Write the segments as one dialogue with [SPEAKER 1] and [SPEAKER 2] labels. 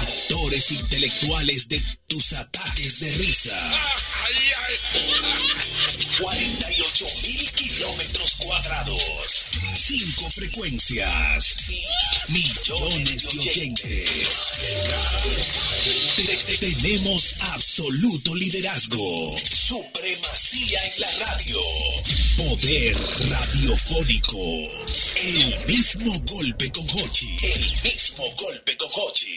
[SPEAKER 1] chistes intelectuales de tus ataques de risa. 48 mil kilómetros cuadrados. Cinco frecuencias. Millones de oyentes. Te- te- Tenemos absoluto liderazgo. Supremacía en la radio. Poder radiofónico. El mismo golpe con Hochi. El mismo golpe con Hochi.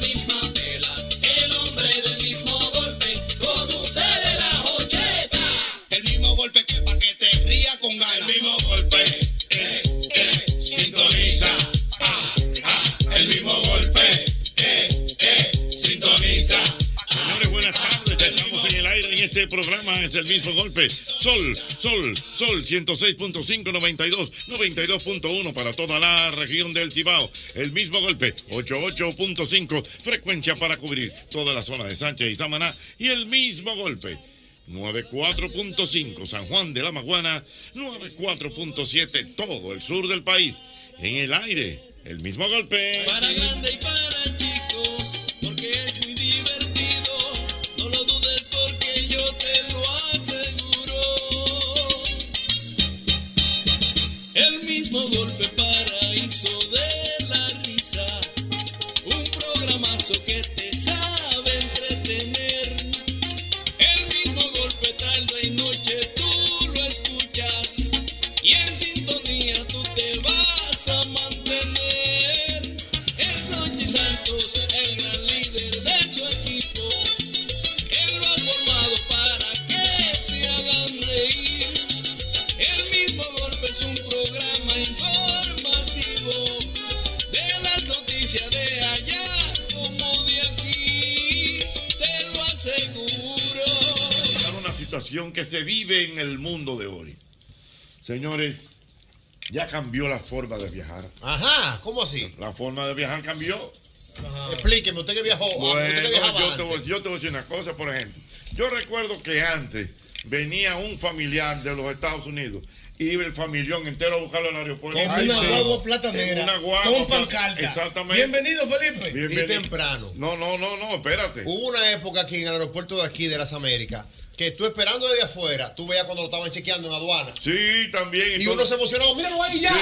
[SPEAKER 2] misma tela, el hombre del mismo golpe, con ustedes la hocheta.
[SPEAKER 3] El mismo golpe que pa' que te ría con ganas. El mismo golpe, eh, eh, sintoniza. Ah, ah, el mismo golpe, eh, eh, sintoniza.
[SPEAKER 4] Señores, buenas tardes. Estamos en el aire en este programa. Es el mismo golpe. Sol, sol, sol 106.5, 92, 92.1 para toda la región del Cibao. El mismo golpe, 88.5, frecuencia para cubrir toda la zona de Sánchez y Samaná. Y el mismo golpe. 94.5 San Juan de la Maguana, 94.7 todo el sur del país. En el aire, el mismo golpe.
[SPEAKER 2] Para grande y para chicos, porque es muy divertido, no lo dudes porque yo te lo aseguro. El mismo golpe paraíso de la risa, un programazo que te sabe entretener. El mismo golpe tarde y noche tú lo escuchas y en sintonía tú te vas a mantener. Es Noche Santos, el gran líder de su equipo. Él lo ha formado para que te hagan reír. El mismo golpe es un programa informativo de las noticias de allá como de aquí. Te lo aseguro.
[SPEAKER 4] Claro, una situación que se vive en el mundo de hoy. Señores, ya cambió la forma de viajar.
[SPEAKER 5] Ajá, ¿cómo así?
[SPEAKER 4] La forma de viajar cambió.
[SPEAKER 5] Explíqueme, usted que viajó. ah,
[SPEAKER 4] Bueno,
[SPEAKER 5] usted que viajaba
[SPEAKER 4] yo te,
[SPEAKER 5] antes.
[SPEAKER 4] voy, yo te voy a decir una cosa, por ejemplo. Yo recuerdo que antes venía un familiar de los Estados Unidos. Iba el familión entero a buscarlo al aeropuerto.
[SPEAKER 6] En
[SPEAKER 4] Ay,
[SPEAKER 6] una
[SPEAKER 4] sí.
[SPEAKER 6] guagua platanera,
[SPEAKER 4] En una guagua
[SPEAKER 6] con
[SPEAKER 4] plat-
[SPEAKER 6] pancarta.
[SPEAKER 4] Exactamente.
[SPEAKER 6] Bienvenido, Felipe.
[SPEAKER 4] Bienvenido.
[SPEAKER 5] Y temprano.
[SPEAKER 4] No, no, no, no, espérate.
[SPEAKER 5] Hubo una época aquí en el aeropuerto de aquí, de las Américas, que tú esperando desde afuera, tú veías cuando lo estaban chequeando en aduana.
[SPEAKER 4] Sí, también.
[SPEAKER 5] Y uno se emocionaba, míralo ahí ya.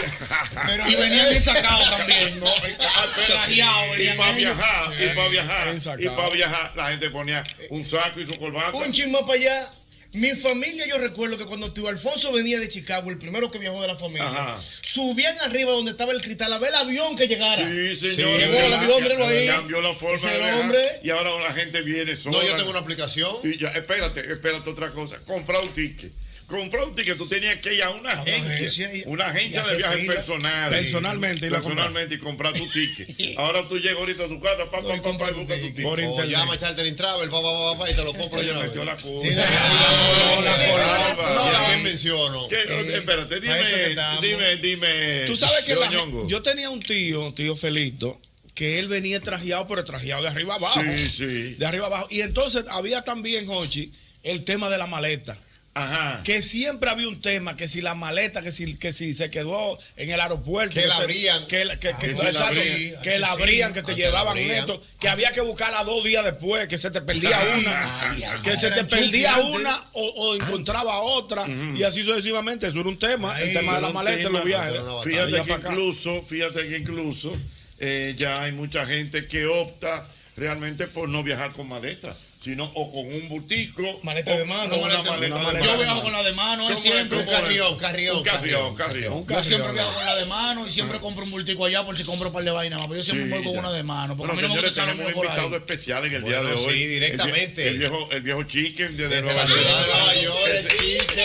[SPEAKER 6] Pero-
[SPEAKER 5] Y venía bien sacado
[SPEAKER 6] también.
[SPEAKER 4] No, eh, ah, espérate.
[SPEAKER 6] Trajeado,
[SPEAKER 4] y
[SPEAKER 6] venían
[SPEAKER 4] para
[SPEAKER 6] ellos.
[SPEAKER 4] viajar, y para viajar,
[SPEAKER 6] Bien
[SPEAKER 4] y
[SPEAKER 6] sacado.
[SPEAKER 4] para viajar, la gente ponía un saco y su corbata.
[SPEAKER 6] Un chisme para allá. Mi familia, yo recuerdo que cuando tío Alfonso venía de Chicago, el primero que viajó de la familia,
[SPEAKER 4] Ajá.
[SPEAKER 6] subían arriba donde estaba el cristal a ver el avión que llegara.
[SPEAKER 4] Sí,
[SPEAKER 6] Sí,
[SPEAKER 4] señor.
[SPEAKER 6] Llegó el avión, míralo ahí.
[SPEAKER 4] Cambió la forma
[SPEAKER 6] Ese
[SPEAKER 4] de
[SPEAKER 6] era
[SPEAKER 4] viajar.
[SPEAKER 6] hombre.
[SPEAKER 4] Y ahora la gente viene sola.
[SPEAKER 5] No, yo tengo una aplicación.
[SPEAKER 4] Y ya, espérate, espérate otra cosa. Comprar un ticket. Comprar un ticket, tú tenías que ir a una agencia,
[SPEAKER 6] agencia y-
[SPEAKER 4] una
[SPEAKER 6] y
[SPEAKER 4] agencia de
[SPEAKER 6] hacer
[SPEAKER 4] viajes
[SPEAKER 6] fila.
[SPEAKER 4] personales.
[SPEAKER 7] Personalmente, y la
[SPEAKER 4] personalmente y comprar tu ticket. Ahora tú llegas ahorita a tu casa, papá,
[SPEAKER 6] No, y
[SPEAKER 4] papá,
[SPEAKER 6] compra
[SPEAKER 4] y
[SPEAKER 6] tu
[SPEAKER 4] busca tu
[SPEAKER 6] ticket.
[SPEAKER 4] ticket.
[SPEAKER 7] Por
[SPEAKER 5] O
[SPEAKER 7] internet.
[SPEAKER 5] llama a Charter in Travel, va, va, va, va, y te lo compro
[SPEAKER 4] Oye,
[SPEAKER 5] yo. una
[SPEAKER 4] metió
[SPEAKER 5] vez.
[SPEAKER 4] la cosa.
[SPEAKER 6] Sí, la-
[SPEAKER 5] ¿Y a quién
[SPEAKER 6] Ay.
[SPEAKER 5] menciono?
[SPEAKER 4] ¿Qué? Espérate,
[SPEAKER 6] para eso que
[SPEAKER 4] dime,
[SPEAKER 6] estamos.
[SPEAKER 4] dime, dime.
[SPEAKER 7] Tú sabes que
[SPEAKER 4] Eh, yo,
[SPEAKER 7] la- yo tenía un tío, tío Felito, que él venía trajeado, pero trajeado de arriba abajo.
[SPEAKER 4] Sí, sí.
[SPEAKER 7] De arriba abajo. Y entonces había también, Hochi, el tema de la maleta.
[SPEAKER 4] Ajá.
[SPEAKER 7] Que siempre había un tema, que si la maleta, que si, que si se quedó en el aeropuerto.
[SPEAKER 5] Que la
[SPEAKER 7] se-
[SPEAKER 5] abrían.
[SPEAKER 7] Que, la- que, que-
[SPEAKER 4] Ah, que si la
[SPEAKER 7] exacto,
[SPEAKER 4] abrían.
[SPEAKER 7] que la abrían, que te
[SPEAKER 5] Ah, que la
[SPEAKER 7] llevaban
[SPEAKER 5] abrían.
[SPEAKER 7] esto, que había que buscarla dos días después, que se te perdía una,
[SPEAKER 4] ay, ay.
[SPEAKER 7] que se te
[SPEAKER 6] Eran
[SPEAKER 7] perdía
[SPEAKER 6] chuqueantes.
[SPEAKER 7] una o, o encontraba otra, y así sucesivamente. Eso era un tema, el tema de la
[SPEAKER 4] un
[SPEAKER 7] maleta,
[SPEAKER 4] tema,
[SPEAKER 7] los viajes.
[SPEAKER 5] era una batalla.
[SPEAKER 4] Fíjate
[SPEAKER 7] Allá
[SPEAKER 4] que
[SPEAKER 7] para acá.
[SPEAKER 4] incluso, fíjate que incluso eh, ya hay mucha gente que opta realmente por no viajar con maleta, sino o con un butico,
[SPEAKER 6] Maleta
[SPEAKER 4] o-
[SPEAKER 6] de mano.
[SPEAKER 4] o una maleta de mano.
[SPEAKER 8] Yo viajo con la de mano,
[SPEAKER 4] Yo
[SPEAKER 8] es siempre.
[SPEAKER 4] voy
[SPEAKER 5] Un
[SPEAKER 4] con-
[SPEAKER 5] carrión, carrión.
[SPEAKER 4] Un carrión, carrión.
[SPEAKER 8] Yo siempre viajo con la de mano y siempre compro un multico allá por si compro un par de vainas más. Pero yo siempre voy
[SPEAKER 4] Sí,
[SPEAKER 8] con
[SPEAKER 4] ya.
[SPEAKER 8] una de mano.
[SPEAKER 4] Bueno,
[SPEAKER 8] Porque a mí no me
[SPEAKER 4] señores,
[SPEAKER 8] gusta echar
[SPEAKER 4] tenemos un
[SPEAKER 8] los por
[SPEAKER 4] invitado
[SPEAKER 8] ahí.
[SPEAKER 4] especial en el
[SPEAKER 5] Bueno,
[SPEAKER 4] día de
[SPEAKER 5] sí,
[SPEAKER 4] hoy. El vie-
[SPEAKER 5] directamente.
[SPEAKER 4] El viejo, el viejo chicken desde
[SPEAKER 5] Desde
[SPEAKER 4] Nueva
[SPEAKER 5] la ciudad de Nueva
[SPEAKER 4] York.
[SPEAKER 5] York, sí, que-
[SPEAKER 9] Yo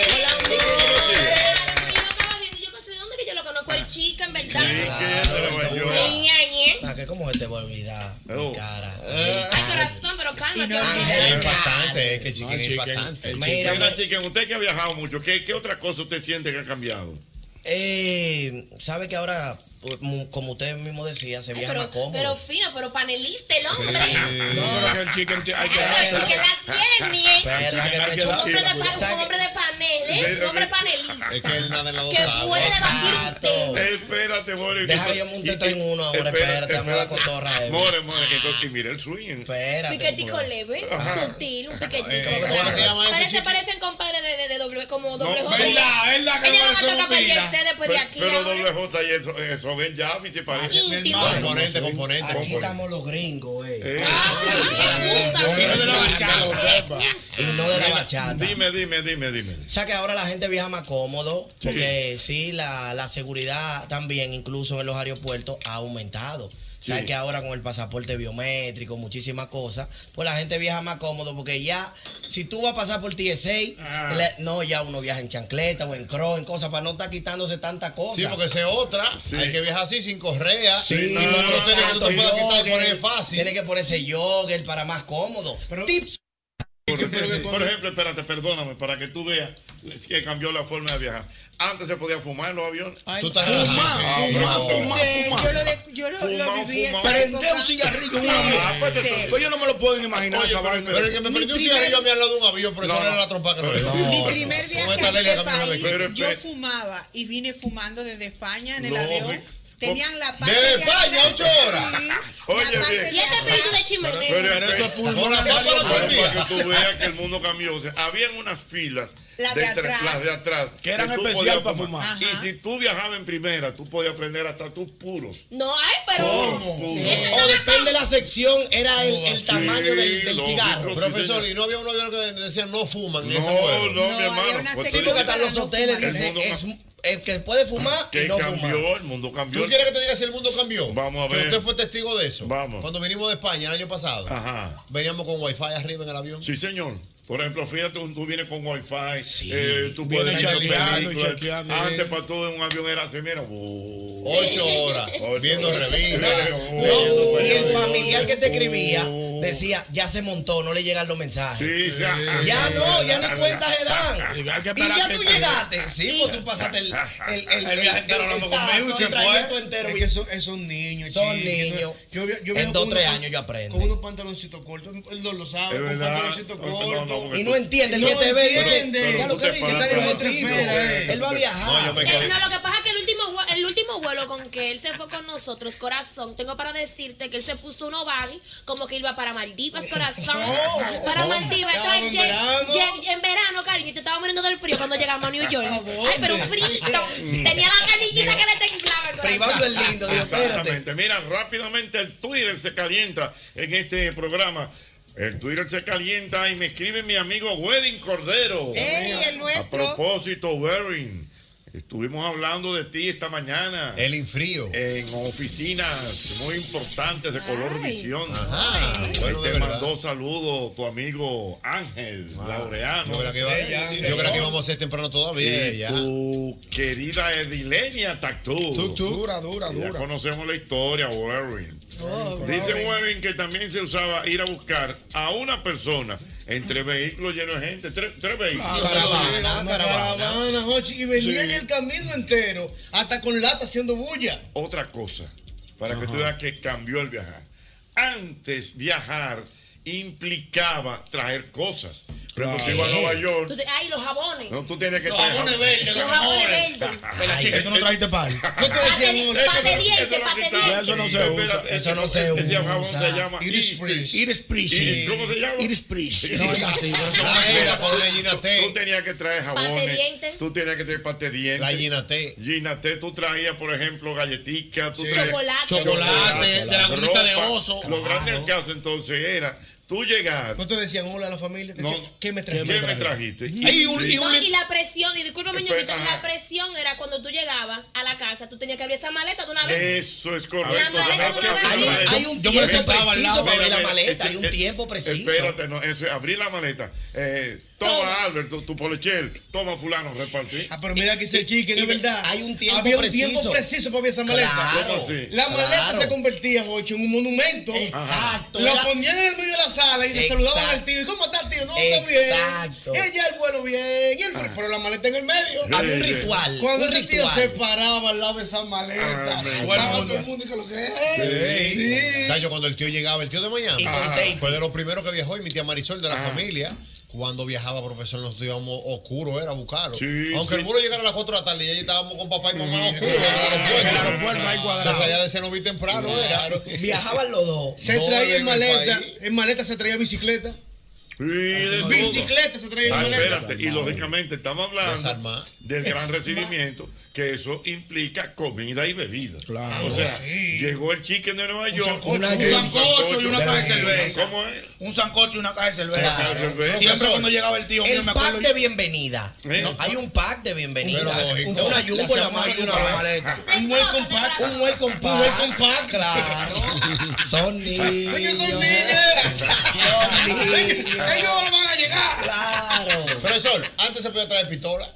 [SPEAKER 9] no estaba viendo, yo pensé, ¿de dónde que yo lo conozco? El chica, en verdad.
[SPEAKER 4] Chicken de Nueva York.
[SPEAKER 8] Ah,
[SPEAKER 9] Ñe, Ñe.
[SPEAKER 10] que cómo se te va a olvidar mi cara.
[SPEAKER 9] corazón, pero cálmate.
[SPEAKER 5] no,
[SPEAKER 9] hombre.
[SPEAKER 5] Chicken es bastante, es que Chicken es bastante.
[SPEAKER 4] Mira, Chicken, usted que ha viajado mucho, ¿qué, ¿qué otra cosa usted siente que ha cambiado?
[SPEAKER 8] Eh, sabe que ahora, pues, mu- como usted mismo decía, se viaja más
[SPEAKER 9] Pero,
[SPEAKER 8] cómodo.
[SPEAKER 9] pero fino, pero panelista el hombre.
[SPEAKER 8] No, pero que el chicken hay que
[SPEAKER 9] Pero que la tiene.
[SPEAKER 8] Pero hay que
[SPEAKER 9] Un
[SPEAKER 8] dársela.
[SPEAKER 9] hombre de pan- un hombre de panel, ¿eh? Un hombre panelista.
[SPEAKER 5] Es que él nada en la
[SPEAKER 9] Que puede debatir
[SPEAKER 4] Espérate, More.
[SPEAKER 8] Deja yo montar en uno ahora, espérate, dame la cotorra. eh.
[SPEAKER 4] More, More, que entonces mira el swing.
[SPEAKER 8] Espérate. pues.
[SPEAKER 9] Piquetico leve, sutil, un piquetico.
[SPEAKER 4] Eh, ¿cómo se llama eso,
[SPEAKER 9] Parece,
[SPEAKER 4] chiqui?
[SPEAKER 9] parecen compadres de, de, de doble, como doble
[SPEAKER 4] No,
[SPEAKER 9] J.
[SPEAKER 4] ¿verdad? ¿Verdad que
[SPEAKER 9] Ella no
[SPEAKER 4] no
[SPEAKER 9] me
[SPEAKER 4] se
[SPEAKER 9] toca
[SPEAKER 4] opina?
[SPEAKER 9] perderse después de aquí.
[SPEAKER 4] Pero
[SPEAKER 9] ahora.
[SPEAKER 4] doble J y eso, eso ven ya, mi se parece.
[SPEAKER 9] Ah, íntimo.
[SPEAKER 5] Componente, componente.
[SPEAKER 8] Aquí estamos los gringos, eh.
[SPEAKER 9] Ah,
[SPEAKER 8] Y no de la bachata.
[SPEAKER 4] Dime, dime, dime, dime.
[SPEAKER 8] O sea que ahora la gente viaja más cómodo, porque sí, la, la seguridad también, incluso en los aeropuertos, ha aumentado. O sea
[SPEAKER 11] Sí.
[SPEAKER 8] que ahora con el pasaporte biométrico, muchísimas cosas, pues la gente viaja más cómodo, porque ya, si tú vas a pasar por TSA, la- no, ya uno viaja en chancleta o en crow, en cosas, para no estar quitándose tanta cosa.
[SPEAKER 5] Sí, porque esa es otra. Hay que viajar así, sin correa.
[SPEAKER 8] Sí,
[SPEAKER 5] no, no, tiene que tú te puedas quitar por ahí
[SPEAKER 8] fácil. Tiene que ponerse jogger para más cómodo. Tips.
[SPEAKER 4] Por ejemplo, espérate, perdóname, para que tú veas que cambió la forma de viajar. Antes se podía fumar en los aviones. Ah,
[SPEAKER 7] Tú estás fumar, relajado. fumar, fumar,
[SPEAKER 4] Sí,
[SPEAKER 7] fumar.
[SPEAKER 4] yo lo de-
[SPEAKER 7] Yo lo,
[SPEAKER 4] Fumado,
[SPEAKER 7] lo viví en
[SPEAKER 4] fumado.
[SPEAKER 7] Prender un
[SPEAKER 4] cigarrillo
[SPEAKER 7] cigarrillo
[SPEAKER 4] en
[SPEAKER 7] en
[SPEAKER 4] un avión.
[SPEAKER 12] Pues yo no me lo puedo ni imaginar
[SPEAKER 5] Oye,
[SPEAKER 12] esa
[SPEAKER 5] pero-
[SPEAKER 12] vaina.
[SPEAKER 5] pero el que me prendió un cigarrillo a mí al lado de un avión, por eso no, era la trompa que no, le dio.
[SPEAKER 7] Mi primer viaje
[SPEAKER 5] Con esta
[SPEAKER 7] a
[SPEAKER 5] ley
[SPEAKER 7] este
[SPEAKER 5] que a mí no me pues.
[SPEAKER 7] país,
[SPEAKER 5] quiere.
[SPEAKER 7] yo fumaba y vine fumando desde España en el
[SPEAKER 5] No,
[SPEAKER 7] avión.
[SPEAKER 5] mi-
[SPEAKER 7] Tenían la parte
[SPEAKER 5] Desde
[SPEAKER 7] de
[SPEAKER 5] España,
[SPEAKER 7] atrás,
[SPEAKER 5] ocho horas.
[SPEAKER 7] sí,
[SPEAKER 4] Oye,
[SPEAKER 7] la parte
[SPEAKER 4] bien.
[SPEAKER 7] de
[SPEAKER 4] Y este
[SPEAKER 7] atrás.
[SPEAKER 9] espíritu de chimenea.
[SPEAKER 4] Pero,
[SPEAKER 9] Pero
[SPEAKER 4] eso es
[SPEAKER 5] pulmonar.
[SPEAKER 4] Para que tú veas que el mundo cambió. O sea, habían unas filas.
[SPEAKER 7] Las de
[SPEAKER 4] entre-
[SPEAKER 7] atrás.
[SPEAKER 4] las de atrás,
[SPEAKER 12] Que eran
[SPEAKER 4] tú
[SPEAKER 12] especial
[SPEAKER 4] podías
[SPEAKER 12] para fumar.
[SPEAKER 4] Y si tú viajabas en primera, tú podías prender hasta tus puros.
[SPEAKER 9] No, ay, pero.
[SPEAKER 8] O depende de la sección, era el, el tamaño del, del
[SPEAKER 4] lógico,
[SPEAKER 8] cigarro.
[SPEAKER 4] sí,
[SPEAKER 5] Profesor, y no había un avión que decían no fuman. y
[SPEAKER 4] No,
[SPEAKER 5] esa
[SPEAKER 4] no,
[SPEAKER 5] mujer.
[SPEAKER 4] mi No, hermano, había una pues, sección
[SPEAKER 8] Sí, porque hasta
[SPEAKER 4] para
[SPEAKER 8] los
[SPEAKER 4] no
[SPEAKER 8] hoteles
[SPEAKER 4] fumar.
[SPEAKER 8] dicen
[SPEAKER 4] El mundo
[SPEAKER 8] es el que puede fumar y
[SPEAKER 4] Que
[SPEAKER 8] no
[SPEAKER 4] cambió,
[SPEAKER 8] fumar.
[SPEAKER 4] el mundo cambió.
[SPEAKER 5] ¿Tú quieres que te diga si el mundo cambió?
[SPEAKER 4] Vamos a
[SPEAKER 5] Que
[SPEAKER 4] ver.
[SPEAKER 5] usted fue testigo de eso.
[SPEAKER 4] Vamos.
[SPEAKER 5] Cuando vinimos de España el año pasado,
[SPEAKER 4] Ajá.
[SPEAKER 5] veníamos con wifi arriba en el avión.
[SPEAKER 4] Sí, señor. Por ejemplo, fíjate, tú vienes con wifi,
[SPEAKER 5] Sí.
[SPEAKER 4] eh, tú
[SPEAKER 5] Viene
[SPEAKER 4] puedes echar
[SPEAKER 5] chateando,
[SPEAKER 4] películas.
[SPEAKER 5] chateando.
[SPEAKER 4] Antes para todo en un avión era así, mira, oh.
[SPEAKER 5] Ocho horas, viendo revistas,
[SPEAKER 4] Oh.
[SPEAKER 8] No, y el familiar que te escribía decía, ya se montó, no le llegan los mensajes. ya no, ya ni cuentas se dan. Y
[SPEAKER 12] Hay que esperar
[SPEAKER 8] ya
[SPEAKER 12] que
[SPEAKER 8] tú
[SPEAKER 12] te-
[SPEAKER 8] llegaste. Sí, pues tú pasaste el, el, el,
[SPEAKER 6] El viaje entero hablando conmigo y se
[SPEAKER 8] el trayecto
[SPEAKER 6] fue.
[SPEAKER 8] entero.
[SPEAKER 6] Es que son, eh, son niños.
[SPEAKER 8] Son
[SPEAKER 6] chiqui, que
[SPEAKER 8] niños.
[SPEAKER 6] no- Yo, vi- yo
[SPEAKER 8] En
[SPEAKER 6] viajo
[SPEAKER 8] dos,
[SPEAKER 6] con
[SPEAKER 8] tres
[SPEAKER 6] unos-
[SPEAKER 8] años yo aprendo.
[SPEAKER 6] Con unos pantaloncitos cortos. Él no lo sabe.
[SPEAKER 8] Es
[SPEAKER 6] con
[SPEAKER 8] verdad.
[SPEAKER 6] pantaloncitos
[SPEAKER 8] No, no,
[SPEAKER 6] cortos.
[SPEAKER 8] no, porque Y no tú- entiende, el que te ve dice, "Ya lo que rico, nadie me tripe, eh". Él va a viajar.
[SPEAKER 5] No, yo me
[SPEAKER 9] Eh,
[SPEAKER 5] quedé.
[SPEAKER 9] No, lo que pasa es que el último, vue- el último vuelo con que él se fue con nosotros, corazón, tengo para decirte que él se puso uno baggy como que iba para Maldivas, corazón.
[SPEAKER 2] No,
[SPEAKER 9] para
[SPEAKER 2] no,
[SPEAKER 9] Maldivas.
[SPEAKER 2] estaba
[SPEAKER 9] Entonces,
[SPEAKER 2] en
[SPEAKER 9] lleg-
[SPEAKER 2] verano.
[SPEAKER 9] lleg- en verano, cariño, te estaba muriendo del frío cuando llegamos a New York. Ay, pero frito. Tenía la canillita que le temblaba el corazón.
[SPEAKER 4] Exactamente. Mira, rápidamente el Twitter se calienta en este programa. El Twitter se calienta y me escribe mi amigo Wedding Cordero.
[SPEAKER 7] Eri, el
[SPEAKER 4] A
[SPEAKER 7] nuestro.
[SPEAKER 4] propósito, Wedding. Estuvimos hablando de ti esta mañana.
[SPEAKER 5] El infrío.
[SPEAKER 4] En oficinas muy importantes de Color Visión.
[SPEAKER 5] Ajá.
[SPEAKER 4] Hoy
[SPEAKER 5] Bueno, de
[SPEAKER 4] te
[SPEAKER 5] verdad.
[SPEAKER 4] mandó saludos tu amigo Ángel Laureano.
[SPEAKER 5] Yo creo que, iba- yo creo que íbamos a ser temprano
[SPEAKER 9] Oh,
[SPEAKER 5] todavía.
[SPEAKER 4] Y
[SPEAKER 5] ya.
[SPEAKER 4] tu querida Edilenia Tactú.
[SPEAKER 12] Dura, dura,
[SPEAKER 4] Ya
[SPEAKER 12] dura.
[SPEAKER 4] conocemos la historia, Warren. Dice Warren que también se usaba ir a buscar a una persona entre vehículos llenos de gente. Tres, tres vehículos.
[SPEAKER 6] Caravana, caravana, Ah, Jochi, y venía
[SPEAKER 4] Sí.
[SPEAKER 6] en el camino entero, hasta con lata haciendo bulla.
[SPEAKER 4] Otra cosa, para que tú veas que cambió el viajar. Antes viajar implicaba traer cosas. Por ejemplo, tú ibas a Nueva York.
[SPEAKER 9] Tú te- Ay, los jabones.
[SPEAKER 4] No, tú tienes que
[SPEAKER 9] Los
[SPEAKER 4] traer
[SPEAKER 9] jabones
[SPEAKER 4] jabones.
[SPEAKER 9] verdes, los Los jabones jabones. verdes.
[SPEAKER 4] Ay,
[SPEAKER 12] chica, tú no trajiste pan.
[SPEAKER 4] ¿Qué te decía, amor?
[SPEAKER 9] Pate dientes,
[SPEAKER 4] Eso lo
[SPEAKER 9] pate
[SPEAKER 4] quitaron.
[SPEAKER 12] Ya eso no se usa,
[SPEAKER 4] Espérate,
[SPEAKER 12] eso no
[SPEAKER 4] ese-
[SPEAKER 12] se
[SPEAKER 4] ese
[SPEAKER 12] usa.
[SPEAKER 4] jabón se llama Iris
[SPEAKER 12] Iris Prish.
[SPEAKER 4] Iris, ¿Cómo se llama?
[SPEAKER 12] Iris Prish.
[SPEAKER 4] No,
[SPEAKER 12] es así, pero eso no
[SPEAKER 4] Ah,
[SPEAKER 12] se
[SPEAKER 4] mira,
[SPEAKER 12] usa.
[SPEAKER 4] con la Ginate. Tú tenías que traer
[SPEAKER 9] Pate
[SPEAKER 4] jabones.
[SPEAKER 9] dientes.
[SPEAKER 4] Tú tenías que traer pate dientes.
[SPEAKER 5] La Ginate.
[SPEAKER 4] Ginate, tú traías, por ejemplo, galletitas. tú
[SPEAKER 9] Sí.
[SPEAKER 4] traías-
[SPEAKER 9] Chocolate. Chocolate,
[SPEAKER 4] de
[SPEAKER 6] de la gomita de
[SPEAKER 4] oso. Lo grande del caso entonces era tú llegar.
[SPEAKER 6] No te decían hola a la familia, te
[SPEAKER 4] No.
[SPEAKER 6] decían, ¿qué me
[SPEAKER 4] ¿Qué
[SPEAKER 6] trajiste?
[SPEAKER 4] me trajiste?
[SPEAKER 6] Ay, un-
[SPEAKER 4] Sí.
[SPEAKER 6] y
[SPEAKER 9] No, y la presión, y discúlpame,
[SPEAKER 4] Espera,
[SPEAKER 9] ñoquito,
[SPEAKER 4] ajá.
[SPEAKER 9] la presión era cuando tú llegabas a la casa, tú tenías que abrir esa maleta de una vez.
[SPEAKER 4] Eso es correcto.
[SPEAKER 9] La maleta
[SPEAKER 4] Sebastián.
[SPEAKER 9] de una
[SPEAKER 4] Hay-
[SPEAKER 9] vez.
[SPEAKER 4] hay
[SPEAKER 8] Yo me sentaba al lado de la
[SPEAKER 4] Espera, espera,
[SPEAKER 8] maleta, hay
[SPEAKER 4] es-
[SPEAKER 8] un
[SPEAKER 4] es-
[SPEAKER 8] tiempo preciso.
[SPEAKER 4] Espérate, no, eso es abrir la maleta. Eh, Toma, Albert, tu, tu polichel. Toma, fulano, repartí.
[SPEAKER 6] Ah, pero mira que ese chique, de
[SPEAKER 4] y-
[SPEAKER 6] verdad.
[SPEAKER 4] hay un tiempo
[SPEAKER 6] Había un
[SPEAKER 4] preciso.
[SPEAKER 6] tiempo preciso para ver esa maleta.
[SPEAKER 4] Claro. ¿Cómo así?
[SPEAKER 6] La maleta
[SPEAKER 4] Claro.
[SPEAKER 6] se convertía, Jocho, en un monumento.
[SPEAKER 8] Exacto.
[SPEAKER 6] Lo
[SPEAKER 8] Era-
[SPEAKER 6] ponían en el medio de la sala y le
[SPEAKER 8] Exacto.
[SPEAKER 6] saludaban al tío. ¿Y cómo está, tío? No, está bien.
[SPEAKER 8] Exacto.
[SPEAKER 6] Ella el vuelo bien. Y el, Pero la maleta en el medio.
[SPEAKER 8] Había un ritual,
[SPEAKER 6] Cuando
[SPEAKER 8] un
[SPEAKER 6] ese tío
[SPEAKER 8] ritual.
[SPEAKER 6] se paraba al lado de esa
[SPEAKER 4] Ah,
[SPEAKER 6] maleta. estaba todo el mundo y que lo que es.
[SPEAKER 5] Tacho, cuando el tío llegaba, el tío de mañana,
[SPEAKER 6] Y con
[SPEAKER 5] Ajá.
[SPEAKER 6] Daisy.
[SPEAKER 5] fue de los primeros que viajó y mi tía Marisol de la familia. Cuando viajaba, profesor, nos íbamos oscuro, era a buscarlo.
[SPEAKER 4] Sí,
[SPEAKER 5] Aunque
[SPEAKER 4] sí.
[SPEAKER 5] el vuelo llegara a las 4 de la tarde y ahí estábamos con papá y mamá oscuro. Se salía de Cenoví temprano, era.
[SPEAKER 8] Viajaban los dos.
[SPEAKER 6] Se
[SPEAKER 5] No,
[SPEAKER 6] traía
[SPEAKER 5] en el
[SPEAKER 6] en maleta.
[SPEAKER 5] país.
[SPEAKER 6] En maleta se traía bicicleta.
[SPEAKER 4] de
[SPEAKER 6] Ah, Bicicleta se traía en
[SPEAKER 4] Ah,
[SPEAKER 6] maleta.
[SPEAKER 4] espérate, y lógicamente estamos hablando
[SPEAKER 5] Desarmar.
[SPEAKER 4] del gran
[SPEAKER 5] Desarmar.
[SPEAKER 4] recibimiento, que eso implica comida y bebida.
[SPEAKER 5] Claro.
[SPEAKER 4] O sea, llegó el chicken de Nueva York.
[SPEAKER 10] Un sancocho, un sancocho y una caja de cerveza.
[SPEAKER 4] ¿Cómo es?
[SPEAKER 10] Un sancocho y una caja de cerveza.
[SPEAKER 8] Claro.
[SPEAKER 10] Siempre
[SPEAKER 8] Profesor,
[SPEAKER 10] cuando llegaba el tío mío,
[SPEAKER 8] el
[SPEAKER 10] me
[SPEAKER 8] pack
[SPEAKER 10] acuerdo.
[SPEAKER 8] de bienvenida. No, hay un pack de bienvenida.
[SPEAKER 10] Pero lógico.
[SPEAKER 8] Un- una jumbo,
[SPEAKER 10] La
[SPEAKER 8] la mano y una
[SPEAKER 10] semana,
[SPEAKER 8] maleta.
[SPEAKER 10] una
[SPEAKER 8] Un welcome pack. Un welcome pack. Un welcome pack. Claro. Son niños.
[SPEAKER 6] son
[SPEAKER 8] Ellos
[SPEAKER 6] van a llegar.
[SPEAKER 8] Claro.
[SPEAKER 5] Profesor, antes se podía traer pistola.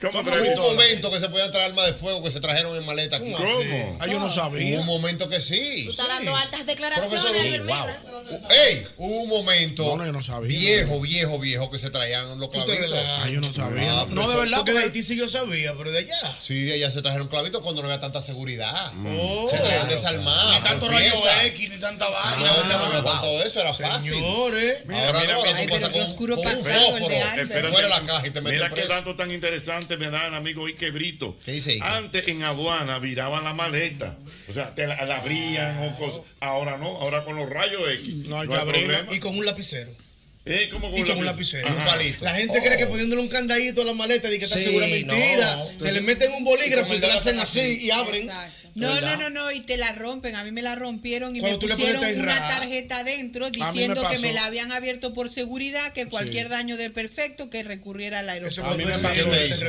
[SPEAKER 4] ¿Cómo
[SPEAKER 5] Hubo
[SPEAKER 4] traer pistola?
[SPEAKER 5] un momento que se podían traer armas de fuego que se trajeron en maleta aquí.
[SPEAKER 4] ¿Cómo así?
[SPEAKER 10] Ah, yo no sabía.
[SPEAKER 5] Hubo un momento que sí.
[SPEAKER 9] Tú estás dando altas declaraciones,
[SPEAKER 5] Profesor, eh,
[SPEAKER 9] Albert
[SPEAKER 5] wow.
[SPEAKER 9] Mena.
[SPEAKER 5] ¡Ey! Hubo un momento viejo, viejo, viejo que se traían los
[SPEAKER 6] te
[SPEAKER 5] clavitos. Ah,
[SPEAKER 6] relajas.
[SPEAKER 5] yo no sabía.
[SPEAKER 6] No, de verdad, porque de Haití sí yo sabía, pero de allá.
[SPEAKER 5] Sí, de allá se trajeron clavitos cuando no había tanta seguridad.
[SPEAKER 6] Oh.
[SPEAKER 5] se traían
[SPEAKER 6] Claro,
[SPEAKER 5] desarmadas.
[SPEAKER 6] claro. Ni tanto
[SPEAKER 5] con
[SPEAKER 6] rayo
[SPEAKER 5] piezas.
[SPEAKER 10] X, ni tanta
[SPEAKER 5] Ah,
[SPEAKER 10] vaina.
[SPEAKER 5] no, no, no, todo eso era fácil.
[SPEAKER 6] Señores.
[SPEAKER 5] ahora
[SPEAKER 4] Mira,
[SPEAKER 5] no, ahora
[SPEAKER 4] mira,
[SPEAKER 5] tú pasas
[SPEAKER 4] mira,
[SPEAKER 5] con,
[SPEAKER 4] qué oscuro
[SPEAKER 5] con un
[SPEAKER 4] pasado el de
[SPEAKER 5] fósforo
[SPEAKER 4] Albert. Espérate.
[SPEAKER 5] fuera de la caja y te meten
[SPEAKER 4] Mira qué
[SPEAKER 5] preso.
[SPEAKER 4] dato tan interesante me dan, amigo Iquebrito. Antes en aduana viraban la maleta. O sea, te la, la abrían o cosas. Ahora no, ahora con los rayos X. No hay,
[SPEAKER 6] que abrirla.
[SPEAKER 4] problema.
[SPEAKER 6] Y con un lapicero.
[SPEAKER 4] Eh, ¿cómo
[SPEAKER 6] Y con un lapicero.
[SPEAKER 4] Ajá. Oh.
[SPEAKER 6] La gente cree que poniéndole un candadito a la maleta de que está
[SPEAKER 4] Sí,
[SPEAKER 6] segura mentira.
[SPEAKER 4] no.
[SPEAKER 6] que le meten un bolígrafo y te la hacen así y abren.
[SPEAKER 7] No, no, no, no, y te la rompen. A mí me la rompieron y
[SPEAKER 6] Cuando tú
[SPEAKER 7] me
[SPEAKER 6] le
[SPEAKER 7] pusieron
[SPEAKER 6] pones
[SPEAKER 7] una
[SPEAKER 6] Tairra.
[SPEAKER 7] tarjeta adentro
[SPEAKER 6] me
[SPEAKER 7] diciendo que
[SPEAKER 6] pasó.
[SPEAKER 7] me la habían abierto por seguridad, que cualquier daño de perfecto que recurriera al aeropuerto.
[SPEAKER 5] ¿Qué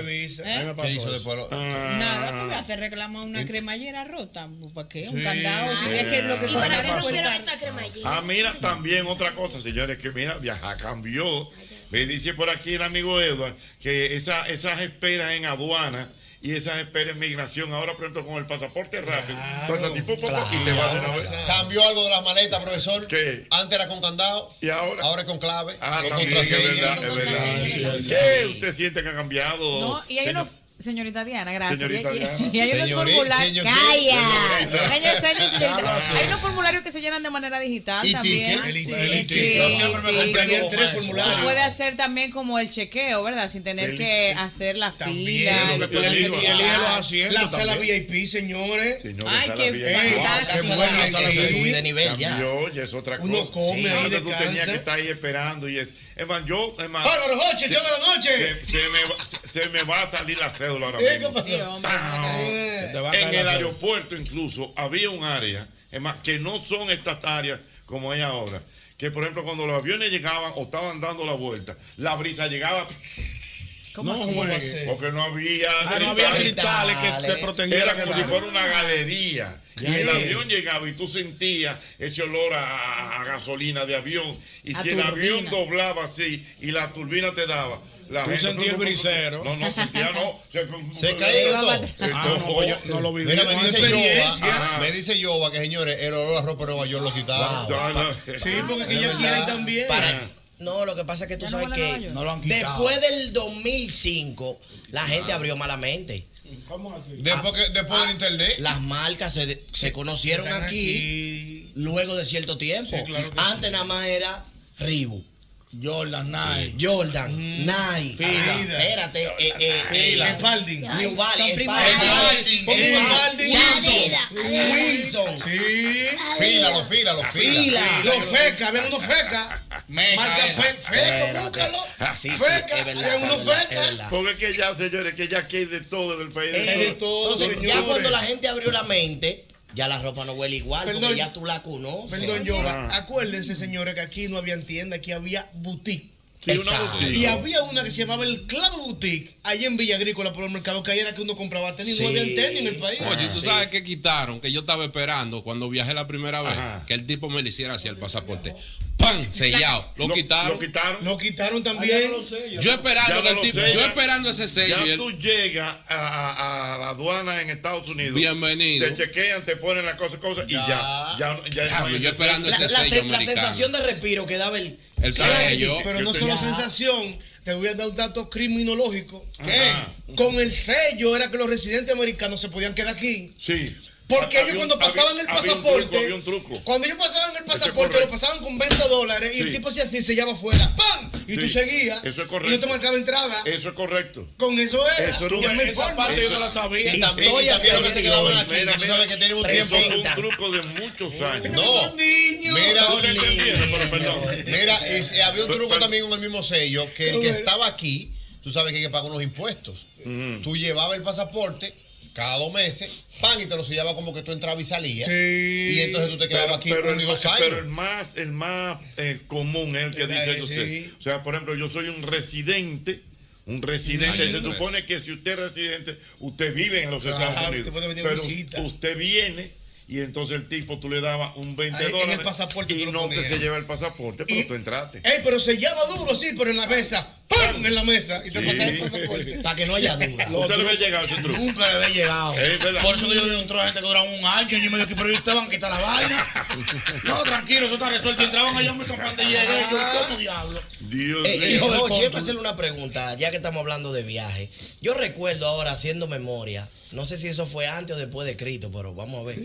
[SPEAKER 5] te hizo?
[SPEAKER 7] ¿Eh?
[SPEAKER 5] ¿Qué hizo después? lo-
[SPEAKER 7] Nada, que me hace reclamar una cremallera rota.
[SPEAKER 13] pues,
[SPEAKER 7] ¿Para qué? Un
[SPEAKER 4] Sí.
[SPEAKER 7] candado. Si es que lo que
[SPEAKER 4] ¿Y para
[SPEAKER 7] faltaba
[SPEAKER 4] qué
[SPEAKER 7] fue el
[SPEAKER 9] rompieron
[SPEAKER 7] car-
[SPEAKER 9] esa cremallera?
[SPEAKER 4] Ah, mira, también otra cosa, señores, que mira, viajar cambió. Me dice por aquí el amigo Edward que esa, esas esperas en aduana y esas esperas en migración, ahora por ejemplo con el pasaporte rápido, Pues pasa tipo foto y le va de una vez.
[SPEAKER 5] Cambió algo de las maletas, profesor. Antes era con candado.
[SPEAKER 4] Y ahora.
[SPEAKER 5] Ahora es con clave.
[SPEAKER 4] Ah,
[SPEAKER 5] con
[SPEAKER 4] también, es
[SPEAKER 5] contraseña.
[SPEAKER 4] verdad, es verdad.
[SPEAKER 5] sí.
[SPEAKER 4] ¿Qué usted siente que ha cambiado?
[SPEAKER 11] No, y hay
[SPEAKER 4] señor?
[SPEAKER 11] unos. Señorita Diana, gracias.
[SPEAKER 4] Señorita
[SPEAKER 11] y, y-
[SPEAKER 4] Diana.
[SPEAKER 11] y hay unos
[SPEAKER 4] Señorita,
[SPEAKER 11] formularios.
[SPEAKER 4] señorita.
[SPEAKER 11] ¡Calla! Señor, señor, señorita.
[SPEAKER 4] Habla,
[SPEAKER 11] Hay unos formularios que se llenan de manera digital también.
[SPEAKER 6] El
[SPEAKER 11] Sí,
[SPEAKER 6] el
[SPEAKER 11] sí,
[SPEAKER 6] Yo siempre
[SPEAKER 11] sí.
[SPEAKER 6] me compré tres
[SPEAKER 11] Se Puede
[SPEAKER 6] formularios.
[SPEAKER 11] hacer también como el chequeo, ¿verdad? Sin tener
[SPEAKER 6] El-
[SPEAKER 11] que hacer la fila.
[SPEAKER 6] Bien,
[SPEAKER 11] el-
[SPEAKER 6] y elige- y elige los asientos La sala
[SPEAKER 4] también.
[SPEAKER 6] VIP, señores.
[SPEAKER 4] Ay, sala qué VIP. fantástico.
[SPEAKER 6] Qué
[SPEAKER 4] Ah, La
[SPEAKER 6] buena
[SPEAKER 4] sala se sube de
[SPEAKER 8] nivel ya.
[SPEAKER 4] Cambió, ya es otra cosa.
[SPEAKER 6] Uno come ahí,
[SPEAKER 4] Antes tú
[SPEAKER 6] descansa.
[SPEAKER 4] tenías que estar ahí esperando y es. Es más, yo, es más.
[SPEAKER 6] Bárbaro, Joche,
[SPEAKER 4] se-
[SPEAKER 6] llama a la noche.
[SPEAKER 4] Se, se me va, se me va a salir la cédula ahora
[SPEAKER 6] ¿Eh?
[SPEAKER 4] mismo.
[SPEAKER 6] ¿Qué pasó?
[SPEAKER 4] Sí, hombre, ¡Pam!
[SPEAKER 6] Eh. Se te va a caer
[SPEAKER 4] En
[SPEAKER 6] la
[SPEAKER 4] el
[SPEAKER 6] cédula.
[SPEAKER 4] aeropuerto incluso había un área, es más, que no son estas áreas como hay ahora. Que por ejemplo cuando los aviones llegaban o estaban dando la vuelta, la brisa llegaba.
[SPEAKER 12] ¿Cómo No así? juegue.
[SPEAKER 4] Porque no había
[SPEAKER 12] Ah, no había cristales que te protegieran,
[SPEAKER 4] Era como si
[SPEAKER 12] claro.
[SPEAKER 4] fuera una galería.
[SPEAKER 12] Ya.
[SPEAKER 4] Y el avión llegaba y tú sentías ese olor a, a gasolina de avión. Y
[SPEAKER 12] A
[SPEAKER 4] si el avión
[SPEAKER 12] turbina.
[SPEAKER 4] doblaba así y la turbina te daba. La
[SPEAKER 12] Tú sentías el brisero.
[SPEAKER 4] No, no, sentía, no. Se,
[SPEAKER 5] Se caía todo.
[SPEAKER 12] Ah, no, pues yo no lo viví.
[SPEAKER 5] Mira, me
[SPEAKER 12] Una
[SPEAKER 5] dice
[SPEAKER 12] experiencia.
[SPEAKER 5] Yoba, me dice Yoba que señores, el olor a ropa de Nueva York lo quitaba.
[SPEAKER 6] Sí, porque que yo quiero también.
[SPEAKER 8] No, lo que pasa es que tú
[SPEAKER 6] Ya no
[SPEAKER 8] sabes
[SPEAKER 6] van a Nueva
[SPEAKER 8] que
[SPEAKER 6] York. No lo han quitado.
[SPEAKER 8] después del 2005 la gente abrió malamente.
[SPEAKER 6] ¿Cómo así?
[SPEAKER 12] Ah,
[SPEAKER 8] Después, del internet. Ah, Las marcas se, de- se conocieron
[SPEAKER 6] Están
[SPEAKER 8] aquí, luego de cierto tiempo. Antes nada más era Reebok. Jordan, Nike. Jordan, Nike.
[SPEAKER 6] Fila.
[SPEAKER 8] Ah, Espérate. Eh, eh, eh,
[SPEAKER 6] Fila.
[SPEAKER 8] Spalding. New
[SPEAKER 6] Son
[SPEAKER 8] Balance.
[SPEAKER 6] primeras.
[SPEAKER 8] Spalding.
[SPEAKER 6] Spalding.
[SPEAKER 8] New
[SPEAKER 6] Spalding. Adidas.
[SPEAKER 8] Wilson. Wilson.
[SPEAKER 6] Sí.
[SPEAKER 8] Fila, los fila, los fila. Fila.
[SPEAKER 6] Los feca, habían unos feca. Marca
[SPEAKER 4] era.
[SPEAKER 6] fe- feca,
[SPEAKER 4] Espérate.
[SPEAKER 6] búscalo.
[SPEAKER 14] Ah,
[SPEAKER 4] Sí, sí,
[SPEAKER 6] Feca,
[SPEAKER 4] es verdad,
[SPEAKER 6] habían unos
[SPEAKER 4] es verdad,
[SPEAKER 6] feca.
[SPEAKER 4] es verdad. Porque es que ya, señores, que ya aquí hay de todo en el país.
[SPEAKER 8] Eh, entonces, ya
[SPEAKER 4] señores.
[SPEAKER 8] cuando la gente abrió la mente, ya la ropa no huele igual,
[SPEAKER 6] Perdón.
[SPEAKER 8] porque ya tú la conoces.
[SPEAKER 6] Perdón, yo,
[SPEAKER 8] Ah.
[SPEAKER 6] acuérdense, señores, que aquí no había tienda, aquí había boutique.
[SPEAKER 8] Sí, una Exacto. boutique.
[SPEAKER 6] Y había una que se llamaba el Clave Boutique, allá en Villa Agrícola, por el mercado, que ahí era que uno compraba tenis, no había tenis en el país.
[SPEAKER 14] Oye, tú sabes que quitaron, que yo estaba esperando cuando viajé la primera vez, que el tipo me le hiciera así el pasaporte. ¡Pam! Juan, sellado. Lo, quitaron.
[SPEAKER 4] Lo quitaron.
[SPEAKER 6] Lo quitaron también.
[SPEAKER 14] Yo esperando,
[SPEAKER 4] Ya no
[SPEAKER 14] el
[SPEAKER 4] lo
[SPEAKER 14] tipo-
[SPEAKER 4] sé,
[SPEAKER 14] yo
[SPEAKER 4] ya-
[SPEAKER 14] esperando ese sello. y
[SPEAKER 4] Ya
[SPEAKER 14] él-
[SPEAKER 4] tú llegas a, a- a la aduana en Estados Unidos.
[SPEAKER 14] Bienvenido.
[SPEAKER 4] Te chequean, te ponen las cosas, cosas y ya. Ya, ya,
[SPEAKER 14] Diablo,
[SPEAKER 4] no hay
[SPEAKER 14] Ah, yo
[SPEAKER 4] ese
[SPEAKER 14] esperando
[SPEAKER 4] sello.
[SPEAKER 8] La, la- la sensación de respiro que daba el.
[SPEAKER 14] El sello.
[SPEAKER 6] Pero no
[SPEAKER 4] Yo
[SPEAKER 6] solo
[SPEAKER 4] tenía-
[SPEAKER 6] sensación, te voy a dar un dato criminológico.
[SPEAKER 4] Ajá.
[SPEAKER 6] que Con el sello era que los residentes americanos se podían quedar aquí.
[SPEAKER 4] Sí. Había
[SPEAKER 6] Porque ellos
[SPEAKER 4] un-
[SPEAKER 6] cuando
[SPEAKER 4] había-
[SPEAKER 6] pasaban el
[SPEAKER 4] había un
[SPEAKER 6] pasaporte,
[SPEAKER 4] truco, había un truco.
[SPEAKER 6] cuando ellos pasaban el pasaporte,
[SPEAKER 4] correcto.
[SPEAKER 6] lo pasaban con 20 dólares y
[SPEAKER 4] Sí.
[SPEAKER 6] el tipo hacía así, se llama afuera, ¡pam! Y tú
[SPEAKER 4] Sí.
[SPEAKER 6] seguías.
[SPEAKER 4] Eso es
[SPEAKER 6] Y no te
[SPEAKER 4] correcto. Eh,
[SPEAKER 6] marcaba entrada.
[SPEAKER 4] Eso es correcto.
[SPEAKER 6] Con eso era.
[SPEAKER 4] Eso era
[SPEAKER 6] Ya
[SPEAKER 4] un-
[SPEAKER 6] me
[SPEAKER 4] esa
[SPEAKER 6] informo.
[SPEAKER 4] parte yo no la
[SPEAKER 6] Y
[SPEAKER 4] sabía.
[SPEAKER 6] historia
[SPEAKER 5] que lo que se quedaban aquí,
[SPEAKER 4] Mira,
[SPEAKER 5] que tú
[SPEAKER 4] mira,
[SPEAKER 5] sabes que tienen un
[SPEAKER 4] eso
[SPEAKER 5] tiempo.
[SPEAKER 4] es un truco de muchos años.
[SPEAKER 5] No. Mira,
[SPEAKER 4] Tú
[SPEAKER 5] un
[SPEAKER 4] no entendieron, pero perdón.
[SPEAKER 5] Mira, es- eh, había un truco también con el mismo sello, que el que estaba aquí, tú sabes que hay que pagar unos impuestos. Tú llevabas el pasaporte cada dos meses, pan, y te lo sellaba como que tú entrabas y salías. Y entonces tú te quedabas aquí
[SPEAKER 4] pero,
[SPEAKER 5] uno y
[SPEAKER 4] el,
[SPEAKER 5] dos
[SPEAKER 4] ma-
[SPEAKER 5] años.
[SPEAKER 4] pero el más, el más eh, común es el que
[SPEAKER 5] ¿Verdad
[SPEAKER 4] dice
[SPEAKER 5] que
[SPEAKER 4] usted.
[SPEAKER 5] sí?
[SPEAKER 4] O sea, por ejemplo, yo soy un residente. Un residente,
[SPEAKER 5] Ahí
[SPEAKER 4] se
[SPEAKER 5] es.
[SPEAKER 4] supone que si usted es residente, usted vive en los
[SPEAKER 6] Claro,
[SPEAKER 4] Estados
[SPEAKER 6] usted
[SPEAKER 4] Unidos.
[SPEAKER 6] puede venir a
[SPEAKER 4] pero
[SPEAKER 6] visita.
[SPEAKER 4] usted viene y entonces el tipo tú le dabas un 20
[SPEAKER 6] Ahí, en el
[SPEAKER 4] dólares
[SPEAKER 6] pasaporte
[SPEAKER 4] y
[SPEAKER 6] tú lo
[SPEAKER 4] no te
[SPEAKER 6] ponías.
[SPEAKER 4] se lleva el pasaporte, pero tú entraste.
[SPEAKER 6] Ey, pero sellaba duro, sí, pero en la mesa. ¡Pam! En la mesa. Y te
[SPEAKER 4] Sí.
[SPEAKER 6] pasaba el pasaporte.
[SPEAKER 8] Para que no
[SPEAKER 4] haya duda. Usted le había llegado ese truco.
[SPEAKER 10] Nunca le había llegado.
[SPEAKER 4] Es verdad.
[SPEAKER 10] Por eso que yo vi un trozo de gente que duraba un año y yo me dije, pero ustedes van a quitar la vaina. No, tranquilo, eso está resuelto. Y Entraban allá muy campante y
[SPEAKER 8] Ah.
[SPEAKER 10] llegué.
[SPEAKER 5] Ah.
[SPEAKER 10] Yo, ¿cómo diablo?
[SPEAKER 4] Dios
[SPEAKER 8] Eh,
[SPEAKER 10] mío.
[SPEAKER 8] hijo del
[SPEAKER 10] Oye,
[SPEAKER 8] cónsul.
[SPEAKER 10] para hacerle
[SPEAKER 8] una pregunta, ya que estamos hablando de viaje. Yo recuerdo ahora haciendo memoria, no sé si eso fue antes o después de Cristo, pero vamos a ver.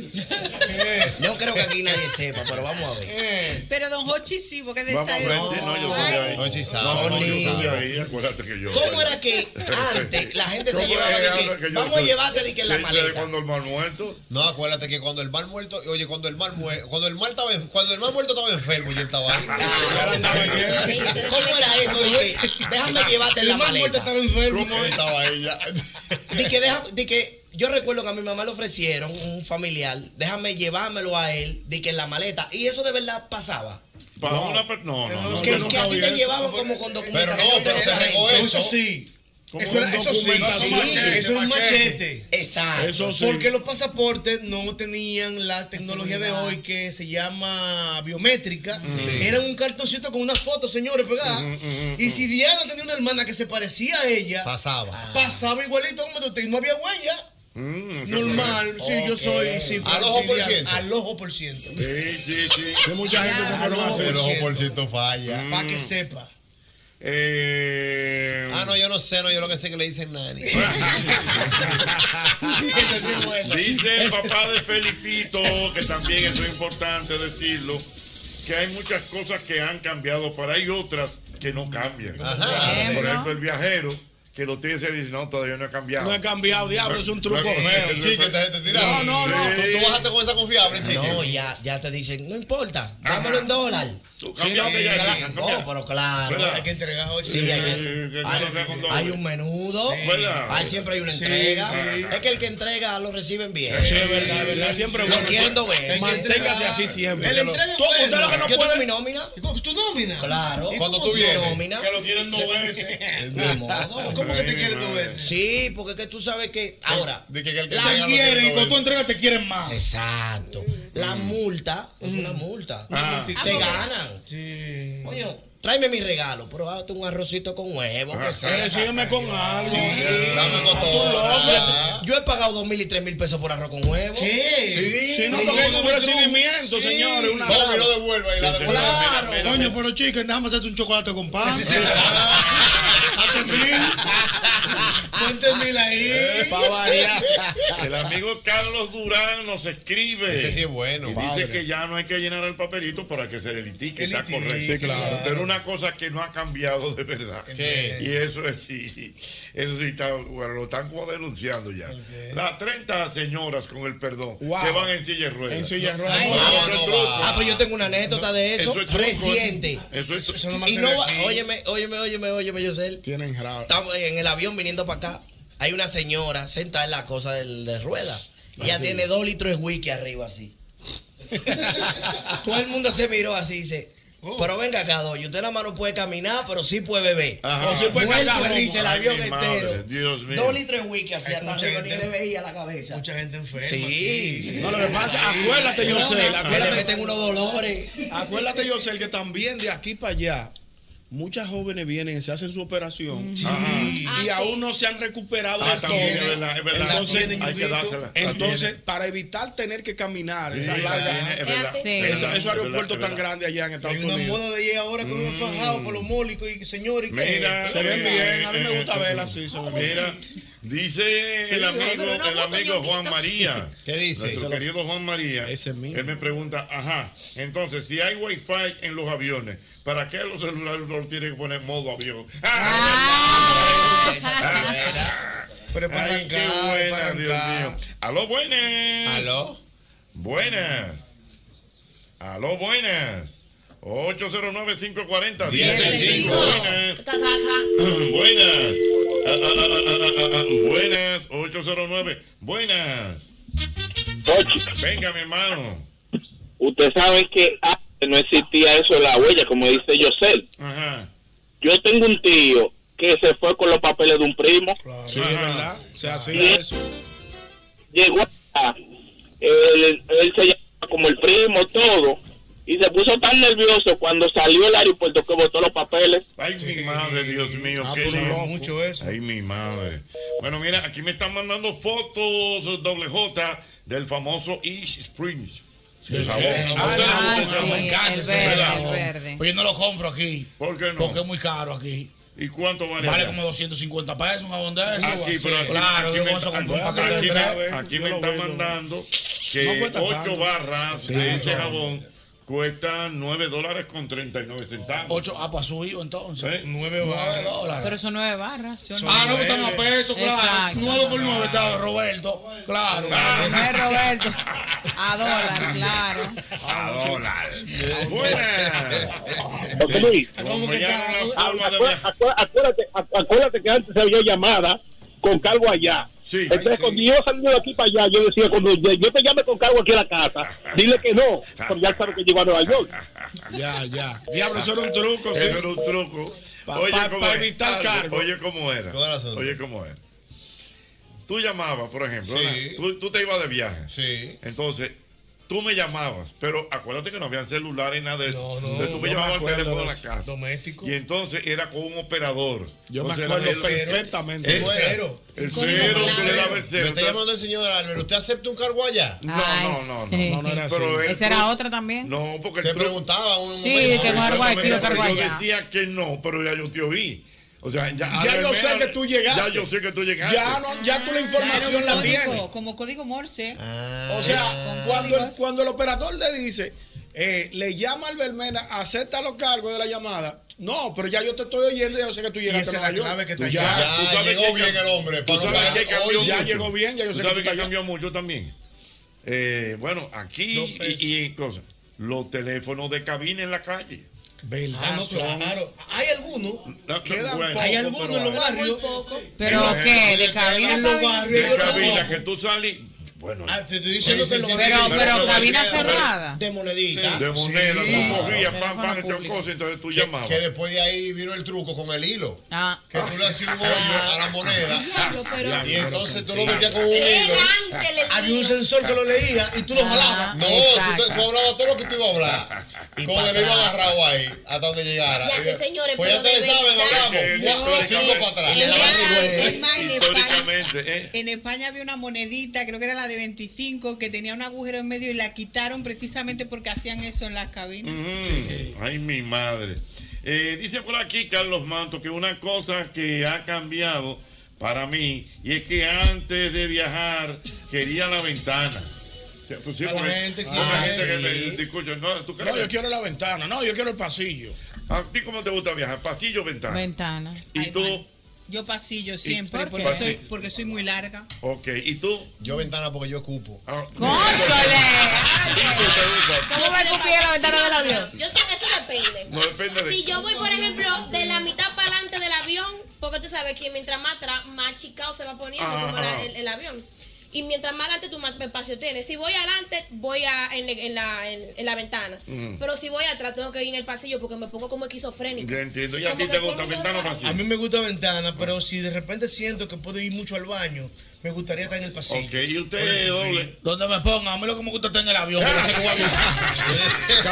[SPEAKER 8] Yo creo que aquí nadie sepa, pero vamos a ver.
[SPEAKER 7] Pero don Hochi sí, porque es de
[SPEAKER 8] Vamos
[SPEAKER 7] esa
[SPEAKER 8] a ver,
[SPEAKER 7] época.
[SPEAKER 8] sí,
[SPEAKER 4] No, yo soy de ahí. No, no, yo soy de ahí, acuérdate que yo.
[SPEAKER 8] ¿Cómo era que antes la gente se llevaba de que, vamos a llevarte de que en la maleta?
[SPEAKER 4] cuando el mal muerto.
[SPEAKER 5] No, acuérdate que cuando el mal muerto, oye, cuando el mal muerto, cuando el mal estaba, en- cuando el mal muerto estaba enfermo, yo estaba ahí.
[SPEAKER 8] Ah, ¿Cómo era eso? De que, déjame llevarte en la
[SPEAKER 5] El mal muerto
[SPEAKER 8] maleta.
[SPEAKER 5] estaba enfermo. ¿Cómo estaba ahí ya?
[SPEAKER 8] Di que, deja- di que yo recuerdo que a mi mamá le ofrecieron un familiar, déjame llevármelo a él, di que en la maleta. Y eso de verdad pasaba.
[SPEAKER 4] Para una per- No, no, no.
[SPEAKER 8] Que,
[SPEAKER 4] yo
[SPEAKER 8] que a ti
[SPEAKER 4] nunca
[SPEAKER 8] te
[SPEAKER 4] vi
[SPEAKER 8] llevaban
[SPEAKER 4] eso.
[SPEAKER 8] como con
[SPEAKER 4] Pero
[SPEAKER 8] documentación.
[SPEAKER 4] no, pero
[SPEAKER 8] de
[SPEAKER 4] se
[SPEAKER 8] la
[SPEAKER 4] regó
[SPEAKER 8] gente.
[SPEAKER 4] eso.
[SPEAKER 6] sí.
[SPEAKER 4] Como
[SPEAKER 6] Eso, era-
[SPEAKER 4] un
[SPEAKER 6] eso sí,
[SPEAKER 4] documento,
[SPEAKER 6] sí,
[SPEAKER 4] machete,
[SPEAKER 6] eso es un
[SPEAKER 4] machete.
[SPEAKER 6] machete.
[SPEAKER 8] Exacto.
[SPEAKER 4] Eso sí.
[SPEAKER 6] Porque los pasaportes no tenían la tecnología de hoy que se llama biométrica.
[SPEAKER 4] Mm,
[SPEAKER 6] Era un cartoncito con unas fotos, señores, pegadas. Y si Diana tenía una hermana que se parecía a ella,
[SPEAKER 5] Pasaba.
[SPEAKER 6] pasaba igualito como tú. y No había huella.
[SPEAKER 4] Mm,
[SPEAKER 6] Normal. Sí, yo soy. sí,
[SPEAKER 5] Al ojo por
[SPEAKER 6] sí,
[SPEAKER 5] ciento.
[SPEAKER 6] Al ojo por ciento.
[SPEAKER 4] Sí, sí, sí.
[SPEAKER 6] Que mucha gente se fueron a hacer.
[SPEAKER 5] El ojo por ciento falla.
[SPEAKER 6] Para que sepa.
[SPEAKER 4] Eh,
[SPEAKER 5] Ah, no, yo no sé, no, yo lo que sé es que le dicen nani.
[SPEAKER 4] Dice Este el papá de Felipito, que también eso es importante decirlo, que hay muchas cosas que han cambiado, pero hay otras que no cambian. Por ejemplo, el viajero, que lo tiene y dice, no, todavía no ha cambiado.
[SPEAKER 12] No ha cambiado,
[SPEAKER 4] Ah,
[SPEAKER 12] diablo, es un truco
[SPEAKER 4] No,
[SPEAKER 12] feo.
[SPEAKER 4] Sí, que esta gente tira.
[SPEAKER 8] No, no, no.
[SPEAKER 4] Sí.
[SPEAKER 5] bajaste con esa confiable, chico.
[SPEAKER 8] No, ya, ya te dicen, no importa, dámelo en dólar.
[SPEAKER 4] Tú
[SPEAKER 8] Sí, no,
[SPEAKER 4] cambiaste ya,
[SPEAKER 8] claro,
[SPEAKER 4] ya,
[SPEAKER 8] no,
[SPEAKER 4] cambiaste.
[SPEAKER 8] pero claro.
[SPEAKER 4] ¿Verdad? Hay que
[SPEAKER 6] entregar hoy.
[SPEAKER 8] Sí, hay, que-
[SPEAKER 4] Sí, que no
[SPEAKER 8] hay-
[SPEAKER 4] sea con doble.
[SPEAKER 8] hay un menudo.
[SPEAKER 4] Sí. ¿Verdad?
[SPEAKER 8] Hay, siempre hay una
[SPEAKER 4] Sí,
[SPEAKER 8] entrega.
[SPEAKER 4] sí.
[SPEAKER 8] Es que el que entrega lo reciben bien.
[SPEAKER 12] Eso es verdad, es verdad. Siempre
[SPEAKER 8] lo
[SPEAKER 12] bueno.
[SPEAKER 8] quieren dos veces.
[SPEAKER 12] Manténgase así siempre. El entrega
[SPEAKER 8] Tú,
[SPEAKER 12] es
[SPEAKER 8] usted lo que
[SPEAKER 12] bueno.
[SPEAKER 8] no
[SPEAKER 12] Yo
[SPEAKER 8] puede.
[SPEAKER 12] tengo
[SPEAKER 8] mi nómina?
[SPEAKER 6] ¿Tu nómina?
[SPEAKER 8] Claro.
[SPEAKER 12] ¿Y Cuando cómo tú tú vienes? nómina?
[SPEAKER 8] Que
[SPEAKER 4] lo quieren dos veces.
[SPEAKER 8] ¿Cómo que te quieren dos veces? Sí, porque es que tú sabes que ahora
[SPEAKER 5] De que el que
[SPEAKER 8] la
[SPEAKER 5] entrega lo tiene
[SPEAKER 8] quieren y
[SPEAKER 5] dos
[SPEAKER 8] cuando tú
[SPEAKER 5] veces.
[SPEAKER 8] entregas te quieren más. Exacto. La multa es una multa.
[SPEAKER 5] Ah.
[SPEAKER 8] Se ganan. Coño, tráeme mi regalo, pero hazte un arrocito con huevo.
[SPEAKER 12] Ah,
[SPEAKER 8] que sea.
[SPEAKER 12] sígueme con algo.
[SPEAKER 8] Sí.
[SPEAKER 12] Dame con
[SPEAKER 8] Ah,
[SPEAKER 12] todo.
[SPEAKER 8] tú loco. Yo he pagado dos mil y tres mil pesos por arroz con huevo.
[SPEAKER 12] Sí.
[SPEAKER 8] Sí.
[SPEAKER 12] Si no,
[SPEAKER 8] Ay,
[SPEAKER 12] porque
[SPEAKER 8] no,
[SPEAKER 12] un
[SPEAKER 8] no,
[SPEAKER 12] recibimiento,
[SPEAKER 8] sí.
[SPEAKER 12] señores. Una
[SPEAKER 8] Toma y no
[SPEAKER 5] devuelva y la
[SPEAKER 7] pues.
[SPEAKER 12] devuelva. Claro.
[SPEAKER 8] Coño,
[SPEAKER 12] pero chiquen, déjame hacerte un chocolate con pan.
[SPEAKER 6] Ponte mil ahí.
[SPEAKER 4] Eh,
[SPEAKER 12] Pa' variar.
[SPEAKER 4] El amigo Carlos Durán nos escribe.
[SPEAKER 5] Ese sí es bueno,
[SPEAKER 4] Y
[SPEAKER 5] padre.
[SPEAKER 4] dice que ya no hay que llenar el papelito para que se le litique. Está
[SPEAKER 5] litique,
[SPEAKER 4] correcto.
[SPEAKER 5] Sí, claro.
[SPEAKER 4] Pero una cosa que no ha cambiado de verdad.
[SPEAKER 5] ¿Qué?
[SPEAKER 4] Y eso es sí. Eso sí está, bueno, lo están como denunciando ya. Las 30 señoras con el perdón que van en silla de ruedas.
[SPEAKER 12] En silla de ruedas.
[SPEAKER 4] Ay,
[SPEAKER 12] No,
[SPEAKER 4] eso
[SPEAKER 12] no
[SPEAKER 4] es
[SPEAKER 12] va.
[SPEAKER 4] truco.
[SPEAKER 8] Ah, pero yo tengo una anécdota de eso,
[SPEAKER 4] Eso es truco.
[SPEAKER 8] reciente.
[SPEAKER 4] Eso es
[SPEAKER 12] Eso
[SPEAKER 8] Y no va, óyeme, óyeme, óyeme, óyeme, Yosel.
[SPEAKER 12] Tienen rabo.
[SPEAKER 8] Estamos en el avión viniendo para acá. Hay una señora sentada en la cosa del- de ruedas. Ella
[SPEAKER 12] Ah, sí.
[SPEAKER 8] tiene dos litros de whisky arriba así. Todo el mundo se miró así y dice, Pero venga acá, doy. Usted nada más no puede caminar, pero sí puede beber.
[SPEAKER 4] Ajá. Oh,
[SPEAKER 8] O sí puede
[SPEAKER 4] Muerto
[SPEAKER 8] cargar
[SPEAKER 4] el
[SPEAKER 8] el
[SPEAKER 4] rico,
[SPEAKER 8] el
[SPEAKER 4] ay,
[SPEAKER 8] avión
[SPEAKER 4] mi
[SPEAKER 8] entero.
[SPEAKER 4] madre, Dios mío.
[SPEAKER 8] Dos litros de whisky así
[SPEAKER 6] Hay
[SPEAKER 8] hasta
[SPEAKER 6] mucha
[SPEAKER 8] arriba, ni
[SPEAKER 6] gente-
[SPEAKER 8] le veía la cabeza.
[SPEAKER 6] Mucha gente enferma.
[SPEAKER 8] Sí.
[SPEAKER 6] aquí.
[SPEAKER 7] No, lo que pasa, acuérdate, yo sé.
[SPEAKER 8] Acuérdate que tengo unos dolores.
[SPEAKER 7] Acuérdate, yo sé que también de aquí para allá. Muchas jóvenes vienen, se hacen su operación Ajá. y
[SPEAKER 4] Mm. Ah,
[SPEAKER 7] aún no se han recuperado
[SPEAKER 4] Ah,
[SPEAKER 7] del
[SPEAKER 4] también,
[SPEAKER 7] todo.
[SPEAKER 4] es verdad, es verdad.
[SPEAKER 7] Entonces,
[SPEAKER 4] Hay que
[SPEAKER 7] ñonguito,
[SPEAKER 4] dársela.
[SPEAKER 7] entonces, para evitar tener que caminar, esas
[SPEAKER 4] Sí,
[SPEAKER 7] largas-
[SPEAKER 4] también, es verdad,
[SPEAKER 7] Eso-
[SPEAKER 4] es verdad,
[SPEAKER 7] esos
[SPEAKER 4] es
[SPEAKER 7] aeropuertos
[SPEAKER 4] verdad,
[SPEAKER 7] tan
[SPEAKER 4] es verdad.
[SPEAKER 7] grandes allá en Estados
[SPEAKER 6] Una
[SPEAKER 7] Unidos.
[SPEAKER 6] moda de ella ahora que uno es fajado por los mólicos y señores.
[SPEAKER 4] Mira,
[SPEAKER 7] se ven bien, a mí me gusta
[SPEAKER 4] eh,
[SPEAKER 7] verla así. se ven bien.
[SPEAKER 4] Mira, dice el
[SPEAKER 7] Sí,
[SPEAKER 4] amigo,
[SPEAKER 7] pero no
[SPEAKER 4] el
[SPEAKER 7] voto,
[SPEAKER 4] amigo
[SPEAKER 7] ñonguito.
[SPEAKER 4] Juan María.
[SPEAKER 7] ¿Qué dice?
[SPEAKER 4] Nuestro
[SPEAKER 7] Ese lo-
[SPEAKER 4] querido Juan María. Él me pregunta, ajá, entonces, si hay wifi en los aviones, ¿para qué los celulares no tienen que poner modo avión? Pero para Ay, qué buena, Dios mío. Aló, buenas. Aló. Buenas. Aló, buenas. 809-540-1065. Buenas.
[SPEAKER 9] Ca, ca, ca.
[SPEAKER 4] Buenas. Ah, ah, ah, ah, ah, ah, ah. Buenas, 809. Buenas. Venga, mi hermano.
[SPEAKER 1] Usted sabe que antes no existía eso de la huella, como dice Yosel.
[SPEAKER 4] Ajá.
[SPEAKER 1] Yo tengo un tío que se fue con los papeles de un primo.
[SPEAKER 7] Sí, es verdad. Se
[SPEAKER 1] Y
[SPEAKER 7] hacía
[SPEAKER 1] él
[SPEAKER 7] eso.
[SPEAKER 1] Llegó a. Él, él se llamaba como el primo, todo. Y se puso tan nervioso cuando salió al aeropuerto que botó los papeles.
[SPEAKER 4] Ay, mi madre, Dios mío. qué loco. Ay, mi madre. Bueno, mira, aquí me están mandando fotos, doble J, del famoso East Springs. El jabón.
[SPEAKER 15] Ah,
[SPEAKER 4] ¿Usted
[SPEAKER 15] no,
[SPEAKER 4] lo
[SPEAKER 15] pero
[SPEAKER 4] usa?
[SPEAKER 15] me encanta ese jabón. Pues yo no lo compro aquí.
[SPEAKER 4] ¿Por qué no?
[SPEAKER 15] Porque es muy caro aquí.
[SPEAKER 4] ¿Y cuánto vale?
[SPEAKER 15] Vale
[SPEAKER 4] allá?
[SPEAKER 15] como 250 pesos un jabón de esos.
[SPEAKER 4] Aquí,
[SPEAKER 15] así.
[SPEAKER 4] pero aquí,
[SPEAKER 15] claro,
[SPEAKER 4] aquí
[SPEAKER 15] yo
[SPEAKER 4] me,
[SPEAKER 15] con eso compro un
[SPEAKER 4] aquí
[SPEAKER 15] paquete de
[SPEAKER 4] me-
[SPEAKER 15] tres.
[SPEAKER 4] aquí
[SPEAKER 15] Yo
[SPEAKER 4] me
[SPEAKER 15] lo
[SPEAKER 4] están
[SPEAKER 15] vendo.
[SPEAKER 4] mandando
[SPEAKER 15] No
[SPEAKER 4] que
[SPEAKER 15] cuesta
[SPEAKER 4] 8
[SPEAKER 15] tanto.
[SPEAKER 4] barras
[SPEAKER 15] Sí,
[SPEAKER 4] de ese
[SPEAKER 15] claro.
[SPEAKER 4] jabón cuestan 9 dólares con 39 centavos. 8
[SPEAKER 15] ah, pues subido entonces.
[SPEAKER 4] 9
[SPEAKER 15] Nueve dólares.
[SPEAKER 12] Pero son nueve barras.
[SPEAKER 15] Ah, no, están
[SPEAKER 6] Pues
[SPEAKER 15] a peso, claro.
[SPEAKER 12] Exacto.
[SPEAKER 15] 9 por 9 estaba Roberto. Claro.
[SPEAKER 12] No es Roberto. A dólar, claro.
[SPEAKER 4] A
[SPEAKER 15] Ah,
[SPEAKER 4] Ah, dólares. Buenas.
[SPEAKER 1] José Luis,
[SPEAKER 4] Como
[SPEAKER 1] acu-
[SPEAKER 4] mañana la forma de
[SPEAKER 1] acu- acu- acuérdate, acu- acuérdate que antes había llamada con cargo allá. Entonces, cuando yo salí de aquí para allá, yo decía, cuando yo, yo te llame con cargo aquí a la casa, dile que no, porque ya sabes que llegó a Nueva York.
[SPEAKER 7] Ya, ya. Diablo, eso era un truco, sí.
[SPEAKER 4] Eso era un truco.
[SPEAKER 7] Pa- pa-
[SPEAKER 4] cómo
[SPEAKER 7] pa
[SPEAKER 4] es. Ah,
[SPEAKER 7] evitar cargo.
[SPEAKER 4] Oye, cómo era. Oye, cómo era. Tú llamabas, por ejemplo, ¿verdad? tú, tú te ibas de viaje. Sí. Entonces, tú me llamabas, pero acuérdate que no había celulares ni nada de eso. Entonces, tú me
[SPEAKER 7] no me
[SPEAKER 4] llamabas al
[SPEAKER 7] acuerdo
[SPEAKER 4] teléfono
[SPEAKER 7] de
[SPEAKER 4] de la
[SPEAKER 7] eso.
[SPEAKER 4] casa. Doméstico. Y entonces era con un operador.
[SPEAKER 7] Yo me
[SPEAKER 4] Entonces,
[SPEAKER 7] acuerdo
[SPEAKER 4] era el-
[SPEAKER 7] perfectamente.
[SPEAKER 4] El
[SPEAKER 7] Buenas.
[SPEAKER 4] cero. El
[SPEAKER 7] Código
[SPEAKER 4] cero, tú le
[SPEAKER 7] clave.
[SPEAKER 4] dabas el
[SPEAKER 5] Me
[SPEAKER 4] cero.
[SPEAKER 5] está llamando el señor Álvaro. ¿Usted acepta un cargo allá?
[SPEAKER 4] No, no, no, no, no, no era así. Pero el
[SPEAKER 12] Esa era
[SPEAKER 4] truco-
[SPEAKER 12] otra también.
[SPEAKER 4] No, porque te preguntaba un
[SPEAKER 12] Sí, momento. que cargo aquí,
[SPEAKER 4] Yo
[SPEAKER 12] o cargo allá.
[SPEAKER 4] decía que no, pero ya yo te oí. O sea, ya,
[SPEAKER 7] Ya yo
[SPEAKER 4] al
[SPEAKER 7] sé que tú llegaste.
[SPEAKER 4] Ya yo sé que tú llegaste.
[SPEAKER 7] Ya no, ya tú
[SPEAKER 13] Ah,
[SPEAKER 7] la
[SPEAKER 13] Claro,
[SPEAKER 7] información la
[SPEAKER 13] como
[SPEAKER 7] tienes. Ah.
[SPEAKER 13] código, como código Morse.
[SPEAKER 7] O sea, cuando el, cuando el operador le dice, eh, le llama al Belmena, acepta los cargos de la llamada. No, pero ya yo te estoy oyendo y yo sé que tú llegaste
[SPEAKER 6] esa es
[SPEAKER 7] a Nueva
[SPEAKER 6] la
[SPEAKER 7] York.
[SPEAKER 6] clave que
[SPEAKER 7] Tú
[SPEAKER 6] te-
[SPEAKER 7] ya,
[SPEAKER 6] Ya
[SPEAKER 7] tú sabes
[SPEAKER 6] llegó
[SPEAKER 7] que
[SPEAKER 6] bien
[SPEAKER 7] cam-
[SPEAKER 6] el hombre,
[SPEAKER 4] Tú
[SPEAKER 7] tú
[SPEAKER 4] sabes
[SPEAKER 7] sabes
[SPEAKER 4] que
[SPEAKER 7] que
[SPEAKER 4] cambió
[SPEAKER 7] hoy ya
[SPEAKER 4] mucho.
[SPEAKER 7] llegó bien, ya yo
[SPEAKER 4] Tú
[SPEAKER 7] sé que
[SPEAKER 4] sabes
[SPEAKER 7] tú
[SPEAKER 4] que
[SPEAKER 7] estás
[SPEAKER 4] cambió mucho también. Eh, bueno, aquí y, y cosas. Los teléfonos de cabina en la calle.
[SPEAKER 7] ¿Verdad?
[SPEAKER 6] Ah, no, claro. Hay algunos. Quedan
[SPEAKER 4] bueno.
[SPEAKER 6] Hay algunos en los barrios.
[SPEAKER 4] Mira, eh,
[SPEAKER 6] En los barrios.
[SPEAKER 4] De
[SPEAKER 6] yo
[SPEAKER 4] cabina,
[SPEAKER 6] tampoco.
[SPEAKER 4] que tú sales. Bueno,
[SPEAKER 6] te estoy diciendo que en los
[SPEAKER 12] Pero,
[SPEAKER 6] barrios-
[SPEAKER 12] pero cabina
[SPEAKER 4] pero-
[SPEAKER 12] cerrada.
[SPEAKER 5] De monedita.
[SPEAKER 4] de moneda,
[SPEAKER 5] Sí.
[SPEAKER 4] tú cogías, pam,
[SPEAKER 5] Teléfono
[SPEAKER 4] pam, echó
[SPEAKER 5] público.
[SPEAKER 4] cosas, entonces tú
[SPEAKER 5] Que,
[SPEAKER 4] llamabas.
[SPEAKER 5] que después de ahí vino el truco con el hilo.
[SPEAKER 12] Ah.
[SPEAKER 5] Que tú le hacías un hoyo a la moneda.
[SPEAKER 4] Ah.
[SPEAKER 5] y entonces tú lo metías con un hilo.
[SPEAKER 9] Elegante,
[SPEAKER 6] Había un sensor que lo leía
[SPEAKER 4] Ah.
[SPEAKER 6] y tú lo jalabas.
[SPEAKER 5] No, tú, te- tú hablabas todo lo que tú ibas a hablar. Con
[SPEAKER 6] pa'
[SPEAKER 5] el hilo
[SPEAKER 6] atrás.
[SPEAKER 5] agarrado ahí, hasta donde llegara.
[SPEAKER 9] Ya sé, señores,
[SPEAKER 5] pues ya
[SPEAKER 9] pero de
[SPEAKER 5] ustedes saben,
[SPEAKER 9] verdad.
[SPEAKER 5] hablamos. Cuatro o cinco para atrás.
[SPEAKER 13] Es más, en España,
[SPEAKER 4] Históricamente, ¿eh?
[SPEAKER 13] en España había una monedita, creo que era la de 25, que tenía un agujero en medio y la quitaron precisamente porque hacían eso en las cabinas.
[SPEAKER 4] Mm, Ay, mi madre. Eh, dice por aquí Carlos Manto que una cosa que ha cambiado para mí y es que antes de viajar quería la ventana. Que, pues, sí,
[SPEAKER 7] La
[SPEAKER 4] porque-
[SPEAKER 7] gente
[SPEAKER 4] porque
[SPEAKER 7] quiere-
[SPEAKER 4] hay gente que me- disculpe, no, ¿tú crees
[SPEAKER 7] No, yo
[SPEAKER 4] que-
[SPEAKER 7] quiero la ventana. No, yo quiero el pasillo.
[SPEAKER 4] ¿A ti Ah, cómo te gusta viajar? ¿Pasillo o ventana?
[SPEAKER 12] Ventana.
[SPEAKER 4] ¿Y tú?
[SPEAKER 13] Yo pasillo siempre,
[SPEAKER 4] ¿Por qué?
[SPEAKER 13] porque soy, porque soy muy larga.
[SPEAKER 4] Ok, ¿y tú?
[SPEAKER 5] Yo ventana porque yo ocupo.
[SPEAKER 9] Yo
[SPEAKER 12] ¿Cómo va a
[SPEAKER 9] soy de
[SPEAKER 12] escupir en la
[SPEAKER 9] pasillo,
[SPEAKER 12] ventana del
[SPEAKER 9] no,
[SPEAKER 12] avión?
[SPEAKER 9] no, Yo tengo, eso depende.
[SPEAKER 4] No depende de.
[SPEAKER 9] Si yo voy, por ejemplo, de la mitad para adelante del avión, porque tú sabes que mientras más atrás, más chicao se va poniendo
[SPEAKER 4] Ah,
[SPEAKER 9] como
[SPEAKER 4] ah.
[SPEAKER 9] la- el, el avión. Y mientras más adelante, tú más espacio tienes. Si voy adelante, voy a, en, en la, en, en la ventana.
[SPEAKER 4] Ujú.
[SPEAKER 9] Pero si voy atrás, tengo que ir en el pasillo porque me pongo como esquizofrénica.
[SPEAKER 4] Yo entiendo. ¿Y a ti
[SPEAKER 9] Como
[SPEAKER 4] te
[SPEAKER 9] que
[SPEAKER 4] gusta
[SPEAKER 9] todo el
[SPEAKER 4] ventana
[SPEAKER 9] mundo-
[SPEAKER 4] vacía?
[SPEAKER 6] A mí me gusta ventana, pero si de repente siento que puedo ir mucho al baño, me gustaría estar en el pasillo.
[SPEAKER 4] Ok, ¿y usted, doble?
[SPEAKER 16] Donde me ponga, a mí lo que me gusta estar en el avión. porque sé que voy a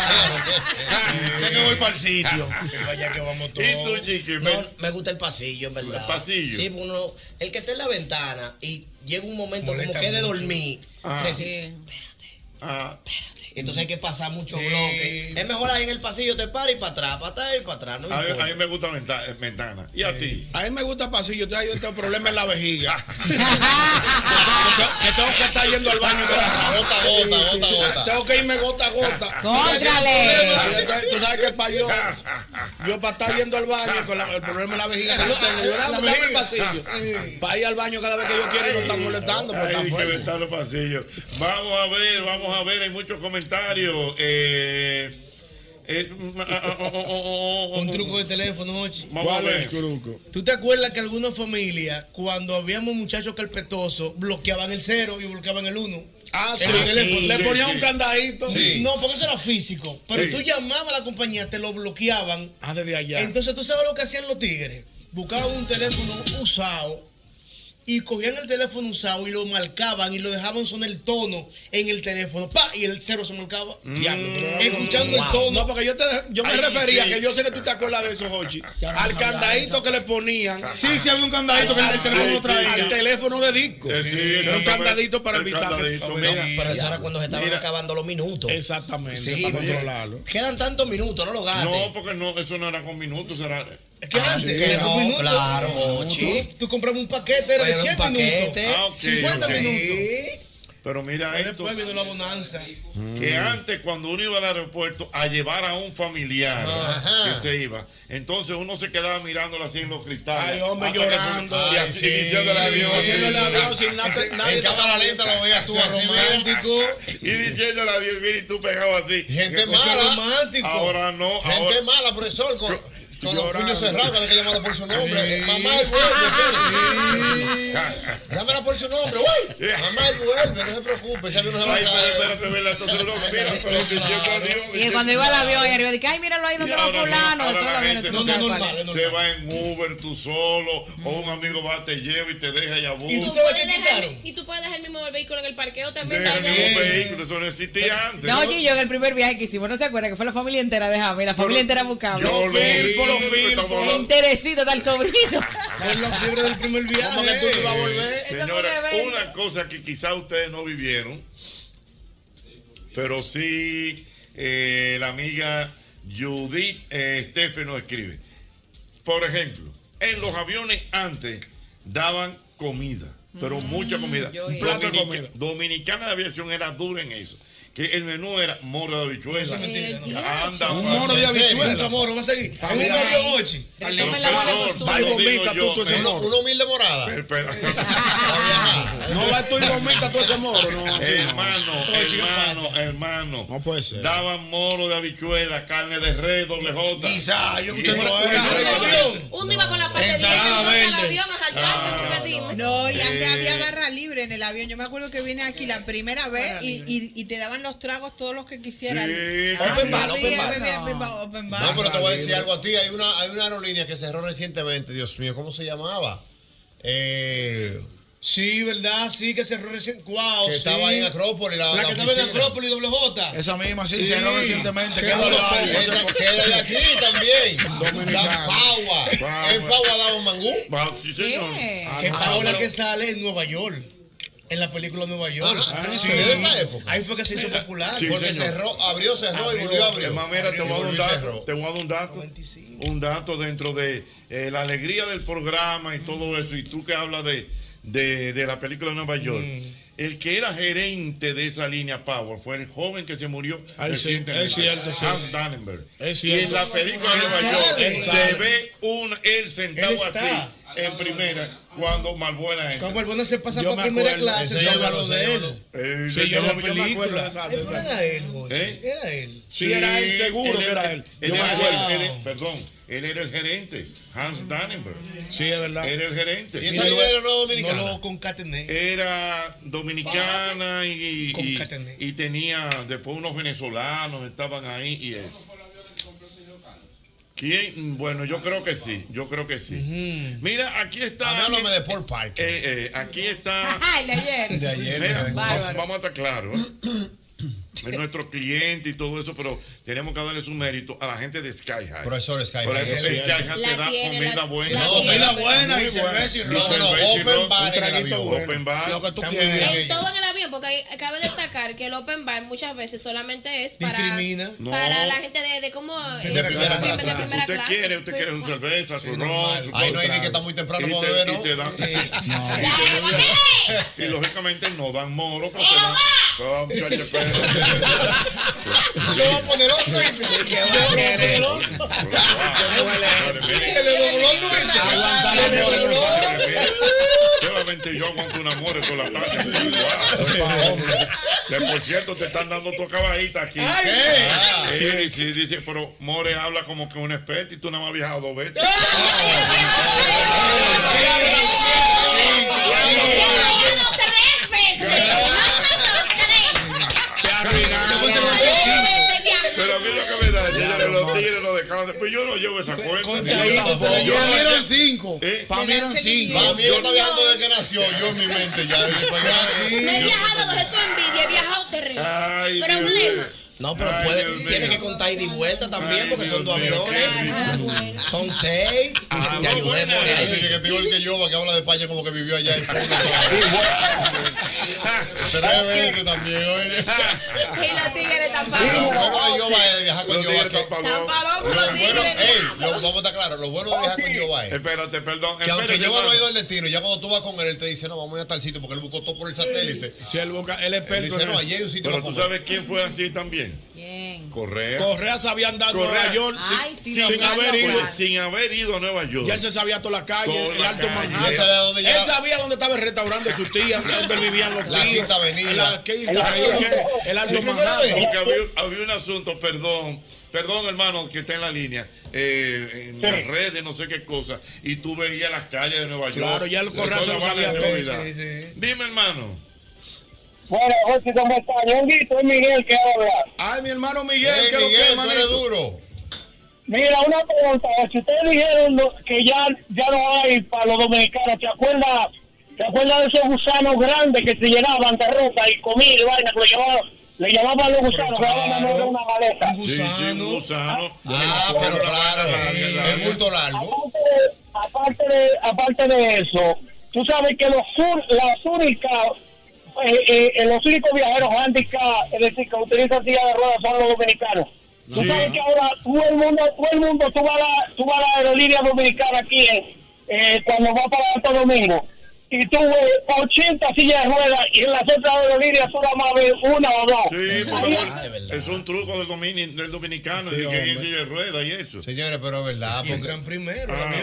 [SPEAKER 16] viajar. sé que voy para el sitio.
[SPEAKER 6] Vaya que vamos
[SPEAKER 8] todos.
[SPEAKER 16] ¿Y tú,
[SPEAKER 8] No, me gusta el pasillo, en verdad.
[SPEAKER 16] El pasillo.
[SPEAKER 8] Sí, uno, el que está en la ventana y llega un momento
[SPEAKER 16] Molesta
[SPEAKER 8] como que de
[SPEAKER 16] mucho.
[SPEAKER 8] dormir.
[SPEAKER 16] Ah.
[SPEAKER 8] decir, espérate, espérate. Entonces hay que pasar muchos bloques. Es mejor ahí en el pasillo, te para y para atrás, para atrás y para atrás. No me
[SPEAKER 4] A mí,
[SPEAKER 8] importa.
[SPEAKER 4] a mí me gusta ventana. ventana. ¿Y a ti?
[SPEAKER 7] A mí me gusta pasillo, entonces yo tengo problemas en la vejiga. que, te- que tengo que estar yendo al baño cada
[SPEAKER 5] Gota, gota, gota, gota.
[SPEAKER 7] Tengo que irme gota a gota.
[SPEAKER 5] ¡Cóntrale!
[SPEAKER 7] Entonces, Tú sabes que para yo, yo para estar yendo al baño con la- el problema en la vejiga que yo tengo, yo dame, dame el pasillo. Para ir al baño cada vez que yo quiero y no están molestando, pues
[SPEAKER 4] Ay,
[SPEAKER 7] está
[SPEAKER 4] que
[SPEAKER 7] fuerte.
[SPEAKER 4] le están los pasillos. Vamos a ver, vamos a ver, hay muchos comentarios. Eh, eh, oh,
[SPEAKER 6] Un truco de teléfono, Mochi.
[SPEAKER 4] Vamos a
[SPEAKER 6] ¿Cuál
[SPEAKER 4] ver.
[SPEAKER 6] es? ¿Tú te acuerdas que algunas familias, cuando habíamos muchachos carpetosos, bloqueaban el cero y bloqueaban el uno?
[SPEAKER 7] Ah,
[SPEAKER 6] El
[SPEAKER 7] sí,
[SPEAKER 6] teléfono.
[SPEAKER 7] sí,
[SPEAKER 6] Le
[SPEAKER 7] sí,
[SPEAKER 6] ponían
[SPEAKER 7] sí.
[SPEAKER 6] un candadito.
[SPEAKER 7] Sí.
[SPEAKER 6] No, porque eso era físico. Pero
[SPEAKER 7] Sí.
[SPEAKER 6] tú llamabas a la compañía, te lo bloqueaban.
[SPEAKER 7] Ah, desde allá.
[SPEAKER 6] Entonces, ¿tú sabes lo que hacían los tigres? Buscaban un teléfono usado y cogían el teléfono usado y lo marcaban y lo dejaban sonar el tono en el teléfono. ¡Pa! Y el cero se marcaba.
[SPEAKER 7] Mm.
[SPEAKER 6] Diablo, pero Mm, Escuchando el tono.
[SPEAKER 7] No, porque yo, te, yo me
[SPEAKER 6] Ay,
[SPEAKER 7] refería,
[SPEAKER 6] sí.
[SPEAKER 7] que yo sé que tú te acuerdas de eso, Jochi.
[SPEAKER 6] no
[SPEAKER 7] Al
[SPEAKER 6] sabía
[SPEAKER 7] candadito que le ponían.
[SPEAKER 16] Sí, sí, había un candadito que
[SPEAKER 7] Al-
[SPEAKER 16] el teléfono
[SPEAKER 7] al-
[SPEAKER 16] traía.
[SPEAKER 7] Al teléfono de disco.
[SPEAKER 16] Eh, sí,
[SPEAKER 7] Que era un
[SPEAKER 16] exactamente.
[SPEAKER 7] candadito para
[SPEAKER 16] El
[SPEAKER 7] evitar. que-
[SPEAKER 16] candadito,
[SPEAKER 7] No,
[SPEAKER 16] mira.
[SPEAKER 8] Pero eso era cuando se estaban
[SPEAKER 7] Mira.
[SPEAKER 8] acabando los minutos.
[SPEAKER 7] Exactamente.
[SPEAKER 8] Sí,
[SPEAKER 4] para
[SPEAKER 8] porque
[SPEAKER 4] controlarlo.
[SPEAKER 8] Quedan tantos minutos, no lo gastes.
[SPEAKER 4] No, porque no, eso no era con minutos, era.
[SPEAKER 6] ¿Qué antes?
[SPEAKER 8] que
[SPEAKER 6] ¿Dos
[SPEAKER 8] no,
[SPEAKER 6] minutos?
[SPEAKER 8] claro,
[SPEAKER 6] No,
[SPEAKER 8] Mochi.
[SPEAKER 6] Tú, tú comprabas un paquete, era de
[SPEAKER 4] Era un
[SPEAKER 6] 100
[SPEAKER 4] paquete.
[SPEAKER 6] minutos.
[SPEAKER 4] Ah, ok,
[SPEAKER 6] 50
[SPEAKER 4] ok.
[SPEAKER 6] minutos.
[SPEAKER 4] Pero mira
[SPEAKER 6] Ahí
[SPEAKER 4] esto.
[SPEAKER 6] después vino la bonanza.
[SPEAKER 4] que antes cuando uno iba al aeropuerto a llevar a un familiar
[SPEAKER 6] Ajá.
[SPEAKER 4] que se iba, entonces uno se quedaba mirándolo así en los cristales.
[SPEAKER 7] Ay, hombre,
[SPEAKER 4] Hasta que fue-
[SPEAKER 7] llorando.
[SPEAKER 4] Y así
[SPEAKER 7] Ay, sí.
[SPEAKER 4] diciendo el avión.
[SPEAKER 7] Diciendo el avión, sin nada-
[SPEAKER 4] En
[SPEAKER 7] nadie te-
[SPEAKER 4] cámara lenta lo veías tú
[SPEAKER 7] Eso es
[SPEAKER 4] así.
[SPEAKER 7] romántico.
[SPEAKER 4] Y diciendo el avión, mira, y tú pegado así.
[SPEAKER 5] Gente
[SPEAKER 4] Que cosa
[SPEAKER 5] mala.
[SPEAKER 4] romántico. Ahora no.
[SPEAKER 5] Gente
[SPEAKER 4] ahora-
[SPEAKER 5] mala, profesor, con, con los
[SPEAKER 4] llorando.
[SPEAKER 5] puños cerrados, que había que llamarla por su nombre. Mamá, él vuelve, espérate. Llámala por su nombre, güey. Mamá, él vuelve, no se preocupe, ese avión no se va a
[SPEAKER 4] Ay, pero
[SPEAKER 5] caer.
[SPEAKER 4] espérate, mira, entonces uno, mira, pero diciendo adiós,
[SPEAKER 12] Y cuando iba al avión, y arriba dije, ay, míralo ahí donde
[SPEAKER 4] Y
[SPEAKER 12] va
[SPEAKER 4] ahora
[SPEAKER 12] fulano.
[SPEAKER 4] Ah, no,
[SPEAKER 12] y
[SPEAKER 4] ahora
[SPEAKER 12] todo
[SPEAKER 4] la
[SPEAKER 12] el avión,
[SPEAKER 4] gente
[SPEAKER 12] tú no
[SPEAKER 4] no
[SPEAKER 12] sabes
[SPEAKER 4] se-
[SPEAKER 12] cuál es.
[SPEAKER 4] se va en Uber tú solo o un amigo va, te lleva y te deja y abusa.
[SPEAKER 9] Y tú, puedes dejar, y tú puedes dejar el mismo vehículo en el parqueo también.
[SPEAKER 4] Deja el
[SPEAKER 9] ahí
[SPEAKER 4] mismo
[SPEAKER 9] ya-
[SPEAKER 4] vehículo, eso no existía antes.
[SPEAKER 12] No, oye, yo en el primer viaje que hicimos, no se acuerda que fue la familia entera de Javi, la familia entera buscaba.
[SPEAKER 4] Yo lo vi,
[SPEAKER 12] por
[SPEAKER 4] lo vi, estamos
[SPEAKER 12] El
[SPEAKER 4] hablando.
[SPEAKER 12] interesito del sobrino.
[SPEAKER 6] Con la fiebre del primer viaje.
[SPEAKER 4] ¿Cómo que tú no ibas a
[SPEAKER 12] volver? Eso fue
[SPEAKER 4] Señora,
[SPEAKER 12] una vez.
[SPEAKER 4] una cosa que quizá ustedes no vivieron, pero sí eh, la amiga Judith eh, Stephen nos escribe. Por ejemplo, en los aviones antes daban comida, pero mucha comida.
[SPEAKER 7] yo
[SPEAKER 4] Un
[SPEAKER 7] iba.
[SPEAKER 4] plato de
[SPEAKER 7] Dominica-
[SPEAKER 4] comida. Dominicana de aviación era dura en eso. Que el menú era moro de habichuela.
[SPEAKER 6] Eso es Pues mentira, ¿no?
[SPEAKER 4] Anda,
[SPEAKER 6] Un
[SPEAKER 4] pa-
[SPEAKER 6] moro de
[SPEAKER 4] ¿en serio?
[SPEAKER 6] habichuela. Nunca moro, va a seguir. En un avión, Ochi.
[SPEAKER 5] Una una humilde morada.
[SPEAKER 7] No va tú y vomita tú ese moro, no. así no.
[SPEAKER 4] Hermano, hermano, hermano. No puede ser. Daban moro de habichuela, carne de res, doble jota. Quizá, yo escuché
[SPEAKER 9] Uno iba con la parte de diez,
[SPEAKER 4] Ensalada
[SPEAKER 9] entonces al
[SPEAKER 4] verde.
[SPEAKER 9] avión a
[SPEAKER 5] Ah.
[SPEAKER 9] saltarse, porque dime.
[SPEAKER 13] No, y antes
[SPEAKER 4] Eh.
[SPEAKER 13] había barra libre en el avión. Yo me acuerdo que vine aquí la primera vez y, y, y te daban los tragos todos los que quisieran.
[SPEAKER 5] Sí,
[SPEAKER 13] Ah,
[SPEAKER 5] open bar,
[SPEAKER 13] bebía,
[SPEAKER 5] open bar.
[SPEAKER 13] bebía, open bar, open bar.
[SPEAKER 5] No, pero te voy a decir algo a ti. Hay una, hay una aerolínea que cerró recientemente, Dios mío, ¿cómo se llamaba? Eh,
[SPEAKER 6] sí, ¿verdad? Sí, que cerró recién. ¡Wow!
[SPEAKER 5] Que
[SPEAKER 6] sí.
[SPEAKER 5] estaba ahí en Acrópolis. La,
[SPEAKER 6] La que estaba en Acrópolis, doble
[SPEAKER 16] Esa misma, sí, cerró recientemente. Qué dolor.
[SPEAKER 5] Esa que era de aquí también. La Pagua. En Pagua daban mangú.
[SPEAKER 4] Sí,
[SPEAKER 6] señor.
[SPEAKER 5] ¿Qué?
[SPEAKER 6] Que
[SPEAKER 5] Ah,
[SPEAKER 6] Paola
[SPEAKER 5] pero-
[SPEAKER 6] que sale en Nueva York. En la película Nueva York.
[SPEAKER 5] Ah, ¿de esa época?
[SPEAKER 6] Ahí fue que se hizo popular.
[SPEAKER 4] sí,
[SPEAKER 5] Porque
[SPEAKER 4] señor.
[SPEAKER 5] cerró, abrió, cerró y volvió a abrir.
[SPEAKER 4] Hermano, mira, te voy a dar un
[SPEAKER 5] Abrió y
[SPEAKER 4] dato.
[SPEAKER 5] cerró.
[SPEAKER 4] Te voy a dar un dato. Un dato dentro de eh, la alegría del programa y
[SPEAKER 7] Mm.
[SPEAKER 4] todo eso. Y tú que hablas de, de, de la película de Nueva York.
[SPEAKER 7] Mm.
[SPEAKER 4] El que era gerente de esa línea Power fue el joven que se murió.
[SPEAKER 7] Ay, sí,
[SPEAKER 4] recientemente,
[SPEAKER 7] es cierto, sí.
[SPEAKER 4] Hans Dannenberg.
[SPEAKER 7] Es
[SPEAKER 4] Y en
[SPEAKER 7] cierto.
[SPEAKER 4] la película de
[SPEAKER 7] Él
[SPEAKER 4] Nueva York
[SPEAKER 7] sale.
[SPEAKER 4] se ve un, él sentado
[SPEAKER 7] Él está.
[SPEAKER 4] así. en primera cuando Malbuena entra.
[SPEAKER 6] Cuando Malbuena se pasa
[SPEAKER 4] Yo
[SPEAKER 6] para
[SPEAKER 4] me
[SPEAKER 6] primera
[SPEAKER 4] acuerdo,
[SPEAKER 6] clase,
[SPEAKER 4] ese
[SPEAKER 6] yo
[SPEAKER 4] yo me
[SPEAKER 6] hablo
[SPEAKER 4] lo
[SPEAKER 6] de
[SPEAKER 4] sé,
[SPEAKER 6] él.
[SPEAKER 4] yo lo- Eh,
[SPEAKER 6] Sí,
[SPEAKER 4] de
[SPEAKER 6] yo
[SPEAKER 4] la
[SPEAKER 6] me acuerdo
[SPEAKER 4] película.
[SPEAKER 6] de esa- de esa-
[SPEAKER 4] ¿Eh?
[SPEAKER 6] Era él, Jorge, era él.
[SPEAKER 4] Sí,
[SPEAKER 6] era él, seguro que era él.
[SPEAKER 4] él
[SPEAKER 6] Yo me
[SPEAKER 4] era-
[SPEAKER 6] acuerdo.
[SPEAKER 4] él- él- perdón, él era el gerente, Hans Dannenberg. Sí, es verdad. Era el gerente.
[SPEAKER 6] Mira,
[SPEAKER 4] no
[SPEAKER 6] No
[SPEAKER 4] dominicana?
[SPEAKER 6] lo concatené.
[SPEAKER 4] Era dominicana y, y- y tenía después unos venezolanos estaban ahí y eso. ¿Quién? Bueno, yo creo que sí, yo creo que sí. Mira, aquí está.
[SPEAKER 5] Háblame de Paul Parker.
[SPEAKER 4] Eh, eh, aquí está.
[SPEAKER 11] Ay, de ayer.
[SPEAKER 4] De ayer, Mira,
[SPEAKER 11] Bárbaro.
[SPEAKER 4] vamos, vamos a estar claros. ¿eh? Es nuestro cliente y todo eso, pero tenemos que darle su mérito a la gente de Sky High.
[SPEAKER 5] Profesor Sky
[SPEAKER 4] Por
[SPEAKER 5] High,
[SPEAKER 4] eso
[SPEAKER 5] es
[SPEAKER 4] Sky
[SPEAKER 5] cierto.
[SPEAKER 4] High te
[SPEAKER 5] La
[SPEAKER 4] da
[SPEAKER 5] tiene,
[SPEAKER 4] comida
[SPEAKER 5] la-
[SPEAKER 4] buena.
[SPEAKER 5] la No, tiene, comida pero- buena y
[SPEAKER 4] Muy
[SPEAKER 5] cerveza y
[SPEAKER 4] buena.
[SPEAKER 5] ron. No, no,
[SPEAKER 4] cerveza y
[SPEAKER 5] open
[SPEAKER 4] ron,
[SPEAKER 5] bar
[SPEAKER 4] un
[SPEAKER 5] en el
[SPEAKER 4] traguito
[SPEAKER 5] avión.
[SPEAKER 4] bueno. Open bar.
[SPEAKER 5] Lo que tú
[SPEAKER 4] Está muy
[SPEAKER 5] quieras.
[SPEAKER 4] bien.
[SPEAKER 9] Todo en el avión, porque hay- cabe destacar que el open bar muchas veces solamente es para,
[SPEAKER 4] Discrimina. No.
[SPEAKER 9] para la gente de, de cómo eh,
[SPEAKER 4] De primera
[SPEAKER 9] de- de
[SPEAKER 4] clase.
[SPEAKER 9] primera
[SPEAKER 4] Usted
[SPEAKER 9] clase.
[SPEAKER 4] quiere, usted quiere su cerveza, su ron,
[SPEAKER 5] normal.
[SPEAKER 4] su
[SPEAKER 5] Ahí no hay
[SPEAKER 4] todo
[SPEAKER 5] ni que está
[SPEAKER 4] trago.
[SPEAKER 5] muy temprano
[SPEAKER 4] Y
[SPEAKER 5] para
[SPEAKER 4] te-
[SPEAKER 5] beber,
[SPEAKER 4] y
[SPEAKER 5] ¿no?
[SPEAKER 4] te dan- Y lógicamente no dan moro, pero te dan- No, muchacho, pero-
[SPEAKER 6] Yo voy a poner otro.
[SPEAKER 4] Se
[SPEAKER 6] le dobló tu
[SPEAKER 4] Pues
[SPEAKER 6] Se le dobló.
[SPEAKER 4] Solamente yo aguanto un amor por la tarde. Guau. Que por cierto te están dando tu caballita aquí.
[SPEAKER 6] Ay.
[SPEAKER 4] Ah, sí, sí, dice, pero More habla como que un experto y tú nada más has viajado dos veces.
[SPEAKER 6] Ah,
[SPEAKER 4] Pero a mí lo que me da, ya me los tigres lo dejaron. Pues yo no llevo esa cuenta. Yo no-
[SPEAKER 5] cinco.
[SPEAKER 4] Para mí eran cinco.
[SPEAKER 5] Para mí yo estaba hablando de que nació. Yo en mi mente ya.
[SPEAKER 9] No he viajado con Jesús envidia, he viajado terreno. Problema.
[SPEAKER 8] No, pero puede, tiene que contar ida y vuelta también porque son dos aviones. Son seis.
[SPEAKER 12] Ah,
[SPEAKER 8] Te ayudé por ahí.
[SPEAKER 5] Dice que peor que yo, que habla de España como que vivió allá en Cuba. Tres veces también, oye.
[SPEAKER 11] Y la tigre
[SPEAKER 5] Lo
[SPEAKER 11] tapada.
[SPEAKER 5] bueno de Yoba es de viajar con Yoba. que-
[SPEAKER 11] Tan palomo,
[SPEAKER 5] Lo
[SPEAKER 11] los
[SPEAKER 5] bueno,
[SPEAKER 11] tigres,
[SPEAKER 5] ey,
[SPEAKER 11] diablo.
[SPEAKER 5] lo vamos a estar claros. Lo bueno de viajar con Yoba es.
[SPEAKER 4] Espérate, perdón.
[SPEAKER 5] Que aunque
[SPEAKER 4] espérate,
[SPEAKER 5] Yoba no ha
[SPEAKER 4] hermano.
[SPEAKER 5] ido al destino, ya cuando tú vas con él, él te dice, no, vamos a ir a tal sitio porque él buscó todo por el satélite.
[SPEAKER 12] Sí, él busca, él es
[SPEAKER 5] Él
[SPEAKER 12] experto.
[SPEAKER 5] dice, no, allí hay un sitio
[SPEAKER 4] Pero
[SPEAKER 5] para
[SPEAKER 4] tú
[SPEAKER 5] comer.
[SPEAKER 4] sabes quién fue así también. Correa.
[SPEAKER 12] Correa sabía andar
[SPEAKER 4] Correa.
[SPEAKER 12] a Nueva York sin-
[SPEAKER 11] Ay, sí,
[SPEAKER 12] sin,
[SPEAKER 11] sin
[SPEAKER 12] haber
[SPEAKER 4] Pues,
[SPEAKER 12] ido.
[SPEAKER 4] sin haber ido a Nueva York.
[SPEAKER 12] Ya él se sabía toda la calle,
[SPEAKER 4] Toda
[SPEAKER 12] el
[SPEAKER 4] la
[SPEAKER 12] Alto
[SPEAKER 4] calle.
[SPEAKER 12] Manhattan.
[SPEAKER 4] Él sabía dónde ya-
[SPEAKER 12] Él sabía dónde estaba el restaurante de sus tías, dónde vivían los tíos.
[SPEAKER 4] La Quinta Avenida.
[SPEAKER 12] La Quinta, ahí, que- el Alto
[SPEAKER 4] Sí,
[SPEAKER 12] Manhattan.
[SPEAKER 4] Porque había, había un asunto, perdón, perdón hermano que está en la línea, eh, en las redes, no sé qué cosa, y tú veías las calles de Nueva York.
[SPEAKER 12] Claro, ya el
[SPEAKER 4] Toda
[SPEAKER 12] corral se lo
[SPEAKER 4] la
[SPEAKER 12] sabía
[SPEAKER 4] banda
[SPEAKER 12] todo,
[SPEAKER 4] de seguridad. Dime hermano.
[SPEAKER 1] Bueno, Jorge, ¿cómo está? Ñonguito, es Miguel que habla.
[SPEAKER 12] Ay, mi hermano Miguel,
[SPEAKER 1] Hey,
[SPEAKER 12] que lo
[SPEAKER 1] Miguel,
[SPEAKER 12] que
[SPEAKER 1] tú eres
[SPEAKER 5] duro.
[SPEAKER 1] Mira, una pregunta. Si ustedes dijeron lo- que ya, ya no hay para los dominicanos, ¿te acuerdas? ¿Te acuerdas de esos gusanos grandes que se llenaban de ropa y comida y vaina? que lo llevaban, le llamaban los gusanos, que daban a mano de una maleta.
[SPEAKER 12] Ah,
[SPEAKER 4] gusano.
[SPEAKER 5] Ah, pero claro. Es bulto largo.
[SPEAKER 1] Aparte de, aparte de, aparte de eso, tú sabes que los, sur- las únicas, eh, eh, eh, los únicos viajeros handicap, es decir, que utilizan silla de ruedas son los dominicanos. Tú sabes que ahora todo el mundo, todo el mundo, tú vas a la, tú vas a la aerolínea dominicana aquí, eh, eh, cuando vas para Alto Domingo, y tú ves 80 sillas de ruedas y en las otras aerolíneas solo más ves una o dos.
[SPEAKER 4] Sí, por
[SPEAKER 1] Ahí-
[SPEAKER 4] favor,
[SPEAKER 6] Ah,
[SPEAKER 4] es un truco del, domini- del dominicano,
[SPEAKER 5] Sí,
[SPEAKER 4] de que ir
[SPEAKER 5] hombre.
[SPEAKER 4] silla de rueda y eso.
[SPEAKER 5] Señores, pero es verdad.
[SPEAKER 4] Y
[SPEAKER 5] Porque...
[SPEAKER 4] entran
[SPEAKER 5] primero,
[SPEAKER 4] Ah.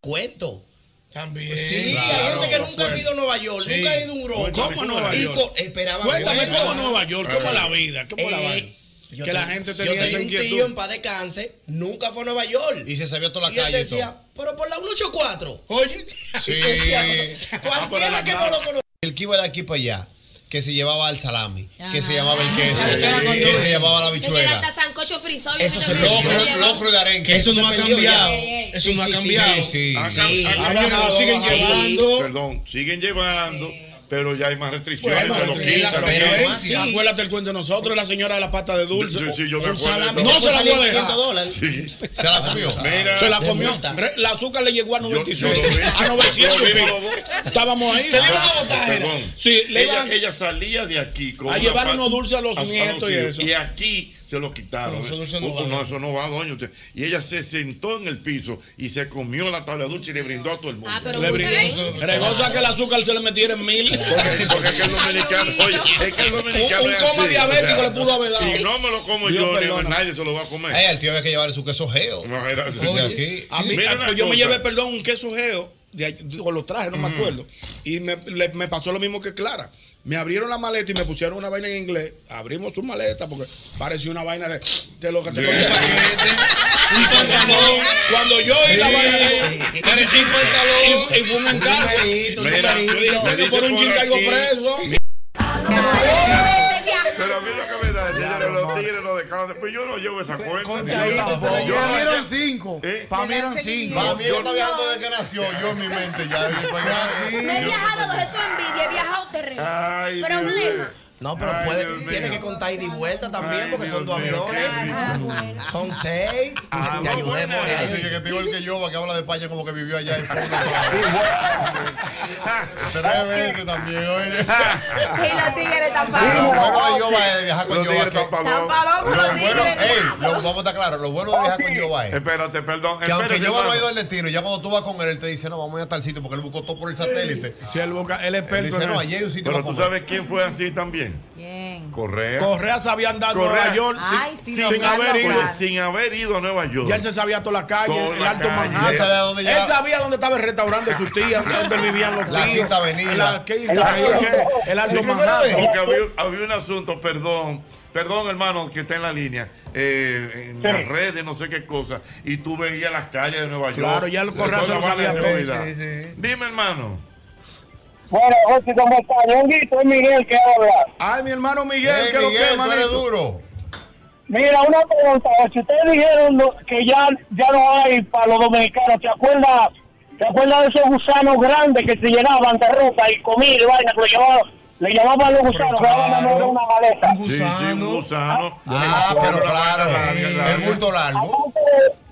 [SPEAKER 8] Cuento. Pues
[SPEAKER 6] También.
[SPEAKER 8] Sí, hay
[SPEAKER 5] Claro, pues.
[SPEAKER 8] gente que nunca ha
[SPEAKER 5] cuento.
[SPEAKER 8] ido a Nueva York,
[SPEAKER 5] Sí.
[SPEAKER 8] nunca ha ido a un rock.
[SPEAKER 12] Cuéntame, pues. ¿Cómo a Nueva York?
[SPEAKER 8] Esperaban
[SPEAKER 12] Cuéntame
[SPEAKER 8] cuentas.
[SPEAKER 12] cómo Nueva York, cómo la vida, cómo la vaina.
[SPEAKER 8] Eh, yo
[SPEAKER 12] Que
[SPEAKER 8] tengo-
[SPEAKER 12] la gente
[SPEAKER 8] yo
[SPEAKER 12] tenía
[SPEAKER 8] tengo
[SPEAKER 12] esa
[SPEAKER 8] un tío
[SPEAKER 12] inquietud.
[SPEAKER 8] en paz de cáncer, nunca fue a Nueva York.
[SPEAKER 5] Y se sabía toda la
[SPEAKER 8] y él
[SPEAKER 5] calle y
[SPEAKER 8] decía, pero por la 184.
[SPEAKER 12] Oye. Ah,
[SPEAKER 5] Sí.
[SPEAKER 8] Y decía, cualquiera que no lo conozca.
[SPEAKER 5] El que iba de aquí para allá, que se llevaba el salami, que se
[SPEAKER 9] Ah.
[SPEAKER 5] llevaba el queso,
[SPEAKER 9] Ya se queda con
[SPEAKER 5] que
[SPEAKER 9] dulce.
[SPEAKER 5] se llevaba la
[SPEAKER 9] Señora,
[SPEAKER 5] bichuela.
[SPEAKER 9] hasta sancocho frisado.
[SPEAKER 5] Eso se locro, locro de arenque.
[SPEAKER 6] Que eso no ha cambiado. Eso
[SPEAKER 5] Sí,
[SPEAKER 6] no ha
[SPEAKER 5] sí, sí,
[SPEAKER 6] cambiado.
[SPEAKER 5] sí,
[SPEAKER 4] Ha
[SPEAKER 5] sí.
[SPEAKER 4] cam-
[SPEAKER 5] Sí.
[SPEAKER 4] ha
[SPEAKER 5] Ha
[SPEAKER 4] cambiado,
[SPEAKER 5] bajado,
[SPEAKER 4] lo siguen
[SPEAKER 5] sí.
[SPEAKER 4] llevando. Perdón, siguen llevando, pero ya hay más restricciones.
[SPEAKER 12] Bueno,
[SPEAKER 4] te lo
[SPEAKER 12] en
[SPEAKER 4] quitan,
[SPEAKER 12] la
[SPEAKER 4] ¿no?
[SPEAKER 12] conferencia, acuérdate el cuento de nosotros, la señora de la pata de dulce.
[SPEAKER 4] Sí, sí, yo me
[SPEAKER 12] Un
[SPEAKER 4] acuerdo.
[SPEAKER 12] salami
[SPEAKER 4] Esto
[SPEAKER 12] No se la
[SPEAKER 4] salió
[SPEAKER 12] voy a
[SPEAKER 4] en
[SPEAKER 12] dejar.
[SPEAKER 4] 500 Sí.
[SPEAKER 12] Se la comió.
[SPEAKER 4] Mira.
[SPEAKER 12] se la
[SPEAKER 4] De
[SPEAKER 12] comió.
[SPEAKER 4] multa.
[SPEAKER 12] Re- La azúcar le llegó a 96.
[SPEAKER 4] yo lo vi.
[SPEAKER 12] a 900.
[SPEAKER 4] Yo lo vi.
[SPEAKER 12] Estábamos ahí.
[SPEAKER 4] Se le iban
[SPEAKER 12] Ah,
[SPEAKER 4] a botar,
[SPEAKER 12] perdón.
[SPEAKER 4] era.
[SPEAKER 12] Sí, le
[SPEAKER 4] ella,
[SPEAKER 12] iban-
[SPEAKER 4] ella salía de aquí con
[SPEAKER 12] A
[SPEAKER 4] una
[SPEAKER 12] llevar
[SPEAKER 4] fa-
[SPEAKER 12] unos dulces a los nietos y
[SPEAKER 4] tíos,
[SPEAKER 12] eso.
[SPEAKER 4] Y aquí se lo quitaron.
[SPEAKER 12] No, esos dulces no
[SPEAKER 4] no,
[SPEAKER 12] van.
[SPEAKER 4] no, eso no va, doña. usted. Y ella se sentó en el piso y se comió la tabla de dulce y le brindó a todo el mundo.
[SPEAKER 11] Ah, pero
[SPEAKER 12] Le
[SPEAKER 11] muy
[SPEAKER 12] brindó.
[SPEAKER 11] bien.
[SPEAKER 12] Regosa que el azúcar se le metiera en mil.
[SPEAKER 4] Porque, porque es que el dominicano, oye, es que el dominicano
[SPEAKER 12] Un- un
[SPEAKER 4] es
[SPEAKER 12] coma
[SPEAKER 4] así,
[SPEAKER 12] diabético le pudo haber dado.
[SPEAKER 4] Si no me lo como
[SPEAKER 12] Dios
[SPEAKER 4] yo, ni-
[SPEAKER 12] perdona.
[SPEAKER 4] nadie se lo va a comer.
[SPEAKER 5] Ay, al tío había que llevar su queso geo.
[SPEAKER 4] No, era-
[SPEAKER 5] Porque aquí-
[SPEAKER 12] A mí,
[SPEAKER 4] Mira
[SPEAKER 12] a-
[SPEAKER 4] una
[SPEAKER 12] yo me
[SPEAKER 4] cosa.
[SPEAKER 12] llevé, perdón, un queso geo
[SPEAKER 7] de all- o lo traje, no me acuerdo. Y me, le- me pasó lo mismo que Clara. Me abrieron la maleta y me pusieron una vaina en inglés. Abrimos su maleta porque parecía una vaina de, de lo que te ponen un pantalón. Cuando yo oí la
[SPEAKER 6] Sí,
[SPEAKER 7] vaina de
[SPEAKER 6] sí.
[SPEAKER 7] parecía un pantalón y fue un encargo.
[SPEAKER 6] numerito, un
[SPEAKER 7] Mira,
[SPEAKER 6] numerito.
[SPEAKER 7] yo dije,
[SPEAKER 6] Me
[SPEAKER 7] coño,
[SPEAKER 6] dice
[SPEAKER 7] por un
[SPEAKER 6] por
[SPEAKER 7] chin caigo
[SPEAKER 6] aquí.
[SPEAKER 7] preso.
[SPEAKER 4] Pero a mí lo que me da, señores, los tigres lo dejaron. Pues yo no llevo esa cuenta.
[SPEAKER 17] ahí,
[SPEAKER 4] Yo
[SPEAKER 17] se la
[SPEAKER 4] yo
[SPEAKER 17] llevan.
[SPEAKER 4] no- ¿Eh?
[SPEAKER 17] Dieron cinco. Pa' mí eran cinco.
[SPEAKER 5] Para mí, yo estaba viajando desde que nació. Yo en mi mente ya.
[SPEAKER 9] Me he viajado, por eso envidia, he viajado terreno. Problema.
[SPEAKER 8] No, pero puede, tiene que contar ida y vuelta también, porque son dos aviones. Son seis.
[SPEAKER 6] Ah,
[SPEAKER 8] te ayudé por ahí.
[SPEAKER 5] Dice que peor que yo, que habla de España como que vivió allá en Funda. Tres veces también, oye.
[SPEAKER 7] Ah,
[SPEAKER 18] Sí, los tigres están
[SPEAKER 5] Lo bueno de
[SPEAKER 18] parados.
[SPEAKER 5] Yoba es de viajar con Yoba. que-
[SPEAKER 18] Están parados con
[SPEAKER 5] Lo
[SPEAKER 18] los
[SPEAKER 5] bueno,
[SPEAKER 18] tigres.
[SPEAKER 5] ey, lo- vamos a estar claros, lo bueno de viajar con Yoba es.
[SPEAKER 4] Espérate, perdón.
[SPEAKER 5] Que aunque
[SPEAKER 4] espérate,
[SPEAKER 5] Yoba no ha
[SPEAKER 4] hermano.
[SPEAKER 5] ido al destino, ya cuando tú vas con él, él te dice, no, vamos a ir a tal sitio, porque él buscó todo por el satélite.
[SPEAKER 7] Sí, él busca, él es experto
[SPEAKER 5] Él dice,
[SPEAKER 7] en
[SPEAKER 5] no,
[SPEAKER 7] eso.
[SPEAKER 5] allí hay un sitio
[SPEAKER 4] Pero
[SPEAKER 5] para
[SPEAKER 4] tú
[SPEAKER 5] comer.
[SPEAKER 4] sabes quién fue así también. Correa.
[SPEAKER 7] Correa sabía andar a Nueva York sin-
[SPEAKER 4] Ay, sí,
[SPEAKER 7] sin,
[SPEAKER 4] don Carlos,
[SPEAKER 7] haber ido.
[SPEAKER 4] oye, sin haber ido a Nueva York.
[SPEAKER 7] Ya él se sabía toda la calle,
[SPEAKER 4] Toda
[SPEAKER 7] el
[SPEAKER 4] la
[SPEAKER 7] Alto
[SPEAKER 4] calle.
[SPEAKER 7] Manhattan.
[SPEAKER 4] Él sabía dónde
[SPEAKER 7] él
[SPEAKER 4] ya-
[SPEAKER 7] sabía dónde estaba el restaurante de sus tías, dónde vivían los tíos.
[SPEAKER 4] La Quinta Avenida.
[SPEAKER 7] La Quinta Avenida, ¿qué? El Alto Manhattan.
[SPEAKER 4] Porque había, había un asunto, perdón, perdón hermano que está en la línea, eh, en las redes, no sé qué cosa, y tú veías las calles de Nueva York.
[SPEAKER 7] Claro, ya el Correa
[SPEAKER 4] Toda
[SPEAKER 7] se lo
[SPEAKER 4] la
[SPEAKER 7] sabía todo.
[SPEAKER 4] Florida. Dime hermano.
[SPEAKER 1] Bueno, José, ¿cómo está? Ñonguito, es Miguel que habla.
[SPEAKER 7] Ay, mi hermano Miguel,
[SPEAKER 1] Miguel,
[SPEAKER 7] que lo que, manito?
[SPEAKER 1] Mira, una pregunta. Si ustedes dijeron lo- que ya, ya no hay para los dominicanos, ¿te acuerdas, ¿te acuerdas de esos gusanos grandes que se llenaban de ropa y comida y vaina? que Le llamaban, le llamaban los gusanos, que daban a nombre a una maleta.
[SPEAKER 4] Sí, sí, un gusano.
[SPEAKER 5] Ah, pero claro, el bulto largo.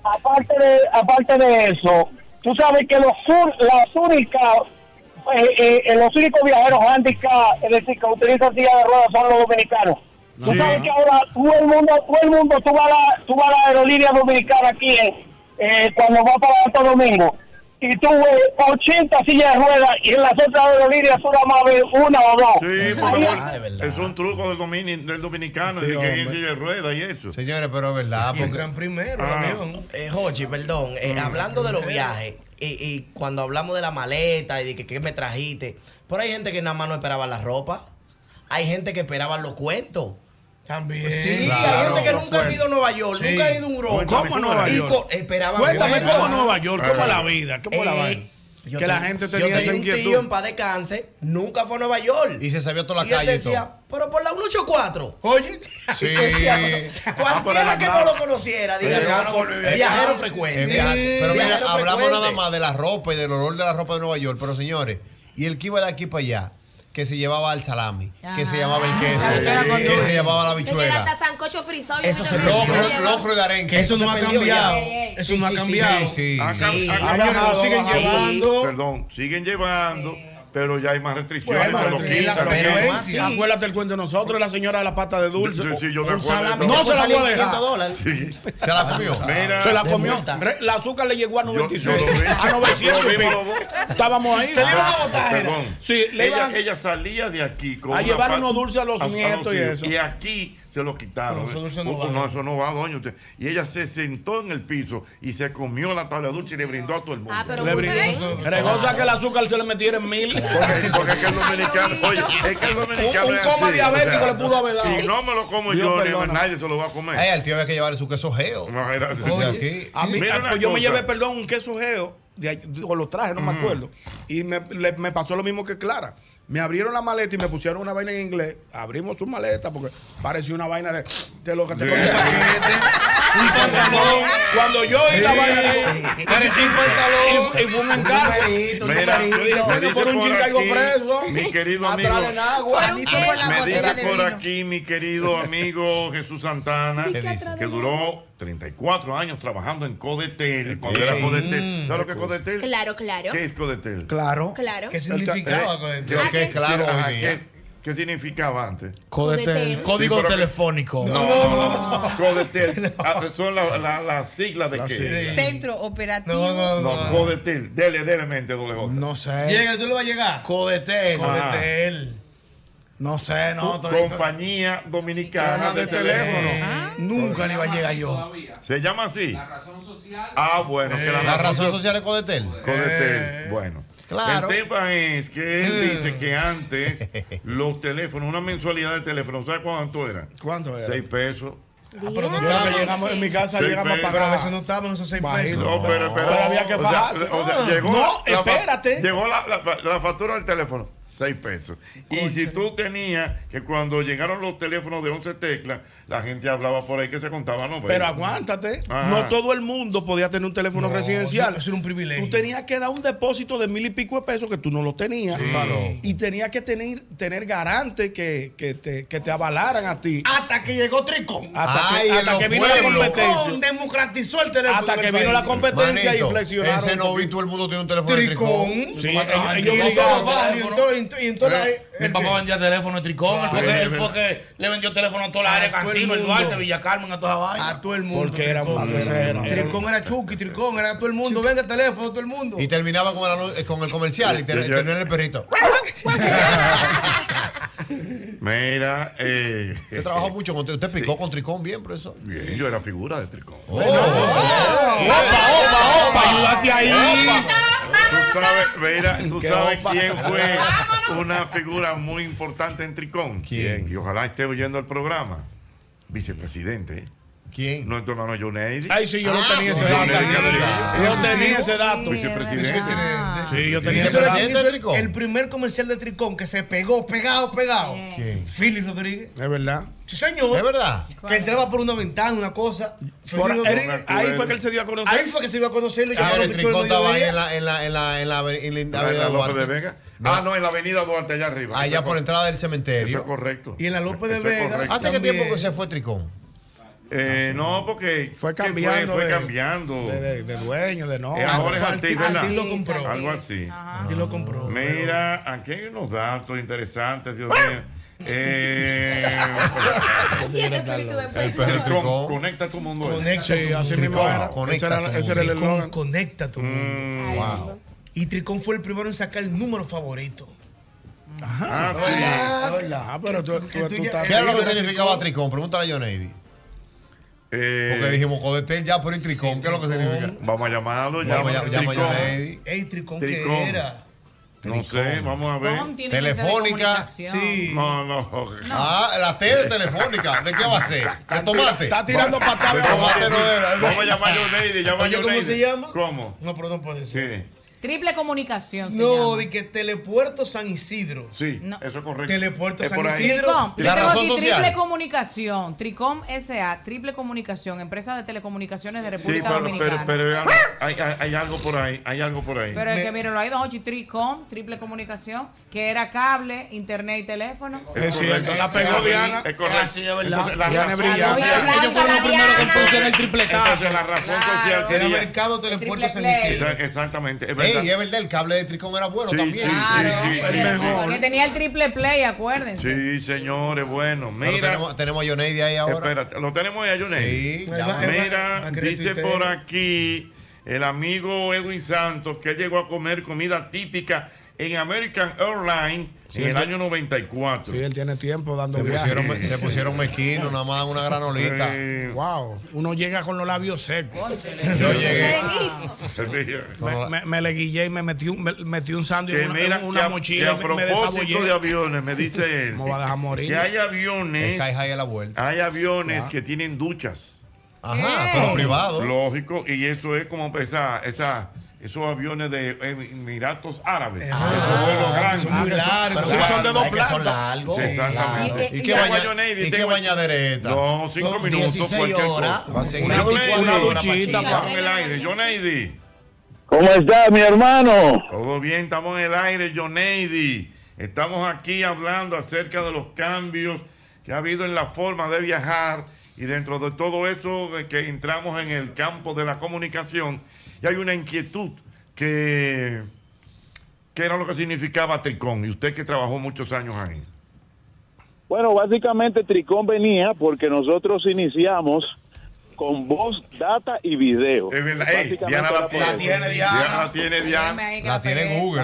[SPEAKER 1] Aparte de, aparte de, aparte de eso, tú sabes que los sur, las únicas, eh, eh, eh, los únicos viajeros handicap, es decir, que utilizan silla de ruedas son los dominicanos. Tú sabes que ahora todo el mundo, todo el mundo, tú vas a la, tú vas a la aerolínea dominicana aquí, eh, eh, cuando vas para Santo Domingo, y tú ves 80 sillas de ruedas y en las otras aerolíneas solo más ves una o dos.
[SPEAKER 7] Ah,
[SPEAKER 4] Sí, por
[SPEAKER 1] Ahí-
[SPEAKER 4] favor. es un truco del, domini- del dominicano, de que ir en silla de ruedas y eso.
[SPEAKER 5] Señores, pero es verdad,
[SPEAKER 4] porque...
[SPEAKER 8] primero
[SPEAKER 6] Ah.
[SPEAKER 8] Eh, Jochi, perdón, eh, hablando de los viajes y, y cuando hablamos de la maleta y de que, que me trajiste, pero hay gente que nada más no esperaba la ropa, hay gente que esperaba los cuentos. También. Sí, hay
[SPEAKER 6] Claro,
[SPEAKER 8] gente que
[SPEAKER 6] los
[SPEAKER 8] nunca ha ido a Nueva York,
[SPEAKER 6] Sí.
[SPEAKER 8] nunca ha ido a Europa.
[SPEAKER 6] Cuéntame, ¿cómo
[SPEAKER 8] Y
[SPEAKER 6] Nueva
[SPEAKER 8] co-
[SPEAKER 6] York?
[SPEAKER 8] Esperaban
[SPEAKER 6] Cuéntame,
[SPEAKER 8] cosas.
[SPEAKER 6] ¿cómo Nueva York? ¿Cómo
[SPEAKER 8] Eh,
[SPEAKER 6] la vida? ¿Cómo la vaina?
[SPEAKER 8] yo
[SPEAKER 6] Que la
[SPEAKER 8] tenía-
[SPEAKER 6] gente
[SPEAKER 8] yo
[SPEAKER 6] tenía esa
[SPEAKER 8] un
[SPEAKER 6] inquietud.
[SPEAKER 8] tío en paz descanse, nunca fue a Nueva York.
[SPEAKER 5] Y se sabía toda la
[SPEAKER 8] Y él
[SPEAKER 5] calle y
[SPEAKER 8] decía,
[SPEAKER 5] todo.
[SPEAKER 8] pero por la 184. Oye.
[SPEAKER 5] Sí. Ah,
[SPEAKER 8] Cualquiera que no lo conociera, diga, no, por viajero frecuente.
[SPEAKER 5] Es viajar. Pero mira,
[SPEAKER 8] Viajero
[SPEAKER 5] hablamos
[SPEAKER 8] frecuente.
[SPEAKER 5] nada más de la ropa y del olor de la ropa de Nueva York. Pero señores, y el que iba de aquí para allá, que se llevaba el salami, que se llamaba el
[SPEAKER 9] La habichuela
[SPEAKER 5] queso,
[SPEAKER 9] con
[SPEAKER 5] que
[SPEAKER 9] dulce.
[SPEAKER 5] se llamaba la
[SPEAKER 9] Señora,
[SPEAKER 5] habichuela.
[SPEAKER 9] hasta sancocho frisado.
[SPEAKER 5] Eso se locro, locro de arenque.
[SPEAKER 12] Eso no
[SPEAKER 5] Se
[SPEAKER 12] ha
[SPEAKER 5] perdió
[SPEAKER 12] cambiado.
[SPEAKER 5] ya.
[SPEAKER 12] Eso no ha cambiado.
[SPEAKER 5] Sí,
[SPEAKER 4] Ha cam-
[SPEAKER 5] sí.
[SPEAKER 4] ha
[SPEAKER 12] Ha
[SPEAKER 4] cambiado,
[SPEAKER 12] bajado,
[SPEAKER 4] lo siguen
[SPEAKER 12] ha bajado.
[SPEAKER 4] llevando. Perdón, siguen llevando, pero ya hay más restricciones.
[SPEAKER 7] Bueno,
[SPEAKER 4] se lo
[SPEAKER 7] y la
[SPEAKER 4] quitan,
[SPEAKER 7] frecuencia.
[SPEAKER 4] ¿no?
[SPEAKER 7] Acuérdate el cuento de nosotros, la señora de la pata de dulce.
[SPEAKER 4] Sí, sí, yo me
[SPEAKER 7] Un
[SPEAKER 4] acuerdo de
[SPEAKER 7] salami.
[SPEAKER 4] todo.
[SPEAKER 7] No se la voy a
[SPEAKER 4] Salía en
[SPEAKER 7] dejar.
[SPEAKER 4] 500 dólares.
[SPEAKER 5] Se la comió.
[SPEAKER 4] Mira.
[SPEAKER 7] se la
[SPEAKER 4] De
[SPEAKER 7] comió.
[SPEAKER 4] multa.
[SPEAKER 7] Re- La azúcar le llegó a 96.
[SPEAKER 4] yo lo vi.
[SPEAKER 7] a 900.
[SPEAKER 4] Yo
[SPEAKER 7] y
[SPEAKER 4] mismo
[SPEAKER 7] pico.
[SPEAKER 4] lo vi. Ah,
[SPEAKER 7] Estábamos ahí.
[SPEAKER 4] Perdón.
[SPEAKER 7] Sí, le
[SPEAKER 4] ella,
[SPEAKER 7] iban-
[SPEAKER 4] ella salía de aquí con
[SPEAKER 7] A
[SPEAKER 4] una
[SPEAKER 7] llevar
[SPEAKER 4] pa-
[SPEAKER 7] unos dulces a los nietos y eso.
[SPEAKER 4] Y aquí se los quitaron.
[SPEAKER 7] Pero esos dulces no
[SPEAKER 4] Uh,
[SPEAKER 7] van.
[SPEAKER 4] no, eso no va, doña. Usted. Y ella se sentó en el piso y se comió la tabla dulce y le brindó a todo el mundo.
[SPEAKER 9] Ah, pero
[SPEAKER 7] Le
[SPEAKER 9] muy
[SPEAKER 7] brindó.
[SPEAKER 9] bien.
[SPEAKER 7] Regosa que el azúcar se le metiera en mil.
[SPEAKER 4] Porque, porque es que el dominicano, oye, es que el dominicano.
[SPEAKER 7] Un- un
[SPEAKER 4] es
[SPEAKER 7] coma
[SPEAKER 4] así,
[SPEAKER 7] diabético le pudo haber dado.
[SPEAKER 4] Si no me lo como
[SPEAKER 7] Dios
[SPEAKER 4] yo, ni-
[SPEAKER 7] perdona.
[SPEAKER 4] nadie se lo va a comer.
[SPEAKER 5] Ay, al Eh, tío había que llevar su queso geo.
[SPEAKER 4] Oye,
[SPEAKER 7] A mí,
[SPEAKER 4] Mira
[SPEAKER 7] a-
[SPEAKER 4] una
[SPEAKER 7] pues yo
[SPEAKER 4] cosa.
[SPEAKER 7] me
[SPEAKER 4] Mm.
[SPEAKER 7] llevé, perdón, un queso geo, de, ahí- o lo traje, no me acuerdo. Y me, le- me pasó lo mismo que Clara. Me abrieron la maleta y me pusieron una vaina en inglés. Abrimos su maleta porque parecía una vaina de, de lo que te ponen Un pantalón. Cuando yo oí la
[SPEAKER 6] Sí,
[SPEAKER 7] vaina
[SPEAKER 6] sí.
[SPEAKER 7] de parecía un pantalón y fue un encargo.
[SPEAKER 4] Mira,
[SPEAKER 7] Yo dije,
[SPEAKER 4] me
[SPEAKER 7] coño,
[SPEAKER 4] dice
[SPEAKER 7] por un
[SPEAKER 4] por
[SPEAKER 7] chin caigo
[SPEAKER 4] aquí,
[SPEAKER 7] preso.
[SPEAKER 4] Mi querido amigo.
[SPEAKER 7] Atrás de Nagua.
[SPEAKER 13] Por un chin por la
[SPEAKER 4] Me
[SPEAKER 13] botella
[SPEAKER 4] dice
[SPEAKER 13] de
[SPEAKER 4] por
[SPEAKER 13] vino.
[SPEAKER 4] aquí mi querido amigo Jesús Santana
[SPEAKER 13] ¿Qué dice?
[SPEAKER 4] que duró 34 años trabajando en Codetel. Cuando
[SPEAKER 5] Sí.
[SPEAKER 4] era Codetel. ¿Sabes lo que es
[SPEAKER 5] Qué
[SPEAKER 4] Codetel?
[SPEAKER 9] Claro, claro.
[SPEAKER 4] ¿Qué es Codetel?
[SPEAKER 7] Claro.
[SPEAKER 9] Claro.
[SPEAKER 4] ¿Qué
[SPEAKER 12] significaba Codetel?
[SPEAKER 4] ¿Qué,
[SPEAKER 12] ¿Qué es claro
[SPEAKER 4] Ajá,
[SPEAKER 12] hoy día?
[SPEAKER 4] ¿qué- qué significaba antes?
[SPEAKER 9] Codetel.
[SPEAKER 12] Código
[SPEAKER 4] Sí, pero-
[SPEAKER 12] telefónico.
[SPEAKER 4] No, no, no. Codetel. Ah, Son la- la- las siglas de qué.
[SPEAKER 13] Centro operativo.
[SPEAKER 4] No, Codetel. Dele, dele mente, doble J.
[SPEAKER 17] No sé. Llega, tú le vas a llegar. Codetel.
[SPEAKER 4] Ajá.
[SPEAKER 17] Codetel. No sé, no.
[SPEAKER 4] Compañía Dominicana de Teléfono. Ah, pues,
[SPEAKER 17] Nunca
[SPEAKER 6] nunca le iba a llegar yo.
[SPEAKER 4] Se llama así. Ah, bueno, que
[SPEAKER 5] La razón social es Codetel.
[SPEAKER 4] Codetel. Bueno.
[SPEAKER 5] Claro.
[SPEAKER 4] El tema es que él dice que antes los teléfonos, una mensualidad de teléfono, ¿sabes cuánto era?
[SPEAKER 7] ¿Cuánto era?
[SPEAKER 4] Seis pesos.
[SPEAKER 7] pero no estaba, llegamos en mi casa,
[SPEAKER 4] Seis
[SPEAKER 7] llegamos a
[SPEAKER 4] pesos.
[SPEAKER 7] pagar. Pero a veces no estaban esos seis pesos.
[SPEAKER 4] No, pero, espera.
[SPEAKER 7] Pero había que
[SPEAKER 4] O sea,
[SPEAKER 7] fajarse.
[SPEAKER 4] o sea, llegó
[SPEAKER 7] no,
[SPEAKER 4] la fa-
[SPEAKER 7] espérate.
[SPEAKER 4] Llegó la, la- la factura del teléfono, 6 pesos. Y si tú tenías que cuando llegaron los teléfonos de 11 teclas, la gente hablaba por ahí que se contaba no
[SPEAKER 7] Pero aguántate.
[SPEAKER 4] Pues, Ajá.
[SPEAKER 7] No todo el mundo podía tener un teléfono
[SPEAKER 4] No,
[SPEAKER 7] residencial.
[SPEAKER 4] no,
[SPEAKER 7] Eso era un privilegio. Tú tenías que dar un depósito de mil y pico de pesos que tú no lo tenías.
[SPEAKER 4] Sí. Claro.
[SPEAKER 7] Y tenías que tener, tener garantes que, que te, que te avalaran a ti.
[SPEAKER 6] Hasta que llegó Tricón.
[SPEAKER 7] Hasta que- Ay, hasta en los que vino la pueblos. competencia.
[SPEAKER 6] Tricón democratizó el teléfono.
[SPEAKER 7] Hasta
[SPEAKER 6] del
[SPEAKER 7] que vino
[SPEAKER 6] país.
[SPEAKER 7] la competencia y flexionaron.
[SPEAKER 5] Ese novio, todo el mundo tiene un teléfono de tricón.
[SPEAKER 7] Sí,
[SPEAKER 6] Ay,
[SPEAKER 7] ellos
[SPEAKER 6] Tricón,
[SPEAKER 7] gritaban,
[SPEAKER 6] barrio,
[SPEAKER 7] "Teléfono".
[SPEAKER 6] todo, y to- y en toda la-
[SPEAKER 1] Mi papá vendía teléfono de tricón.
[SPEAKER 6] Claro.
[SPEAKER 1] él fue que-
[SPEAKER 6] Sí,
[SPEAKER 1] él fue que le vendió teléfono a toda la
[SPEAKER 6] A
[SPEAKER 1] área
[SPEAKER 6] todo el
[SPEAKER 1] Cancino, el
[SPEAKER 6] mundo.
[SPEAKER 1] Duarte, Villa Carmen, a toda esa vaina.
[SPEAKER 6] A todo el mundo.
[SPEAKER 1] Porque era
[SPEAKER 6] Tricón.
[SPEAKER 1] malo, ese era.
[SPEAKER 6] Tricón era Chucky, Tricón era todo el mundo. Venga, teléfono, todo el mundo.
[SPEAKER 5] Y terminaba con el, anun- eh, con el comercial y ter- terminaba el perrito.
[SPEAKER 4] Mira, eh.
[SPEAKER 5] Usted trabajó mucho con Usted picó con tricón bien, profesor.
[SPEAKER 4] Bien, yo era figura de tricón.
[SPEAKER 5] opa, opa,
[SPEAKER 4] ayúdate ahí. Tú sabes, mira, tú
[SPEAKER 5] Qué
[SPEAKER 4] sabes
[SPEAKER 5] opa.
[SPEAKER 4] quién fue una figura muy importante en Tricón. ¿Quién? Y ojalá esté oyendo el programa. Vicepresidente.
[SPEAKER 5] ¿Quién?
[SPEAKER 4] Nuestro hermano Junaidi.
[SPEAKER 7] Ay, sí, yo lo tenía ese dato. Yo tenía ese dato.
[SPEAKER 4] Vicepresidente.
[SPEAKER 7] Sí, yo
[SPEAKER 6] ¿Y
[SPEAKER 7] tenía
[SPEAKER 6] eso
[SPEAKER 7] ese
[SPEAKER 6] era
[SPEAKER 7] dato.
[SPEAKER 6] quien hizo el, el primer comercial de Tricón que se pegó, pegado, pegado. ¿Quién? Philip Rodríguez.
[SPEAKER 7] Es verdad.
[SPEAKER 6] Sí, señor.
[SPEAKER 7] Es verdad.
[SPEAKER 6] Que entraba por una ventana, una cosa.
[SPEAKER 7] Por-
[SPEAKER 6] Philip
[SPEAKER 7] él-
[SPEAKER 6] Rodríguez.
[SPEAKER 7] ahí fue que él se dio a conocer.
[SPEAKER 6] Ahí fue que se dio a conocer. lo
[SPEAKER 5] Ah,
[SPEAKER 6] llamaron
[SPEAKER 5] el
[SPEAKER 6] mucho el
[SPEAKER 5] tricón estaba ahí
[SPEAKER 6] mediodía.
[SPEAKER 5] en la, en la, en la, en la, en la, en la avenida
[SPEAKER 4] la López
[SPEAKER 5] Duarte.
[SPEAKER 4] de Vega. Ah, no, en la avenida Duarte, allá arriba. Eso
[SPEAKER 5] Allá
[SPEAKER 4] es
[SPEAKER 5] por la entrada del cementerio.
[SPEAKER 4] Eso es correcto.
[SPEAKER 5] Y en la López
[SPEAKER 4] de Eso es Vega correcto.
[SPEAKER 5] ¿Hace qué
[SPEAKER 4] también.
[SPEAKER 5] tiempo que se fue Tricón?
[SPEAKER 4] Eh, no, porque
[SPEAKER 7] Fue
[SPEAKER 4] que
[SPEAKER 7] cambiando.
[SPEAKER 4] Fue,
[SPEAKER 7] de-
[SPEAKER 4] cambiando.
[SPEAKER 7] De, de- de dueño, de no.
[SPEAKER 4] Eh, ahora es Altiz, ¿verdad?
[SPEAKER 7] Altiz lo compró.
[SPEAKER 4] Algo así.
[SPEAKER 7] Altiz lo compró. ¡Ah!
[SPEAKER 4] Mira, aquí hay unos datos interesantes, Dios mío. Eh,
[SPEAKER 5] Pues,
[SPEAKER 4] el perro tricón. Conecta tu mundo. ¿eh?
[SPEAKER 6] Conecta tu
[SPEAKER 7] así
[SPEAKER 6] mundo.
[SPEAKER 7] mismo era. Ese era-
[SPEAKER 6] tu
[SPEAKER 7] ese era el
[SPEAKER 6] mundo.
[SPEAKER 7] eslogan.
[SPEAKER 6] Conecta tu
[SPEAKER 7] Mm,
[SPEAKER 6] mundo. Y Tricón fue el primero en sacar el número favorito.
[SPEAKER 4] Ajá,
[SPEAKER 7] sí. Ah, pero tú, tú, tú estás-
[SPEAKER 5] ¿Qué era lo que significaba Tricón? Pregúntale a Johnny. Porque dijimos Codetel ya, pero ¿y Tricón? ¿Qué es lo que significa?
[SPEAKER 4] Eh, Vamos a llamarlo.
[SPEAKER 5] Llama, llama, llama
[SPEAKER 4] Tricón.
[SPEAKER 5] a Johnny.
[SPEAKER 6] Ey, Tricón,
[SPEAKER 4] Tricón.
[SPEAKER 6] ¿qué era?
[SPEAKER 4] No sé, vamos a
[SPEAKER 5] Com
[SPEAKER 4] ver.
[SPEAKER 5] tiene que ser de Telefónica.
[SPEAKER 6] Sí.
[SPEAKER 4] No, no.
[SPEAKER 5] Ah, la tele telefónica. ¿De qué va a ser? ¿De tomate?
[SPEAKER 4] Está tirando patadas.
[SPEAKER 5] De tomate no era.
[SPEAKER 4] Vamos a llamar a Yoneidi, llama a
[SPEAKER 6] Oye, ¿cómo
[SPEAKER 4] Yoneidi.
[SPEAKER 6] se llama?
[SPEAKER 4] ¿Cómo?
[SPEAKER 6] No, pero no puede
[SPEAKER 4] ser.
[SPEAKER 12] Triple comunicación. se
[SPEAKER 6] No,
[SPEAKER 12] llama.
[SPEAKER 6] de que Telepuerto San Isidro.
[SPEAKER 4] Sí, eso es correcto.
[SPEAKER 6] Telepuerto
[SPEAKER 4] Es
[SPEAKER 6] San
[SPEAKER 4] por ahí.
[SPEAKER 6] Isidro.
[SPEAKER 12] Tricom. Yo tengo aquí Triple comunicación. Tricom SA, triple comunicación, empresa de telecomunicaciones de
[SPEAKER 4] Sí,
[SPEAKER 12] República
[SPEAKER 4] pero, pero,
[SPEAKER 12] Dominicana.
[SPEAKER 4] pero hay, algo- hay, hay- hay algo por ahí, hay algo por ahí.
[SPEAKER 12] Pero es que mírenlo ahí, don Hochi, Tricom, triple comunicación, que era cable, internet y teléfono.
[SPEAKER 4] Es
[SPEAKER 7] cierto, la pegó
[SPEAKER 4] así,
[SPEAKER 7] Diana.
[SPEAKER 4] Es correcto.
[SPEAKER 7] Así es verdad.
[SPEAKER 4] Entonces, la
[SPEAKER 7] Diana es
[SPEAKER 4] razón
[SPEAKER 7] brillante.
[SPEAKER 4] social-
[SPEAKER 7] Diana
[SPEAKER 4] Ellos fueron los primeros que pusieron el
[SPEAKER 5] tripletazo.
[SPEAKER 4] Entonces la razón social
[SPEAKER 6] Era
[SPEAKER 4] sería-
[SPEAKER 6] mercado Telepuerto San Isidro.
[SPEAKER 4] Exa- Exactamente, es verdad.
[SPEAKER 5] Ey, es verdad, el cable de Tricón era bueno
[SPEAKER 4] Sí,
[SPEAKER 5] también.
[SPEAKER 4] sí, Claro. sí, sí, sí.
[SPEAKER 12] Que tenía el triple play, acuérdense.
[SPEAKER 4] Sí, señores, bueno, mira.
[SPEAKER 5] tenemos- tenemos a Yoneidi ahí ahora.
[SPEAKER 4] Espérate, lo tenemos ahí a Yoneidi.
[SPEAKER 5] Sí, ya va.
[SPEAKER 4] Mira,
[SPEAKER 5] Va, va,
[SPEAKER 4] dice
[SPEAKER 5] va,
[SPEAKER 4] por
[SPEAKER 5] va.
[SPEAKER 4] aquí el amigo Edwin Santos que él llegó a comer comida típica en American Airlines en el
[SPEAKER 7] él-
[SPEAKER 4] año 94.
[SPEAKER 7] Sí, él tiene tiempo dando
[SPEAKER 5] Se
[SPEAKER 7] viajes.
[SPEAKER 5] pusieron, se pusieron mezquinos, nada más una granolita.
[SPEAKER 7] Wow, uno llega con los labios secos.
[SPEAKER 5] Yo llegué.
[SPEAKER 7] Me, me- me le guillé y me metí un, me- metí un sándwich
[SPEAKER 4] que
[SPEAKER 7] en una,
[SPEAKER 4] mira,
[SPEAKER 7] en una
[SPEAKER 4] que a- que
[SPEAKER 7] mochila.
[SPEAKER 4] a
[SPEAKER 7] y me- me desabollé.
[SPEAKER 4] propósito de aviones, me dice él.
[SPEAKER 7] ¿Cómo va a dejar morir?
[SPEAKER 4] Que hay aviones.
[SPEAKER 7] El Kai Hai
[SPEAKER 4] Hay aviones que tienen duchas.
[SPEAKER 5] Ajá, pero ¿Qué? privados.
[SPEAKER 4] Lógico, y eso es como esa, esa, esos aviones de Emiratos Árabes. esos vuelos grandes.
[SPEAKER 5] Ah, son muy largos.
[SPEAKER 4] Pero
[SPEAKER 5] Ah, Son
[SPEAKER 4] Ah, son de dos
[SPEAKER 5] largos, que son
[SPEAKER 4] plantas.
[SPEAKER 5] largos.
[SPEAKER 4] Sí, Exactamente.
[SPEAKER 5] Y- y- ¿Y qué baña- y qué bañadereta?
[SPEAKER 4] No, cinco
[SPEAKER 5] Son
[SPEAKER 4] minutos,
[SPEAKER 5] 16
[SPEAKER 4] cualquier
[SPEAKER 5] horas.
[SPEAKER 4] cosa.
[SPEAKER 5] Va a seguir
[SPEAKER 4] Una,
[SPEAKER 5] 24
[SPEAKER 4] una
[SPEAKER 5] horas,
[SPEAKER 4] duchita
[SPEAKER 5] Pachita.
[SPEAKER 4] estamos en el aire. Yoneidi.
[SPEAKER 19] ¿Cómo está, mi hermano?
[SPEAKER 4] Todo bien, estamos en el aire, Yoneidi. Estamos aquí hablando acerca de los cambios que ha habido en la forma de viajar y dentro de todo eso eh, que entramos en el campo de la comunicación y hay una inquietud que, que era lo que significaba Tricón y usted que trabajó muchos años ahí.
[SPEAKER 19] Bueno, básicamente Tricón venía porque nosotros iniciamos con voz, data y video.
[SPEAKER 4] Es verdad, ey,
[SPEAKER 19] Básicamente
[SPEAKER 4] Diana
[SPEAKER 19] era
[SPEAKER 4] la
[SPEAKER 19] por
[SPEAKER 4] tiene.
[SPEAKER 19] eso.
[SPEAKER 4] Diana la tiene,
[SPEAKER 12] Déjame
[SPEAKER 4] Diana.
[SPEAKER 12] ahí que La la tiene pegué.
[SPEAKER 4] Google.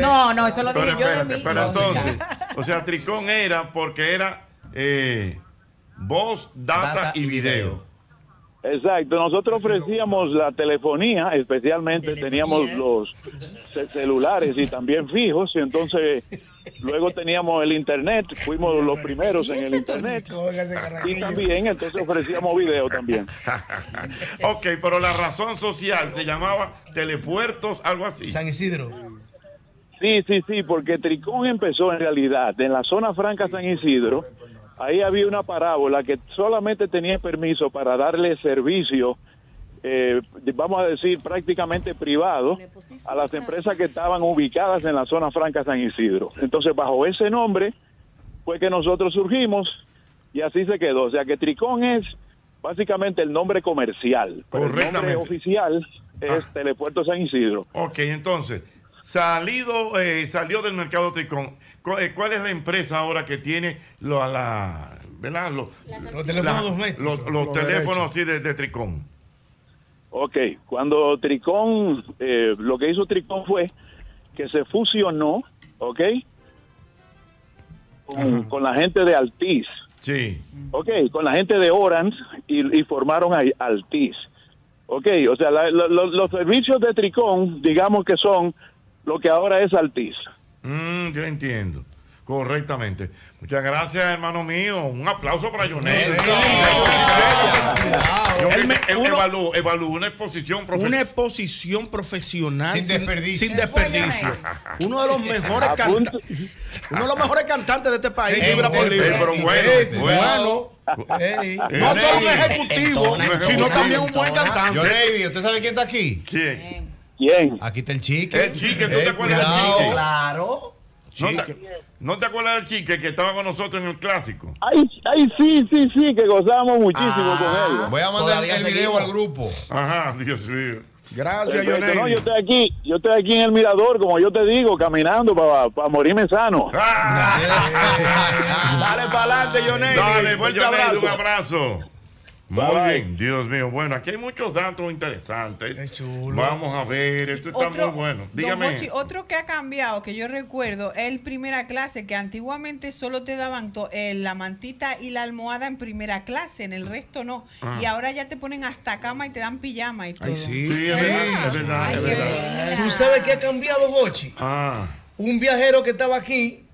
[SPEAKER 12] No, no, eso lo
[SPEAKER 4] Ah, Pero
[SPEAKER 12] dije yo de
[SPEAKER 4] espérate,
[SPEAKER 12] mí.
[SPEAKER 4] pero
[SPEAKER 12] No,
[SPEAKER 4] entonces, o sea, Tricón era porque era eh, Voz, data,
[SPEAKER 19] Data
[SPEAKER 4] y video.
[SPEAKER 19] Exacto, nosotros ofrecíamos la telefonía, especialmente teníamos los ce- celulares y también fijos, y entonces luego teníamos el internet, fuimos los primeros en el internet,
[SPEAKER 7] Ah.
[SPEAKER 19] y también entonces ofrecíamos video también.
[SPEAKER 4] ok, pero la razón social se llamaba telepuertos, algo así. San Isidro.
[SPEAKER 19] Sí, sí, sí, porque Tricón empezó en realidad en la zona franca San Isidro. Ahí había una parábola que solamente tenía permiso para darle servicio, eh, vamos a decir prácticamente privado, a las empresas que estaban ubicadas en la zona franca San Isidro. Entonces, bajo ese nombre fue que nosotros surgimos y así se quedó. O sea que Tricón es básicamente el nombre comercial. pero El nombre oficial
[SPEAKER 5] Ah.
[SPEAKER 19] es Telepuerto San Isidro.
[SPEAKER 4] Ok, entonces, salido, eh, salió del mercado Tricón. Co- eh, ¿Cuál es la empresa ahora que tiene lo- la, ¿verdad? Lo-
[SPEAKER 19] Los teléfonos
[SPEAKER 4] la-
[SPEAKER 19] domésticos.
[SPEAKER 4] Los, los
[SPEAKER 19] Los
[SPEAKER 4] teléfonos
[SPEAKER 19] derechos.
[SPEAKER 4] así de, de Tricón.
[SPEAKER 19] Ok, cuando Tricón, eh, lo que hizo Tricón fue que se fusionó, ¿ok? Con, con la gente de Altiz.
[SPEAKER 4] Sí.
[SPEAKER 19] Ok, con la gente de Orange y, y formaron a Altiz. Ok, o sea, la- la- los- los servicios de Tricón, digamos que son lo que ahora es Altiz.
[SPEAKER 4] Mm, yo entiendo. Correctamente. Muchas gracias, hermano mío. Un aplauso para Jonel. Yo me- evalúo, evalúo una exposición profesional.
[SPEAKER 20] Una exposición profesional sin
[SPEAKER 4] desperdicio.
[SPEAKER 20] sin desperdicio. Uno de los mejores
[SPEAKER 4] A punto.
[SPEAKER 20] cantantes. Uno de los mejores cantantes de este país.
[SPEAKER 4] Sí,
[SPEAKER 20] libra por
[SPEAKER 4] sí,
[SPEAKER 20] libra.
[SPEAKER 4] pero bueno,
[SPEAKER 20] Ey,
[SPEAKER 4] bueno.
[SPEAKER 20] bueno. Ey.
[SPEAKER 4] Eh,
[SPEAKER 20] No solo un
[SPEAKER 4] Lady.
[SPEAKER 20] ejecutivo,
[SPEAKER 4] Entona,
[SPEAKER 20] sino
[SPEAKER 4] entona,
[SPEAKER 20] también un buen
[SPEAKER 4] entona.
[SPEAKER 20] cantante.
[SPEAKER 5] Yo, David, ¿usted sabe quién está aquí?
[SPEAKER 4] ¿Quién?
[SPEAKER 19] ¿Quién?
[SPEAKER 5] Aquí está el chique.
[SPEAKER 4] El chique, ¿tú te acuerdas del chique? Claro. ¿No te, no te acuerdas del chique que estaba con nosotros en el clásico?
[SPEAKER 19] Ay, ay, sí, sí, sí, que gozábamos muchísimo con él.
[SPEAKER 5] Ah. Voy a mandar el video al grupo.
[SPEAKER 4] Ajá, Dios mío.
[SPEAKER 19] Perfecto, no, yo estoy aquí, yo estoy aquí en el mirador, como yo te digo, caminando para morirme sano.
[SPEAKER 4] Dale para adelante, Jonel. Dale,
[SPEAKER 19] Fuerte
[SPEAKER 4] Jonel,
[SPEAKER 19] abrazo.
[SPEAKER 4] un abrazo. Muy
[SPEAKER 19] Bye, bye.
[SPEAKER 4] bien, Dios mío. Bueno, aquí hay muchos datos interesantes. Vamos a ver, esto está
[SPEAKER 7] Otro-
[SPEAKER 4] muy bueno.
[SPEAKER 7] Don
[SPEAKER 4] Dígame.
[SPEAKER 7] Jochi, otro que ha cambiado, que yo recuerdo, es el primera clase, que antiguamente solo te daban to- eh, la mantita y la almohada en primera clase, en el resto no.
[SPEAKER 4] Ah.
[SPEAKER 7] Y ahora ya te ponen hasta cama y te dan pijama y todo.
[SPEAKER 4] sí. es verdad, es verdad, es verdad.
[SPEAKER 6] ¿Tú sabes qué ha cambiado, Gochi?
[SPEAKER 4] Ah,
[SPEAKER 6] Un viajero que estaba aquí,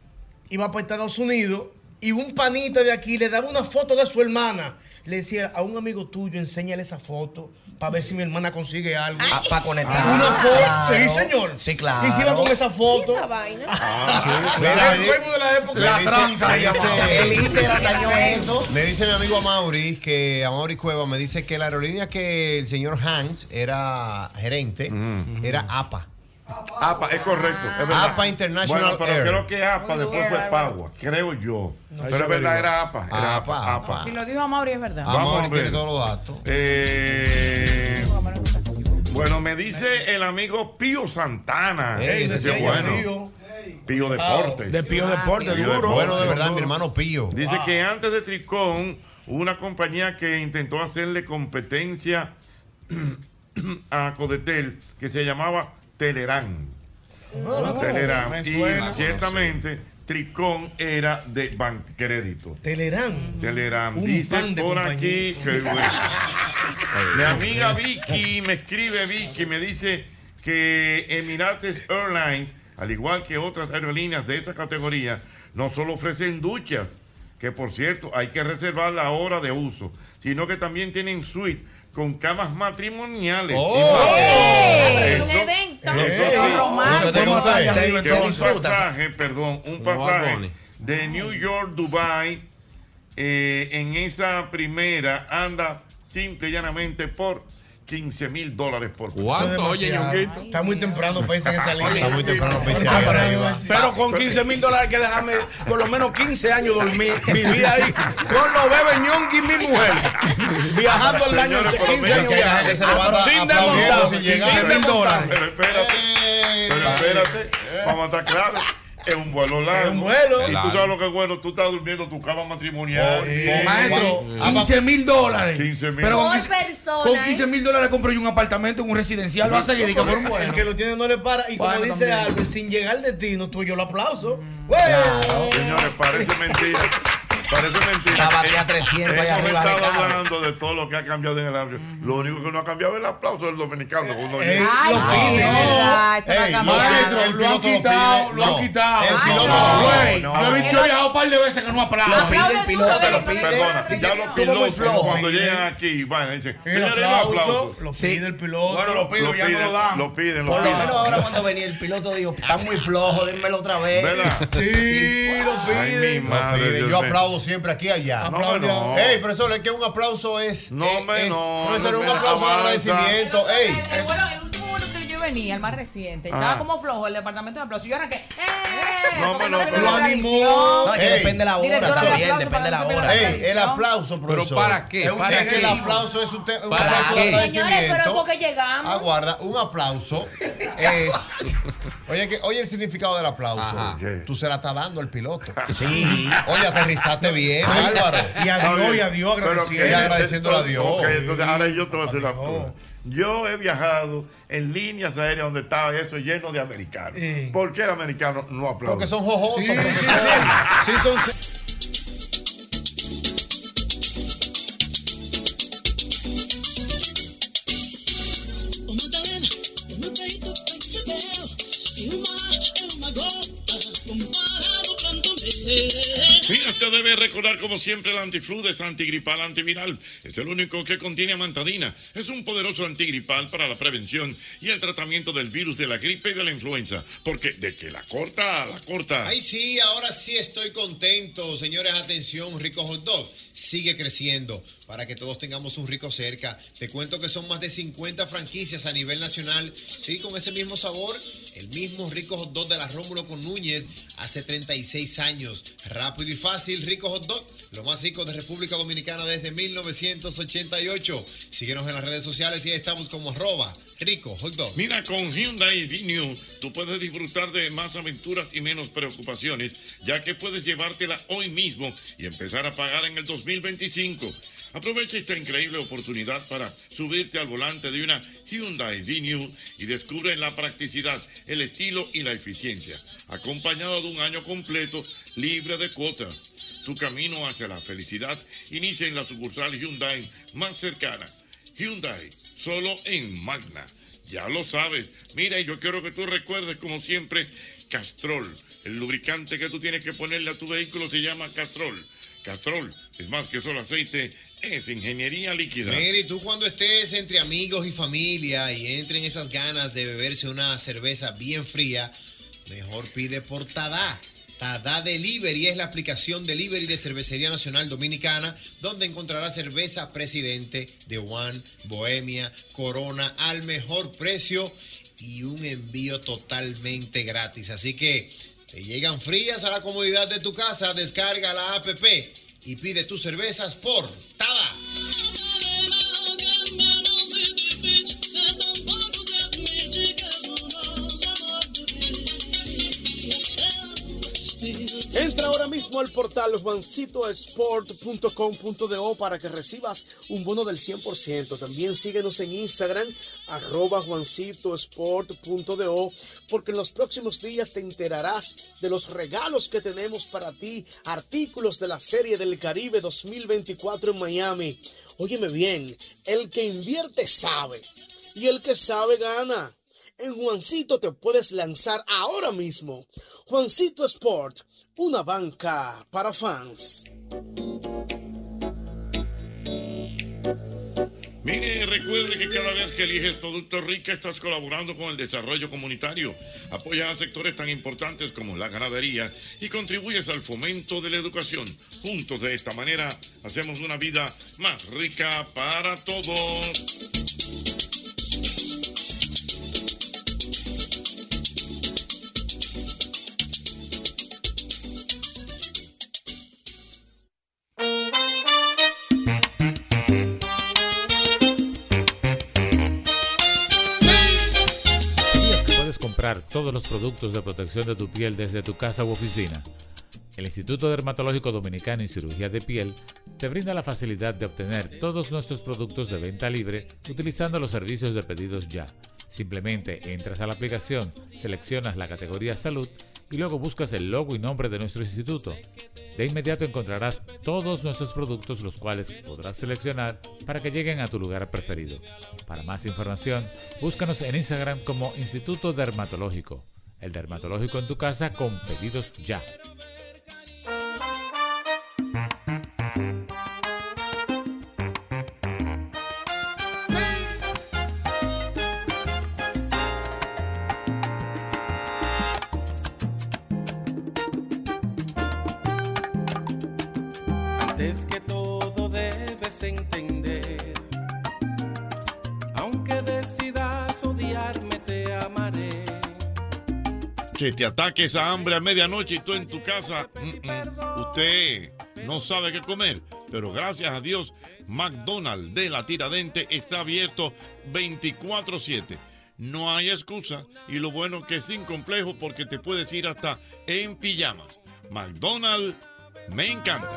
[SPEAKER 6] iba para Estados Unidos, y un panita de aquí le daba una foto de su hermana. Le decía a un amigo tuyo, enséñale esa foto para ver si mi hermana consigue algo.
[SPEAKER 8] para Ah, conectar.
[SPEAKER 5] Ah.
[SPEAKER 6] Una foto.
[SPEAKER 8] Claro.
[SPEAKER 6] Sí, señor.
[SPEAKER 8] Sí, claro.
[SPEAKER 6] Y se iba con esa foto. Ah,
[SPEAKER 5] Ah,
[SPEAKER 4] Ah,
[SPEAKER 5] Mira,
[SPEAKER 6] el Facebook de la época.
[SPEAKER 5] Le dice- le dice-
[SPEAKER 8] El Inter atañó eso.
[SPEAKER 5] Me dice mi amigo Amaury, que Amaury Cueva me dice que la aerolínea que el señor Hans era gerente
[SPEAKER 4] Mm.
[SPEAKER 5] era APA.
[SPEAKER 4] APA, es correcto. es verdad.
[SPEAKER 5] APA
[SPEAKER 4] Bueno,
[SPEAKER 5] International
[SPEAKER 4] pero
[SPEAKER 5] Air.
[SPEAKER 4] creo que APA
[SPEAKER 11] Muy
[SPEAKER 4] después fue
[SPEAKER 11] bien.
[SPEAKER 4] Pagua, creo yo.
[SPEAKER 5] Ahí
[SPEAKER 4] pero
[SPEAKER 5] se
[SPEAKER 4] es verdad,
[SPEAKER 5] averigua.
[SPEAKER 4] era APA. Era APA. APA.
[SPEAKER 11] Si lo dijo Amaury es verdad.
[SPEAKER 4] Vamos a ver.
[SPEAKER 5] tiene todos los datos.
[SPEAKER 4] Eh, bueno, me dice el amigo Pío Santana.
[SPEAKER 5] Ey,
[SPEAKER 4] Ey,
[SPEAKER 5] ese
[SPEAKER 4] qué
[SPEAKER 5] sí,
[SPEAKER 4] bueno.
[SPEAKER 5] Pío.
[SPEAKER 4] Pío Deportes.
[SPEAKER 5] De Pío Deportes,
[SPEAKER 4] Pío
[SPEAKER 5] duro. Bueno, de
[SPEAKER 4] Deportes.
[SPEAKER 5] verdad, mi hermano Pío.
[SPEAKER 4] Dice
[SPEAKER 5] Wow.
[SPEAKER 4] que antes de Tricón, hubo una compañía que intentó hacerle competencia a Codetel que se llamaba Telerán.
[SPEAKER 5] Oh,
[SPEAKER 4] Telerán.
[SPEAKER 6] me suena.
[SPEAKER 4] Y ciertamente Tricón era de Bancrédito.
[SPEAKER 6] Telerán.
[SPEAKER 4] Telerán.
[SPEAKER 6] Un
[SPEAKER 4] Dice
[SPEAKER 6] pan de
[SPEAKER 4] por
[SPEAKER 6] compañía.
[SPEAKER 4] aquí que mi amiga Vicky me escribe Vicky me dice que Emirates Airlines, al igual que otras aerolíneas de esta categoría, no solo ofrecen duchas, que por cierto hay que reservar la hora de uso, sino que también tienen suite con camas matrimoniales.
[SPEAKER 6] Oh.
[SPEAKER 9] Ah, pero es
[SPEAKER 4] Eso-
[SPEAKER 9] un evento.
[SPEAKER 6] Eh.
[SPEAKER 4] eso sí.
[SPEAKER 9] Romántico.
[SPEAKER 4] Un pasaje, que
[SPEAKER 9] Se- se
[SPEAKER 4] un
[SPEAKER 9] disfruta.
[SPEAKER 4] pasaje, perdón, un pasaje de New York, Dubai, eh, en esa primera anda simple y llanamente por 15 mil dólares por
[SPEAKER 6] Eso es
[SPEAKER 4] persona.
[SPEAKER 6] demasiado. Está muy temprano para irse en esa línea.
[SPEAKER 4] Está muy temprano para irse
[SPEAKER 6] Ah,
[SPEAKER 4] ahí
[SPEAKER 6] pero-
[SPEAKER 4] arriba.
[SPEAKER 6] Pero con
[SPEAKER 20] 15 mil dólares que déjame por lo menos 15 años dormir, vivir ahí con los bebés ñonqui y mi mujer. Viajando al año,
[SPEAKER 4] Señores, por lo
[SPEAKER 20] 15 años
[SPEAKER 4] menos-
[SPEAKER 20] viajando. Sin desmontar, sin desmontar.
[SPEAKER 4] Pero espérate, pero espérate, vamos a estar claros. Es un vuelo largo.
[SPEAKER 20] un vuelo.
[SPEAKER 4] Y tú
[SPEAKER 20] Claro.
[SPEAKER 4] sabes lo que es bueno. Tú estás durmiendo tu cama matrimonial. Eh,
[SPEAKER 20] Oh, maestro, 15 mil dólares.
[SPEAKER 4] 15 mil.
[SPEAKER 20] Pero con
[SPEAKER 9] Por
[SPEAKER 20] 15
[SPEAKER 9] persona,
[SPEAKER 20] Con
[SPEAKER 9] ¿eh?
[SPEAKER 20] 15 mil dólares compro yo un apartamento en un residencial. Lo hace y digo, pero
[SPEAKER 6] El
[SPEAKER 20] bueno.
[SPEAKER 6] que lo tiene no le para. Y como
[SPEAKER 20] Bueno,
[SPEAKER 6] dice
[SPEAKER 20] también.
[SPEAKER 6] Albert, sin llegar de ti, no tú yo lo aplauso.
[SPEAKER 4] Señores, parece mentira. Parece mentira.
[SPEAKER 8] La batea 300 allá
[SPEAKER 4] Hemos
[SPEAKER 8] arriba de
[SPEAKER 4] estado
[SPEAKER 8] cable.
[SPEAKER 4] hablando de todo lo que ha cambiado en el avión. Lo único que no ha cambiado es el aplauso del dominicano.
[SPEAKER 1] eh,
[SPEAKER 4] Uno
[SPEAKER 11] Ay,
[SPEAKER 4] llega-
[SPEAKER 11] sí,
[SPEAKER 4] Ah,
[SPEAKER 11] es
[SPEAKER 4] no.
[SPEAKER 11] verdad, eso va
[SPEAKER 4] Ey,
[SPEAKER 11] cambiando.
[SPEAKER 4] maestro, el
[SPEAKER 10] Lo han
[SPEAKER 4] piloto lo
[SPEAKER 10] quitado,
[SPEAKER 4] pide.
[SPEAKER 10] lo han
[SPEAKER 4] No.
[SPEAKER 10] quitado.
[SPEAKER 4] El piloto
[SPEAKER 10] No,
[SPEAKER 4] lo
[SPEAKER 10] güey,
[SPEAKER 4] pide.
[SPEAKER 10] Yo he visto viajado un par de veces que no aplaude.
[SPEAKER 4] Lo pide el piloto, lo pide. Perdona, ya los
[SPEAKER 10] Tú eres muy
[SPEAKER 4] pilotos
[SPEAKER 10] flojo.
[SPEAKER 4] cuando llegan aquí van y dicen,
[SPEAKER 10] El
[SPEAKER 4] señores, el
[SPEAKER 10] aplauso,
[SPEAKER 4] aplauso.
[SPEAKER 6] Lo pide el piloto.
[SPEAKER 10] Bueno, lo piden, ya no
[SPEAKER 4] piden,
[SPEAKER 10] lo dan.
[SPEAKER 4] Lo piden, lo
[SPEAKER 8] Por lo
[SPEAKER 4] piden.
[SPEAKER 8] menos ahora cuando venía el piloto dijo, está muy flojo, dénmelo otra vez.
[SPEAKER 4] ¿Verdad?
[SPEAKER 8] Sí, lo
[SPEAKER 4] Ay, mi madre,
[SPEAKER 5] Mire,
[SPEAKER 4] Dios
[SPEAKER 5] yo
[SPEAKER 4] mío.
[SPEAKER 5] aplaudo siempre aquí y allá.
[SPEAKER 4] No, Aplaude. no.
[SPEAKER 5] Ey, profesor, es que un aplauso es. No,
[SPEAKER 4] me- no,
[SPEAKER 5] Profesor,
[SPEAKER 4] no
[SPEAKER 5] un
[SPEAKER 4] me-
[SPEAKER 5] aplauso de
[SPEAKER 4] avanza.
[SPEAKER 5] agradecimiento. Ey,
[SPEAKER 11] El vuelo- el último vuelo que yo venía, el más reciente, estaba
[SPEAKER 5] Ah.
[SPEAKER 11] como flojo el departamento de aplausos. Yo arranqué. ¡Eh!
[SPEAKER 5] No,
[SPEAKER 11] Porque
[SPEAKER 5] no,
[SPEAKER 11] no se
[SPEAKER 5] pero
[SPEAKER 11] me
[SPEAKER 5] lo
[SPEAKER 11] dio la
[SPEAKER 5] animó.
[SPEAKER 11] visión.
[SPEAKER 5] No, es que Ey. depende la hora,
[SPEAKER 11] Directora de
[SPEAKER 5] también,
[SPEAKER 11] aplausos
[SPEAKER 5] depende
[SPEAKER 11] para
[SPEAKER 5] la
[SPEAKER 11] no se me
[SPEAKER 5] hora.
[SPEAKER 11] dio la
[SPEAKER 5] Ey, el
[SPEAKER 11] visión.
[SPEAKER 5] aplauso, profesor.
[SPEAKER 14] para qué?
[SPEAKER 5] Es un-
[SPEAKER 14] ¿Para
[SPEAKER 5] es
[SPEAKER 14] qué?
[SPEAKER 5] El aplauso es un, te- un
[SPEAKER 14] ¿Para
[SPEAKER 5] aplauso de
[SPEAKER 14] qué?
[SPEAKER 5] agradecimiento.
[SPEAKER 9] Señores, pero es porque llegamos.
[SPEAKER 5] Aguarda, un aplauso es. Oye, que- oye el significado del aplauso. Tú se la estás dando al piloto.
[SPEAKER 8] Sí.
[SPEAKER 5] Oye, aterrizaste bien, Álvaro. Y agradeciéndole a Dios.
[SPEAKER 4] Ok, entonces ahora yo te voy a hacer la prueba. Yo he viajado en líneas aéreas donde estaba eso lleno de americanos. ¿Por qué el americano no aplaude?
[SPEAKER 5] Porque son jojotos.
[SPEAKER 4] Sí,
[SPEAKER 5] porque
[SPEAKER 4] sí,
[SPEAKER 5] son-
[SPEAKER 4] sí. Sí, son-
[SPEAKER 2] Ô Madalena, no meu peito tem que ser mel E o mar é uma gota comparado com a do meu
[SPEAKER 4] Mira, usted debe recordar como siempre el antiflu es antigripal antiviral. Es el único que contiene amantadina. Es un poderoso antigripal para la prevención y el tratamiento del virus de la gripe y de la influenza. Porque de que la corta, la corta.
[SPEAKER 5] Ay, sí, ahora sí estoy contento. Señores, atención, Rico Hot Dog sigue creciendo para que todos tengamos un rico cerca. Te cuento que son más de 50 franquicias a nivel nacional. Sí, con ese mismo sabor, el mismo Rico Hot Dog de la Rómulo con Núñez hace 36 años. Rápido y fácil, Rico Hot Dog, lo más rico de República Dominicana desde 1988. Síguenos en las redes sociales y ahí estamos como arroba Rico Hot Dog.
[SPEAKER 4] Mira, con Hyundai Venue tú puedes disfrutar de más aventuras y menos preocupaciones, ya que puedes llevártela hoy mismo y empezar a pagar en el 2025. Aprovecha esta increíble oportunidad para subirte al volante de una Hyundai Venue y descubre la practicidad, el estilo y la eficiencia, acompañado de un año completo libre de cuotas. Tu camino hacia la felicidad inicia en la sucursal Hyundai más cercana. Hyundai, solo en Magna. Ya lo sabes. Mira, y yo quiero que tú recuerdes, como siempre, Castrol. El lubricante que tú tienes que ponerle a tu vehículo se llama Castrol. Castrol es más que solo aceite, es ingeniería líquida.
[SPEAKER 5] Mire, y tú cuando estés entre amigos y familia y entren esas ganas de beberse una cerveza bien fría, mejor pide por Tadá. Tadá Delivery es la aplicación delivery de Cervecería Nacional Dominicana, donde encontrarás cerveza Presidente, de One, Bohemia, Corona al mejor precio y un envío totalmente gratis. Así que te llegan frías a la comodidad de tu casa, descarga la app y pide tus cervezas por Tadá.
[SPEAKER 21] Entra ahora mismo al portal juancitosport.com.do para que recibas un bono del 100%. También síguenos en Instagram, arroba juancitosport.do, porque en los próximos días te enterarás de los regalos que tenemos para ti, artículos de la Serie del Caribe 2024 en Miami. Óyeme bien, el que invierte sabe y el que sabe gana. En Juancito te puedes lanzar ahora mismo. Juancito Sport, una banca para fans.
[SPEAKER 4] Mire, recuerde que cada vez que eliges Productos Rica estás colaborando con el desarrollo comunitario, apoyas a sectores tan importantes como la ganadería y contribuyes al fomento de la educación. Juntos de esta manera hacemos una vida más rica para todos.
[SPEAKER 22] ¿Sabías que puedes comprar todos los productos de protección de tu piel desde tu casa u oficina? El Instituto Dermatológico Dominicano y Cirugía de Piel te brinda la facilidad de obtener todos nuestros productos de venta libre utilizando los servicios de pedidos ya. Simplemente entras a la aplicación, seleccionas la categoría salud y luego buscas el logo y nombre de nuestro instituto. De inmediato encontrarás todos nuestros productos los cuales podrás seleccionar para que lleguen a tu lugar preferido. Para más información, búscanos en Instagram como Instituto Dermatológico. El dermatológico en tu casa con pedidos ya.
[SPEAKER 23] Antes que todo debes entender, aunque decidas odiarme te amaré.
[SPEAKER 4] Que te ataque esa hambre a medianoche y tú en tu casa, mm, mm, usted no sabe qué comer. Pero gracias a Dios, McDonald's de la Tiradente está abierto 24-7. No hay excusa y lo bueno que es sin complejo porque te puedes ir hasta en pijamas. McDonald's me encanta.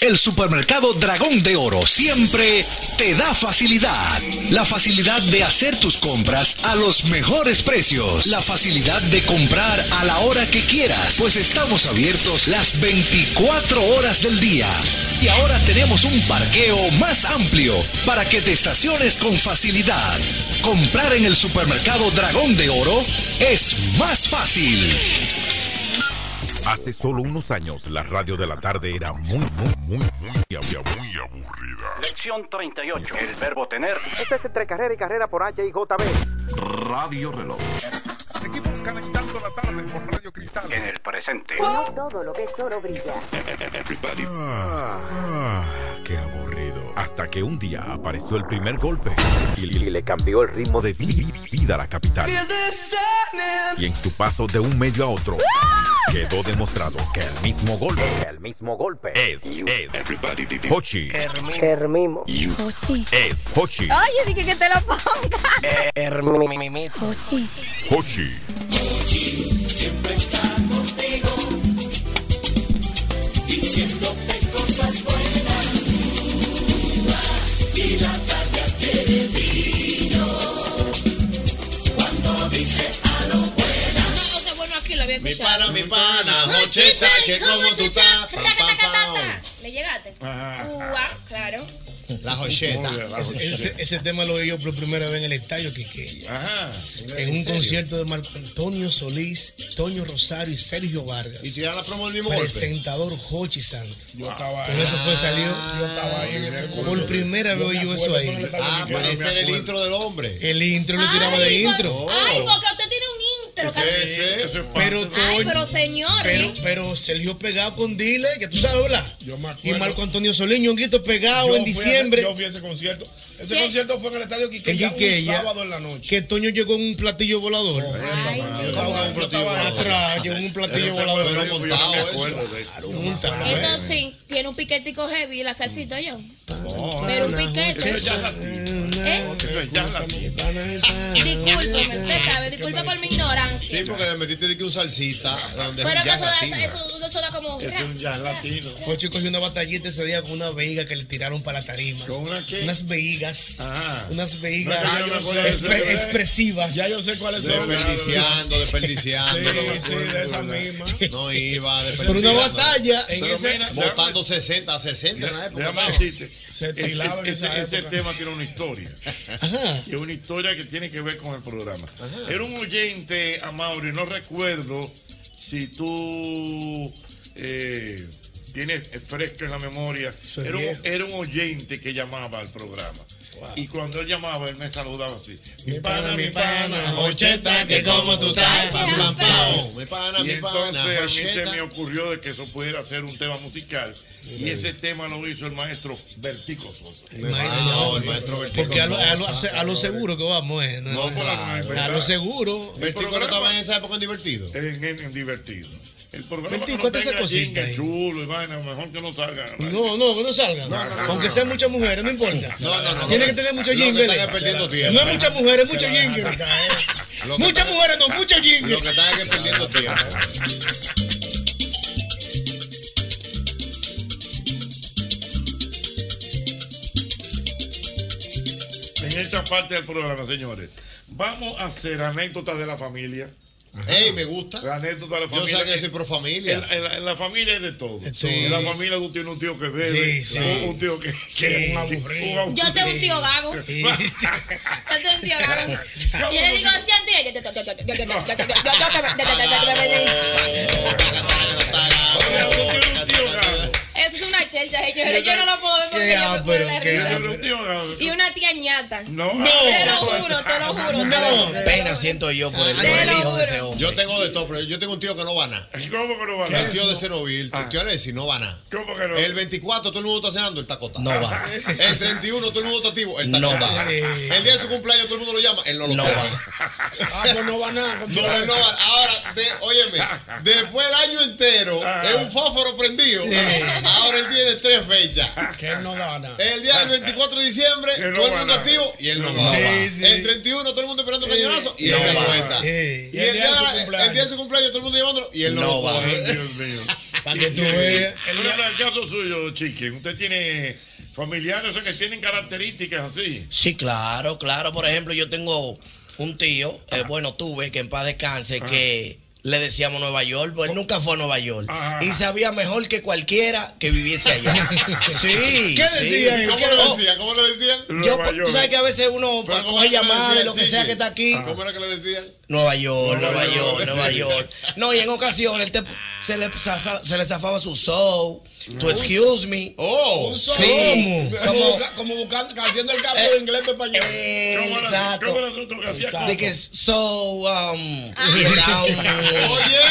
[SPEAKER 24] El supermercado Dragón de Oro siempre te da facilidad. La facilidad de hacer tus compras a los mejores precios. La facilidad de comprar a la hora que quieras, pues estamos abiertos las 24 horas del día. Y ahora tenemos un parqueo más amplio para que te estaciones con facilidad. Comprar en el supermercado Dragón de Oro es más fácil.
[SPEAKER 25] Hace solo unos años, la radio de la tarde era muy, muy, muy, muy, ab- muy aburrida.
[SPEAKER 14] Sección 38. El verbo tener.
[SPEAKER 8] Este es entre carrera y carrera por HIJB.
[SPEAKER 14] Radio Reloj.
[SPEAKER 25] Seguimos calentando la tarde por Radio Cristal.
[SPEAKER 14] En el presente.
[SPEAKER 26] No todo lo que es oro brilla.
[SPEAKER 25] Everybody. Ah, ah, qué aburrido. Hasta que un día apareció el primer golpe y, y le cambió el ritmo de vi- vi- vida a la capital. Y en su paso de un medio a otro, quedó demostrado que el mismo golpe, el mismo golpe es, es Hochi.
[SPEAKER 8] Hermimo.
[SPEAKER 5] Eh,
[SPEAKER 25] Es Hochi.
[SPEAKER 8] Oye, dije que te lo ponga.
[SPEAKER 25] Hochi.
[SPEAKER 27] Siempre está contigo, diciéndote cosas buenas. Y la tarde te brillo cuando dice a lo buena.
[SPEAKER 9] Una cosa buena aquí la había
[SPEAKER 5] Mi
[SPEAKER 9] escuchado.
[SPEAKER 5] pana, mi pana, Jochita, que como tú estás. pam, pam, pam.
[SPEAKER 9] ¿Le llegaste?
[SPEAKER 5] Ajá.
[SPEAKER 9] Cuba, claro.
[SPEAKER 5] La Jocheta.
[SPEAKER 6] Ese, ese- ese tema lo oí yo por primera vez en el estadio Quique. En
[SPEAKER 5] ¿En
[SPEAKER 6] un
[SPEAKER 5] serio?
[SPEAKER 6] concierto de Marco Antonio Solís, Toño Rosario y Sergio Vargas.
[SPEAKER 5] Y tirar la promo del mismo golpe.
[SPEAKER 6] Presentador Jochi Santos. Yo
[SPEAKER 5] estaba Ah,
[SPEAKER 6] Por eso fue salió.
[SPEAKER 5] Yo estaba ahí en ese
[SPEAKER 6] Por primera vez oí yo eso ahí.
[SPEAKER 5] Ah, pues ese era el intro del hombre.
[SPEAKER 6] Ah, El intro lo tiraba de
[SPEAKER 9] Ay, por-
[SPEAKER 6] intro.
[SPEAKER 9] Ay, porque usted tiene un intro, Carlos.
[SPEAKER 6] Pero
[SPEAKER 9] Ay,
[SPEAKER 6] Toño-
[SPEAKER 9] pero señor,
[SPEAKER 6] Pero,
[SPEAKER 9] ¿eh?
[SPEAKER 6] pero Sergio pegado con Dile, que tú sabes, ¿verdad? Y
[SPEAKER 7] acuerdo.
[SPEAKER 6] Marco Antonio Solís, Ñonguito pegado
[SPEAKER 7] Yo
[SPEAKER 6] en
[SPEAKER 7] fui a-
[SPEAKER 6] diciembre.
[SPEAKER 7] yo fui a ese concierto. Ese
[SPEAKER 6] ¿Qué?
[SPEAKER 7] concierto fue en el estadio Quiqueya
[SPEAKER 6] En Quiqueya.
[SPEAKER 7] un sábado en la noche.
[SPEAKER 6] Que Toño llegó en un platillo volador.
[SPEAKER 7] Yo estaba- yo estaba
[SPEAKER 6] atrás, llegó en un platillo volador. Montado. ¿eh?
[SPEAKER 9] Eso sí, tiene un piquetico heavy, la salsita yo. Pero un
[SPEAKER 4] Eso
[SPEAKER 9] piquete.
[SPEAKER 4] es jazz latino.
[SPEAKER 9] ¿Eh?
[SPEAKER 4] Eso es jazz latino.
[SPEAKER 9] Discúlpeme, usted sabe, disculpe por mi ignorancia.
[SPEAKER 5] Sí, porque le metiste de que un salsita. Donde
[SPEAKER 9] Pero
[SPEAKER 5] es
[SPEAKER 9] que
[SPEAKER 5] ya
[SPEAKER 9] eso da,
[SPEAKER 5] latina.
[SPEAKER 9] eso, eso da como.
[SPEAKER 6] jazz latino. Jochi cogió una batallita ese día con una veiga que le tiraron para la tarima. ¿Con una qué? Unas veigas. Unas veigas
[SPEAKER 7] Ah. No, ya yo me acuerdo de eso,
[SPEAKER 6] expre-
[SPEAKER 7] ¿verdad?
[SPEAKER 6] expresivas. Ya yo sé cuáles
[SPEAKER 5] Desperdiciando, desperdiciando.
[SPEAKER 6] Sí, sí, de esa
[SPEAKER 5] misma. No iba,
[SPEAKER 6] Por
[SPEAKER 5] desperdiciando.
[SPEAKER 6] una batalla en
[SPEAKER 5] Pero
[SPEAKER 6] ese-
[SPEAKER 5] mira, Votando 60 a 60 en la época.
[SPEAKER 4] Déjame
[SPEAKER 5] ¿no?
[SPEAKER 4] decirte,
[SPEAKER 5] Se
[SPEAKER 4] ese-
[SPEAKER 5] trilaba en
[SPEAKER 4] ese,
[SPEAKER 5] esa
[SPEAKER 4] ese
[SPEAKER 5] época.
[SPEAKER 4] tema tiene una historia. Y es una historia que tiene que ver con el programa.
[SPEAKER 5] Ajá.
[SPEAKER 4] Era un oyente, Amaury, no recuerdo si tú eh, tienes fresca en la memoria.
[SPEAKER 7] Soy
[SPEAKER 4] Era un,
[SPEAKER 7] viejo.
[SPEAKER 4] era un oyente que llamaba al programa. Y cuando él llamaba, él me saludaba así. Mi
[SPEAKER 5] pana, mi pana,
[SPEAKER 4] ochenta
[SPEAKER 5] Ocheta, que como tú estás, pam, pam, pam. Mi pana,
[SPEAKER 4] y
[SPEAKER 5] mi pana,
[SPEAKER 4] entonces a mí se
[SPEAKER 5] Ocheta.
[SPEAKER 4] me ocurrió de que eso pudiera ser un tema musical. Y ese tema lo hizo el maestro Vertico Sosa.
[SPEAKER 5] No, el maestro Vertico
[SPEAKER 6] Ah, Porque a lo, a lo-
[SPEAKER 5] Sosa.
[SPEAKER 6] a lo seguro que vamos, eh. No,
[SPEAKER 4] No, claro.
[SPEAKER 6] a lo seguro.
[SPEAKER 4] Vertico no estaba en
[SPEAKER 5] esa época en divertido.
[SPEAKER 4] En, en divertido. El programa
[SPEAKER 6] Vertico,
[SPEAKER 4] que no
[SPEAKER 6] hazte esa
[SPEAKER 4] tenga
[SPEAKER 6] cosita
[SPEAKER 4] jingle
[SPEAKER 6] ahí.
[SPEAKER 4] chulo y vaina, mejor que no salga.
[SPEAKER 6] No, no, que no salga. Aunque sean muchas mujeres, no importa.
[SPEAKER 4] No, no, no,
[SPEAKER 6] Tiene
[SPEAKER 4] no.
[SPEAKER 6] que tener mucho
[SPEAKER 4] Lo que
[SPEAKER 6] jingle.
[SPEAKER 4] están es perdiendo tiempo.
[SPEAKER 6] No es muchas mujeres, mucho
[SPEAKER 4] Se la-
[SPEAKER 6] jingle. Muchas mujeres, no, mucho jingle.
[SPEAKER 5] Lo que están es perdiendo tiempo.
[SPEAKER 4] En esta parte del programa, señores, Vamos a hacer anécdotas de la familia.
[SPEAKER 5] Ey, me gusta.
[SPEAKER 4] La anécdota de la
[SPEAKER 5] Yo
[SPEAKER 4] familia.
[SPEAKER 5] sé que soy pro familia.
[SPEAKER 4] En, la- en la, en la familia es de todo.
[SPEAKER 5] Sí.
[SPEAKER 4] En la familia tú tienes un tío que bebe,
[SPEAKER 5] Sí, sí.
[SPEAKER 4] un- un tío que, que es un aburrido.
[SPEAKER 9] Yo tengo un tío gago. Yo tengo un tío gago. Yo le digo, Santi, yo te Eso es una chelcha, señores. Yo no lo puedo ver porque yo me muero de la risa. Y una tía ñata.
[SPEAKER 4] No.
[SPEAKER 9] Te lo juro, te lo juro. Ah,
[SPEAKER 8] Pena siento yo por el, por el hijo de ese hombre.
[SPEAKER 5] Yo tengo de todo, pero yo tengo un tío que no va a nada.
[SPEAKER 4] ¿Cómo que no va a
[SPEAKER 5] El tío de Cenobil, el tío Alexis no va a nada.
[SPEAKER 4] ¿Cómo que no?
[SPEAKER 5] El 24 todo el mundo está cenando, el tacota.
[SPEAKER 8] No va.
[SPEAKER 5] El 31 todo el mundo está activo, el
[SPEAKER 8] No
[SPEAKER 5] tacota.
[SPEAKER 8] va.
[SPEAKER 5] El día de su cumpleaños todo el mundo lo llama, él no lo
[SPEAKER 8] No
[SPEAKER 5] coge.
[SPEAKER 8] va.
[SPEAKER 5] Ah, pues no va nada. No, él no va. Ahora, de- óyeme, después el año entero es un fósforo prendido.
[SPEAKER 6] Sí.
[SPEAKER 5] Ahora él tiene tres fechas.
[SPEAKER 6] Que él no da nada.
[SPEAKER 5] El día del 24 de diciembre,
[SPEAKER 6] Que no
[SPEAKER 5] todo el
[SPEAKER 6] va
[SPEAKER 5] mundo
[SPEAKER 6] nada.
[SPEAKER 5] activo y él no,
[SPEAKER 6] No
[SPEAKER 5] va.
[SPEAKER 6] va. Sí, sí.
[SPEAKER 5] El 31, todo el mundo esperando el cañonazo y él
[SPEAKER 6] no
[SPEAKER 5] se
[SPEAKER 6] va.
[SPEAKER 5] acuesta.
[SPEAKER 6] Sí.
[SPEAKER 5] Y, el, día
[SPEAKER 6] de su
[SPEAKER 5] de la- el día de su cumpleaños, todo el mundo llevándolo y él no, lo va.
[SPEAKER 4] Dios mío.
[SPEAKER 5] Para que tú veas.
[SPEAKER 4] Pero en el caso suyo, chiquen, usted tiene familiares o sea, que tienen características así.
[SPEAKER 8] Sí, claro, claro. Por ejemplo, yo tengo un tío, eh, bueno, tuve, que en paz descanse, que le decíamos Nueva York, pues él nunca fue a Nueva York. Y sabía mejor que cualquiera que viviese allá. sí.
[SPEAKER 5] ¿Qué
[SPEAKER 8] sí.
[SPEAKER 5] decían? ¿Cómo
[SPEAKER 8] Oh,
[SPEAKER 5] lo decían? ¿Cómo lo decían?
[SPEAKER 8] Yo, pues, tú sabes que a veces uno
[SPEAKER 5] Pero ¿cómo
[SPEAKER 8] coge
[SPEAKER 5] era que le
[SPEAKER 8] llamadas,
[SPEAKER 5] decían,
[SPEAKER 8] lo que sea
[SPEAKER 5] Chiqui?
[SPEAKER 8] que está aquí.
[SPEAKER 5] Ah. ¿Cómo era que le decían?
[SPEAKER 8] Nueva York, Nueva York, Nueva York. No, y en ocasiones él te- se, le, zafa- se le zafaba su show, tu excuse me.
[SPEAKER 5] Oh,
[SPEAKER 8] sí.
[SPEAKER 6] Como,
[SPEAKER 8] Como,
[SPEAKER 6] busca- como buscando, haciendo el cambio de inglés para español.
[SPEAKER 8] Exacto. De que so, um,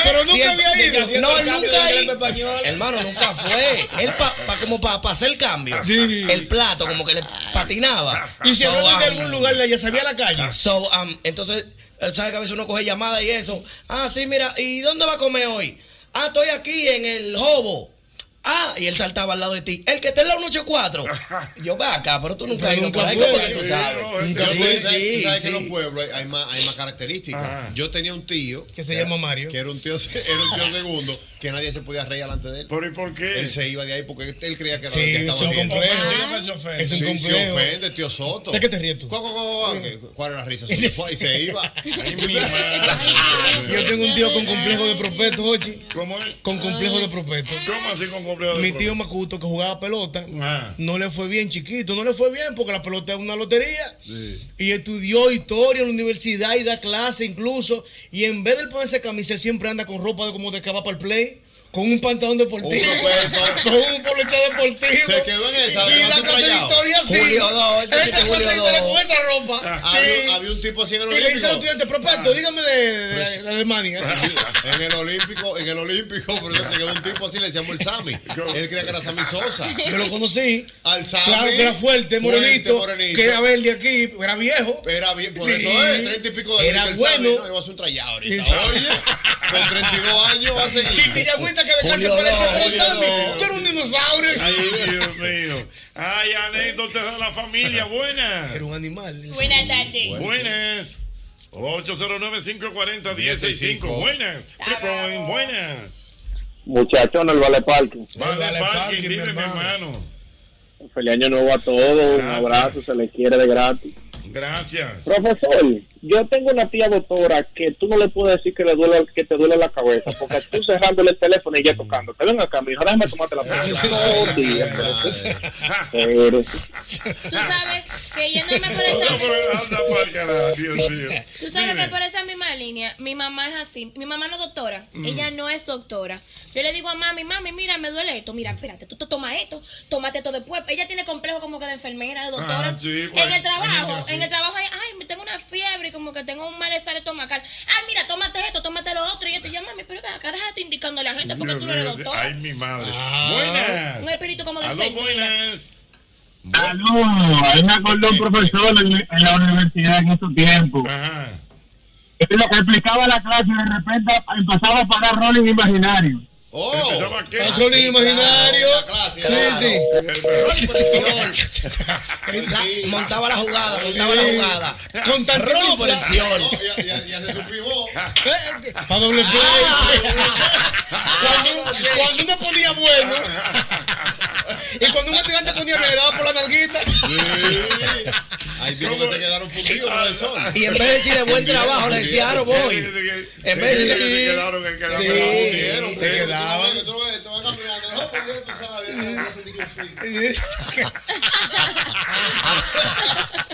[SPEAKER 6] pero nunca había ido.
[SPEAKER 8] No,
[SPEAKER 6] Haciendo el cambio
[SPEAKER 8] él nunca
[SPEAKER 6] de
[SPEAKER 8] ahí.
[SPEAKER 6] inglés para español.
[SPEAKER 8] Hermano, nunca fue. Él pa, pa- como para hacer el cambio. El plato, como que le patinaba.
[SPEAKER 6] Y si hablaba de algún
[SPEAKER 8] lugar, ya sabía la calle. So, um, entonces, él sabe que a veces uno coge llamada y eso. Ah, sí, mira, ¿y dónde va a comer hoy? Ah, estoy aquí en el hobo. Ah, y él saltaba al lado de ti. El que está en la 184. Yo ve acá, pero tú nunca has ido por ahí, ¿cómo que tú sabes?
[SPEAKER 5] Yo
[SPEAKER 8] Sí,
[SPEAKER 5] sé, ¿sabes-
[SPEAKER 8] sí,
[SPEAKER 5] sabes que
[SPEAKER 8] sí.
[SPEAKER 5] en los pueblos hay, hay más, hay más características.
[SPEAKER 8] Ajá.
[SPEAKER 5] Yo tenía un tío.
[SPEAKER 6] Que se llama Mario.
[SPEAKER 5] Que era un tío, era un tío segundo. Que nadie se podía reír delante de él.
[SPEAKER 4] ¿Pero y por qué?
[SPEAKER 5] Él se iba de ahí porque él creía que era
[SPEAKER 6] Sí,
[SPEAKER 5] el que
[SPEAKER 6] es
[SPEAKER 5] estaba
[SPEAKER 6] un
[SPEAKER 5] riendo.
[SPEAKER 6] complejo. Ah. Se ofende. Es un
[SPEAKER 5] Sí, Se
[SPEAKER 6] complejo.
[SPEAKER 5] ofende, tío Soto.
[SPEAKER 6] ¿De qué te ríes tú?
[SPEAKER 5] ¿Cuál, cuál era la risa? Se fue y se iba.
[SPEAKER 6] Yo tengo un tío con complejo de propeto, Ochi.
[SPEAKER 4] ¿Cómo
[SPEAKER 6] Con complejo de propeto.
[SPEAKER 4] ¿Cómo así con complejo de
[SPEAKER 6] Mi
[SPEAKER 4] propeto?
[SPEAKER 6] tío Macuto que jugaba pelota,
[SPEAKER 5] Ah.
[SPEAKER 4] Ajá.
[SPEAKER 6] no le fue bien chiquito, no le fue bien porque la pelota es una lotería. Y estudió historia en la universidad y da clase incluso. Y en vez de él ponerse camisa, él siempre anda con ropa de como de que va para el play. Con un pantalón deportivo. con un poloche deportivo.
[SPEAKER 5] Se quedó en esa, de
[SPEAKER 6] Y la
[SPEAKER 5] brazo
[SPEAKER 6] clase de
[SPEAKER 5] rayado.
[SPEAKER 6] historia sí.
[SPEAKER 5] Julio dos, él se
[SPEAKER 6] Esta
[SPEAKER 5] dice
[SPEAKER 6] clase de
[SPEAKER 5] Julio
[SPEAKER 6] historia
[SPEAKER 5] dos.
[SPEAKER 6] con esa ropa.
[SPEAKER 5] Ah, Había,
[SPEAKER 6] Sí.
[SPEAKER 5] había un tipo así en el
[SPEAKER 6] Y le
[SPEAKER 5] Olímpico.
[SPEAKER 6] dice al
[SPEAKER 5] Ah. Pues,
[SPEAKER 6] estudiante, prospecto, dígame de, de- de Alemania.
[SPEAKER 5] En el Olímpico, en el Olímpico, pero se quedó un tipo así, le decíamos el Sami. Él creía que era Sami Sosa.
[SPEAKER 6] Yo lo conocí.
[SPEAKER 5] Al Sami.
[SPEAKER 6] Claro que era fuerte, morenito, que era verde aquí, era viejo.
[SPEAKER 5] Era bien, por
[SPEAKER 6] Sí.
[SPEAKER 5] eso es, treinta y pico de
[SPEAKER 6] Era
[SPEAKER 5] el
[SPEAKER 6] bueno.
[SPEAKER 5] Sami, no, iba a hacer un trayado ahorita.
[SPEAKER 6] Sí.
[SPEAKER 5] Oye, con 32 años va a seguir.
[SPEAKER 6] Chiqui Yagüita que de cárcel parecía con un Sammy. Tú eres un dinosaurio.
[SPEAKER 4] Ay, Dios mío. Ay, anécdotas de la familia. Buenas.
[SPEAKER 6] Era un animal.
[SPEAKER 9] Buenas tardes.
[SPEAKER 4] Buenas. 809-540-165. Buenas. Prepoin, Buenas.
[SPEAKER 1] Muchachos, en el Vale Parque.
[SPEAKER 4] Vale, Parkin, dime, mi hermano.
[SPEAKER 1] Feliz año nuevo a todos. Un abrazo, se les quiere de gratis.
[SPEAKER 4] Gracias.
[SPEAKER 1] Profesor, yo tengo una tía doctora que tú no le puedes decir que le duele que te duele la cabeza, porque tú cerrándole el teléfono y ya tocando. Te ven acá, mi hijo, déjame tomarte la prueba. Todos los días, profesor. Pero-
[SPEAKER 9] Tú sabes que yéndome
[SPEAKER 4] No,
[SPEAKER 9] por
[SPEAKER 4] pero
[SPEAKER 9] esa.
[SPEAKER 4] anda pa'l carajo, Dios mío.
[SPEAKER 9] Tú sabes
[SPEAKER 4] Dime.
[SPEAKER 9] que por esa misma línea, mi mamá es así. Mi mamá no es doctora.
[SPEAKER 4] Mm.
[SPEAKER 9] Ella no es doctora. Yo le digo a mami, mami, mira, me duele esto. Mira, espérate, tú te tomas esto, tómate esto después. Ella tiene complejo como que de enfermera, de doctora.
[SPEAKER 1] Ah, sí, pues,
[SPEAKER 9] en el
[SPEAKER 1] hay gente
[SPEAKER 9] trabajo,
[SPEAKER 1] así.
[SPEAKER 9] en el trabajo, hay, ay, me tengo una fiebre y como que tengo un malestar estomacal. Ay, mira, tómate esto, tómate lo otro. Y yo te digo, mami, pero ven acá déjate indicando a la gente porque
[SPEAKER 4] Dios
[SPEAKER 9] tú no eres
[SPEAKER 4] mío,
[SPEAKER 9] doctora.
[SPEAKER 4] Ay, mi madre.
[SPEAKER 6] Ah.
[SPEAKER 4] Buenas.
[SPEAKER 9] Un espíritu como de
[SPEAKER 4] Aló,
[SPEAKER 9] enfermera.
[SPEAKER 4] buenas.
[SPEAKER 1] Aló, ahí me acordó un profesor en, en la universidad en su tiempo. Él lo que explicaba la clase y de repente empezaba a parar rolling imaginario.
[SPEAKER 10] Oh.
[SPEAKER 4] Empezaba qué?
[SPEAKER 6] Ah, Rolling imaginario. Sí,
[SPEAKER 8] sí. La- montaba la jugada, montaba la jugada.
[SPEAKER 6] Con tan
[SPEAKER 8] Rolling por el fiol.
[SPEAKER 5] Oh,
[SPEAKER 6] Para doble
[SPEAKER 5] Ah.
[SPEAKER 6] play. cuando, cuando uno ponía bueno. y cuando un estudiante ponía, me le daba por la nalguita.
[SPEAKER 5] Hay Digo que se quedaron fundidos con el sol.
[SPEAKER 8] Y en vez de decirle buen trabajo, le decía, ahora voy. En vez de
[SPEAKER 5] Se
[SPEAKER 8] decirle.
[SPEAKER 5] quedaron, se quedaron.
[SPEAKER 8] Sí,
[SPEAKER 5] fundieron,
[SPEAKER 8] se
[SPEAKER 5] pero tú
[SPEAKER 8] quedaban.
[SPEAKER 5] ves, tú ves, te vas caminando, no, pues ya tú sabes, ya yo sentí que fui.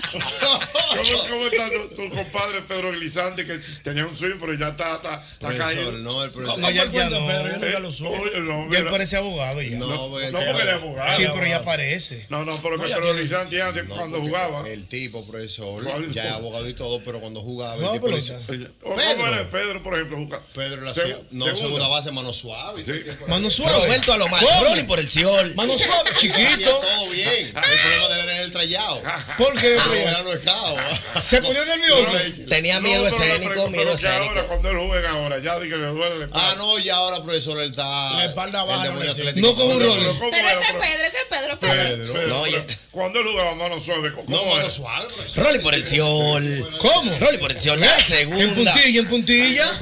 [SPEAKER 4] ¿Cómo, cómo está tu, tu compadre Pedro Glizante que tenía un swing, pero ya está, está, está
[SPEAKER 5] Profesor,
[SPEAKER 4] caído?
[SPEAKER 5] no, el profesor.
[SPEAKER 4] ¿Cómo
[SPEAKER 5] No, ya-
[SPEAKER 4] fue
[SPEAKER 5] ya
[SPEAKER 4] cuando
[SPEAKER 5] no.
[SPEAKER 4] Pedro? Yo nunca lo supe. Oye, no,
[SPEAKER 6] Ya él
[SPEAKER 4] mira.
[SPEAKER 6] parece abogado ya.
[SPEAKER 4] No,
[SPEAKER 6] No,
[SPEAKER 4] porque- no, porque él es abogado.
[SPEAKER 6] Sí, pero ya parece.
[SPEAKER 4] No, no, pero
[SPEAKER 6] No,
[SPEAKER 4] que
[SPEAKER 6] ya
[SPEAKER 4] Pedro
[SPEAKER 6] tiene-
[SPEAKER 4] Glizante antes
[SPEAKER 5] No,
[SPEAKER 4] cuando
[SPEAKER 5] porque
[SPEAKER 4] jugaba.
[SPEAKER 5] El tipo, profesor,
[SPEAKER 4] ¿Cuál?
[SPEAKER 5] ya es abogado y todo, pero cuando jugaba.
[SPEAKER 4] No,
[SPEAKER 5] el tipo
[SPEAKER 4] pero-
[SPEAKER 5] hizo-
[SPEAKER 4] ¿Cómo
[SPEAKER 5] Pedro.
[SPEAKER 4] era Pedro, por ejemplo? jugaba?
[SPEAKER 5] Pedro la
[SPEAKER 4] Segu-
[SPEAKER 5] hacía- No,
[SPEAKER 4] segunda.
[SPEAKER 5] segunda base, mano suave.
[SPEAKER 4] Sí.
[SPEAKER 6] Mano suave.
[SPEAKER 8] Roberto Alomar,
[SPEAKER 6] ¿Cómo?
[SPEAKER 8] Bronin por el Ciol.
[SPEAKER 6] Mano suave, chiquito.
[SPEAKER 5] Todo bien. El problema de él era el trayado.
[SPEAKER 6] ¿Por qué?
[SPEAKER 5] Ah, bueno, es cao.
[SPEAKER 6] Se ponía nervioso.
[SPEAKER 8] Tenía
[SPEAKER 4] No,
[SPEAKER 8] miedo
[SPEAKER 4] pero la
[SPEAKER 8] escénico,
[SPEAKER 4] pregunta,
[SPEAKER 8] miedo
[SPEAKER 4] pero que
[SPEAKER 8] escénico.
[SPEAKER 4] ahora, cuando él juega ahora, ya di que le duele la espalda.
[SPEAKER 5] Ah, no, ya ahora, profesor, él está.
[SPEAKER 4] La espalda baja,
[SPEAKER 5] el demonio
[SPEAKER 4] no le sirve.
[SPEAKER 5] atlético.
[SPEAKER 4] No coge un
[SPEAKER 5] Pero-
[SPEAKER 4] rollo.
[SPEAKER 9] Pero
[SPEAKER 4] ¿Cómo
[SPEAKER 9] ese
[SPEAKER 4] era,
[SPEAKER 9] es
[SPEAKER 4] pero-
[SPEAKER 9] Pedro, ese es Pedro, Pedro.
[SPEAKER 5] Pedro.
[SPEAKER 8] No, ya-
[SPEAKER 4] Cuando él jugaba mano suave, ¿cómo
[SPEAKER 5] No,
[SPEAKER 4] era?
[SPEAKER 5] mano suave, profesor.
[SPEAKER 8] Rolling por el Ciol.
[SPEAKER 6] ¿Cómo?
[SPEAKER 8] Rolling por el Ciol. La
[SPEAKER 6] En
[SPEAKER 8] segunda.
[SPEAKER 6] puntilla, en puntilla.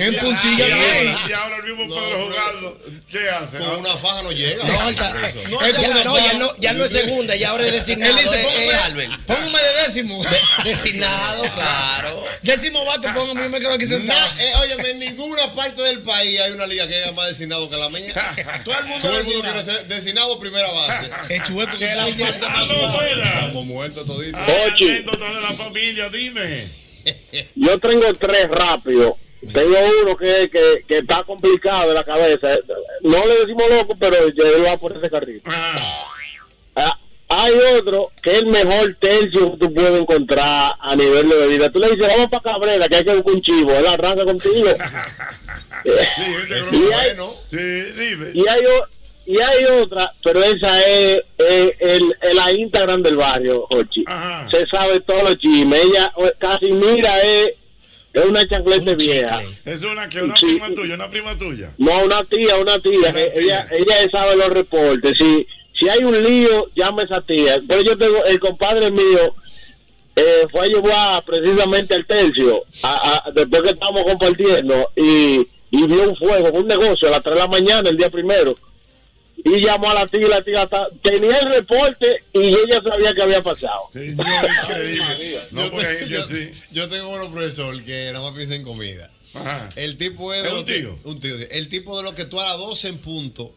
[SPEAKER 6] En puntilla
[SPEAKER 4] y,
[SPEAKER 6] bien.
[SPEAKER 4] ahora, y ahora el mismo Pedro jugando, ¿qué hace?
[SPEAKER 5] Con una faja no llega.
[SPEAKER 8] No, está-
[SPEAKER 5] profesor.
[SPEAKER 8] ya, no, ya no, ya no es segunda, ya ahora es designado.
[SPEAKER 6] Él dice,
[SPEAKER 8] es- es
[SPEAKER 6] póngame,
[SPEAKER 8] Albert.
[SPEAKER 6] póngame de décimo.
[SPEAKER 8] De- designado,
[SPEAKER 6] Ah.
[SPEAKER 8] claro.
[SPEAKER 6] Décimo bate, póngame, yo me quedo aquí sentado.
[SPEAKER 5] Na- eh, óyeme, en ninguna parte del país hay una liga que haya más designado que la mía. Todo el mundo, quiere ser designado primera base.
[SPEAKER 6] Es chueco que
[SPEAKER 5] La
[SPEAKER 6] está
[SPEAKER 5] parte más
[SPEAKER 4] no,
[SPEAKER 5] baja.
[SPEAKER 4] buena.
[SPEAKER 5] Estamos muertos toditos.
[SPEAKER 1] Ochi.
[SPEAKER 4] anécdota de la familia, dime.
[SPEAKER 1] Yo tengo tres rápido. Tengo uno que, que, que está complicado de la cabeza. No le decimos loco, pero yo él va por ese carril. Ah, hay otro que es el mejor tercio que tú puedes encontrar a nivel de bebida. Tú le dices, "Oh, vamos para Cabrera, que hay que buscar un chivo. Él arranca contigo.
[SPEAKER 4] Sí, gente
[SPEAKER 5] Es
[SPEAKER 4] que no-
[SPEAKER 5] bueno.
[SPEAKER 4] Sí, dime.
[SPEAKER 1] eh, y hay o- y hay otra, pero esa es, es el, es la Instagram del barrio, Jochi.
[SPEAKER 4] Ajá.
[SPEAKER 1] Se sabe todos los chismes. Ella o- casi mira es, es una chancleta
[SPEAKER 8] Un
[SPEAKER 1] vieja.
[SPEAKER 8] chicle.
[SPEAKER 4] Es una que una
[SPEAKER 1] Sí.
[SPEAKER 4] prima tuya, una prima tuya.
[SPEAKER 1] No, una tía, una tía.
[SPEAKER 4] Una
[SPEAKER 1] eh, Ella,
[SPEAKER 4] tía.
[SPEAKER 1] ella sabe los reportes. Si, si hay un lío, llama a esa tía. Pero yo tengo, el compadre mío eh, fue a llevar precisamente al tercio, a- a- después que estábamos compartiendo, y, y vio un fuego, un negocio a las 3 de la mañana, el día primero. Y llamó a la tía y la tía ta- tenía el reporte y ella sabía que había pasado.
[SPEAKER 4] Señor, increíble. No,
[SPEAKER 5] yo,
[SPEAKER 4] porque hay
[SPEAKER 5] te-
[SPEAKER 4] gente
[SPEAKER 5] yo,
[SPEAKER 4] así.
[SPEAKER 5] yo tengo un profesor que nada más piensa en comida.
[SPEAKER 4] Ajá.
[SPEAKER 5] El tipo es. de
[SPEAKER 4] ¿Es
[SPEAKER 5] lo
[SPEAKER 4] un
[SPEAKER 5] que-
[SPEAKER 4] tío?
[SPEAKER 5] un tío. El tipo de lo que tú a las 12 en punto.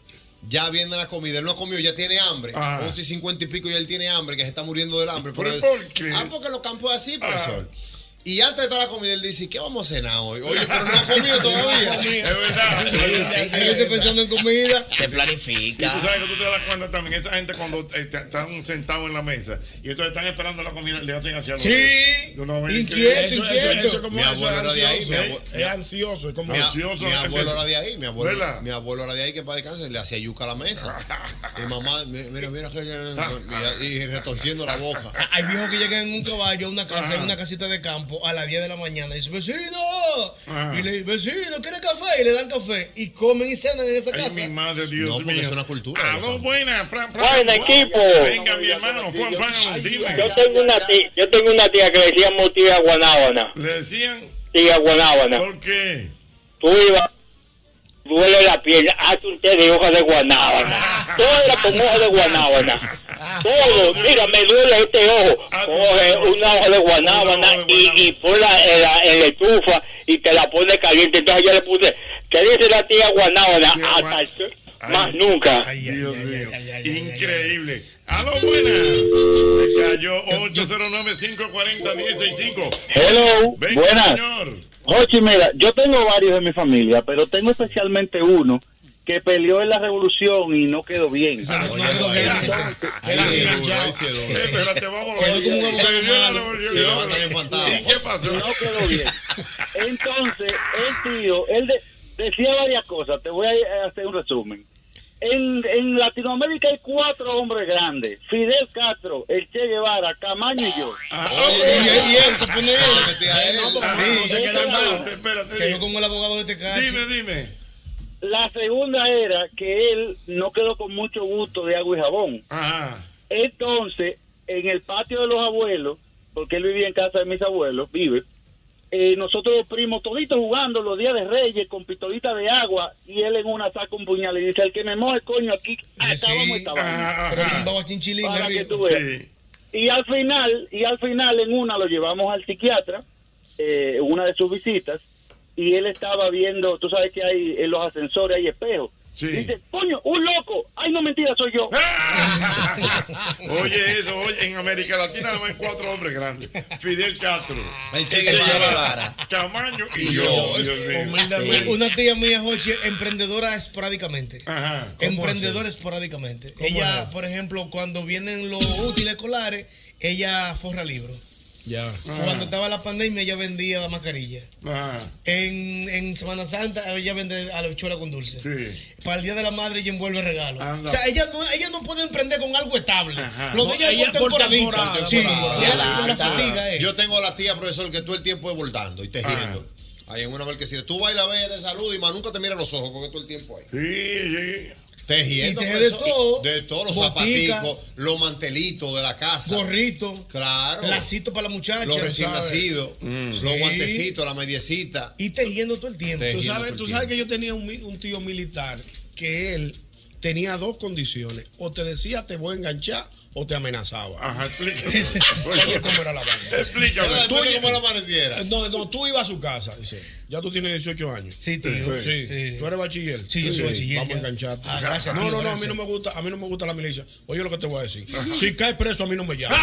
[SPEAKER 5] Ya viene la comida, él no ha comido, ya tiene hambre.
[SPEAKER 4] Ajá.
[SPEAKER 5] 11 y 50 y pico ya él tiene hambre, que se está muriendo del hambre.
[SPEAKER 4] ¿Pero
[SPEAKER 5] Pero-
[SPEAKER 4] por qué?
[SPEAKER 5] Ah, porque los campos es así,
[SPEAKER 4] Ah.
[SPEAKER 5] profesor. Y antes de estar la comida, él dice, ¿qué vamos a cenar hoy? Oye, pero no ha comido todavía.
[SPEAKER 4] Es verdad.
[SPEAKER 6] Yo estoy pensando en comida.
[SPEAKER 8] Se
[SPEAKER 4] Y tú
[SPEAKER 8] planifica.
[SPEAKER 4] sabes que tú te das cuenta también, esa gente cuando eh, te- están sentados en la mesa y entonces están esperando la comida, le hacen hacia los
[SPEAKER 7] Sí.
[SPEAKER 4] Uno ve
[SPEAKER 7] Inquieto,
[SPEAKER 4] increíble.
[SPEAKER 7] inquieto.
[SPEAKER 5] Mi abuelo era de ahí, mi abuelo-
[SPEAKER 7] Es ansioso, es como
[SPEAKER 5] Mi, a-
[SPEAKER 4] Ansioso,
[SPEAKER 5] mi
[SPEAKER 4] ese-
[SPEAKER 5] abuelo era de ahí, mi
[SPEAKER 4] ¿Verdad?
[SPEAKER 5] abuelo, mi abuelo era de ahí que para descansar, le hacía yuca a la mesa. Y mamá, mi- mira, mira, que- y retorciendo la boca.
[SPEAKER 6] Hay viejos que llegan en un caballo a una casa,
[SPEAKER 4] Ajá.
[SPEAKER 6] en una casita de campo, a las 10 de la mañana. Y dicen, vecino.
[SPEAKER 4] Ajá.
[SPEAKER 6] Y le dicen, vecino, ¿quiere café? Y le dan café. Y comen y cenan en esa
[SPEAKER 4] Ay,
[SPEAKER 6] casa.
[SPEAKER 4] mi madre, Dios
[SPEAKER 5] No, porque
[SPEAKER 4] mío. Ah,
[SPEAKER 5] es una cultura,
[SPEAKER 4] Aló,
[SPEAKER 5] Gonzalo.
[SPEAKER 4] buena. Fran, Fran.
[SPEAKER 10] Buena, equipo.
[SPEAKER 4] Venga, mi hermano, Juan Fran,
[SPEAKER 10] Yo
[SPEAKER 4] dime.
[SPEAKER 10] tengo una tía, yo tengo una tía que le decíamos tía Guanábana.
[SPEAKER 4] Le decían,
[SPEAKER 10] Tía Guanábana.
[SPEAKER 4] ¿por qué?
[SPEAKER 10] Tú ibas, duele la piel, hazte un té de hoja de guanábana. Todo era con hoja de guanábana. Todo, mira, me duele este ojo. Coge una hoja de guanábana y, y ponla en la, en la estufa y te la pone caliente. Entonces yo le puse, ¿qué dice la tía guanábana?
[SPEAKER 4] Tía
[SPEAKER 10] Hasta
[SPEAKER 4] Guan-
[SPEAKER 10] el-
[SPEAKER 4] Ay,
[SPEAKER 10] más nunca.
[SPEAKER 4] Ay, Dios mío. Increíble. Aló, buena. Se cayó 809-540-165.
[SPEAKER 10] Hello,
[SPEAKER 4] Venga,
[SPEAKER 10] buenas.
[SPEAKER 4] señor.
[SPEAKER 10] Oye, mira, yo tengo varios en mi familia, pero tengo especialmente uno que peleó en la revolución y no quedó bien.
[SPEAKER 5] Oye, no, ahí- ahí sí es duro, ahí sí es duro.
[SPEAKER 4] Espérate, vamos a
[SPEAKER 6] Quedó como un abogado
[SPEAKER 4] Se vivió la
[SPEAKER 6] malo.
[SPEAKER 4] revolución.
[SPEAKER 5] Sí, lo matan en fantasma.
[SPEAKER 4] ¿Y qué pasó?
[SPEAKER 10] No quedó bien. Entonces, el tío, él de- decía varias cosas. Te voy a hacer un resumen. En, en Latinoamérica hay cuatro hombres grandes: Fidel Castro, el Che Guevara, Camaño y yo.
[SPEAKER 4] Ah,
[SPEAKER 5] Oye,
[SPEAKER 6] Ah, Y él, y él se pone
[SPEAKER 5] Lo
[SPEAKER 6] él.
[SPEAKER 5] que te haga él.
[SPEAKER 10] no se queda mal.
[SPEAKER 4] Espérate, espérate.
[SPEAKER 6] Que yo como el abogado de este Tecachi.
[SPEAKER 4] Dime, dime.
[SPEAKER 10] La segunda era que él no quedó con mucho gusto de agua y jabón.
[SPEAKER 4] Ajá.
[SPEAKER 10] Entonces, en el patio de los abuelos, porque él vivía en casa de mis abuelos, vive, eh, nosotros los primos toditos jugando los días de Reyes con pistolita de agua y él en una saca un puñal y dice, el que me moje coño aquí,
[SPEAKER 6] Sí,
[SPEAKER 10] acabamos esta vaina".
[SPEAKER 4] Ah, Ajá,
[SPEAKER 6] Pero
[SPEAKER 4] ajá.
[SPEAKER 6] tumbado a chinchilín
[SPEAKER 10] Para que
[SPEAKER 6] arriba.
[SPEAKER 10] tú veas.
[SPEAKER 4] Sí.
[SPEAKER 10] Y al final, y al final en una lo llevamos al psiquiatra, eh, en una de sus visitas, y él estaba viendo, tú sabes que hay en los ascensores hay espejos. Dice, coño, un loco. Ay, no mentira, soy yo.
[SPEAKER 4] ¡Ah! Oye, eso, oye, en América Latina van cuatro hombres grandes. Fidel Castro, el
[SPEAKER 6] Che Guevara,
[SPEAKER 4] Camaño y yo. Dios mío.
[SPEAKER 6] Humildemente. Eh, Una tía mía, Jochi, emprendedora esporádicamente.
[SPEAKER 28] ¿cómo
[SPEAKER 6] Emprendedora
[SPEAKER 28] así?
[SPEAKER 6] esporádicamente.
[SPEAKER 28] ¿Cómo es
[SPEAKER 6] Ella,
[SPEAKER 28] eso?
[SPEAKER 6] por ejemplo, cuando vienen los útiles escolares, ella forra libros.
[SPEAKER 28] Ya.
[SPEAKER 4] Ah.
[SPEAKER 6] Cuando estaba la pandemia, ella vendía mascarilla. En, en Semana Santa, ella vende habichuela con dulce. Para el Día de la Madre, ella envuelve regalos.
[SPEAKER 5] Ah,
[SPEAKER 6] O sea, ella no, ella no puede emprender con algo estable. Lo de ella, es por temporada. Sí, sí,
[SPEAKER 5] Adelanta.
[SPEAKER 6] por la fatiga. eh.
[SPEAKER 5] Yo tengo la tía, profesor, que todo el tiempo es voltando y tejiendo.
[SPEAKER 6] Ah.
[SPEAKER 5] Ahí en una marquesina. Tú vas y la ves de salud y más nunca te mira los ojos porque todo el tiempo ahí.
[SPEAKER 4] Sí,
[SPEAKER 5] Tejiendo,
[SPEAKER 6] Y teje
[SPEAKER 5] profesor,
[SPEAKER 6] de todo.
[SPEAKER 5] De todos los
[SPEAKER 6] Botica.
[SPEAKER 5] zapaticos, los mantelitos de la casa.
[SPEAKER 6] Gorrito.
[SPEAKER 5] Claro.
[SPEAKER 6] Lacito para la muchacha.
[SPEAKER 5] Los recién
[SPEAKER 6] ¿sabes? Mm.
[SPEAKER 5] nacidos, los
[SPEAKER 6] Sí.
[SPEAKER 5] guantecitos, la mediecita.
[SPEAKER 6] Y tejiendo todo el tiempo.
[SPEAKER 5] Tejiendo
[SPEAKER 7] Tú
[SPEAKER 5] todo
[SPEAKER 7] sabes,
[SPEAKER 5] el
[SPEAKER 7] tú
[SPEAKER 5] tiempo.
[SPEAKER 7] sabes que yo tenía un, mi- un tío militar que él tenía dos condiciones. O te decía te voy a enganchar o te amenazaba.
[SPEAKER 4] Ajá, explícame.
[SPEAKER 7] Oye, ¿cómo era la vaina?
[SPEAKER 4] Explícame.
[SPEAKER 7] Tú,
[SPEAKER 4] Depende cómo la
[SPEAKER 5] amaneciera.
[SPEAKER 7] No, no, tú ibas a su casa, dice. Ya tú tienes 18 años.
[SPEAKER 6] Sí, tío.
[SPEAKER 7] Sí. ¿Tú eres bachiller?
[SPEAKER 6] Sí, yo soy bachiller,
[SPEAKER 7] Vamos a
[SPEAKER 6] ya.
[SPEAKER 7] engancharte.
[SPEAKER 6] Ah, gracias,
[SPEAKER 7] No,
[SPEAKER 6] tío,
[SPEAKER 7] no, no, a mí
[SPEAKER 6] gracias.
[SPEAKER 7] no me gusta, a mí no me gusta la milicia. Oye lo que te voy a decir. Si caes preso, a mí no me llames.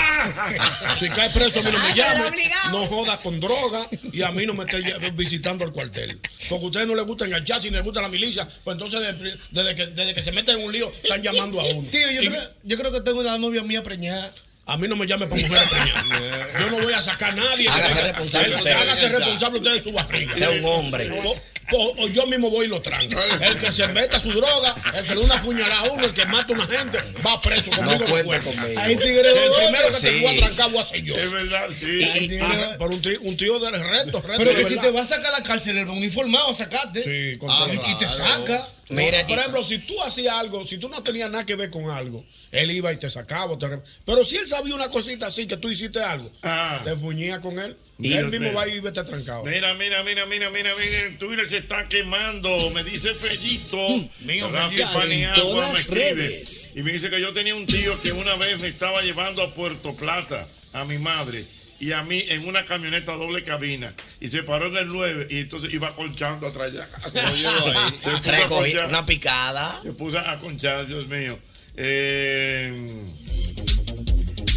[SPEAKER 7] Si caes preso, a mí no
[SPEAKER 1] Ah,
[SPEAKER 7] me
[SPEAKER 1] pero
[SPEAKER 7] llames.
[SPEAKER 1] obligado.
[SPEAKER 7] No jodas con droga y a mí no me estés lle- visitando al cuartel. Porque a ustedes no les gusta engancharse si les gusta la milicia, pues entonces de- desde, que, desde que se meten en un lío, están llamando a uno.
[SPEAKER 6] Tío, yo
[SPEAKER 7] Y-
[SPEAKER 6] creo, yo creo que tengo una novia mía preñada.
[SPEAKER 7] a mí no me llame para mujeres preñadas. Yo no voy a sacar a nadie.
[SPEAKER 8] Hágase responsable
[SPEAKER 7] Él-
[SPEAKER 8] usted.
[SPEAKER 7] Hágase responsable usted de su barriga.
[SPEAKER 8] Sea un hombre.
[SPEAKER 7] O, o- o yo mismo voy y lo tranco. El que se meta su droga, el que le da una puñalada a uno, el que mata a una gente, va preso conmigo.
[SPEAKER 8] No
[SPEAKER 7] en el
[SPEAKER 8] cuente
[SPEAKER 7] cuerpo.
[SPEAKER 8] conmigo.
[SPEAKER 7] Ahí tigre, El
[SPEAKER 8] bodote.
[SPEAKER 7] primero que
[SPEAKER 8] Sí.
[SPEAKER 7] te voy a trancar voy a ser yo.
[SPEAKER 4] Es verdad, sí.
[SPEAKER 7] Y- y- ah, Por un tío, un tío de reto, reto.
[SPEAKER 6] Pero que si te va a sacar a la cárcel, el uniformado a sacarte.
[SPEAKER 7] Sí, con
[SPEAKER 6] Ah,
[SPEAKER 7] todo.
[SPEAKER 6] y- y te
[SPEAKER 7] Claro.
[SPEAKER 6] saca.
[SPEAKER 7] No, por ejemplo, si tú hacías algo, si tú no tenías nada que ver con algo, él iba y te sacaba. o te re- Pero si él sabía una cosita así, que tú hiciste algo,
[SPEAKER 4] Ah.
[SPEAKER 7] te fuñía con él. Y
[SPEAKER 4] Dios
[SPEAKER 7] él mismo
[SPEAKER 4] mío.
[SPEAKER 7] va y vete trancado.
[SPEAKER 4] Mira, mira, mira, mira, mira, mira, el Twitter se está quemando, me dice Fellito,
[SPEAKER 8] Mm.
[SPEAKER 7] mío,
[SPEAKER 4] Rafi
[SPEAKER 7] Fellito. En
[SPEAKER 4] Paniagua
[SPEAKER 7] todas
[SPEAKER 4] me escribe
[SPEAKER 7] redes.
[SPEAKER 4] y me dice que yo tenía un tío que una vez me estaba llevando a Puerto Plata a mi madre y a mí en una camioneta doble cabina y se paró en el 9 y entonces iba colchando atrás allá. Se puso a
[SPEAKER 8] Recogí
[SPEAKER 4] colchar.
[SPEAKER 8] una picada.
[SPEAKER 4] Se puso a conchar, Dios mío. Eh,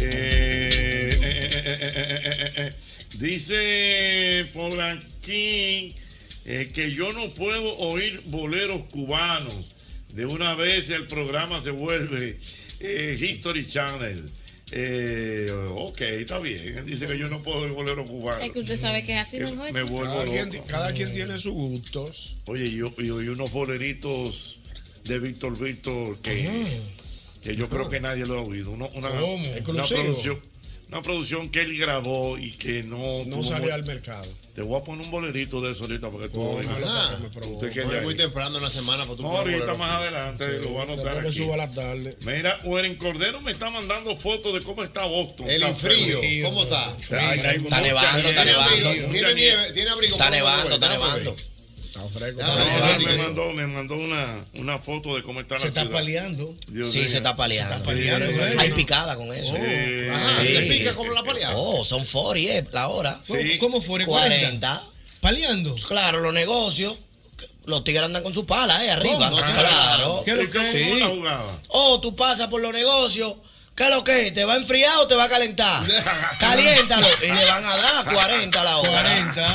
[SPEAKER 4] eh, eh, eh, eh, eh, eh, eh, eh. Dice por aquí eh, que yo no puedo oír boleros cubanos. De una vez el programa se vuelve eh, History Channel. Eh, ok, está bien. Dice que yo no puedo oír boleros cubanos.
[SPEAKER 9] Es que usted sabe que es así, don Jorge.
[SPEAKER 4] eh, Me vuelvo
[SPEAKER 7] Cada quien-
[SPEAKER 4] loco.
[SPEAKER 7] cada quien tiene sus gustos.
[SPEAKER 4] Oye, y, y- y unos boleritos de Víctor Víctor que, que yo creo que nadie lo ha oído. Uno- una,
[SPEAKER 7] ¿Cómo?
[SPEAKER 4] una
[SPEAKER 7] Exclusivo.
[SPEAKER 4] producción, una producción que él grabó y que no.
[SPEAKER 7] No
[SPEAKER 4] tuvo
[SPEAKER 7] salió
[SPEAKER 4] mu-
[SPEAKER 7] al mercado.
[SPEAKER 4] Te voy a poner un bolerito de eso ahorita porque tú
[SPEAKER 7] Ojalá, Ah,
[SPEAKER 4] oigas.
[SPEAKER 7] que me provoque.
[SPEAKER 4] Usted que
[SPEAKER 5] No,
[SPEAKER 4] ya
[SPEAKER 5] es muy
[SPEAKER 4] ahí.
[SPEAKER 5] temprano en la semana para tú
[SPEAKER 4] No,
[SPEAKER 5] poner
[SPEAKER 4] ahorita
[SPEAKER 5] bolero.
[SPEAKER 4] más adelante
[SPEAKER 5] Sí.
[SPEAKER 4] lo van a notar.
[SPEAKER 5] Después que
[SPEAKER 4] aquí.
[SPEAKER 5] suba
[SPEAKER 7] la tarde.
[SPEAKER 4] Mira, Warren Cordero me está mandando fotos de cómo está Boston.
[SPEAKER 5] El
[SPEAKER 4] Está
[SPEAKER 5] frío,
[SPEAKER 4] frío.
[SPEAKER 5] ¿cómo está?
[SPEAKER 4] Ay, hay
[SPEAKER 5] Está
[SPEAKER 4] mucha
[SPEAKER 5] nevando,
[SPEAKER 4] nieve,
[SPEAKER 5] está nevando.
[SPEAKER 4] mucha
[SPEAKER 5] Tiene nieve, tiene abrigo,
[SPEAKER 8] Está
[SPEAKER 5] ¿cómo lo
[SPEAKER 8] nevando,
[SPEAKER 5] vuelve?
[SPEAKER 8] está
[SPEAKER 5] Déjame
[SPEAKER 8] nevando.
[SPEAKER 7] Está fresco.
[SPEAKER 4] Ah, ahora me mandó, me mandó una, una foto de cómo está
[SPEAKER 6] Se
[SPEAKER 4] la
[SPEAKER 6] está
[SPEAKER 4] ciudad.
[SPEAKER 6] paleando.
[SPEAKER 4] Dios
[SPEAKER 8] Sí,
[SPEAKER 4] mío.
[SPEAKER 8] se está paleando.
[SPEAKER 4] Sí, sí, sí.
[SPEAKER 8] Hay picada con eso.
[SPEAKER 4] Sí.
[SPEAKER 8] Ajá, ¿te pica
[SPEAKER 5] como la paleada?
[SPEAKER 8] Oh, son 40, eh, la hora.
[SPEAKER 4] Sí.
[SPEAKER 8] ¿Cómo
[SPEAKER 6] 40?
[SPEAKER 8] 40.
[SPEAKER 6] ¿Paleando?
[SPEAKER 8] Claro, los negocios. Los tigres andan con su pala, eh, arriba.
[SPEAKER 4] ¿Cómo?
[SPEAKER 8] Claro.
[SPEAKER 4] ¿Qué es lo que es? ¿Cómo
[SPEAKER 8] Sí.
[SPEAKER 4] la jugaba?
[SPEAKER 8] Oh, tú pasas por los negocios. ¿Qué es lo que es? ¿Te va a enfriar o te va a calentar? Caliéntalo. Y le van a dar 40 a la hora.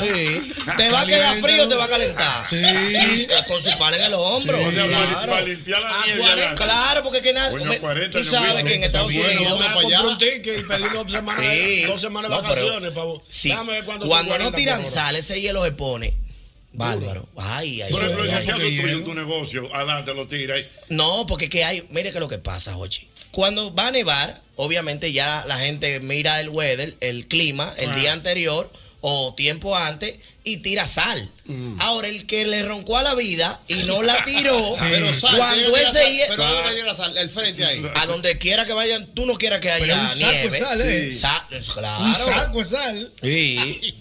[SPEAKER 6] 40.
[SPEAKER 8] Sí. ¿Te va a quedar frío o te va a calentar? Sí. Eh, Con su pala en el hombro.
[SPEAKER 4] O sea, para-
[SPEAKER 8] claro.
[SPEAKER 4] para limpiar la
[SPEAKER 8] A
[SPEAKER 4] nieve.
[SPEAKER 8] 40,
[SPEAKER 4] adelante.
[SPEAKER 8] claro, porque que nada.
[SPEAKER 4] Coño,
[SPEAKER 8] me-
[SPEAKER 4] 40,
[SPEAKER 8] tú
[SPEAKER 4] yo
[SPEAKER 8] sabes
[SPEAKER 4] este mismo.
[SPEAKER 8] que en Estados
[SPEAKER 4] Está bien,
[SPEAKER 8] Unidos.
[SPEAKER 4] vamos para
[SPEAKER 7] Compré un ticket y pedí dos semanas,
[SPEAKER 8] Sí.
[SPEAKER 7] dos semanas de
[SPEAKER 8] No, pero-
[SPEAKER 7] vacaciones. pavo.
[SPEAKER 8] Sí.
[SPEAKER 7] Déjame ver cuándo
[SPEAKER 8] Cuando,
[SPEAKER 7] son 40
[SPEAKER 8] no
[SPEAKER 7] por
[SPEAKER 8] tiran
[SPEAKER 7] hora.
[SPEAKER 8] sal, ese hielo se pone. Bárbaro. Ay, ay,
[SPEAKER 4] Por ejemplo, en
[SPEAKER 8] ay,
[SPEAKER 4] el
[SPEAKER 8] ay.
[SPEAKER 4] caso tuyo, tu negocio, adelante, lo tira ahí.
[SPEAKER 8] No, porque es que hay, mire que lo que pasa, Ochi. Cuando va a nevar, obviamente ya la gente mira el weather, el clima, el día anterior o tiempo antes y tira sal. Ahora, el que le roncó a la vida y no la tiró,
[SPEAKER 5] Pero sal, tiene
[SPEAKER 8] cuando
[SPEAKER 5] que
[SPEAKER 8] ese
[SPEAKER 5] tirar sal,
[SPEAKER 8] hielo...
[SPEAKER 5] Pero ¿dónde tiene la sal? El frente ahí.
[SPEAKER 8] A donde quiera que vayan, tú no quieras que haya
[SPEAKER 6] eh.
[SPEAKER 5] Pero un saco de
[SPEAKER 8] nieve.
[SPEAKER 5] sal, ¿eh?
[SPEAKER 8] Sa- claro.
[SPEAKER 6] Un saco de sal.
[SPEAKER 8] Sí.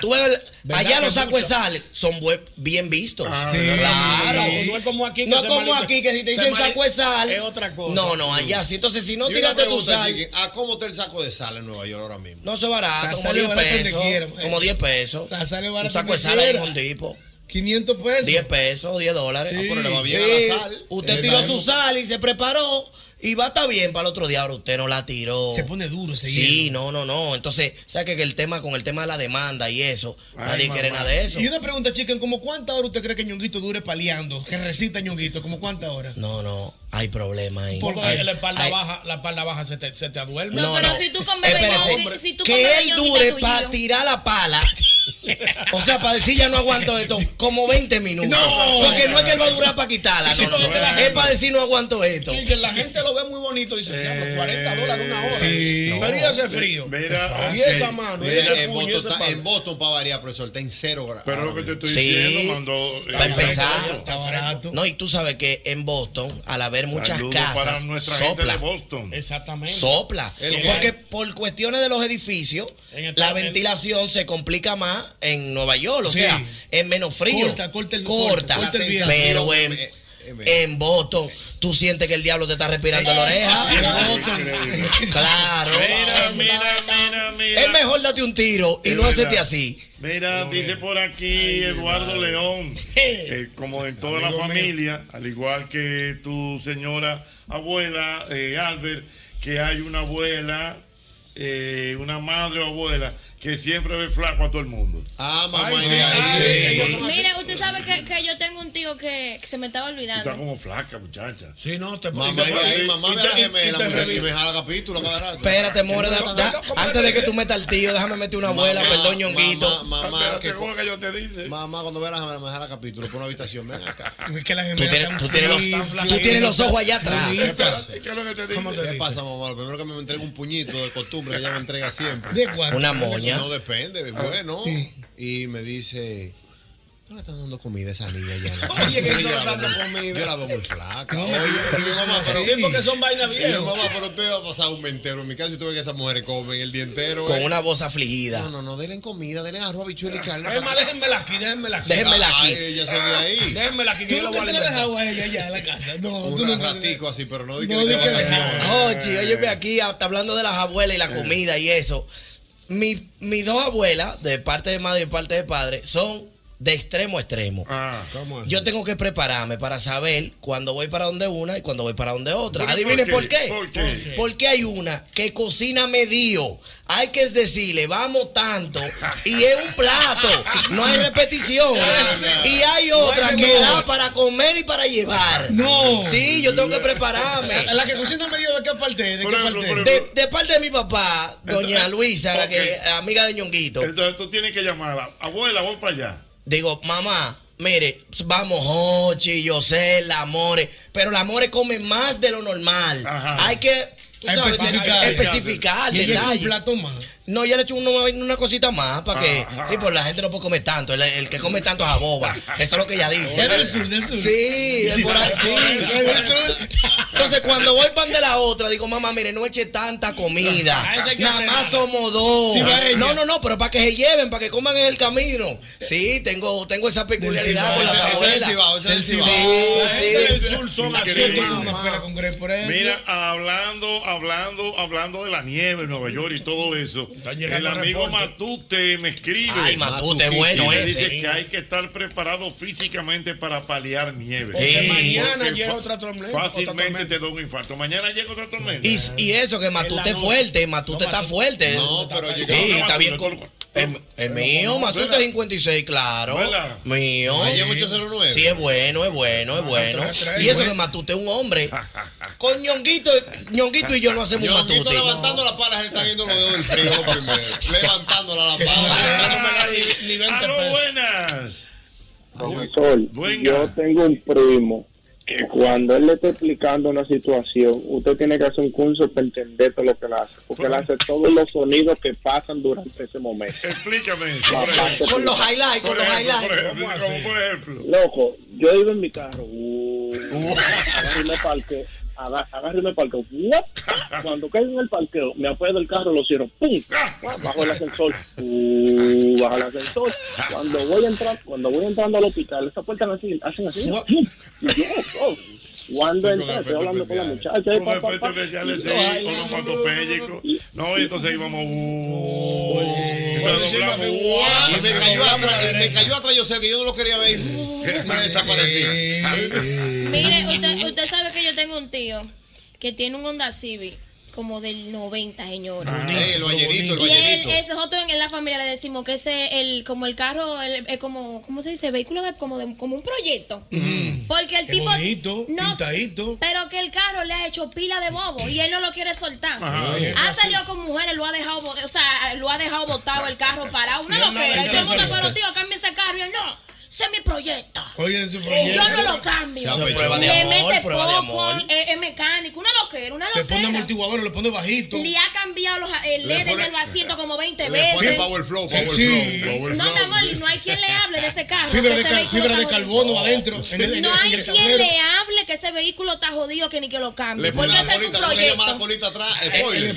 [SPEAKER 8] Tú ves,
[SPEAKER 5] ¿Verdad
[SPEAKER 8] allá
[SPEAKER 5] que
[SPEAKER 8] los
[SPEAKER 5] mucho?
[SPEAKER 8] sacuestales son buen- bien vistos.
[SPEAKER 24] Ah,
[SPEAKER 5] sí.
[SPEAKER 8] claro.
[SPEAKER 5] Sí.
[SPEAKER 8] No es como aquí que,
[SPEAKER 5] se mali-
[SPEAKER 8] si te
[SPEAKER 5] se
[SPEAKER 8] dicen
[SPEAKER 5] mali-
[SPEAKER 8] sacuestal.
[SPEAKER 5] es otra cosa.
[SPEAKER 8] No, no, allá sí. Entonces, si no
[SPEAKER 5] Y una
[SPEAKER 8] tiraste tu
[SPEAKER 5] pregunta,
[SPEAKER 8] sal,
[SPEAKER 5] Chiqui, ¿A cómo está el saco de sal en Nueva York ahora mismo?
[SPEAKER 8] no se barata.
[SPEAKER 5] La
[SPEAKER 8] Como
[SPEAKER 5] sal es
[SPEAKER 8] 10
[SPEAKER 5] barata donde
[SPEAKER 8] pesos.
[SPEAKER 5] quiera,
[SPEAKER 8] Como 10 pesos.
[SPEAKER 24] pues. La sal es
[SPEAKER 8] Un
[SPEAKER 24] barata
[SPEAKER 8] saco
[SPEAKER 24] donde
[SPEAKER 8] de sal ahí en
[SPEAKER 24] quiera.
[SPEAKER 8] un tipo.
[SPEAKER 24] 500 pesos.
[SPEAKER 8] 10 pesos, 10 dólares.
[SPEAKER 24] Ah, pero le va bien
[SPEAKER 8] Sí.
[SPEAKER 24] a la sal.
[SPEAKER 8] Usted
[SPEAKER 24] Eh,
[SPEAKER 8] tiró
[SPEAKER 24] la
[SPEAKER 8] su
[SPEAKER 24] hemos-
[SPEAKER 8] sal y se preparó. Y va a estar bien para el otro día. Ahora usted no la tiró.
[SPEAKER 24] Se pone duro ese
[SPEAKER 8] Sí,
[SPEAKER 24] hielo.
[SPEAKER 8] no, no, no. Entonces, ¿sabes que el tema con el tema de la demanda y eso? nadie quiere nada de eso.
[SPEAKER 24] Y una pregunta, chica, ¿como cuánta hora usted cree que Ñonguito dure paliando? Que recita Ñonguito, ¿como cuánta hora?
[SPEAKER 8] No, no, hay problema ahí.
[SPEAKER 24] Porque
[SPEAKER 8] Hay-
[SPEAKER 24] la espalda
[SPEAKER 8] hay-
[SPEAKER 24] baja-
[SPEAKER 7] La espalda baja se te, se te aduerme.
[SPEAKER 8] No,
[SPEAKER 9] pero
[SPEAKER 8] no.
[SPEAKER 9] si tú con bebé,
[SPEAKER 8] Espérate.
[SPEAKER 9] si- si tú con
[SPEAKER 8] que
[SPEAKER 9] bebé,
[SPEAKER 8] él
[SPEAKER 9] yo
[SPEAKER 8] dure
[SPEAKER 9] diga tú y
[SPEAKER 8] para
[SPEAKER 9] yo.
[SPEAKER 8] tirar la pala. O sea, para decir ya no aguanto esto, como 20 minutos.
[SPEAKER 7] No.
[SPEAKER 8] Porque no es que él va a durar para quitarla, no, no, no. Es para decir no aguanto esto.
[SPEAKER 7] Que la gente lo ve muy bonito y dice,
[SPEAKER 4] Eh,
[SPEAKER 7] diablo, 40 dólares una hora.
[SPEAKER 5] Sí.
[SPEAKER 7] Pero y hace frío.
[SPEAKER 5] Mira,
[SPEAKER 4] ah,
[SPEAKER 7] y esa mano. y
[SPEAKER 4] eh,
[SPEAKER 7] ese
[SPEAKER 5] en,
[SPEAKER 7] puño, y
[SPEAKER 5] Boston,
[SPEAKER 7] ese
[SPEAKER 5] está-
[SPEAKER 7] palo.
[SPEAKER 5] en Boston para variar, profesor, está en cero grados.
[SPEAKER 4] Pero lo que te estoy
[SPEAKER 8] Sí.
[SPEAKER 4] diciendo, mandó. eh,
[SPEAKER 8] Para empezar.
[SPEAKER 24] Está barato.
[SPEAKER 8] No, y tú sabes que en Boston, al haber muchas
[SPEAKER 4] Saludos
[SPEAKER 8] casas,
[SPEAKER 4] para nuestra gente
[SPEAKER 8] sopla.
[SPEAKER 4] de Boston.
[SPEAKER 7] Exactamente.
[SPEAKER 8] Sopla.
[SPEAKER 4] El-
[SPEAKER 8] Porque por cuestiones de los edificios,
[SPEAKER 24] En el-
[SPEAKER 8] la
[SPEAKER 24] el-
[SPEAKER 8] ventilación se complica más en Nueva York. O
[SPEAKER 24] Sí.
[SPEAKER 8] sea, es menos frío.
[SPEAKER 24] Corta, corta el-
[SPEAKER 8] corta,
[SPEAKER 24] corta, corta el viento.
[SPEAKER 8] Pero
[SPEAKER 24] Eh,
[SPEAKER 8] en,
[SPEAKER 24] eh,
[SPEAKER 8] en Boston, tú sientes que el diablo te está respirando la
[SPEAKER 24] eh,
[SPEAKER 8] oreja.
[SPEAKER 24] ah,
[SPEAKER 8] claro.
[SPEAKER 4] Mira, mira, mira, mira.
[SPEAKER 8] Es mejor date un tiro y
[SPEAKER 4] Es
[SPEAKER 8] no hacerte
[SPEAKER 4] verdad.
[SPEAKER 8] así.
[SPEAKER 4] Mira, dice por aquí Eduardo León, eh, como en toda la
[SPEAKER 8] Amigo mío.
[SPEAKER 4] familia, al igual que tu señora abuela, eh, Albert, que hay una abuela, eh, una madre o abuela, que siempre ve flaco a todo el mundo.
[SPEAKER 5] Ah,
[SPEAKER 4] mamá,
[SPEAKER 9] Mira, usted sabe que, que yo tengo un tío que, que se me estaba
[SPEAKER 4] Está
[SPEAKER 9] olvidando.
[SPEAKER 4] como flaca, muchacha.
[SPEAKER 7] Sí, no, te
[SPEAKER 5] Mamá,
[SPEAKER 4] y
[SPEAKER 5] y
[SPEAKER 4] te-
[SPEAKER 5] ahí,
[SPEAKER 4] y-
[SPEAKER 5] mamá,
[SPEAKER 4] y
[SPEAKER 5] ve
[SPEAKER 4] te-
[SPEAKER 5] a la
[SPEAKER 4] y- y
[SPEAKER 5] gemela,
[SPEAKER 4] te
[SPEAKER 5] mujer, y
[SPEAKER 4] revi-
[SPEAKER 5] me jala capítulo cada rato.
[SPEAKER 8] Espérate, more, da- da- antes de que tú metas al tío, déjame meter una abuela,
[SPEAKER 5] Mamá,
[SPEAKER 8] perdón, ñonguito.
[SPEAKER 5] Mamá, mamá, que,
[SPEAKER 4] yo te dice.
[SPEAKER 5] Mamá, cuando veas la gemela, me jala capítulo, pon una habitación, ven acá.
[SPEAKER 8] Tú tienes, tú tienes los, tú tienes los ojos allá atrás.
[SPEAKER 4] ¿Qué es lo que te dice?
[SPEAKER 5] ¿Qué pasa, mamá? Lo primero que me entrega un puñito de costumbre que ella me entrega siempre.
[SPEAKER 8] ¿De cuánto? Una moña.
[SPEAKER 5] No depende, bueno. Y me dice. No le están dando comida a esa niña ya.
[SPEAKER 7] Oye, que no le
[SPEAKER 5] Yo la
[SPEAKER 7] están dando
[SPEAKER 5] veo muy-
[SPEAKER 7] comida.
[SPEAKER 5] Yo la veo muy flaca.
[SPEAKER 7] No,
[SPEAKER 5] Oye,
[SPEAKER 7] pero
[SPEAKER 5] yo,
[SPEAKER 7] eso
[SPEAKER 5] mamá,
[SPEAKER 7] no es
[SPEAKER 5] pero.
[SPEAKER 7] así, porque son vainas
[SPEAKER 5] Y yo,
[SPEAKER 7] viejas.
[SPEAKER 5] mamá, pero usted va a pasar un mentero. En mi caso, yo tuve que esas mujeres comen el día entero.
[SPEAKER 8] Con
[SPEAKER 5] eh.
[SPEAKER 8] una voz afligida.
[SPEAKER 5] No, no, no, denle comida, denle arroz, habichuela y carne.
[SPEAKER 7] Es más, déjenmela aquí, déjenmela aquí.
[SPEAKER 8] Déjenmela aquí.
[SPEAKER 5] Ay, ella son de ahí.
[SPEAKER 7] Déjenmela aquí, que yo
[SPEAKER 24] Yo
[SPEAKER 7] la
[SPEAKER 24] nunca
[SPEAKER 7] voy a
[SPEAKER 24] se la
[SPEAKER 7] alimentar.
[SPEAKER 24] dejaba a ella ya en la casa. No, tú
[SPEAKER 5] Un
[SPEAKER 24] nunca.
[SPEAKER 5] ratico así, pero no di que
[SPEAKER 24] No,
[SPEAKER 5] le
[SPEAKER 24] di que
[SPEAKER 5] dé vacaciones.
[SPEAKER 8] Oye, óyeme aquí, hasta hablando de las abuelas y la comida y eso. Mi- mis dos abuelas, de parte de madre y de parte de padre, son de extremo a extremo.
[SPEAKER 4] Ah.
[SPEAKER 8] Yo tengo que prepararme para saber cuándo voy para donde una y cuándo voy para donde otra.
[SPEAKER 4] Bueno,
[SPEAKER 8] Adivinen
[SPEAKER 4] ¿por
[SPEAKER 8] por
[SPEAKER 4] qué?
[SPEAKER 8] qué.
[SPEAKER 4] ¿Por qué?
[SPEAKER 8] Porque hay una que cocina medio. Hay que decirle, vamos tanto. Y es un plato. No hay repetición. Y hay otra que
[SPEAKER 24] menú.
[SPEAKER 8] da para comer y para llevar.
[SPEAKER 24] No.
[SPEAKER 8] Sí, yo tengo que prepararme.
[SPEAKER 24] La, la que cocina medio de qué parte, de
[SPEAKER 4] Por
[SPEAKER 24] qué
[SPEAKER 4] ejemplo, por
[SPEAKER 24] parte.
[SPEAKER 4] ejemplo.
[SPEAKER 8] De parte de mi papá, doña
[SPEAKER 4] Entonces,
[SPEAKER 8] Luisa, la que
[SPEAKER 4] ok.
[SPEAKER 8] amiga de Ñonguito,
[SPEAKER 4] Entonces tú tienes que llamarla. Abuela, voy para allá.
[SPEAKER 8] digo, mamá, mire, vamos, Hochi, yo sé, la More, pero la More come más de lo normal.
[SPEAKER 4] Ajá.
[SPEAKER 8] Hay que tú
[SPEAKER 24] A
[SPEAKER 8] sabes,
[SPEAKER 24] especificar.
[SPEAKER 8] especificar,
[SPEAKER 24] Y ella es un
[SPEAKER 8] detalle.
[SPEAKER 24] plato más.
[SPEAKER 8] No, ya le he hecho una, una cosita más para que.
[SPEAKER 24] Ajá.
[SPEAKER 8] Y pues la gente no puede comer tanto. El, el que come tanto es a boba. Eso es lo que ella dice.
[SPEAKER 24] Es del sur, del sur.
[SPEAKER 8] Sí, es por ahí, sí.
[SPEAKER 24] Es del sur.
[SPEAKER 8] Entonces, cuando voy pan de la otra, digo, mamá, mire, no eche tanta comida.
[SPEAKER 5] Ah,
[SPEAKER 24] A ese hay que
[SPEAKER 8] Nada
[SPEAKER 24] frenar.
[SPEAKER 8] más somos dos.
[SPEAKER 24] Sí, va ella.
[SPEAKER 8] no, no, no, pero para que se lleven, para que coman en el camino. Sí, tengo, tengo esa peculiaridad con
[SPEAKER 24] Del
[SPEAKER 8] las
[SPEAKER 24] Cibao,
[SPEAKER 5] Ese es el
[SPEAKER 8] abuelas.
[SPEAKER 5] Cibao, ese es el
[SPEAKER 8] Sí,
[SPEAKER 5] Cibao.
[SPEAKER 8] sí.
[SPEAKER 5] La gente del sur
[SPEAKER 4] son así,
[SPEAKER 24] Yo tengo
[SPEAKER 4] mamá.
[SPEAKER 24] una pela con Greg por eso.
[SPEAKER 4] Mira, hablando, hablando, hablando de la nieve en Nueva York y todo eso, el
[SPEAKER 7] llegando
[SPEAKER 4] amigo
[SPEAKER 7] reportes.
[SPEAKER 4] Matute me escribe.
[SPEAKER 8] Ay, Matute,
[SPEAKER 4] Y
[SPEAKER 8] bueno
[SPEAKER 4] me
[SPEAKER 8] ese.
[SPEAKER 4] Dice que hay que estar preparado físicamente para paliar nieve.
[SPEAKER 8] Sí. Porque
[SPEAKER 7] mañana
[SPEAKER 4] Porque
[SPEAKER 7] llega
[SPEAKER 4] fa-
[SPEAKER 7] otra tormenta,
[SPEAKER 4] Fácilmente
[SPEAKER 7] otra tormenta.
[SPEAKER 4] te da un infarto. Mañana llega otra tormenta.
[SPEAKER 8] Y, y eso, que Matute es fuerte, Matute está fuerte.
[SPEAKER 5] No, pero yo-
[SPEAKER 8] Sí, está bien.
[SPEAKER 4] Matute,
[SPEAKER 8] con- Es es mío, Matute
[SPEAKER 4] ¿verdad?
[SPEAKER 8] 56, claro.
[SPEAKER 4] ¿Verdad?
[SPEAKER 8] Mío.
[SPEAKER 5] Ahí en 809.
[SPEAKER 8] Sí, es bueno, es bueno,
[SPEAKER 5] Ah,
[SPEAKER 8] es bueno.
[SPEAKER 7] tres, tres,
[SPEAKER 8] Y eso
[SPEAKER 7] bueno.
[SPEAKER 8] que Matute es un hombre. Con Ñonguito, Ñonguito y yo no hacemos
[SPEAKER 5] Ñonguito
[SPEAKER 8] Matute.
[SPEAKER 5] levantando la pala, se le están yendo los dedos del frío lo
[SPEAKER 4] eh,
[SPEAKER 5] primero. Levantándola la pala.
[SPEAKER 4] Ay, aló, buenas.
[SPEAKER 12] Profesor,
[SPEAKER 4] Venga.
[SPEAKER 12] yo tengo un primo que cuando él le está explicando una situación, usted tiene que hacer un curso para entender todo lo que él hace, porque él hace todos los sonidos que pasan durante ese momento.
[SPEAKER 4] Explícame eso. por
[SPEAKER 12] Papá,
[SPEAKER 4] ejemplo.
[SPEAKER 8] Con los highlights, con
[SPEAKER 4] Por
[SPEAKER 8] los
[SPEAKER 4] ejemplo, por
[SPEAKER 8] highlights.
[SPEAKER 4] ejemplo, como por ejemplo.
[SPEAKER 12] Loco, yo iba en mi carro, uh, agarro y me parqueo, aga- agarro y me parqueo, ¡guap! cuando caigo en el parqueo, me apoyo del carro, lo cierro, ¡pum! Bajo el ascensor, ¡uh! bajas el ascensor. Cuando voy, entrar, cuando voy entrando al hospital, esa puerta así, hacen así. Y yo, oh, cuando
[SPEAKER 4] Sí, con
[SPEAKER 12] entré, estoy
[SPEAKER 4] efectos
[SPEAKER 12] hablando con la
[SPEAKER 4] especiales.
[SPEAKER 12] muchacha. y
[SPEAKER 4] Con
[SPEAKER 12] pa, pa,
[SPEAKER 4] efectos
[SPEAKER 12] pa.
[SPEAKER 4] especiales, sí,
[SPEAKER 12] Y yo, ay,
[SPEAKER 4] con
[SPEAKER 12] ay,
[SPEAKER 4] un patopélico. No, y entonces íbamos. uh, y la doblamos, uh,
[SPEAKER 5] Y me cayó atrás, y me cayó atrás, yo sé que yo no lo quería ver. y Me desaparecí.
[SPEAKER 9] Mire, usted, usted sabe que yo tengo un tío que tiene un Honda Civic como del 90, señores.
[SPEAKER 5] Eh, el ballenito, el
[SPEAKER 9] Y él,
[SPEAKER 5] ballenito.
[SPEAKER 9] es nosotros en la familia le decimos que ese el como el carro, el, el como ¿cómo se dice? Vehículo de como de- como un proyecto. Porque el
[SPEAKER 6] Qué
[SPEAKER 9] tipo
[SPEAKER 6] bonito, pintadito.
[SPEAKER 9] pero que el carro le ha hecho pila de bobo y él no lo quiere soltar.
[SPEAKER 6] Ajá, y es
[SPEAKER 9] ha salido con mujeres, lo ha dejado, bo- o sea, lo ha dejado botado el carro parado, una
[SPEAKER 6] Y él no-
[SPEAKER 9] loquera.
[SPEAKER 6] y
[SPEAKER 9] Y
[SPEAKER 6] no
[SPEAKER 9] todo el mundo,
[SPEAKER 6] salió.
[SPEAKER 9] pero tío, cambia ese carro y él no. Ese es mi proyecto.
[SPEAKER 6] Oye, su
[SPEAKER 9] Yo no lo cambio.
[SPEAKER 6] Se apechó. Prueba de
[SPEAKER 9] le
[SPEAKER 6] amor,
[SPEAKER 9] mete
[SPEAKER 6] prueba de
[SPEAKER 9] poco, eh,
[SPEAKER 6] amor.
[SPEAKER 9] es, es mecánico, una loquera, una
[SPEAKER 6] Le pone
[SPEAKER 9] loquera.
[SPEAKER 6] amortiguador, le pone bajito.
[SPEAKER 9] Le ha cambiado los el
[SPEAKER 6] Le
[SPEAKER 9] LED
[SPEAKER 6] pone-
[SPEAKER 9] del asiento como 20
[SPEAKER 6] le pone
[SPEAKER 9] veces.
[SPEAKER 6] power flow,
[SPEAKER 5] power
[SPEAKER 6] flow,
[SPEAKER 9] no, mi amor, no hay quien le hable de ese carro.
[SPEAKER 6] Fibra
[SPEAKER 9] que
[SPEAKER 6] de,
[SPEAKER 9] ese
[SPEAKER 6] cal-
[SPEAKER 9] vehículo
[SPEAKER 6] fibra de
[SPEAKER 9] está jodido.
[SPEAKER 6] carbono adentro. en el- en
[SPEAKER 9] No
[SPEAKER 6] el- en
[SPEAKER 9] hay
[SPEAKER 6] el
[SPEAKER 9] quien
[SPEAKER 6] tablero.
[SPEAKER 9] le hable que ese vehículo está jodido que ni que lo cambie.
[SPEAKER 5] Le pone
[SPEAKER 9] porque
[SPEAKER 5] la
[SPEAKER 9] ese es un
[SPEAKER 5] colita, ¿cómo se llama la colita
[SPEAKER 9] proyecto. Ah,
[SPEAKER 5] atrás? Ah, Spoiler.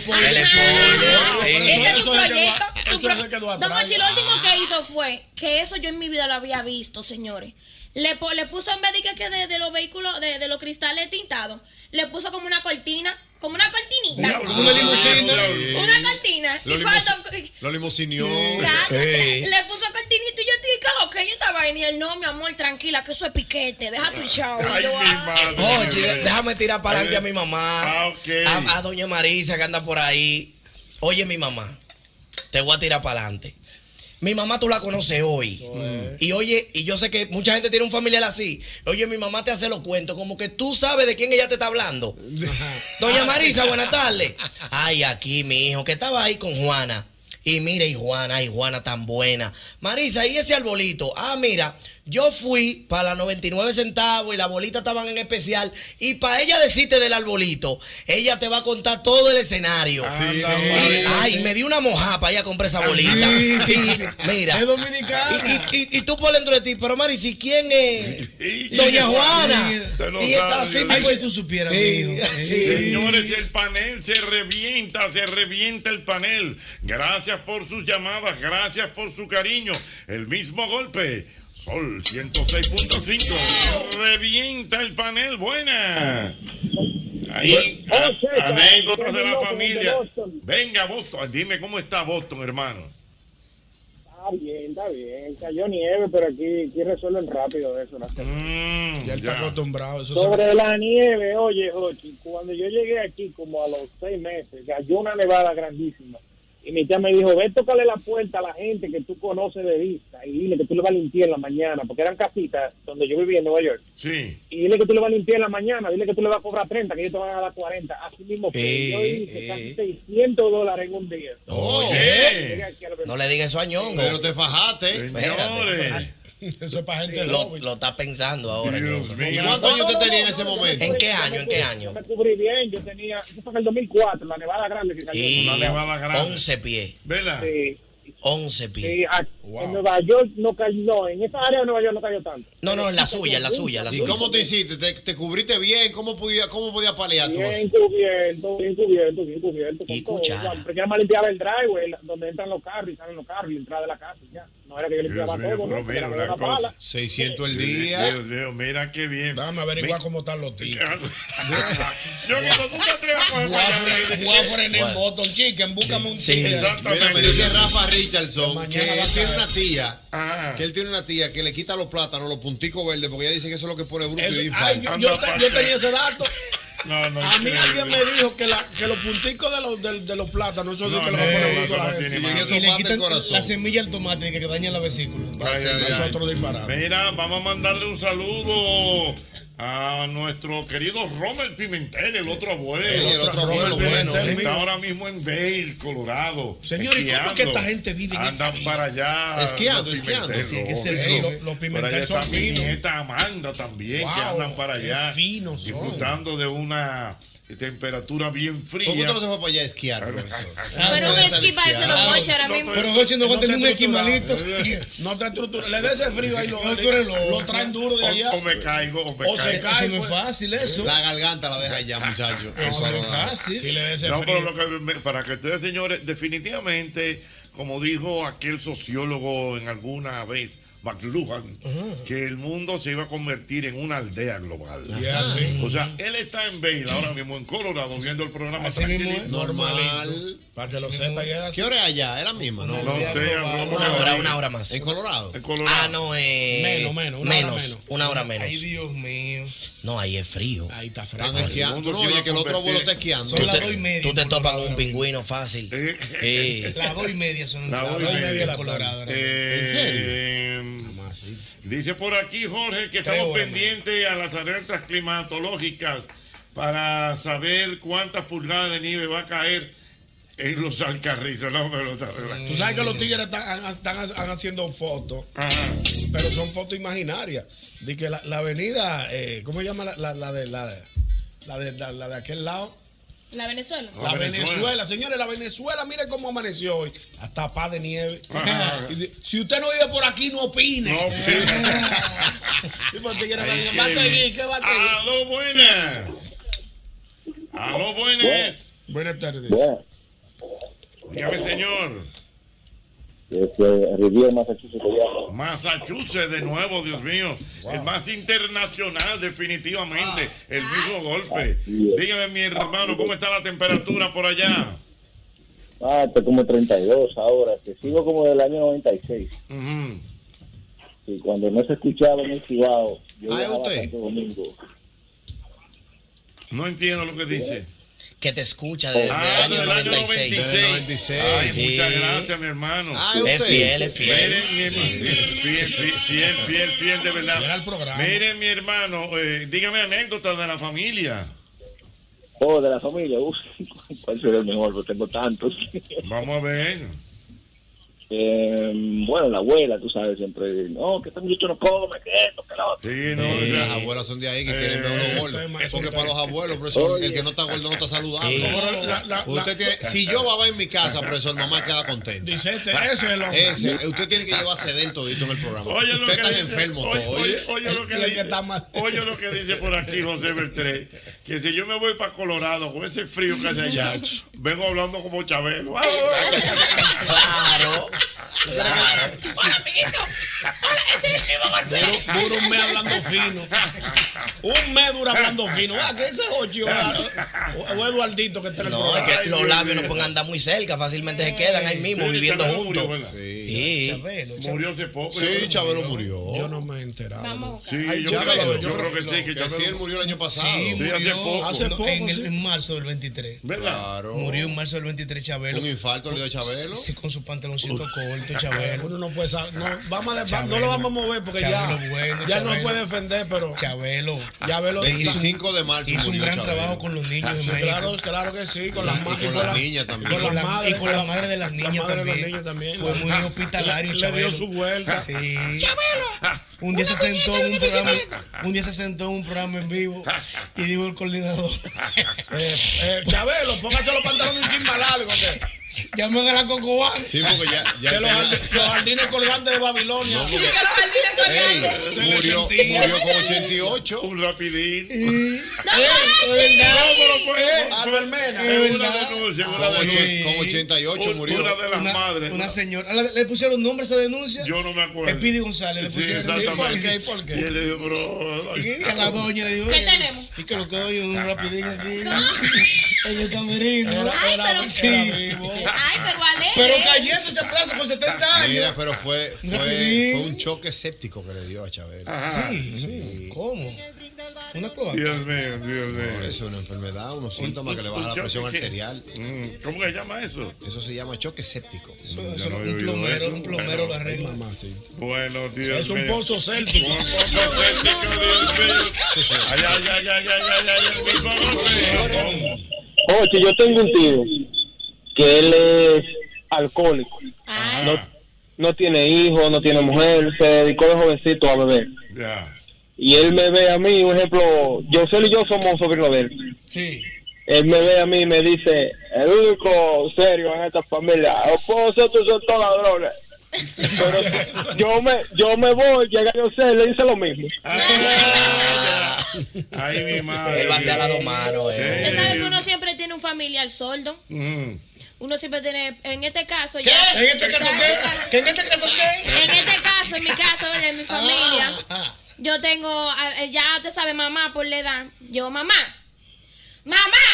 [SPEAKER 9] Ese es un
[SPEAKER 5] Eso es el que
[SPEAKER 9] proyecto.
[SPEAKER 5] va-
[SPEAKER 9] Su
[SPEAKER 5] eso es el que
[SPEAKER 9] pro-
[SPEAKER 5] va
[SPEAKER 9] Don
[SPEAKER 5] atrás.
[SPEAKER 9] Mochi, lo último que hizo fue que eso yo en mi vida lo había visto, señores. Le, po- le puso en vez de que- que de, de los vehículos, de, de los cristales tintados, le puso como una cortina, como una cortinita.
[SPEAKER 5] Diablo, una limusina.
[SPEAKER 9] Una cortina.
[SPEAKER 5] Lo
[SPEAKER 9] y
[SPEAKER 5] limus-
[SPEAKER 9] cuando
[SPEAKER 5] Lo limusinió.
[SPEAKER 6] Oh,
[SPEAKER 9] le puso cortinito y yo te dije, lo que yo estaba en y él, no, mi amor, tranquila, que eso es piquete, deja tu chao. Y yo, ah,
[SPEAKER 8] Oye, déjame tirar para adelante a mi mamá. A, a doña Marisa que anda por ahí. Oye, mi mamá, te voy a tirar para adelante. Mi mamá tú la conoces hoy. Y oye, y yo sé que mucha gente tiene un familiar así. Oye, mi mamá te hace los cuentos, como que tú sabes de quién ella te está hablando. Doña Marisa, buenas tardes. Ay, aquí mi hijo, que estaba ahí con Juana. Y mira, y Juana, ay, Juana tan buena. Marisa, ¿y ese arbolito? Ah, mira, yo fui para la 99 centavos y la bolita estaban en especial. Y para ella decirte del arbolito, ella te va a contar todo el escenario.
[SPEAKER 6] Ah,
[SPEAKER 8] Y, ay, me dio una mojapa para ella comprar esa bolita. Y, mira.
[SPEAKER 6] Es dominicana.
[SPEAKER 8] Y, y- y tú por dentro de ti, pero Marisa, ¿y quién es? Doña Juana.
[SPEAKER 4] Usted no
[SPEAKER 8] Y está
[SPEAKER 4] sabe,
[SPEAKER 8] así,
[SPEAKER 4] Dios
[SPEAKER 8] pues,
[SPEAKER 4] mío.
[SPEAKER 6] tú supieras, mijo.
[SPEAKER 4] Señores, el panel se revienta, se revienta el panel. Gracias por sus llamadas, gracias por su cariño. El mismo golpe. Sol 106.5. Revienta el panel. Buena. Ahí, a- anécdotas de la familia. Venga, Boston. Dime cómo está Boston, hermano.
[SPEAKER 12] Está bien, está bien. Cayó nieve, pero aquí, aquí resuelven rápido eso. las cosas.
[SPEAKER 5] Mm.
[SPEAKER 7] Ya él está acostumbrado. Mm, Eso
[SPEAKER 12] Sobre
[SPEAKER 7] se-
[SPEAKER 12] la nieve, oye, Jochi, cuando yo llegué aquí, como a los seis meses, cayó una nevada grandísima. Y mi tía me dijo, ve, tócale la puerta a la gente que tú conoces de vista y dile que tú le vas a limpiar en la mañana, porque eran casitas donde yo vivía en Nueva York.
[SPEAKER 4] Sí.
[SPEAKER 12] Y dile que tú le vas a limpiar en la mañana, dile que tú le vas a cobrar 30, que ellos te van a dar 40. Así mismo fue.
[SPEAKER 8] Eh,
[SPEAKER 12] yo hice casi 600 dólares en un día.
[SPEAKER 8] Oh, Oye, no le digas eso a Ñongo.
[SPEAKER 5] Pero te fajaste.
[SPEAKER 8] Espérate.
[SPEAKER 7] Eso es para gente
[SPEAKER 8] Lo,
[SPEAKER 7] loca.
[SPEAKER 8] lo está pensando ahora. Ñongo.
[SPEAKER 5] ¿Cuántos años usted tenía en ese momento?
[SPEAKER 8] ¿En qué año? ¿En qué año?
[SPEAKER 12] Yo me cubrí bien, yo tenía, eso fue en el 2004, la nevada grande que cayó.
[SPEAKER 8] Y
[SPEAKER 12] Una nevada grande.
[SPEAKER 8] 11 pies.
[SPEAKER 4] ¿Verdad?
[SPEAKER 8] 11 pies.
[SPEAKER 12] Sí, a- en Nueva York no cayó, no, en esa área de Nueva York no cayó tanto.
[SPEAKER 8] No, no, en la suya, en la suya, en la
[SPEAKER 5] ¿Y
[SPEAKER 8] suya.
[SPEAKER 5] cómo te hiciste? ¿Te, te cubriste bien? ¿Cómo podías cómo podía paliar tú
[SPEAKER 12] Bien
[SPEAKER 5] así?
[SPEAKER 12] cubierto, bien cubierto, bien cubierto. con todo.
[SPEAKER 5] cuchara.
[SPEAKER 12] Bueno, Pero yo me limpiaba el driveway, la- donde entran los carros y salen los carros y la entrada de la casa. y Ya. No era que yo
[SPEAKER 4] Dios
[SPEAKER 12] limpiaba
[SPEAKER 4] mío,
[SPEAKER 12] todo,
[SPEAKER 4] pero
[SPEAKER 12] ¿no? Era
[SPEAKER 4] mira una
[SPEAKER 12] una
[SPEAKER 4] cosa.
[SPEAKER 12] pala.
[SPEAKER 5] 600 el
[SPEAKER 4] Dios mío,
[SPEAKER 5] día.
[SPEAKER 4] Dios mío, mira qué bien.
[SPEAKER 7] Déjame averiguar cómo están los ticos.
[SPEAKER 4] Yo que tú te atrevas a coger para allá.
[SPEAKER 7] Jugar por en el botón, chicken, búscame un
[SPEAKER 5] Sí,
[SPEAKER 7] ticket.
[SPEAKER 5] Mira, me dice Rafa Richardson que
[SPEAKER 7] mañana va
[SPEAKER 5] él
[SPEAKER 7] a Ah. caer.
[SPEAKER 5] tiene una tía. Que él tiene una tía que le quita los plátanos, los punticos verdes, porque ella dice que eso es lo que pone bruto
[SPEAKER 7] Eso-
[SPEAKER 5] y
[SPEAKER 7] ay, yo, yo te- yo tenía ese dato.
[SPEAKER 4] No, no,
[SPEAKER 7] A mí
[SPEAKER 4] increíble.
[SPEAKER 7] alguien me dijo que, la, que los punticos de los, de, de los plátanos, eso sí
[SPEAKER 4] No,
[SPEAKER 7] que los
[SPEAKER 4] no,
[SPEAKER 7] pone
[SPEAKER 4] no, no
[SPEAKER 7] bruto la gente.
[SPEAKER 4] tiene
[SPEAKER 7] Y
[SPEAKER 4] madre.
[SPEAKER 7] eso
[SPEAKER 4] Y le
[SPEAKER 7] mata el
[SPEAKER 4] quitan
[SPEAKER 7] corazón.
[SPEAKER 6] La semilla del tomate que daña la vesícula.
[SPEAKER 4] Ay, ay,
[SPEAKER 7] Es
[SPEAKER 4] ay.
[SPEAKER 7] otro disparate.
[SPEAKER 4] Mira, vamos a mandarle un saludo a nuestro querido Rommel Pimentel, el otro abuelo.
[SPEAKER 7] Sí, el otro
[SPEAKER 4] Rommel
[SPEAKER 7] abuelo,
[SPEAKER 4] Pimentel
[SPEAKER 7] bueno.
[SPEAKER 4] Está ahora mismo en Vail, Colorado.
[SPEAKER 7] Señor, ¿y cómo es que
[SPEAKER 4] esquiando.
[SPEAKER 7] esta gente vive en esa
[SPEAKER 4] Andan
[SPEAKER 7] vida?
[SPEAKER 4] para allá.
[SPEAKER 7] Esquiando,
[SPEAKER 4] los
[SPEAKER 7] esquiando.
[SPEAKER 4] Pimentel,
[SPEAKER 7] Sí, es que es el-
[SPEAKER 4] obvio.
[SPEAKER 7] Ey, los- los Pimentel
[SPEAKER 4] Por allá
[SPEAKER 7] son
[SPEAKER 4] está mi
[SPEAKER 7] finos.
[SPEAKER 4] nieta Amanda también, que
[SPEAKER 7] Wow,
[SPEAKER 4] andan para
[SPEAKER 7] qué
[SPEAKER 4] allá.
[SPEAKER 7] finos son.
[SPEAKER 4] Disfrutando de una temperatura bien fría.
[SPEAKER 5] ¿Por qué usted no se fue para allá a esquiar?
[SPEAKER 9] Pero un esquí para ese Don Mochi ahora mismo.
[SPEAKER 6] Ah, Pero Jochi no va a tener un esquimalito.
[SPEAKER 7] No está estructurado. Le des ese frío ahí, lo, lo traen duro de allá.
[SPEAKER 4] O, o me caigo, o me
[SPEAKER 7] O se
[SPEAKER 4] caigo.
[SPEAKER 7] cae,
[SPEAKER 6] No es
[SPEAKER 7] pues.
[SPEAKER 6] fácil eso.
[SPEAKER 5] La garganta la deja ya, muchacho. Eso no da.
[SPEAKER 4] Ah,
[SPEAKER 6] fácil.
[SPEAKER 7] Si le des ese
[SPEAKER 4] No,
[SPEAKER 7] frío.
[SPEAKER 4] pero lo que me- para que ustedes, señores, definitivamente como dijo aquel sociólogo en alguna vez, McLuhan, que el mundo se iba a convertir en una aldea global.
[SPEAKER 5] Ya, sí.
[SPEAKER 4] O sea, él está en Vail ahora mismo, en Colorado, viendo el programa
[SPEAKER 5] Así mismo
[SPEAKER 4] tranquilito.
[SPEAKER 5] es. Normal.
[SPEAKER 4] Para que lo sepa ya.
[SPEAKER 5] ¿Qué hora es allá? ¿Es la misma?
[SPEAKER 4] No, no sé, hablamos
[SPEAKER 8] Una
[SPEAKER 4] con
[SPEAKER 8] hora,
[SPEAKER 4] David.
[SPEAKER 8] una hora más.
[SPEAKER 5] ¿En Colorado?
[SPEAKER 4] En Colorado.
[SPEAKER 8] Ah, no, eh.
[SPEAKER 4] Menos, menos,
[SPEAKER 8] Una
[SPEAKER 4] una hora
[SPEAKER 8] menos,
[SPEAKER 4] menos.
[SPEAKER 8] Una hora menos.
[SPEAKER 4] Ay,
[SPEAKER 8] Dios mío. No, ahí es frío.
[SPEAKER 21] Ahí está
[SPEAKER 5] fresco. Están esquiando. Tú no oyes que el otro abuelo está esquiando.
[SPEAKER 8] Tú
[SPEAKER 5] Son las
[SPEAKER 8] te,
[SPEAKER 5] dos y media
[SPEAKER 8] tú te topas con un pingüino fácil. Eh.
[SPEAKER 6] Las dos y media son
[SPEAKER 4] La
[SPEAKER 6] las
[SPEAKER 4] doy
[SPEAKER 6] dos y
[SPEAKER 4] media.
[SPEAKER 6] media de Colorado.
[SPEAKER 4] Eh, em, Dice por aquí Jorge que estamos pendientes a las alertas climatológicas para saber cuántas pulgadas de nieve va a caer en los alcarrizos. No, me lo sabe.
[SPEAKER 7] Tú sabes que los tigres están, han- están- han haciendo fotos, pero son fotos imaginarias. De que la, la avenida, eh, ¿cómo se llama la, la- la de, la, de, la, de, la- la de aquel lado?
[SPEAKER 9] La Venezuela.
[SPEAKER 4] Ah,
[SPEAKER 7] La Venezuela. señores, la Venezuela, mire cómo amaneció hoy. Hasta paz de nieve.
[SPEAKER 4] Ajá.
[SPEAKER 7] Y di- si usted no vive por aquí, no opine.
[SPEAKER 4] No
[SPEAKER 7] Sí, pues, tigres,
[SPEAKER 4] Ahí
[SPEAKER 7] va a
[SPEAKER 4] tiene.
[SPEAKER 7] seguir, ¿qué va a seguir?
[SPEAKER 4] Aló, Ah, buenas. Aló, buenas.
[SPEAKER 7] Buenas tardes.
[SPEAKER 4] Dígame, señor.
[SPEAKER 14] Este,
[SPEAKER 2] Desde Riviera, Massachusetts.
[SPEAKER 4] Massachusetts de nuevo, Dios mío. El más internacional, definitivamente.
[SPEAKER 7] Ah.
[SPEAKER 4] El mismo golpe. Dígame, mi hermano, ¿cómo está la temperatura por allá?
[SPEAKER 2] Ah, estoy como 32 ahora, que sigo como del año 96. Y cuando no se escuchaba en el Cibao, yo
[SPEAKER 4] Ah,
[SPEAKER 2] viajaba
[SPEAKER 4] usted.
[SPEAKER 2] Santo Domingo.
[SPEAKER 4] No entiendo lo que dice. Ah,
[SPEAKER 8] Que te escucha desde el año 96.
[SPEAKER 4] Ay, muchas
[SPEAKER 8] Sí.
[SPEAKER 4] gracias, mi hermano. Este,
[SPEAKER 8] Ah, es Es usted. fiel, es fiel.
[SPEAKER 4] Miren, mi hermano, fiel, fiel, fiel, fiel, fiel, de verdad. Miren, mi hermano, eh, dígame anécdotas de la familia.
[SPEAKER 2] Oh, de la familia, uff, ¿cuál será el mejor? Porque tengo tantos.
[SPEAKER 4] Vamos a ver.
[SPEAKER 2] Em, bueno, la abuela, tú sabes, siempre, no, que este muchacho no come, que esto, que lo otro.
[SPEAKER 4] Sí, no, Eh,
[SPEAKER 5] Las abuelas son de ahí que quieren ver a los gordos. Porque para los abuelos, profesor, el que no está gordo no está saludable.
[SPEAKER 7] Sí. La- la-
[SPEAKER 5] Usted
[SPEAKER 7] la-
[SPEAKER 5] tiene, si yo baba en mi casa, profesor, mamá queda contenta.
[SPEAKER 7] Dice este, ese es el hombre.
[SPEAKER 5] Ese, usted tiene que llevarse de él todito en el programa.
[SPEAKER 4] Oye lo
[SPEAKER 5] usted
[SPEAKER 4] que
[SPEAKER 5] está
[SPEAKER 4] dice,
[SPEAKER 5] enfermo
[SPEAKER 4] oye,
[SPEAKER 5] todo.
[SPEAKER 4] oye, oye lo que
[SPEAKER 7] El que
[SPEAKER 4] dice, oye lo que dice por aquí José Beltré, que si yo me voy para Colorado con ese frío que hace allá, vengo hablando como Chabelo. Ah,
[SPEAKER 8] Claro,
[SPEAKER 4] claro.
[SPEAKER 29] Hola, amiguito. Hola, este es el mismo golpe.
[SPEAKER 7] Duro, duro un mes hablando fino. Un mes dura hablando fino. Ah, que ese es Ochi o, o- o Eduardito que está en el
[SPEAKER 8] No, es
[SPEAKER 7] programa.
[SPEAKER 8] que los labios no pueden andar muy cerca, fácilmente se quedan ahí mismo
[SPEAKER 4] oh,
[SPEAKER 8] viviendo
[SPEAKER 7] Chabelo
[SPEAKER 8] juntos.
[SPEAKER 7] murió, ¿verdad?
[SPEAKER 8] Sí.
[SPEAKER 4] Murió hace poco.
[SPEAKER 5] Sí, Chabelo murió.
[SPEAKER 7] Yo no me he enterado.
[SPEAKER 4] Sí, yo, creo, yo creo que sí, que, Chabelo- Sí, hace poco.
[SPEAKER 6] Hace
[SPEAKER 4] No,
[SPEAKER 6] poco en, el-
[SPEAKER 4] sí.
[SPEAKER 6] en marzo del 23.
[SPEAKER 4] ¿Verdad?
[SPEAKER 5] Claro.
[SPEAKER 6] Murió en marzo del 23 Chabelo.
[SPEAKER 5] Un infarto le dio a Chabelo.
[SPEAKER 6] Sí, con su pantaloncito corto, Chabelo.
[SPEAKER 7] Uno no puede saber. No, vamos a,
[SPEAKER 6] Chabelo.
[SPEAKER 7] no lo vamos a mover porque ya,
[SPEAKER 6] Chabelo bueno,
[SPEAKER 7] ya no
[SPEAKER 6] Chabelo.
[SPEAKER 7] puede defender, pero.
[SPEAKER 6] Chabelo.
[SPEAKER 7] Ya ve lo de-
[SPEAKER 5] 25 de marzo
[SPEAKER 6] Hizo un
[SPEAKER 5] murió
[SPEAKER 6] gran
[SPEAKER 5] Chabelo.
[SPEAKER 6] trabajo con los niños en México.
[SPEAKER 7] Claro, claro que sí, con las ma-
[SPEAKER 5] Y con
[SPEAKER 7] con
[SPEAKER 5] las
[SPEAKER 7] la-
[SPEAKER 5] niñas también.
[SPEAKER 6] Y con la- y con la madre de las
[SPEAKER 7] la
[SPEAKER 6] niñas
[SPEAKER 7] madre de los
[SPEAKER 6] también.
[SPEAKER 7] niños también.
[SPEAKER 6] Fue muy hospitalario,
[SPEAKER 7] Le- Le
[SPEAKER 6] Chabelo.
[SPEAKER 7] dio su vuelta.
[SPEAKER 6] Sí. Un día se sentó en un programa, un día se sentó en un programa en vivo y dijo el coordinador.
[SPEAKER 7] Eh, Chabelo, póngase los pantalones un chisme largo.
[SPEAKER 6] Llamen a la Cocobal.
[SPEAKER 5] Sí, porque ya- ya
[SPEAKER 7] que los,
[SPEAKER 5] el tema-
[SPEAKER 7] jard- los jardines colgantes de Babilonia.
[SPEAKER 5] No, porque- Ey, murió, murió con 88.
[SPEAKER 4] Un rapidín.
[SPEAKER 6] Eh,
[SPEAKER 5] Con ocho- con 88 murió.
[SPEAKER 4] Una de las madres.
[SPEAKER 6] Una señora. Ah, ¿Le pusieron nombre a esa denuncia?
[SPEAKER 4] Yo no me acuerdo.
[SPEAKER 6] Pidi González le
[SPEAKER 4] Sí,
[SPEAKER 6] pusieron.
[SPEAKER 4] exactamente.
[SPEAKER 6] ¿Y por qué?
[SPEAKER 4] Y él le dijo, bro.
[SPEAKER 6] Y
[SPEAKER 5] Ah,
[SPEAKER 6] a la doña le dijo,
[SPEAKER 9] ¿Qué
[SPEAKER 6] "Oye,
[SPEAKER 9] tenemos?
[SPEAKER 6] Y que lo que doy un rapidín aquí.
[SPEAKER 5] ah,
[SPEAKER 6] En el camerino.
[SPEAKER 9] Ay, pero-
[SPEAKER 6] Sí.
[SPEAKER 9] Ay, pero eh. alegre.
[SPEAKER 6] Pero cayendo ese plazo con 70 años.
[SPEAKER 5] Ah, Mira, pero fue, fue, fue un choque séptico que le dio a Chabelo.
[SPEAKER 4] Ajá.
[SPEAKER 6] Sí, sí. ¿Cómo? Una cloaca.
[SPEAKER 4] Dios mío, Dios mío.
[SPEAKER 5] Eso es una enfermedad, unos síntomas que le baja la
[SPEAKER 4] choque
[SPEAKER 5] presión
[SPEAKER 4] que-
[SPEAKER 5] arterial.
[SPEAKER 4] ¿Cómo se llama eso?
[SPEAKER 5] Eso se llama choque séptico.
[SPEAKER 4] Yo no he oído eso, pero- Bueno, Dios
[SPEAKER 7] Es un
[SPEAKER 4] mío.
[SPEAKER 7] pozo céltico.
[SPEAKER 4] Ay, ay, ay, ay, ay, ay, ay, el mismo golpe.
[SPEAKER 2] Oye, yo tengo un tío que él es alcohólico. No, no tiene hijos, no tiene mujer, se dedicó de jovencito a beber.
[SPEAKER 4] Ya.
[SPEAKER 2] Y él me ve a mí, un ejemplo, José y yo somos sobrinos de él. Él me ve a mí y me dice, el único serio en esta familia, esposo, tú son todos ladrones. Pero yo me, yo me voy, llega José y le dice lo mismo.
[SPEAKER 4] Ay, mi madre.
[SPEAKER 8] Él va a andar a dos manos, eh.
[SPEAKER 9] Tú sabes que uno siempre tiene un familiar sordo. uno siempre tiene, en este caso, ya.
[SPEAKER 6] ¿En este caso qué? ¿Que ¿En este caso qué? Ah.
[SPEAKER 9] En este caso, en mi caso, en mi familia, yo tengo, a- eh, ya usted sabe, mamá por la edad. Yo, mamá, mamá,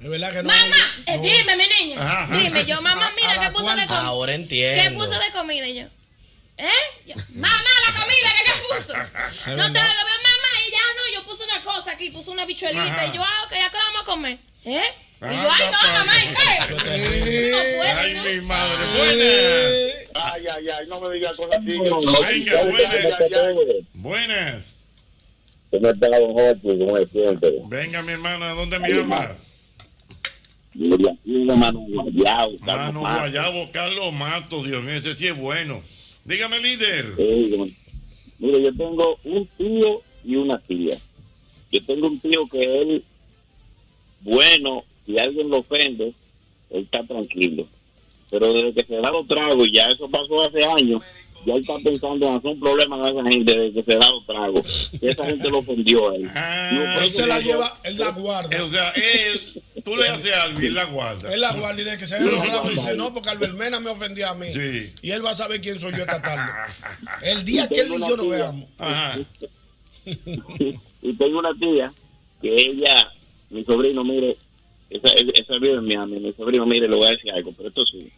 [SPEAKER 7] Es verdad que no.
[SPEAKER 9] mamá, eh,
[SPEAKER 7] no.
[SPEAKER 9] dime, mi niña,
[SPEAKER 7] Ajá.
[SPEAKER 9] dime, yo, mamá, mira, ¿qué puso de comida?
[SPEAKER 5] Ahora entiendo.
[SPEAKER 9] ¿Qué puso de comida? Y yo, ¿eh? Yo, mamá, la comida, ¿qué, qué puso?
[SPEAKER 5] Es
[SPEAKER 9] No te
[SPEAKER 5] verdad.
[SPEAKER 9] digo, veo mamá, y ya no, yo puse una cosa aquí, puse una bichuelita,
[SPEAKER 4] Ajá.
[SPEAKER 9] y yo, ah, ok, ¿ya qué la vamos a comer? ¿Eh? Y yo,
[SPEAKER 1] Ah,
[SPEAKER 4] Anda
[SPEAKER 9] ay, no,
[SPEAKER 4] pa'l-
[SPEAKER 9] mamá, ¿y qué? No puede.
[SPEAKER 4] Ay, mi madre, buena.
[SPEAKER 1] Ay, ay, ay, no me digas cosas así.
[SPEAKER 4] Venga, buena. Buenas.
[SPEAKER 20] ¿Cómo está, don Jorge? pues, ¿Cómo se siente?
[SPEAKER 4] Venga, mi hermana, ¿dónde mi alma?
[SPEAKER 20] Mira, aquí, hermano, guayao, Carlos
[SPEAKER 4] Manu
[SPEAKER 20] Mato.
[SPEAKER 4] Guayabo, Carlos Mato, Dios mío, ese sí es bueno. Dígame, líder.
[SPEAKER 20] Sí, como- Mira, yo tengo un tío y una tía. Yo tengo un tío que él, bueno, si alguien lo ofende, él está tranquilo. Pero desde que se da los tragos, ya eso pasó hace años, ya él está pensando en hacer un problema con esa gente desde que se da los tragos. Que Esa gente lo ofendió a él. Digo, por
[SPEAKER 7] Él
[SPEAKER 20] eso
[SPEAKER 7] se la
[SPEAKER 20] digo,
[SPEAKER 7] lleva, él la guarda.
[SPEAKER 4] O sea, él, tú le haces algo y él la guarda.
[SPEAKER 7] Él la guarda y de que se haga los tragos, dice, no, porque Albert Mena me ofendió a mí. Y él va a saber quién soy yo esta tarde. El día que él y yo nos veamos.
[SPEAKER 20] y tengo una tía que ella, mi sobrino, mire, esa, esa vive en Miami, mi sobrino, mire, le voy a decir algo, pero esto sí.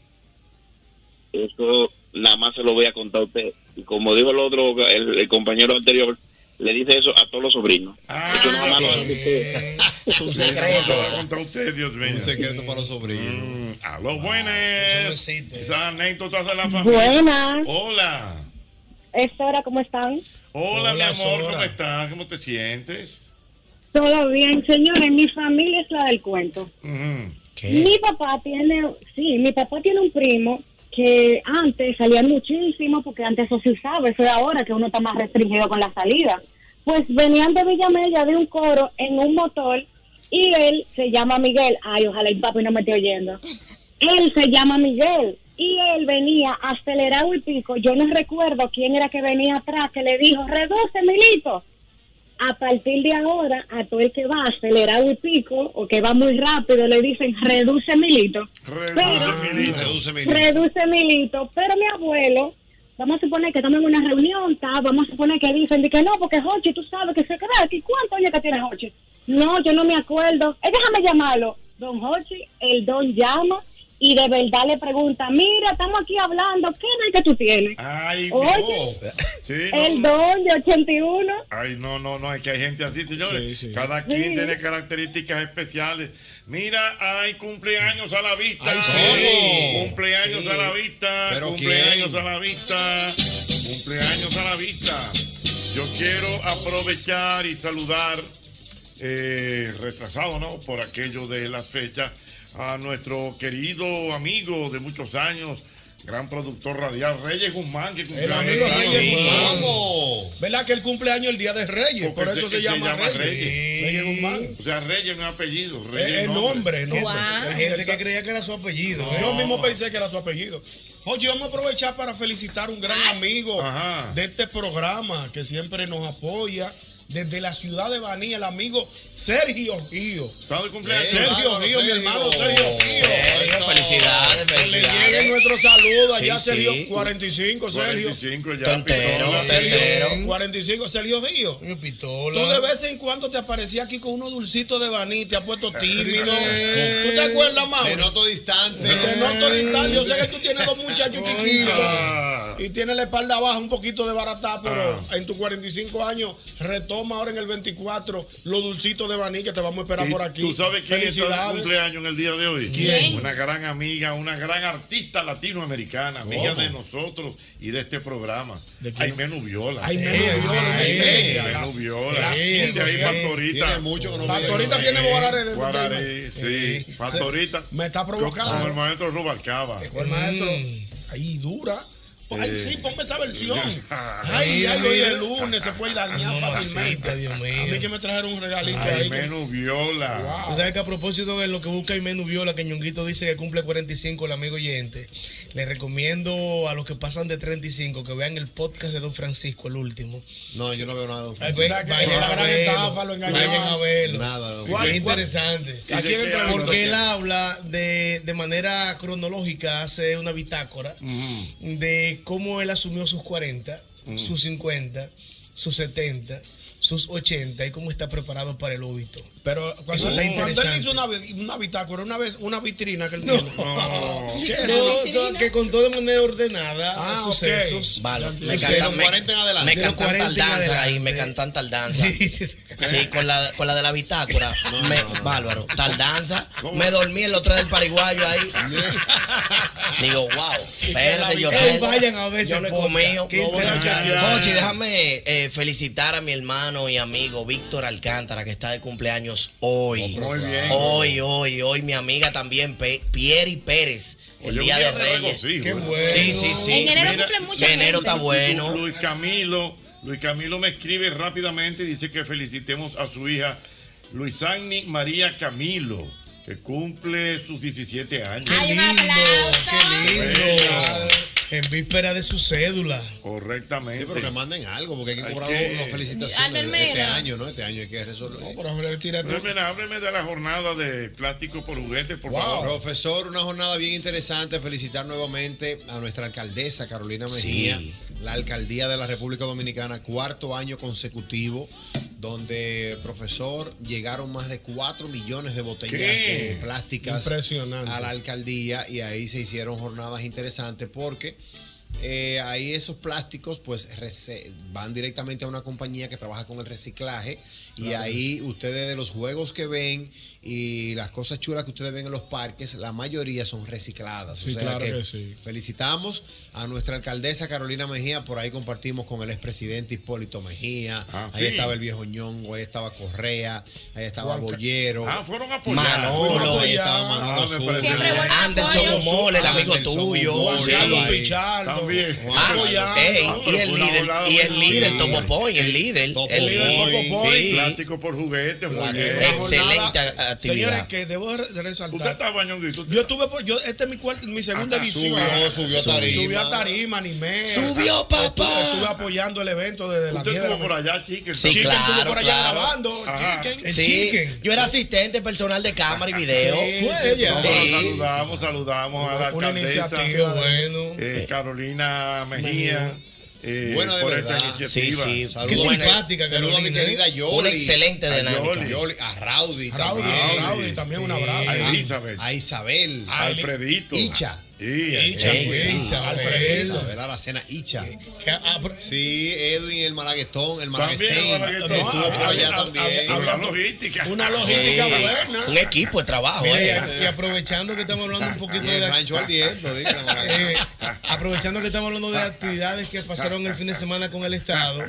[SPEAKER 20] Eso nada más se lo voy a contar a usted. Y como dijo el otro, el, el compañero anterior, le dice eso a todos los sobrinos. Eso nada más lo hace usted.
[SPEAKER 4] Un secreto. Lo va a contar usted, Dios mío. Un secreto para los sobrinos. Ah, a los buenos. Esa anécdota de la familia.
[SPEAKER 30] Buenas.
[SPEAKER 4] Hola.
[SPEAKER 30] Es hora, ¿cómo están?
[SPEAKER 4] Hola, mi amor, ¿cómo estás? ¿Cómo te sientes?
[SPEAKER 30] Todo bien, señores. Mi familia es la del cuento.
[SPEAKER 4] Ujú.
[SPEAKER 30] Mi papá tiene, sí, mi papá tiene un primo que antes salían muchísimo, porque antes eso se usaba, eso es ahora que uno está más restringido con la salida. Pues venían de Villamella de un coro en un motor y él se llama Miguel. Ay, ojalá el papi no me esté oyendo. Él se llama Miguel y él venía acelerado y pico. Yo no recuerdo quién era que venía atrás que le dijo, reduce, Milito. A partir de ahora, a todo el que va acelerado y pico o que va muy rápido, le dicen, reduce, Milito.
[SPEAKER 31] Reduce mi
[SPEAKER 30] Reduce milito, pero mi abuelo, vamos a suponer que estamos en una reunión, ta, vamos a suponer que dicen de que no, porque Jochi, tú sabes que se queda aquí. ¿Cuántos años que tiene Jochi? No, yo no me acuerdo. Eh, déjame llamarlo. Don Jochi, el don llama y de verdad le pregunta, mira, estamos aquí hablando, ¿qué edad que tú tienes?
[SPEAKER 4] Ay,
[SPEAKER 30] Oye,
[SPEAKER 4] Ah, Sí, no,
[SPEAKER 30] el don de 81.
[SPEAKER 4] Ay, no, no, no, es que hay gente así, señores. Cada quien tiene características especiales. Mira, hay cumpleaños a la vista. Cumpleaños a la vista. cumpleaños a la vista. Cumpleaños a la vista. Yo quiero aprovechar y saludar, eh, retrasado, ¿no? Por aquello de las fechas, a nuestro querido amigo de muchos años, gran productor radial, Reyes Guzmán, que
[SPEAKER 7] El
[SPEAKER 4] cumpleaños.
[SPEAKER 7] amigo Reyes Guzmán.
[SPEAKER 4] Vamos.
[SPEAKER 7] pues. ¿Verdad que él cumpleaños el día de Reyes?
[SPEAKER 4] Porque
[SPEAKER 7] Por eso
[SPEAKER 4] se-
[SPEAKER 7] se,
[SPEAKER 4] se
[SPEAKER 7] llama,
[SPEAKER 4] llama
[SPEAKER 7] Reyes.
[SPEAKER 4] Reyes.
[SPEAKER 7] Reyes Guzmán.
[SPEAKER 4] O sea, Reyes no es apellido. Reyes
[SPEAKER 7] Es Eh, el nombre, el nombre.
[SPEAKER 6] Hay gente que creía que era su apellido. ¿eh?
[SPEAKER 7] No. Yo mismo pensé que era su apellido. Oye, vamos a aprovechar para felicitar a un gran amigo de este programa que siempre nos apoya. Desde la ciudad de Baní, el amigo Sergio Gío.
[SPEAKER 4] Está de cumpleaños.
[SPEAKER 7] Sergio Gío, mi hermano Sergio Gío.
[SPEAKER 5] Sergio, felicidades,
[SPEAKER 7] Que
[SPEAKER 5] felicidades.
[SPEAKER 7] llegue nuestro saludo allá,
[SPEAKER 5] Sí,
[SPEAKER 7] Sergio.
[SPEAKER 5] sí.
[SPEAKER 7] 45, Sergio.
[SPEAKER 4] 45
[SPEAKER 5] ya, Tentero, pistola.
[SPEAKER 7] Sergio, 45, Sergio Gío. Tú de vez en cuando te aparecías aquí con unos dulcitos de Baní, te has puesto
[SPEAKER 6] Eh,
[SPEAKER 7] tímido. ¿Tú te acuerdas, Mauro?
[SPEAKER 31] Te noto distante.
[SPEAKER 7] Te
[SPEAKER 6] Eh.
[SPEAKER 7] noto distante. Yo sé que tú tienes dos muchachos chiquitos y tienes la espalda baja, un poquito de baratá, pero
[SPEAKER 6] Ah.
[SPEAKER 7] en tus 45 años retoma ahora en el 24 los dulcitos de Baní que te vamos a esperar
[SPEAKER 4] Y
[SPEAKER 7] por aquí.
[SPEAKER 4] ¿Tú sabes quién está de
[SPEAKER 7] Felicidades.
[SPEAKER 4] cumpleaños en el día de hoy?
[SPEAKER 7] ¿Quién?
[SPEAKER 4] Una gran amiga, una gran artista latinoamericana, amiga
[SPEAKER 7] ¿Cómo?
[SPEAKER 4] de nosotros y de este programa.
[SPEAKER 7] ¿De quién?
[SPEAKER 4] Aimenu Viola.
[SPEAKER 7] Aimenu
[SPEAKER 4] Eh,
[SPEAKER 7] Viola, una
[SPEAKER 4] Aimenu
[SPEAKER 7] estrella.
[SPEAKER 4] Aimenu Viola.
[SPEAKER 7] La-
[SPEAKER 4] Sí, de ahí
[SPEAKER 7] sí,
[SPEAKER 4] Pastorita.
[SPEAKER 7] tiene mucho que no Pastorita viene. tiene Guararé de-
[SPEAKER 4] Guararé, sí. Pastorita.
[SPEAKER 7] Me está provocando.
[SPEAKER 4] Como el maestro Rubalcaba.
[SPEAKER 6] Mm.
[SPEAKER 7] Con el maestro. Ahí dura. Ay,
[SPEAKER 4] Eh.
[SPEAKER 7] sí, ponme esa versión.
[SPEAKER 4] Ay,
[SPEAKER 7] Ay, ya lo oí
[SPEAKER 4] mira.
[SPEAKER 7] el lunes, se puede dañar
[SPEAKER 6] No,
[SPEAKER 7] fácilmente.
[SPEAKER 6] mamacita, Dios mío.
[SPEAKER 7] A mí que me trajeron un regalito
[SPEAKER 4] Ay,
[SPEAKER 7] ahí. que-
[SPEAKER 4] menos viola.
[SPEAKER 6] Tú sabes que a propósito de lo que busca Imenu Viola, que Ñonguito dice que cumple 45, el amigo oyente, le recomiendo a los que pasan de 35 que vean el podcast de Don Francisco, el último.
[SPEAKER 5] No, yo no veo nada.
[SPEAKER 6] Ay, ve- vayan a verlo, Vayan a verlo.
[SPEAKER 5] Nada. don
[SPEAKER 6] Es
[SPEAKER 5] Francisco.
[SPEAKER 6] interesante.
[SPEAKER 5] ¿Y de qué habla?
[SPEAKER 6] Porque él habla de, de manera cronológica, hace una bitácora de cómo él asumió sus 40,
[SPEAKER 4] Mm.
[SPEAKER 6] sus 50, sus 70, sus 80 y cómo está preparado para el óbito.
[SPEAKER 7] Pero
[SPEAKER 6] Eso
[SPEAKER 7] cuando,
[SPEAKER 6] está
[SPEAKER 7] cuando él
[SPEAKER 6] interesante.
[SPEAKER 7] hizo una, vi- una bitácora, una vez, una vitrina que él tiene. ¿Qué es
[SPEAKER 6] No,
[SPEAKER 7] eso?
[SPEAKER 6] o sea, que contó de manera ordenada
[SPEAKER 7] Ah, ok.
[SPEAKER 6] sucesos.
[SPEAKER 8] Vale, me
[SPEAKER 6] Sucesos.
[SPEAKER 8] cantan, me, me
[SPEAKER 6] De los
[SPEAKER 8] cantan
[SPEAKER 6] 40
[SPEAKER 8] tal
[SPEAKER 6] en
[SPEAKER 8] danza
[SPEAKER 6] adelante.
[SPEAKER 8] ahí, me cantan tal danza. Sí, con la, con la de la bitácora. me, Bárbaro, tal danza. Me dormí el otro del pariguayo ahí. Digo, wow, espérate, yo
[SPEAKER 6] Eh,
[SPEAKER 8] sé.
[SPEAKER 6] vayan a ver ese
[SPEAKER 8] Yo no he
[SPEAKER 6] podcast.
[SPEAKER 8] comido.
[SPEAKER 6] Qué
[SPEAKER 8] No, bueno,
[SPEAKER 6] interesante.
[SPEAKER 8] Jochi, déjame eh, felicitar a mi hermano y amigo Víctor Alcántara, que está de cumpleaños hoy.
[SPEAKER 6] Oh,
[SPEAKER 4] Muy bien.
[SPEAKER 8] Hoy, hoy, hoy, mi amiga también, Pe- Pieri Pérez. El
[SPEAKER 4] Oye,
[SPEAKER 8] día
[SPEAKER 4] un
[SPEAKER 8] de
[SPEAKER 4] día
[SPEAKER 8] Reyes.
[SPEAKER 4] regocijo, Qué ¿verdad? bueno.
[SPEAKER 8] Sí, sí, sí.
[SPEAKER 4] En enero
[SPEAKER 8] Mira,
[SPEAKER 4] cumplen
[SPEAKER 8] de enero está bueno.
[SPEAKER 4] Luis Camilo, Luis Camilo me escribe rápidamente y dice que felicitemos a su hija Luisani María Camilo, que cumple sus 17 años.
[SPEAKER 6] Qué lindo, qué lindo.
[SPEAKER 4] Bella.
[SPEAKER 6] En víspera de su cédula.
[SPEAKER 4] Correctamente.
[SPEAKER 5] Sí, pero que manden algo, porque hay que
[SPEAKER 6] Hay
[SPEAKER 5] cobrar
[SPEAKER 6] que-
[SPEAKER 5] las felicitaciones
[SPEAKER 6] Albert
[SPEAKER 5] de- de este
[SPEAKER 6] Mera.
[SPEAKER 5] año, ¿no? Este año hay que resolver.
[SPEAKER 4] Hábleme, hábleme de la jornada de plástico por juguetes, por favor.
[SPEAKER 5] Profesor, una jornada bien interesante. Felicitar nuevamente a nuestra alcaldesa Carolina Mejía,
[SPEAKER 8] Sí.
[SPEAKER 5] la alcaldía de la República Dominicana, cuarto año consecutivo, donde, profesor, llegaron más de 4 millones de botellas
[SPEAKER 7] ¿Qué?
[SPEAKER 5] de plásticas
[SPEAKER 7] Impresionante.
[SPEAKER 5] a la alcaldía y ahí se hicieron jornadas interesantes porque eh, ahí esos plásticos pues rece- van directamente a una compañía que trabaja con el reciclaje y
[SPEAKER 7] Claro.
[SPEAKER 5] ahí ustedes de los juegos que ven y las cosas chulas que ustedes ven en los parques, la mayoría son recicladas.
[SPEAKER 7] Sí, claro que sí.
[SPEAKER 5] Felicitamos a nuestra alcaldesa Carolina Mejía, por ahí compartimos con el expresidente Hipólito Mejía,
[SPEAKER 4] Ah,
[SPEAKER 5] ahí
[SPEAKER 4] sí.
[SPEAKER 5] estaba el viejo Ñongo, ahí estaba Correa, ahí estaba
[SPEAKER 4] Juan Ca-
[SPEAKER 5] Bollero.
[SPEAKER 4] Ah, fueron a apoyar.
[SPEAKER 8] Manolo,
[SPEAKER 5] ahí estaba
[SPEAKER 4] Ah, me
[SPEAKER 5] Manolo
[SPEAKER 4] parece
[SPEAKER 5] Azul.
[SPEAKER 4] bien.
[SPEAKER 8] Anderson Gomol, el amigo tuyo. Sí.
[SPEAKER 4] También.
[SPEAKER 8] Ah, ey, y el líder, y el líder, Topo Point, el líder, el líder, sí.
[SPEAKER 4] Plástico por juguetes,
[SPEAKER 5] eh,
[SPEAKER 4] juguetes.
[SPEAKER 8] Excelente
[SPEAKER 7] Señores,
[SPEAKER 8] actividad. Ah,
[SPEAKER 7] que debo re- de resaltar.
[SPEAKER 4] Usted estaba ñonguito.
[SPEAKER 7] Yo tuve por, yo, este es mi cuarta, mi segunda
[SPEAKER 5] Ajá.
[SPEAKER 7] edición.
[SPEAKER 5] Ah, Subió, subió a tarima.
[SPEAKER 7] Subió a tarima, animé.
[SPEAKER 8] Subió,
[SPEAKER 7] papá. Estuve, estuve apoyando el evento desde la
[SPEAKER 4] Usted
[SPEAKER 7] 10 de la
[SPEAKER 4] estuvo por allá, chique.
[SPEAKER 8] Sí,
[SPEAKER 7] Chicken estuvo
[SPEAKER 8] claro,
[SPEAKER 7] por allá
[SPEAKER 8] claro.
[SPEAKER 7] grabando,
[SPEAKER 4] Ajá.
[SPEAKER 7] Chicken.
[SPEAKER 8] Sí, yo era asistente personal de cámara y video.
[SPEAKER 4] Sí, sí, no,
[SPEAKER 8] Sí.
[SPEAKER 4] Saludamos, saludamos a la
[SPEAKER 8] Una
[SPEAKER 4] alcaldesa
[SPEAKER 8] iniciativa
[SPEAKER 4] eh, eh, Carolina Mejía eh,
[SPEAKER 5] Buena de
[SPEAKER 4] por
[SPEAKER 5] verdad.
[SPEAKER 4] esta iniciativa.
[SPEAKER 5] Sí, sí. Qué Buena. simpática,
[SPEAKER 4] Saludos
[SPEAKER 5] Carolina, ¿eh? Una excelente dinámica. a Rowdy.
[SPEAKER 7] Rowdy,
[SPEAKER 5] también.
[SPEAKER 7] Rowdy, también una brava.
[SPEAKER 5] A
[SPEAKER 4] Elizabeth.
[SPEAKER 5] A Isabel.
[SPEAKER 4] A Alfredito.
[SPEAKER 5] Icha.
[SPEAKER 4] Icha,
[SPEAKER 5] Ey,
[SPEAKER 4] pues,
[SPEAKER 5] sí.
[SPEAKER 4] Isabel.
[SPEAKER 5] Alfredo. Isabel Aracena Icha. Sí, Edwin, el Malaguetón, el
[SPEAKER 4] También el
[SPEAKER 5] Malaguetén.
[SPEAKER 4] Malaguetón.
[SPEAKER 5] Estuvo por
[SPEAKER 4] Ah,
[SPEAKER 5] allá
[SPEAKER 4] ah,
[SPEAKER 5] también.
[SPEAKER 4] ah, ah, Una logística. Una
[SPEAKER 5] logística
[SPEAKER 8] Sí. Un equipo de trabajo,
[SPEAKER 6] Mira, y
[SPEAKER 8] eh.
[SPEAKER 6] a- y, aprovechando que estamos hablando un poquito
[SPEAKER 5] Y el
[SPEAKER 6] de la-
[SPEAKER 5] rancho ardiendo, dígalo.
[SPEAKER 6] Eh, aprovechando que estamos hablando de actividades que pasaron el fin de semana con el Estado,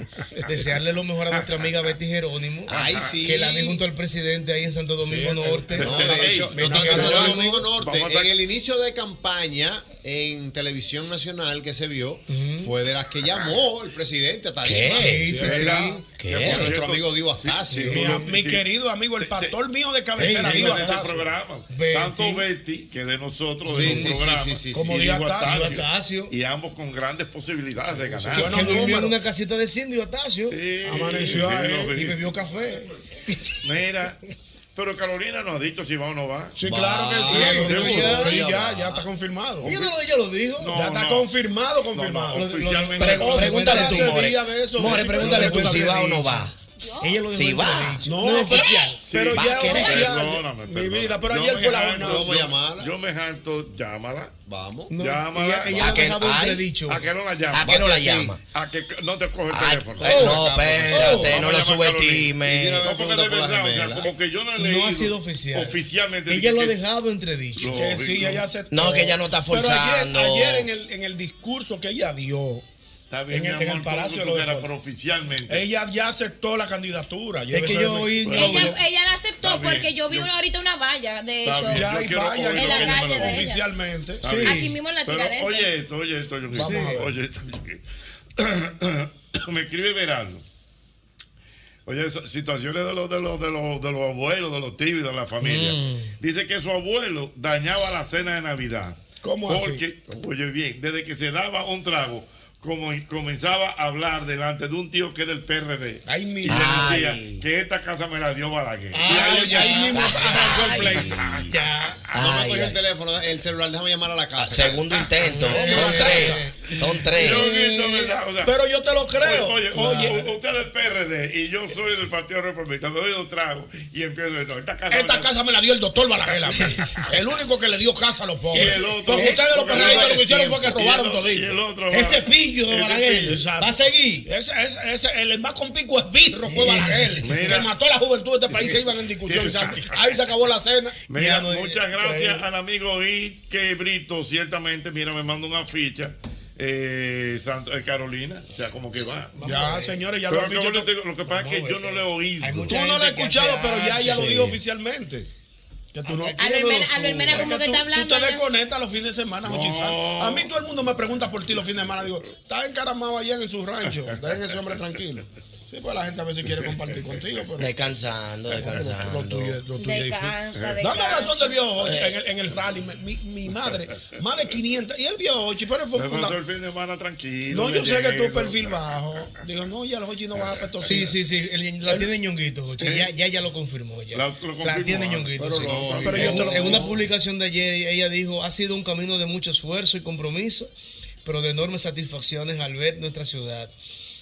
[SPEAKER 6] desearle lo mejor a nuestra amiga Betty Jerónimo,
[SPEAKER 5] Ay, sí.
[SPEAKER 6] que la vi junto al presidente ahí en Santo Domingo Norte.
[SPEAKER 5] No, de hecho, no
[SPEAKER 6] Betty
[SPEAKER 5] tanto en Santo
[SPEAKER 6] Jerónimo.
[SPEAKER 5] Domingo Norte.
[SPEAKER 6] Vamos a-
[SPEAKER 5] En el inicio de campaña en televisión nacional que se vio, fue de las que llamó el presidente a Tarima.
[SPEAKER 7] ¿Qué?
[SPEAKER 5] Sí, sí,
[SPEAKER 7] ¿Verdad?
[SPEAKER 5] sí.
[SPEAKER 7] ¿Qué?
[SPEAKER 5] Que a nuestro amigo Dio Astacio.
[SPEAKER 7] Sí, a mi querido amigo, el pastor mío de cabecera,
[SPEAKER 4] Ey,
[SPEAKER 7] Diego
[SPEAKER 4] en este
[SPEAKER 7] Astacio.
[SPEAKER 4] programa. Tanto Betty que de nosotros,
[SPEAKER 7] Sí,
[SPEAKER 4] de
[SPEAKER 7] sí,
[SPEAKER 4] los
[SPEAKER 7] sí,
[SPEAKER 4] programas.
[SPEAKER 7] sí, sí, sí.
[SPEAKER 4] Como
[SPEAKER 7] Y
[SPEAKER 4] Diego
[SPEAKER 7] Diego
[SPEAKER 4] Astacio.
[SPEAKER 6] Astacio.
[SPEAKER 4] Y ambos con grandes posibilidades de ganar.
[SPEAKER 6] que durmió en una casita de Cindy Otacio.
[SPEAKER 4] Amaneció sí, ahí. lo vi.
[SPEAKER 6] y bebió café.
[SPEAKER 4] Mira, pero Carolina nos ha dicho si va o no va.
[SPEAKER 7] Sí, claro que sí. Sí, ya, ya está confirmado.
[SPEAKER 4] Ella
[SPEAKER 6] no- ella lo dijo.
[SPEAKER 7] ya está
[SPEAKER 4] no.
[SPEAKER 7] confirmado, confirmado.
[SPEAKER 4] no,
[SPEAKER 7] Lo- lo-
[SPEAKER 4] oficialmente
[SPEAKER 7] pre-
[SPEAKER 4] no.
[SPEAKER 7] pregúntale tú,
[SPEAKER 4] Hace
[SPEAKER 7] More.
[SPEAKER 4] día de eso,
[SPEAKER 7] More,
[SPEAKER 4] Betty,
[SPEAKER 7] pregúntale
[SPEAKER 4] pero
[SPEAKER 7] tú si
[SPEAKER 4] no
[SPEAKER 7] va o
[SPEAKER 4] te
[SPEAKER 7] no
[SPEAKER 4] dijo.
[SPEAKER 7] va.
[SPEAKER 6] Ella lo
[SPEAKER 4] Sí
[SPEAKER 6] dejó en
[SPEAKER 4] va.
[SPEAKER 6] dicho.
[SPEAKER 7] No,
[SPEAKER 6] No,
[SPEAKER 7] pero-
[SPEAKER 6] oficial.
[SPEAKER 7] pero
[SPEAKER 4] va
[SPEAKER 7] ya
[SPEAKER 4] a querer.
[SPEAKER 7] oficial.
[SPEAKER 4] Perdóname,
[SPEAKER 7] Mi
[SPEAKER 4] perdóname.
[SPEAKER 7] vida, pero
[SPEAKER 4] Yo
[SPEAKER 7] ayer
[SPEAKER 4] me
[SPEAKER 7] fue la
[SPEAKER 4] janto,
[SPEAKER 7] jornada.
[SPEAKER 4] yo-
[SPEAKER 7] Vamos a llamarla.
[SPEAKER 4] Yo me janto, llámala.
[SPEAKER 5] Vamos.
[SPEAKER 6] No,
[SPEAKER 4] Llámala.
[SPEAKER 6] ella- ella lo ha dejado
[SPEAKER 4] Ay,
[SPEAKER 6] entredicho.
[SPEAKER 4] ¿A que no la llama?
[SPEAKER 8] ¿A que no la
[SPEAKER 4] Sí.
[SPEAKER 8] llama?
[SPEAKER 4] A que no te coge el teléfono.
[SPEAKER 8] eh, no,
[SPEAKER 7] Oh,
[SPEAKER 4] Oh.
[SPEAKER 8] espérate, no la subestime.
[SPEAKER 4] No, porque de verdad, o sea, como que yo no he
[SPEAKER 6] No
[SPEAKER 4] leído
[SPEAKER 6] ha sido oficial.
[SPEAKER 4] Oficialmente.
[SPEAKER 6] Ella
[SPEAKER 4] dije
[SPEAKER 6] lo ha
[SPEAKER 4] que-
[SPEAKER 6] dejado entredicho.
[SPEAKER 7] Que sí, ella aceptó.
[SPEAKER 8] No, que ella no está
[SPEAKER 7] Pero ayer-
[SPEAKER 8] forzando.
[SPEAKER 7] ayer, en, el, en el discurso que ella dio,
[SPEAKER 4] Está bien,
[SPEAKER 7] en el,
[SPEAKER 4] mi
[SPEAKER 7] en el
[SPEAKER 4] amor,
[SPEAKER 7] Palacio de
[SPEAKER 4] tú
[SPEAKER 7] los
[SPEAKER 4] quieras,
[SPEAKER 7] Deportes.
[SPEAKER 4] pero oficialmente.
[SPEAKER 7] Ella ya aceptó la candidatura.
[SPEAKER 24] que yo oí-
[SPEAKER 9] Ella, ella la
[SPEAKER 4] Está
[SPEAKER 9] aceptó
[SPEAKER 4] bien,
[SPEAKER 9] porque yo vi una- ahorita una valla, de
[SPEAKER 4] Está
[SPEAKER 9] hecho,
[SPEAKER 4] bien, yo quiero oír
[SPEAKER 9] en
[SPEAKER 4] lo que
[SPEAKER 9] la
[SPEAKER 4] ella me
[SPEAKER 9] calle
[SPEAKER 4] lo
[SPEAKER 9] de
[SPEAKER 4] diga.
[SPEAKER 9] ella.
[SPEAKER 7] Oficialmente.
[SPEAKER 4] Está bien.
[SPEAKER 9] Aquí mismo en la
[SPEAKER 4] Pero
[SPEAKER 9] tiradera.
[SPEAKER 4] Oye esto, oye esto, Yogi.
[SPEAKER 7] Vamos a ver.
[SPEAKER 4] Oye esto, Yogi. Me escribe Verano. Oye, eso- situaciones de los, de, los, de, los, de los abuelos, de los tíos, de la familia.
[SPEAKER 7] Mm.
[SPEAKER 4] Dice que su abuelo dañaba la cena de Navidad.
[SPEAKER 7] ¿Cómo así?
[SPEAKER 4] porque, Oye, bien, desde que se daba un trago, como comenzaba a hablar delante de un tío que es del PRD. y le decía que esta casa me la dio Balaguer. y ahí, ahí mismo arrancó el pleito.
[SPEAKER 5] No me cogió el teléfono, el celular, déjame llamar a la casa.
[SPEAKER 8] Segundo intento. Son tres. Son tres.
[SPEAKER 4] Yo grito, ¿verdad? O sea,
[SPEAKER 8] Pero yo te lo creo.
[SPEAKER 4] Oye,
[SPEAKER 8] Oye.
[SPEAKER 4] oye, u- usted es del PRD y yo soy del Partido Reformista. Me doy un trago y empiezo de todo. Esta casa.
[SPEAKER 7] Esta casa me la dio el doctor Balaguela. el único que le dio casa a los pobres.
[SPEAKER 4] Y el otro-
[SPEAKER 7] Porque ustedes los
[SPEAKER 4] Porque
[SPEAKER 7] perraditos
[SPEAKER 4] no
[SPEAKER 7] lo que hicieron
[SPEAKER 4] tiempo.
[SPEAKER 7] fue que
[SPEAKER 4] Y el
[SPEAKER 7] robaron
[SPEAKER 4] otro-
[SPEAKER 7] todo.
[SPEAKER 4] y el otro-
[SPEAKER 7] Ese pillo de
[SPEAKER 4] Ese pillo,
[SPEAKER 7] Balaguer
[SPEAKER 4] exacto.
[SPEAKER 7] va a seguir. Ese, ese, ese, el más con pico es birro fue Balaguer.
[SPEAKER 4] Mira.
[SPEAKER 7] Que mató a la juventud de este país. Se iban en discusión. y se- Ahí se acabó la cena.
[SPEAKER 4] Mira,
[SPEAKER 7] Ya no-
[SPEAKER 4] muchas gracias
[SPEAKER 7] Bueno.
[SPEAKER 4] al amigo Ike Brito, ciertamente, mira, me manda una ficha. Eh, Santa- eh, Carolina, o sea, como que va.
[SPEAKER 7] Ya, señores, ya
[SPEAKER 4] Pero
[SPEAKER 7] lo
[SPEAKER 4] acabo
[SPEAKER 7] ficha-
[SPEAKER 4] de decir, Lo que pasa es que yo no le he oído.
[SPEAKER 7] Tú no lo has escuchado, pero ya ella lo dijo oficialmente. Que tú no
[SPEAKER 9] Albermena-
[SPEAKER 7] tienes los
[SPEAKER 9] Albermena
[SPEAKER 7] ojos.
[SPEAKER 9] como
[SPEAKER 7] Es
[SPEAKER 9] que está
[SPEAKER 7] tú,
[SPEAKER 9] hablando
[SPEAKER 7] tú te
[SPEAKER 9] allá.
[SPEAKER 7] desconectas los fines de semana, Jochi Santos. A mí todo el mundo me pregunta por ti los fines de semana. Digo, estás encaramado allá en su rancho. Dejen ese hombre tranquilo. Sí, pues la gente a veces quiere compartir contigo. Pero...
[SPEAKER 8] Descansando, descansando.
[SPEAKER 7] Descansa, Dame razón del viejo Hochi en el, en el rally. Me- Mi, mi madre, más de 500. Y el viejo Hochi, pero fue
[SPEAKER 4] Me pasó
[SPEAKER 7] funda-
[SPEAKER 4] el fin de semana tranquilo.
[SPEAKER 7] No, yo
[SPEAKER 4] me
[SPEAKER 7] sé que
[SPEAKER 4] llego.
[SPEAKER 7] tu perfil bajo. Digo, no, ya los Hochi
[SPEAKER 4] Eh,
[SPEAKER 7] no vas a peto.
[SPEAKER 24] Sí, sí, sí. el- la tiene Ñonguito, Jochi. Ya, ya ella lo confirmó. Ya.
[SPEAKER 4] La-
[SPEAKER 24] La,
[SPEAKER 4] lo confirmó,
[SPEAKER 24] tiene
[SPEAKER 4] ah,
[SPEAKER 24] Ñonguito.
[SPEAKER 4] pero
[SPEAKER 24] sí.
[SPEAKER 4] no,
[SPEAKER 24] En-
[SPEAKER 4] pero yo te lo-
[SPEAKER 24] en una publicación de ayer, ella dijo: Ha sido un camino de mucho esfuerzo y compromiso, pero de enormes satisfacciones al ver nuestra ciudad.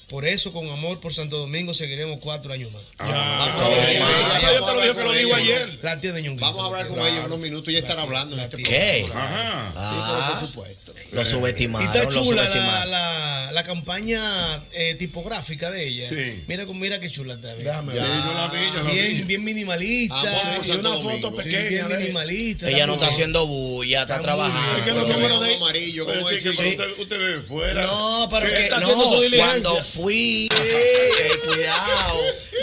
[SPEAKER 24] Por eso, con amor por Santo Domingo, seguiremos cuatro años más.
[SPEAKER 5] Yo te lo dije que lo digo ayer.
[SPEAKER 24] La tiene Ñonguito.
[SPEAKER 5] Vamos a hablar con ellos unos minutos y ya estar hablando en este
[SPEAKER 8] ¿Qué?
[SPEAKER 5] programa.
[SPEAKER 8] Ajá.
[SPEAKER 5] Sí, pero
[SPEAKER 8] Ah.
[SPEAKER 5] por supuesto.
[SPEAKER 8] Lo subestimaron,
[SPEAKER 24] Y está
[SPEAKER 8] lo
[SPEAKER 24] chula la,
[SPEAKER 8] subestimaron.
[SPEAKER 24] la, la campaña eh, tipográfica de ella.
[SPEAKER 4] Sí.
[SPEAKER 24] Mira, cómo- mira qué chula está. mira.
[SPEAKER 7] Déjame
[SPEAKER 24] Ya.
[SPEAKER 7] ver.
[SPEAKER 24] bien, bien minimalista.
[SPEAKER 7] Amor por
[SPEAKER 24] y
[SPEAKER 7] Santo
[SPEAKER 24] una
[SPEAKER 7] Domingo.
[SPEAKER 24] foto
[SPEAKER 7] Sí,
[SPEAKER 24] pequeña.
[SPEAKER 7] bien
[SPEAKER 24] bien
[SPEAKER 7] minimalista,
[SPEAKER 24] minimalista.
[SPEAKER 8] Ella no está haciendo bulla, está trabajando.
[SPEAKER 7] Es que los números de amarillo,
[SPEAKER 4] Pero sí, que usted, usted vive fuera.
[SPEAKER 8] No, pero
[SPEAKER 4] Usted
[SPEAKER 8] que
[SPEAKER 4] está
[SPEAKER 8] no,
[SPEAKER 4] haciendo su diligencia.
[SPEAKER 8] cuando fui, eh, cuidado.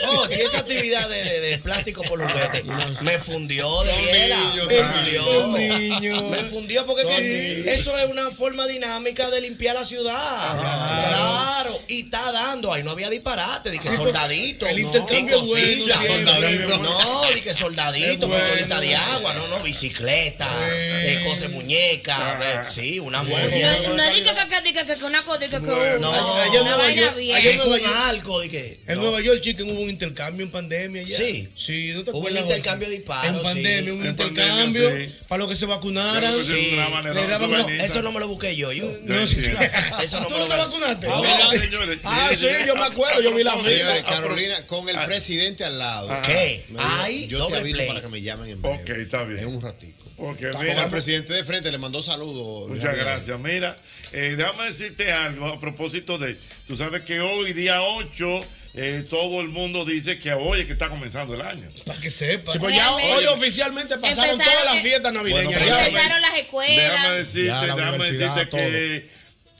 [SPEAKER 8] Oh, y esa actividad de, de- de plástico por juguete me fundió de hiela,
[SPEAKER 5] niños,
[SPEAKER 8] me
[SPEAKER 5] son
[SPEAKER 8] fundió,
[SPEAKER 24] niños.
[SPEAKER 8] me fundió porque
[SPEAKER 5] Son
[SPEAKER 8] que
[SPEAKER 5] niños.
[SPEAKER 8] eso es una forma dinámica de limpiar la ciudad, claro, y está dando, ahí no había disparate, dije
[SPEAKER 24] Sí,
[SPEAKER 8] soldadito,
[SPEAKER 24] el
[SPEAKER 8] no,
[SPEAKER 24] intercambio
[SPEAKER 8] y
[SPEAKER 24] es bueno
[SPEAKER 8] cosita,
[SPEAKER 24] siempre,
[SPEAKER 8] soldadito,
[SPEAKER 24] es bueno.
[SPEAKER 8] no, dije soldadito,
[SPEAKER 24] Es bueno.
[SPEAKER 8] pistolita de agua, no, no, bicicleta, eh, cose muñeca, eh, sí, una buena.
[SPEAKER 9] No, no dije que, que, dije que, que una cosa, dije que
[SPEAKER 8] No,
[SPEAKER 9] una
[SPEAKER 24] allá en Nueva
[SPEAKER 9] vaina
[SPEAKER 24] York,
[SPEAKER 9] bien.
[SPEAKER 24] allá en Nueva
[SPEAKER 8] con
[SPEAKER 24] York.
[SPEAKER 8] algo, dije.
[SPEAKER 24] En Nueva York, chicken, hubo un intercambio en pandemia. Ya.
[SPEAKER 8] Sí.
[SPEAKER 24] Sí, ¿no te
[SPEAKER 8] Hubo un
[SPEAKER 24] acuerdas,
[SPEAKER 8] intercambio
[SPEAKER 24] Jorge?
[SPEAKER 8] de disparos,
[SPEAKER 24] En pandemia,
[SPEAKER 8] sí.
[SPEAKER 24] hubo un
[SPEAKER 8] En pandemia,
[SPEAKER 24] intercambio
[SPEAKER 8] sí.
[SPEAKER 24] para los que se vacunaran.
[SPEAKER 4] Yo creo que
[SPEAKER 24] Sí.
[SPEAKER 4] es una manera
[SPEAKER 24] Le daban
[SPEAKER 4] de
[SPEAKER 24] unos-
[SPEAKER 4] urbanista.
[SPEAKER 8] Eso no me lo busqué yo, yo.
[SPEAKER 24] No, sí, sí.
[SPEAKER 8] Eso no
[SPEAKER 24] ¿Tú
[SPEAKER 8] me
[SPEAKER 24] no
[SPEAKER 8] lo
[SPEAKER 24] te
[SPEAKER 8] busqué.
[SPEAKER 24] vacunaste?
[SPEAKER 4] Ahora, señores.
[SPEAKER 7] Ah, sí, yo me acuerdo, yo vi la
[SPEAKER 5] Señores,
[SPEAKER 7] fila.
[SPEAKER 5] Carolina, con el presidente al lado.
[SPEAKER 8] ¿Qué?
[SPEAKER 5] Ah. Me dijo,
[SPEAKER 8] Ahí,
[SPEAKER 5] Yo te
[SPEAKER 8] doble
[SPEAKER 5] aviso
[SPEAKER 8] play.
[SPEAKER 5] para que me llamen en breve.
[SPEAKER 4] Ok, está bien.
[SPEAKER 5] En un ratito.
[SPEAKER 4] Ok,
[SPEAKER 5] Con
[SPEAKER 4] mira,
[SPEAKER 5] el presidente de frente le mandó saludos. Luis
[SPEAKER 4] Muchas
[SPEAKER 5] Abinader.
[SPEAKER 4] gracias. Mira, eh, déjame decirte algo a propósito de. Tú sabes que hoy, día 8, eh, todo el mundo dice que hoy es que está comenzando el año.
[SPEAKER 24] Para que sepa.
[SPEAKER 7] Sí, pues ya
[SPEAKER 9] Realmente.
[SPEAKER 7] hoy oficialmente pasaron
[SPEAKER 9] Empezaron
[SPEAKER 7] todas las
[SPEAKER 9] que-
[SPEAKER 7] fiestas navideñas.
[SPEAKER 4] Bueno,
[SPEAKER 7] Ya,
[SPEAKER 9] Empezaron las
[SPEAKER 4] Déjame
[SPEAKER 9] escuelas.
[SPEAKER 4] decirte,
[SPEAKER 7] Ya, la
[SPEAKER 4] déjame
[SPEAKER 7] universidad,
[SPEAKER 4] decirte que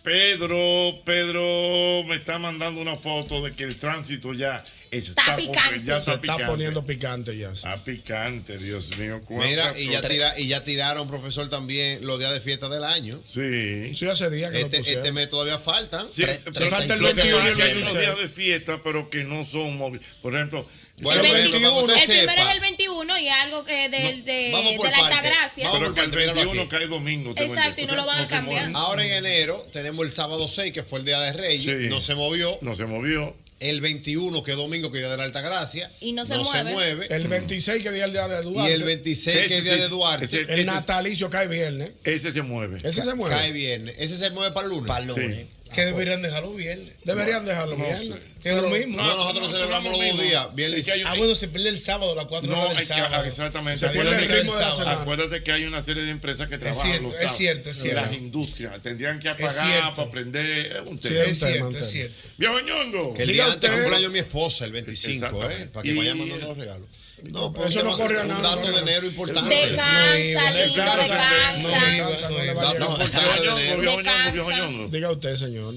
[SPEAKER 4] Pedro, Pedro me está mandando una foto de que el tránsito ya está,
[SPEAKER 9] picante.
[SPEAKER 4] Ya está,
[SPEAKER 7] se está
[SPEAKER 4] picante.
[SPEAKER 7] poniendo picante ya. sí.
[SPEAKER 4] Está picante, Dios mío. cuánta
[SPEAKER 5] Mira, y ya,
[SPEAKER 4] cosa.
[SPEAKER 5] tira- y ya tiraron, profesor, también los días de fiesta del año.
[SPEAKER 4] Sí.
[SPEAKER 7] Sí, hace días que lo
[SPEAKER 5] Este,
[SPEAKER 7] pusieron.
[SPEAKER 5] este mes todavía faltan.
[SPEAKER 4] Sí,
[SPEAKER 8] Tre-
[SPEAKER 4] pero
[SPEAKER 7] falta el
[SPEAKER 4] lo que
[SPEAKER 7] 21
[SPEAKER 4] pasa es
[SPEAKER 7] y el
[SPEAKER 4] que hay unos
[SPEAKER 7] 26.
[SPEAKER 4] días de fiesta, pero que no son móviles. Por ejemplo,
[SPEAKER 5] Bueno, por
[SPEAKER 9] El
[SPEAKER 5] ejemplo, para que usted
[SPEAKER 9] el primero
[SPEAKER 5] sepa,
[SPEAKER 9] es el 21 y algo que del, de,
[SPEAKER 5] vamos por
[SPEAKER 9] de la
[SPEAKER 5] parte.
[SPEAKER 9] Altagracia.
[SPEAKER 5] Vamos
[SPEAKER 4] pero que el
[SPEAKER 5] porque míralo
[SPEAKER 4] 21
[SPEAKER 5] aquí.
[SPEAKER 4] cae domingo. tengo
[SPEAKER 9] Exacto, y no
[SPEAKER 4] entendido.
[SPEAKER 9] lo van a
[SPEAKER 4] O sea, no se
[SPEAKER 9] cambiar.
[SPEAKER 4] movió.
[SPEAKER 5] Ahora en enero tenemos el sábado 6, que fue el día de Reyes.
[SPEAKER 4] Sí.
[SPEAKER 5] No se movió.
[SPEAKER 4] No se movió.
[SPEAKER 5] El 21, que es domingo, que es día de la Alta Gracia.
[SPEAKER 9] Y no se mueve.
[SPEAKER 7] El 26 que día el día de
[SPEAKER 5] Y
[SPEAKER 7] Duarte.
[SPEAKER 5] el 26, que es día de Duarte.
[SPEAKER 4] Ese,
[SPEAKER 7] El
[SPEAKER 4] ese-
[SPEAKER 7] natalicio cae viernes.
[SPEAKER 4] ese se mueve.
[SPEAKER 7] Ese se mueve.
[SPEAKER 5] Cae viernes. Ese se mueve para el lunes.
[SPEAKER 8] Para el lunes.
[SPEAKER 4] Sí.
[SPEAKER 24] Que deberían dejarlo viernes.
[SPEAKER 7] Deberían dejarlo
[SPEAKER 4] No
[SPEAKER 7] viernes.
[SPEAKER 4] sé.
[SPEAKER 24] Que es lo mismo.
[SPEAKER 5] No, nosotros celebramos los dos días. Bien
[SPEAKER 4] Es que hay un-
[SPEAKER 24] Ah, bueno, se pierde el sábado a las 4
[SPEAKER 4] No,
[SPEAKER 24] del
[SPEAKER 4] es que-
[SPEAKER 24] sábado.
[SPEAKER 4] exactamente.
[SPEAKER 24] Se pierde el
[SPEAKER 4] Acuérdate,
[SPEAKER 24] ritmo de la semana.
[SPEAKER 4] acuérdate que hay una serie de empresas que trabajan
[SPEAKER 24] cierto,
[SPEAKER 4] los
[SPEAKER 24] es
[SPEAKER 4] sábados.
[SPEAKER 24] cierto, es cierto.
[SPEAKER 4] Las industrias tendrían que
[SPEAKER 24] cierto.
[SPEAKER 4] apagar para aprender. Es un tema.
[SPEAKER 24] Es
[SPEAKER 7] un tema,
[SPEAKER 24] cierto,
[SPEAKER 7] un
[SPEAKER 24] es
[SPEAKER 7] tema.
[SPEAKER 24] cierto.
[SPEAKER 4] Viejo Ñongo.
[SPEAKER 5] Que el
[SPEAKER 7] Diga
[SPEAKER 5] día antes
[SPEAKER 7] usted.
[SPEAKER 5] cumpleaños mi esposa, el 25, ¿eh?
[SPEAKER 4] Exactamente.
[SPEAKER 5] Para que
[SPEAKER 4] Y-
[SPEAKER 5] vaya mandando los regalos. No, pero
[SPEAKER 7] Eso no
[SPEAKER 5] un-
[SPEAKER 7] corre a
[SPEAKER 5] un
[SPEAKER 7] nada,
[SPEAKER 5] dato
[SPEAKER 7] no corre
[SPEAKER 5] de
[SPEAKER 7] a nada.
[SPEAKER 5] enero importante.
[SPEAKER 9] Descansa, lindo,
[SPEAKER 7] Descansa,
[SPEAKER 9] descansa.
[SPEAKER 7] no le va a
[SPEAKER 5] Dato
[SPEAKER 7] llegar.
[SPEAKER 5] importante de
[SPEAKER 4] Viejo
[SPEAKER 5] enero.
[SPEAKER 4] Ñongo, viejo Ñongo, viejo
[SPEAKER 9] Descansa.
[SPEAKER 4] Ñongo.
[SPEAKER 7] Diga usted, señor.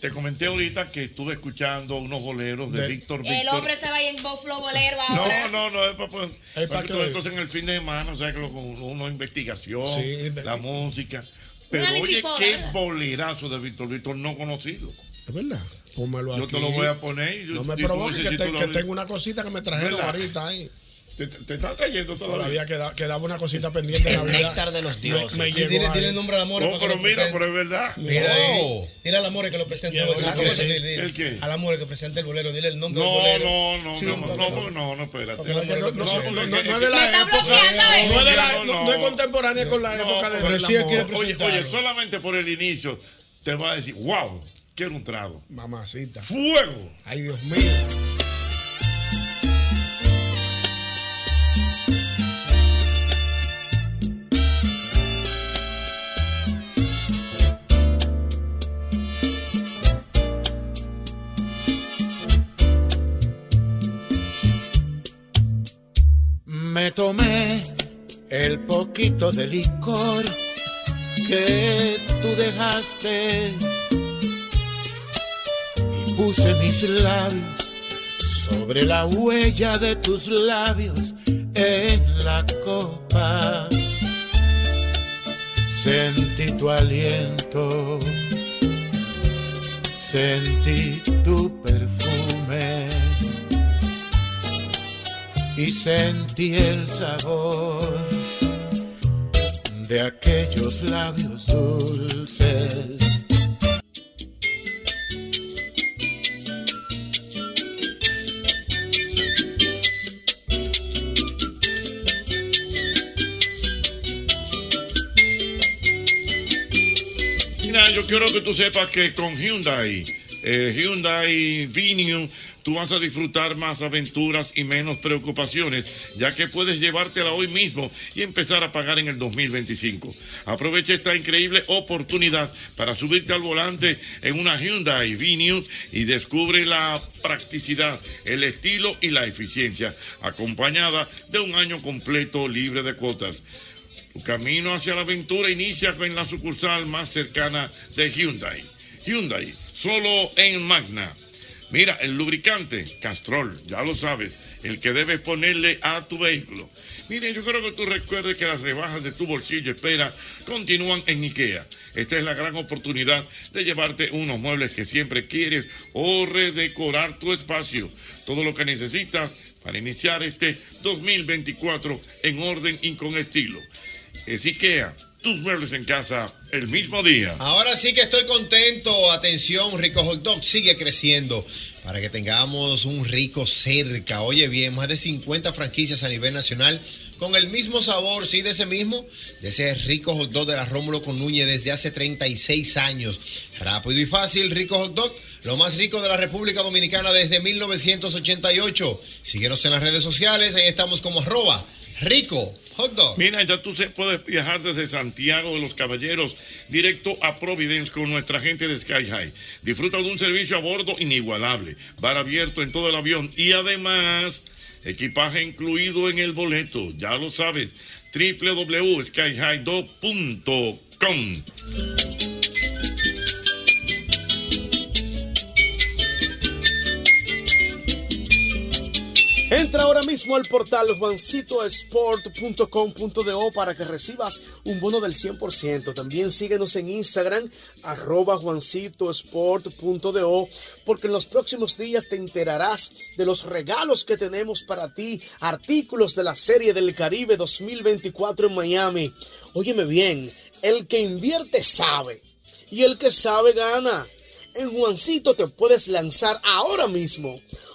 [SPEAKER 4] Te comenté ahorita que estuve escuchando unos boleros de, Víctor
[SPEAKER 9] El
[SPEAKER 4] Víctor.
[SPEAKER 9] hombre se va a ir en Buffalo Bolero ahora.
[SPEAKER 4] No, no, no, es para, pues, para
[SPEAKER 9] para
[SPEAKER 4] que
[SPEAKER 9] que
[SPEAKER 4] tú
[SPEAKER 9] lo
[SPEAKER 4] entonces en el fin de semana, o sea, que lo- uno, uno investigación,
[SPEAKER 7] Sí,
[SPEAKER 4] la música. Pero
[SPEAKER 7] Una
[SPEAKER 4] oye,
[SPEAKER 7] lisifoda,
[SPEAKER 4] qué
[SPEAKER 7] ¿verdad?
[SPEAKER 4] bolerazo de Víctor Víctor no conocido.
[SPEAKER 7] Es verdad. Pónmelo
[SPEAKER 4] Yo
[SPEAKER 7] aquí.
[SPEAKER 4] te lo voy a poner y yo-
[SPEAKER 7] no me
[SPEAKER 4] y tú
[SPEAKER 7] provoques
[SPEAKER 4] dices si
[SPEAKER 7] que, te-
[SPEAKER 4] tú lo
[SPEAKER 7] que
[SPEAKER 4] ves.
[SPEAKER 7] tengo una cosita que me trajeron
[SPEAKER 4] ¿Verdad?
[SPEAKER 7] ahorita ahí.
[SPEAKER 4] Te, te está trayendo todavía.
[SPEAKER 7] Todavía queda- quedaba una cosita pendiente en la vida. Me- Me, llegó
[SPEAKER 32] Dile,
[SPEAKER 7] ahí.
[SPEAKER 32] dile el nombre al amor.
[SPEAKER 7] No, pero mira, pero
[SPEAKER 4] es verdad.
[SPEAKER 32] Mira,
[SPEAKER 7] No.
[SPEAKER 32] ahí, dile al amor que lo presente.
[SPEAKER 7] Llegó el que sí.
[SPEAKER 4] ¿El qué?
[SPEAKER 32] Al amor que presente el bolero. Dile el nombre
[SPEAKER 4] No,
[SPEAKER 32] del bolero.
[SPEAKER 4] no, no,
[SPEAKER 32] Sí,
[SPEAKER 4] no,
[SPEAKER 32] un
[SPEAKER 4] no,
[SPEAKER 32] bolero.
[SPEAKER 4] no, no, no, espérate.
[SPEAKER 32] Porque no, no, no,
[SPEAKER 4] porque-
[SPEAKER 32] no, no,
[SPEAKER 7] no es de la época.
[SPEAKER 5] ¿eh?
[SPEAKER 7] No es de la- no- no es contemporánea con la época de- del amor.
[SPEAKER 4] Oye, oye, solamente por el inicio te va a decir, wow, quiero un trago.
[SPEAKER 7] Mamacita.
[SPEAKER 4] ¡Fuego!
[SPEAKER 7] Ay, Dios mío.
[SPEAKER 33] Me tomé el poquito de licor que tú dejaste y puse mis labios sobre la huella de tus labios en la copa. Sentí tu aliento, sentí tu perfume y sentí el sabor de aquellos labios dulces.
[SPEAKER 4] Mira, yo quiero que tú sepas que con Hyundai, eh, Hyundai Venue, tú vas a disfrutar más aventuras y menos preocupaciones, ya que puedes llevártela hoy mismo y empezar a pagar en el 2025. Aprovecha esta increíble oportunidad para subirte al volante en una Hyundai Venue y descubre la practicidad, el estilo y la eficiencia, acompañada de un año completo libre de cuotas. Tu camino hacia la aventura inicia con la sucursal más cercana de Hyundai. Hyundai, solo en Magna. Mira, el lubricante Castrol, ya lo sabes, el que debes ponerle a tu vehículo. Mire, yo creo que tú recuerdes que las rebajas de tu bolsillo espera continúan en IKEA. Esta es la gran oportunidad de llevarte unos muebles que siempre quieres o redecorar tu espacio. Todo lo que necesitas para iniciar este 2024 en orden y con estilo. Es IKEA, tus muebles en casa el mismo día.
[SPEAKER 5] Ahora sí que estoy contento. Atención, Rico Hot Dog sigue creciendo para que tengamos un rico cerca. Oye bien, más de 50 franquicias a nivel nacional con el mismo sabor, sí, de ese mismo, de ese rico hot dog de la Rómulo con Núñez desde hace 36 años. Rápido y fácil, rico hot dog, lo más rico de la República Dominicana desde 1988. Síguenos en las redes sociales, ahí estamos como arroba rico hot dog.
[SPEAKER 4] Mira, ya tú se puedes viajar desde Santiago de los Caballeros directo a Providence con nuestra gente de Sky High. Disfruta de un servicio a bordo inigualable, bar abierto en todo el avión y además equipaje incluido en el boleto. Ya lo sabes, www.skyhigh2.com.
[SPEAKER 6] Entra ahora mismo al portal juancitoesport.com.do para que recibas un bono del 100%. También síguenos en Instagram, arroba juancitoesport.do, porque en los próximos días te enterarás de los regalos que tenemos para ti, artículos de la Serie del Caribe 2024 en Miami. Óyeme bien, el que invierte sabe y el que sabe gana. En Juancito te puedes lanzar ahora mismo.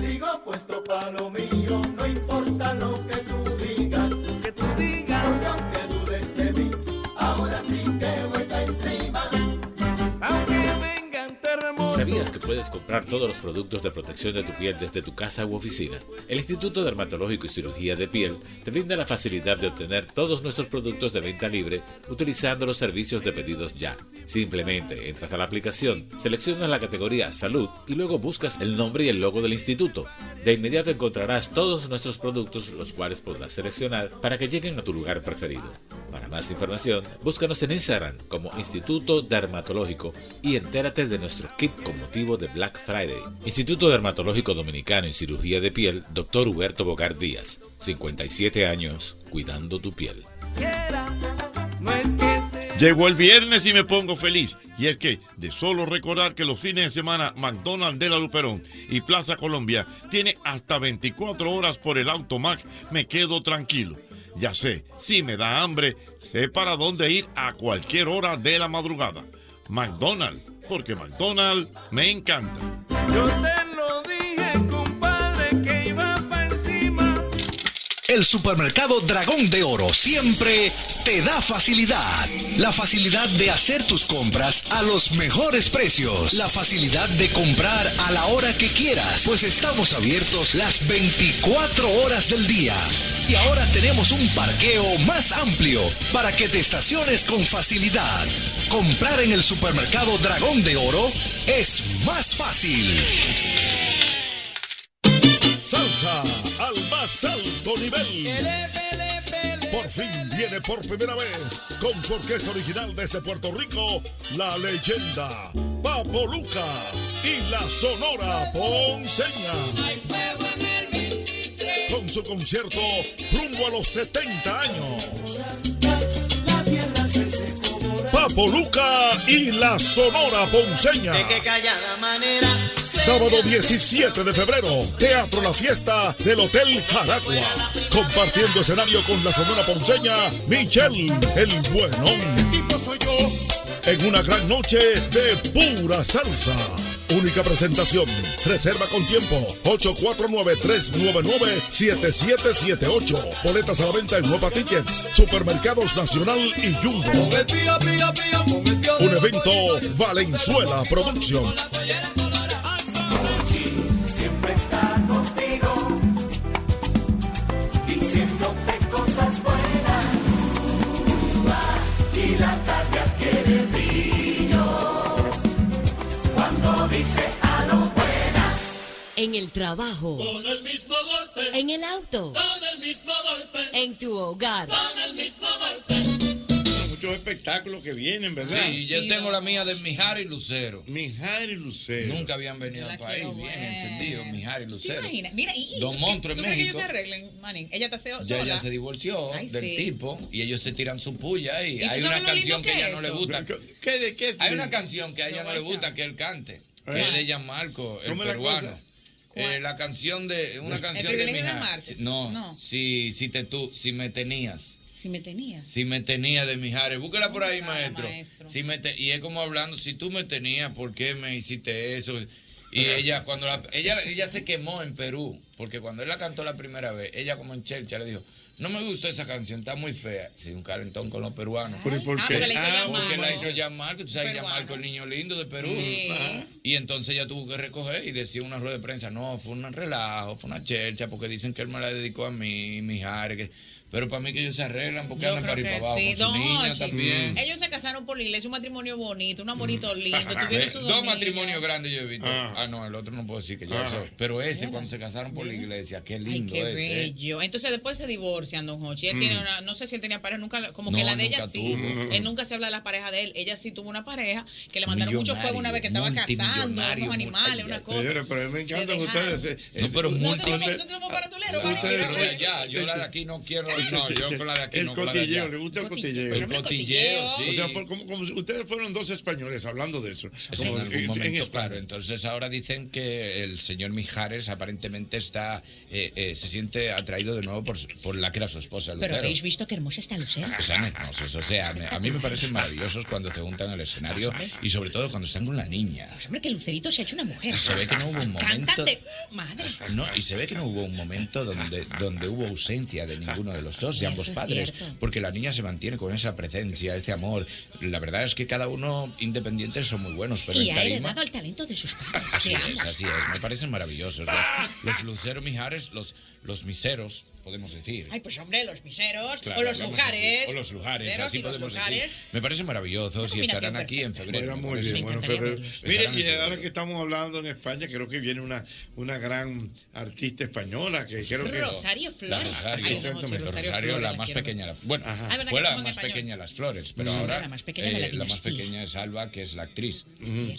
[SPEAKER 29] Sigo puesto para pues, lo mío, no importa lo que tú digas. Que tú digas. Porque aunque dudes de mí, ahora sí que voy pa' encima. Aunque vengan terremotos.
[SPEAKER 2] ¿Sabías que
[SPEAKER 25] puedes comprar todos los productos de protección de tu piel desde tu casa u oficina. El Instituto Dermatológico y Cirugía de Piel te brinda la facilidad de obtener todos nuestros productos de venta libre utilizando los servicios de pedidos ya. Simplemente entras a la aplicación, seleccionas la categoría Salud y luego buscas el nombre y el logo del instituto. De inmediato encontrarás todos nuestros productos los cuales podrás seleccionar para que lleguen a tu lugar preferido. Para más información, búscanos en Instagram como Instituto Dermatológico y entérate de nuestro kit con motivo de Black Friday. Instituto Dermatológico Dominicano en Cirugía de Piel, Dr. Huberto Bogar Díaz, 57 años, cuidando tu piel.
[SPEAKER 2] Llegó el viernes y me pongo feliz. Y es que, de solo recordar que los fines de semana McDonald's de la Luperón y Plaza Colombia tiene hasta 24 horas por el Automac, me quedo tranquilo. Ya sé, si me da hambre, sé para dónde ir a cualquier hora de la madrugada. McDonald's, porque McDonald's me encanta.
[SPEAKER 24] El supermercado Dragón de Oro siempre te da facilidad. La facilidad de hacer tus compras a los mejores precios. La facilidad de comprar a la hora que quieras, pues estamos abiertos las 24 horas del día. Y ahora tenemos un parqueo más amplio para que te estaciones con facilidad. Comprar en el supermercado Dragón de Oro es más fácil.
[SPEAKER 4] Salsa al más alto nivel. Por fin viene por primera vez con su orquesta original desde Puerto Rico, la leyenda Papo Lucas y la sonora Ponceña. Con su concierto rumbo a los 70 años. Papo Luca y la sonora Ponceña.
[SPEAKER 8] callada manera.
[SPEAKER 4] Sábado 17 de febrero, Teatro La Fiesta del Hotel Jaragua. Compartiendo escenario con la sonora ponceña, Michelle el Buenón. En una gran noche de pura salsa. Única presentación. Reserva con tiempo. 849-399-7778. Boletas a la venta en Nueva Tickets, Supermercados Nacional y Jumbo. Un evento Valenzuela Producción.
[SPEAKER 27] Siempre está contigo, diciéndote cosas buenas. Uva, y la tarde adquiere brillo cuando dice a lo buenas.
[SPEAKER 30] En el trabajo.
[SPEAKER 27] Con el mismo golpe.
[SPEAKER 30] En el auto.
[SPEAKER 27] Con el mismo golpe.
[SPEAKER 30] En tu hogar.
[SPEAKER 27] Con el mismo golpe.
[SPEAKER 2] Muchos espectáculos que vienen, ¿verdad?
[SPEAKER 15] Sí, yo tengo la mía de Mijar y Lucero.
[SPEAKER 2] Mijar y Lucero.
[SPEAKER 15] Nunca habían venido al país.
[SPEAKER 12] quiero
[SPEAKER 15] Bien
[SPEAKER 12] ver.
[SPEAKER 15] encendido, Mijar y
[SPEAKER 12] ¿Te
[SPEAKER 15] Lucero.
[SPEAKER 12] imaginas? Mira, y, y-
[SPEAKER 15] Dos
[SPEAKER 12] ¿tú-
[SPEAKER 15] monstruos
[SPEAKER 12] ¿tú
[SPEAKER 15] en
[SPEAKER 12] crees que ellos
[SPEAKER 15] México.
[SPEAKER 12] se arreglen, Manin? Ella está se-
[SPEAKER 15] Ya
[SPEAKER 12] sola.
[SPEAKER 15] ella se divorció
[SPEAKER 12] Ay,
[SPEAKER 15] del
[SPEAKER 12] sí.
[SPEAKER 15] tipo y ellos se tiran su puya
[SPEAKER 12] ¿Y
[SPEAKER 15] y
[SPEAKER 12] tú
[SPEAKER 15] hay
[SPEAKER 12] sabes
[SPEAKER 15] una
[SPEAKER 12] lo lindo
[SPEAKER 15] canción que a
[SPEAKER 12] que
[SPEAKER 15] ella
[SPEAKER 12] es
[SPEAKER 15] no le
[SPEAKER 12] eso?
[SPEAKER 15] gusta.
[SPEAKER 2] ¿Qué, de qué
[SPEAKER 15] Hay una canción que a ella no le gusta que él cante, que
[SPEAKER 2] ¿Eh?
[SPEAKER 15] es de Gianmarco, el
[SPEAKER 2] ¿Cómo es la
[SPEAKER 15] peruano.
[SPEAKER 2] cosa?
[SPEAKER 15] Eh, la canción de una canción de
[SPEAKER 12] privilegio de
[SPEAKER 15] Mijares.
[SPEAKER 12] Marcia?
[SPEAKER 15] No,
[SPEAKER 12] No.
[SPEAKER 15] Si, si te tú, si me tenías.
[SPEAKER 12] Si me tenías.
[SPEAKER 15] Si me tenía de Mijares, búsquela por ahí,
[SPEAKER 12] Ah,
[SPEAKER 15] maestro.
[SPEAKER 12] maestro.
[SPEAKER 15] Si me te- y es como hablando, si tú me tenías, ¿por qué me hiciste eso? Y ella cuando la- ella ella se quemó en Perú, porque cuando él la cantó la primera vez, ella como en Chelcha le dijo, "No me gustó esa canción, está muy fea." Sí, un calentón con los peruanos.
[SPEAKER 2] por
[SPEAKER 15] Ah,
[SPEAKER 2] qué?
[SPEAKER 15] porque la hizo
[SPEAKER 2] Ah,
[SPEAKER 15] Gianmarco.
[SPEAKER 2] porque la hizo
[SPEAKER 15] Gianmarco, tú sabes que Gianmarco es el niño lindo de Perú.
[SPEAKER 2] Sí. Ajá.
[SPEAKER 15] Y entonces ella tuvo que recoger y decir en una rueda de prensa, "No, fue un relajo, fue una Chelcha porque dicen que él me la dedicó a mí, Mijares, que pero para mí que ellos se arreglan porque
[SPEAKER 12] Yo
[SPEAKER 15] andan
[SPEAKER 12] creo
[SPEAKER 15] para
[SPEAKER 12] que
[SPEAKER 15] arriba abajo.
[SPEAKER 12] sí.
[SPEAKER 15] con su
[SPEAKER 12] Don
[SPEAKER 15] niña
[SPEAKER 12] Ochi,
[SPEAKER 15] también. Mm.
[SPEAKER 12] Ellos se casaron por la iglesia, un matrimonio bonito, un amorito lindo. Tuvieron
[SPEAKER 15] Ve,
[SPEAKER 12] su
[SPEAKER 15] Dos
[SPEAKER 12] niños.
[SPEAKER 15] matrimonios grandes yo he visto. Ah, no, el otro no puedo decir que yo
[SPEAKER 2] Ah.
[SPEAKER 15] sé. Pero ese, cuando se casaron por la iglesia, qué
[SPEAKER 12] Ay,
[SPEAKER 15] lindo
[SPEAKER 12] qué
[SPEAKER 15] ese. ¿eh?
[SPEAKER 12] bello. Entonces después se divorcian, don Hochi. Él
[SPEAKER 15] Mm.
[SPEAKER 12] tiene una, no sé si él tenía pareja, nunca, como
[SPEAKER 15] No,
[SPEAKER 12] que la de ella
[SPEAKER 15] nunca
[SPEAKER 12] sí.
[SPEAKER 15] tuvo. Mm,
[SPEAKER 12] Él nunca se habla de la pareja de él. Ella sí tuvo una pareja que le mandaron mucho
[SPEAKER 15] Millonario,
[SPEAKER 12] fuego una vez que estaba cazando,
[SPEAKER 15] multimillonario,
[SPEAKER 12] unos animales, una cosa.
[SPEAKER 2] Señores, pero a mí
[SPEAKER 12] Se
[SPEAKER 2] me encantan
[SPEAKER 12] dejaron.
[SPEAKER 2] ustedes. eh. Ah,
[SPEAKER 15] No, pero multi.
[SPEAKER 12] Nosotros somos farandulero,
[SPEAKER 15] Claro,
[SPEAKER 12] Marín, mira,
[SPEAKER 15] pero
[SPEAKER 12] mira.
[SPEAKER 15] ya, yo la de aquí no quiero. No, yo con la de aquí
[SPEAKER 2] el
[SPEAKER 15] no con la de allá.
[SPEAKER 2] cotilleo, le gusta el cotilleo.
[SPEAKER 15] El cotilleo, sí.
[SPEAKER 2] O sea, por- como, como si ustedes fueron dos españoles hablando de eso.
[SPEAKER 15] Eso
[SPEAKER 2] Como
[SPEAKER 15] en algún
[SPEAKER 2] en- en
[SPEAKER 15] momento,
[SPEAKER 2] España.
[SPEAKER 15] claro. Entonces ahora dicen que el señor Mijares aparentemente está eh, eh, se siente atraído de nuevo por, por la que era su esposa,
[SPEAKER 12] Pero
[SPEAKER 15] Lucero. Ah,
[SPEAKER 12] habéis visto qué hermosa está Lucero.
[SPEAKER 15] O sea, me- no, o sea, o sea, me- a mí me parecen maravillosos cuando se juntan al escenario y sobre todo cuando están con la niña.
[SPEAKER 12] Pues, Hombre, que Lucerito se ha hecho una mujer.
[SPEAKER 15] Se ve que no hubo un momento.
[SPEAKER 12] Cántate. Madre.
[SPEAKER 15] No, y se ve que no hubo un momento proyecto donde, donde hubo ausencia de ninguno de los dos, de ambos
[SPEAKER 12] es
[SPEAKER 15] padres,
[SPEAKER 12] cierto.
[SPEAKER 15] porque la niña se mantiene con esa presencia, este amor. La verdad es que cada uno independientes son muy buenos, pero
[SPEAKER 12] Y
[SPEAKER 15] en
[SPEAKER 12] ha
[SPEAKER 15] tarima...
[SPEAKER 12] heredado el talento de sus padres.
[SPEAKER 15] Así
[SPEAKER 12] que
[SPEAKER 15] es, así es. Me parecen maravillosos. Los, los Lucero Mijares, los, los miseros, podemos decir.
[SPEAKER 12] Ay, pues hombre, los miseros
[SPEAKER 15] Claro,
[SPEAKER 12] o los
[SPEAKER 15] hablamos
[SPEAKER 12] lugares.
[SPEAKER 15] así, o los lugares,
[SPEAKER 12] Luceros
[SPEAKER 15] así
[SPEAKER 12] y los
[SPEAKER 15] podemos
[SPEAKER 12] lugares.
[SPEAKER 15] decir. Me parecen maravillosos y
[SPEAKER 12] combinación
[SPEAKER 15] estarán aquí en febrero.
[SPEAKER 4] Bueno, muy bien, bueno, febrero. Mire, y eh, ahora que estamos hablando en España, creo que viene una, una gran artista española que creo que.
[SPEAKER 12] Rosario
[SPEAKER 15] La
[SPEAKER 12] Flores.
[SPEAKER 15] Rosario,
[SPEAKER 12] Ay, no,
[SPEAKER 15] Exactamente.
[SPEAKER 12] Rosario
[SPEAKER 15] Rosario,
[SPEAKER 12] Flores,
[SPEAKER 15] la
[SPEAKER 12] la
[SPEAKER 15] más
[SPEAKER 12] quiero.
[SPEAKER 15] pequeña. la- bueno,
[SPEAKER 12] Ajá. Ah, ¿verdad
[SPEAKER 15] fue
[SPEAKER 12] que
[SPEAKER 15] la
[SPEAKER 12] pongo en
[SPEAKER 15] más
[SPEAKER 12] español?
[SPEAKER 15] pequeña de las flores, pero
[SPEAKER 12] Sí.
[SPEAKER 15] ahora eh,
[SPEAKER 12] La más pequeña de la
[SPEAKER 15] la más
[SPEAKER 12] dinastía.
[SPEAKER 15] pequeña es Alba, que es la actriz.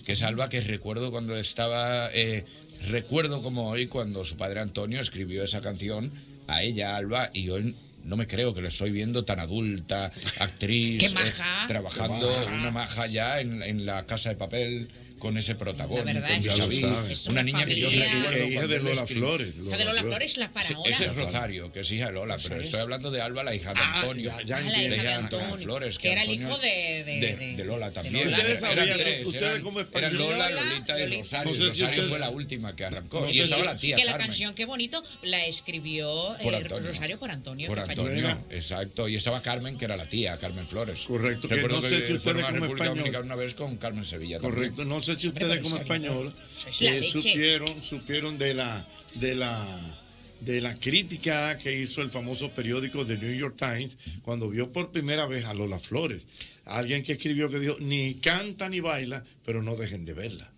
[SPEAKER 15] Que es Alba, que recuerdo cuando estaba, eh, recuerdo como hoy cuando su padre Antonio escribió esa canción a ella, Alba, y hoy no me creo que la estoy viendo tan adulta, actriz, eh,
[SPEAKER 12] Qué maja.
[SPEAKER 15] trabajando
[SPEAKER 12] Qué maja.
[SPEAKER 15] una maja ya en, en la casa de papel con ese protagónico,
[SPEAKER 12] La verdad
[SPEAKER 15] que
[SPEAKER 12] es que
[SPEAKER 15] Xavi,
[SPEAKER 12] ya lo sabes. es
[SPEAKER 15] una
[SPEAKER 12] una
[SPEAKER 15] niña que yo
[SPEAKER 12] familia.
[SPEAKER 15] recuerdo
[SPEAKER 12] Hija
[SPEAKER 15] cuando
[SPEAKER 4] de
[SPEAKER 15] él
[SPEAKER 4] Lola
[SPEAKER 15] escribió.
[SPEAKER 4] Flores,
[SPEAKER 12] La de Lola Flores, la faraona.
[SPEAKER 15] Ese es Rosario, que es hija de Lola, pero estoy hablando de Alba, la hija de Antonio.
[SPEAKER 12] ya, ya Ah, la entiendo. hija de
[SPEAKER 15] Ella,
[SPEAKER 12] Antonio,
[SPEAKER 15] Ana Flores,
[SPEAKER 12] que era el
[SPEAKER 15] Antonio-
[SPEAKER 12] hijo de- de-
[SPEAKER 15] de,
[SPEAKER 12] de-
[SPEAKER 15] de Lola también.
[SPEAKER 12] Lola.
[SPEAKER 15] Eran-
[SPEAKER 12] Ustedes sabían,
[SPEAKER 15] eran tres,
[SPEAKER 12] ustedes
[SPEAKER 15] eran-
[SPEAKER 12] como
[SPEAKER 15] eran
[SPEAKER 12] español.
[SPEAKER 15] Lola,
[SPEAKER 12] Lola,
[SPEAKER 15] Lolita y
[SPEAKER 12] Lolita.
[SPEAKER 15] Rosario.
[SPEAKER 4] No sé si
[SPEAKER 15] Rosario
[SPEAKER 4] ustedes-
[SPEAKER 15] fue la última que arrancó.
[SPEAKER 4] No
[SPEAKER 15] y
[SPEAKER 4] sé
[SPEAKER 15] estaba
[SPEAKER 4] si-
[SPEAKER 15] la tía
[SPEAKER 12] que la
[SPEAKER 15] Carmen.
[SPEAKER 12] canción, qué bonito, la escribió
[SPEAKER 15] Por
[SPEAKER 12] eh,
[SPEAKER 15] Antonio.
[SPEAKER 12] Rosario por Antonio.
[SPEAKER 15] Por
[SPEAKER 12] que falleció.
[SPEAKER 15] Antonio, exacto. Y estaba Carmen, que era la tía, Carmen Flores. Correcto.
[SPEAKER 4] que
[SPEAKER 15] Recuerdo
[SPEAKER 4] no sé
[SPEAKER 15] que
[SPEAKER 4] si ustedes
[SPEAKER 15] fueron a
[SPEAKER 4] como
[SPEAKER 15] República
[SPEAKER 4] español-
[SPEAKER 15] Dominicana una vez con Carmen Sevilla. también.
[SPEAKER 4] Correcto, no sé si ustedes como español eh,
[SPEAKER 15] La leche.
[SPEAKER 4] supieron, supieron de la, de la de la crítica que hizo el famoso periódico The New York Times cuando vio por primera vez a Lola Flores. Alguien que escribió que dijo, ni canta ni baila, pero no dejen de verla.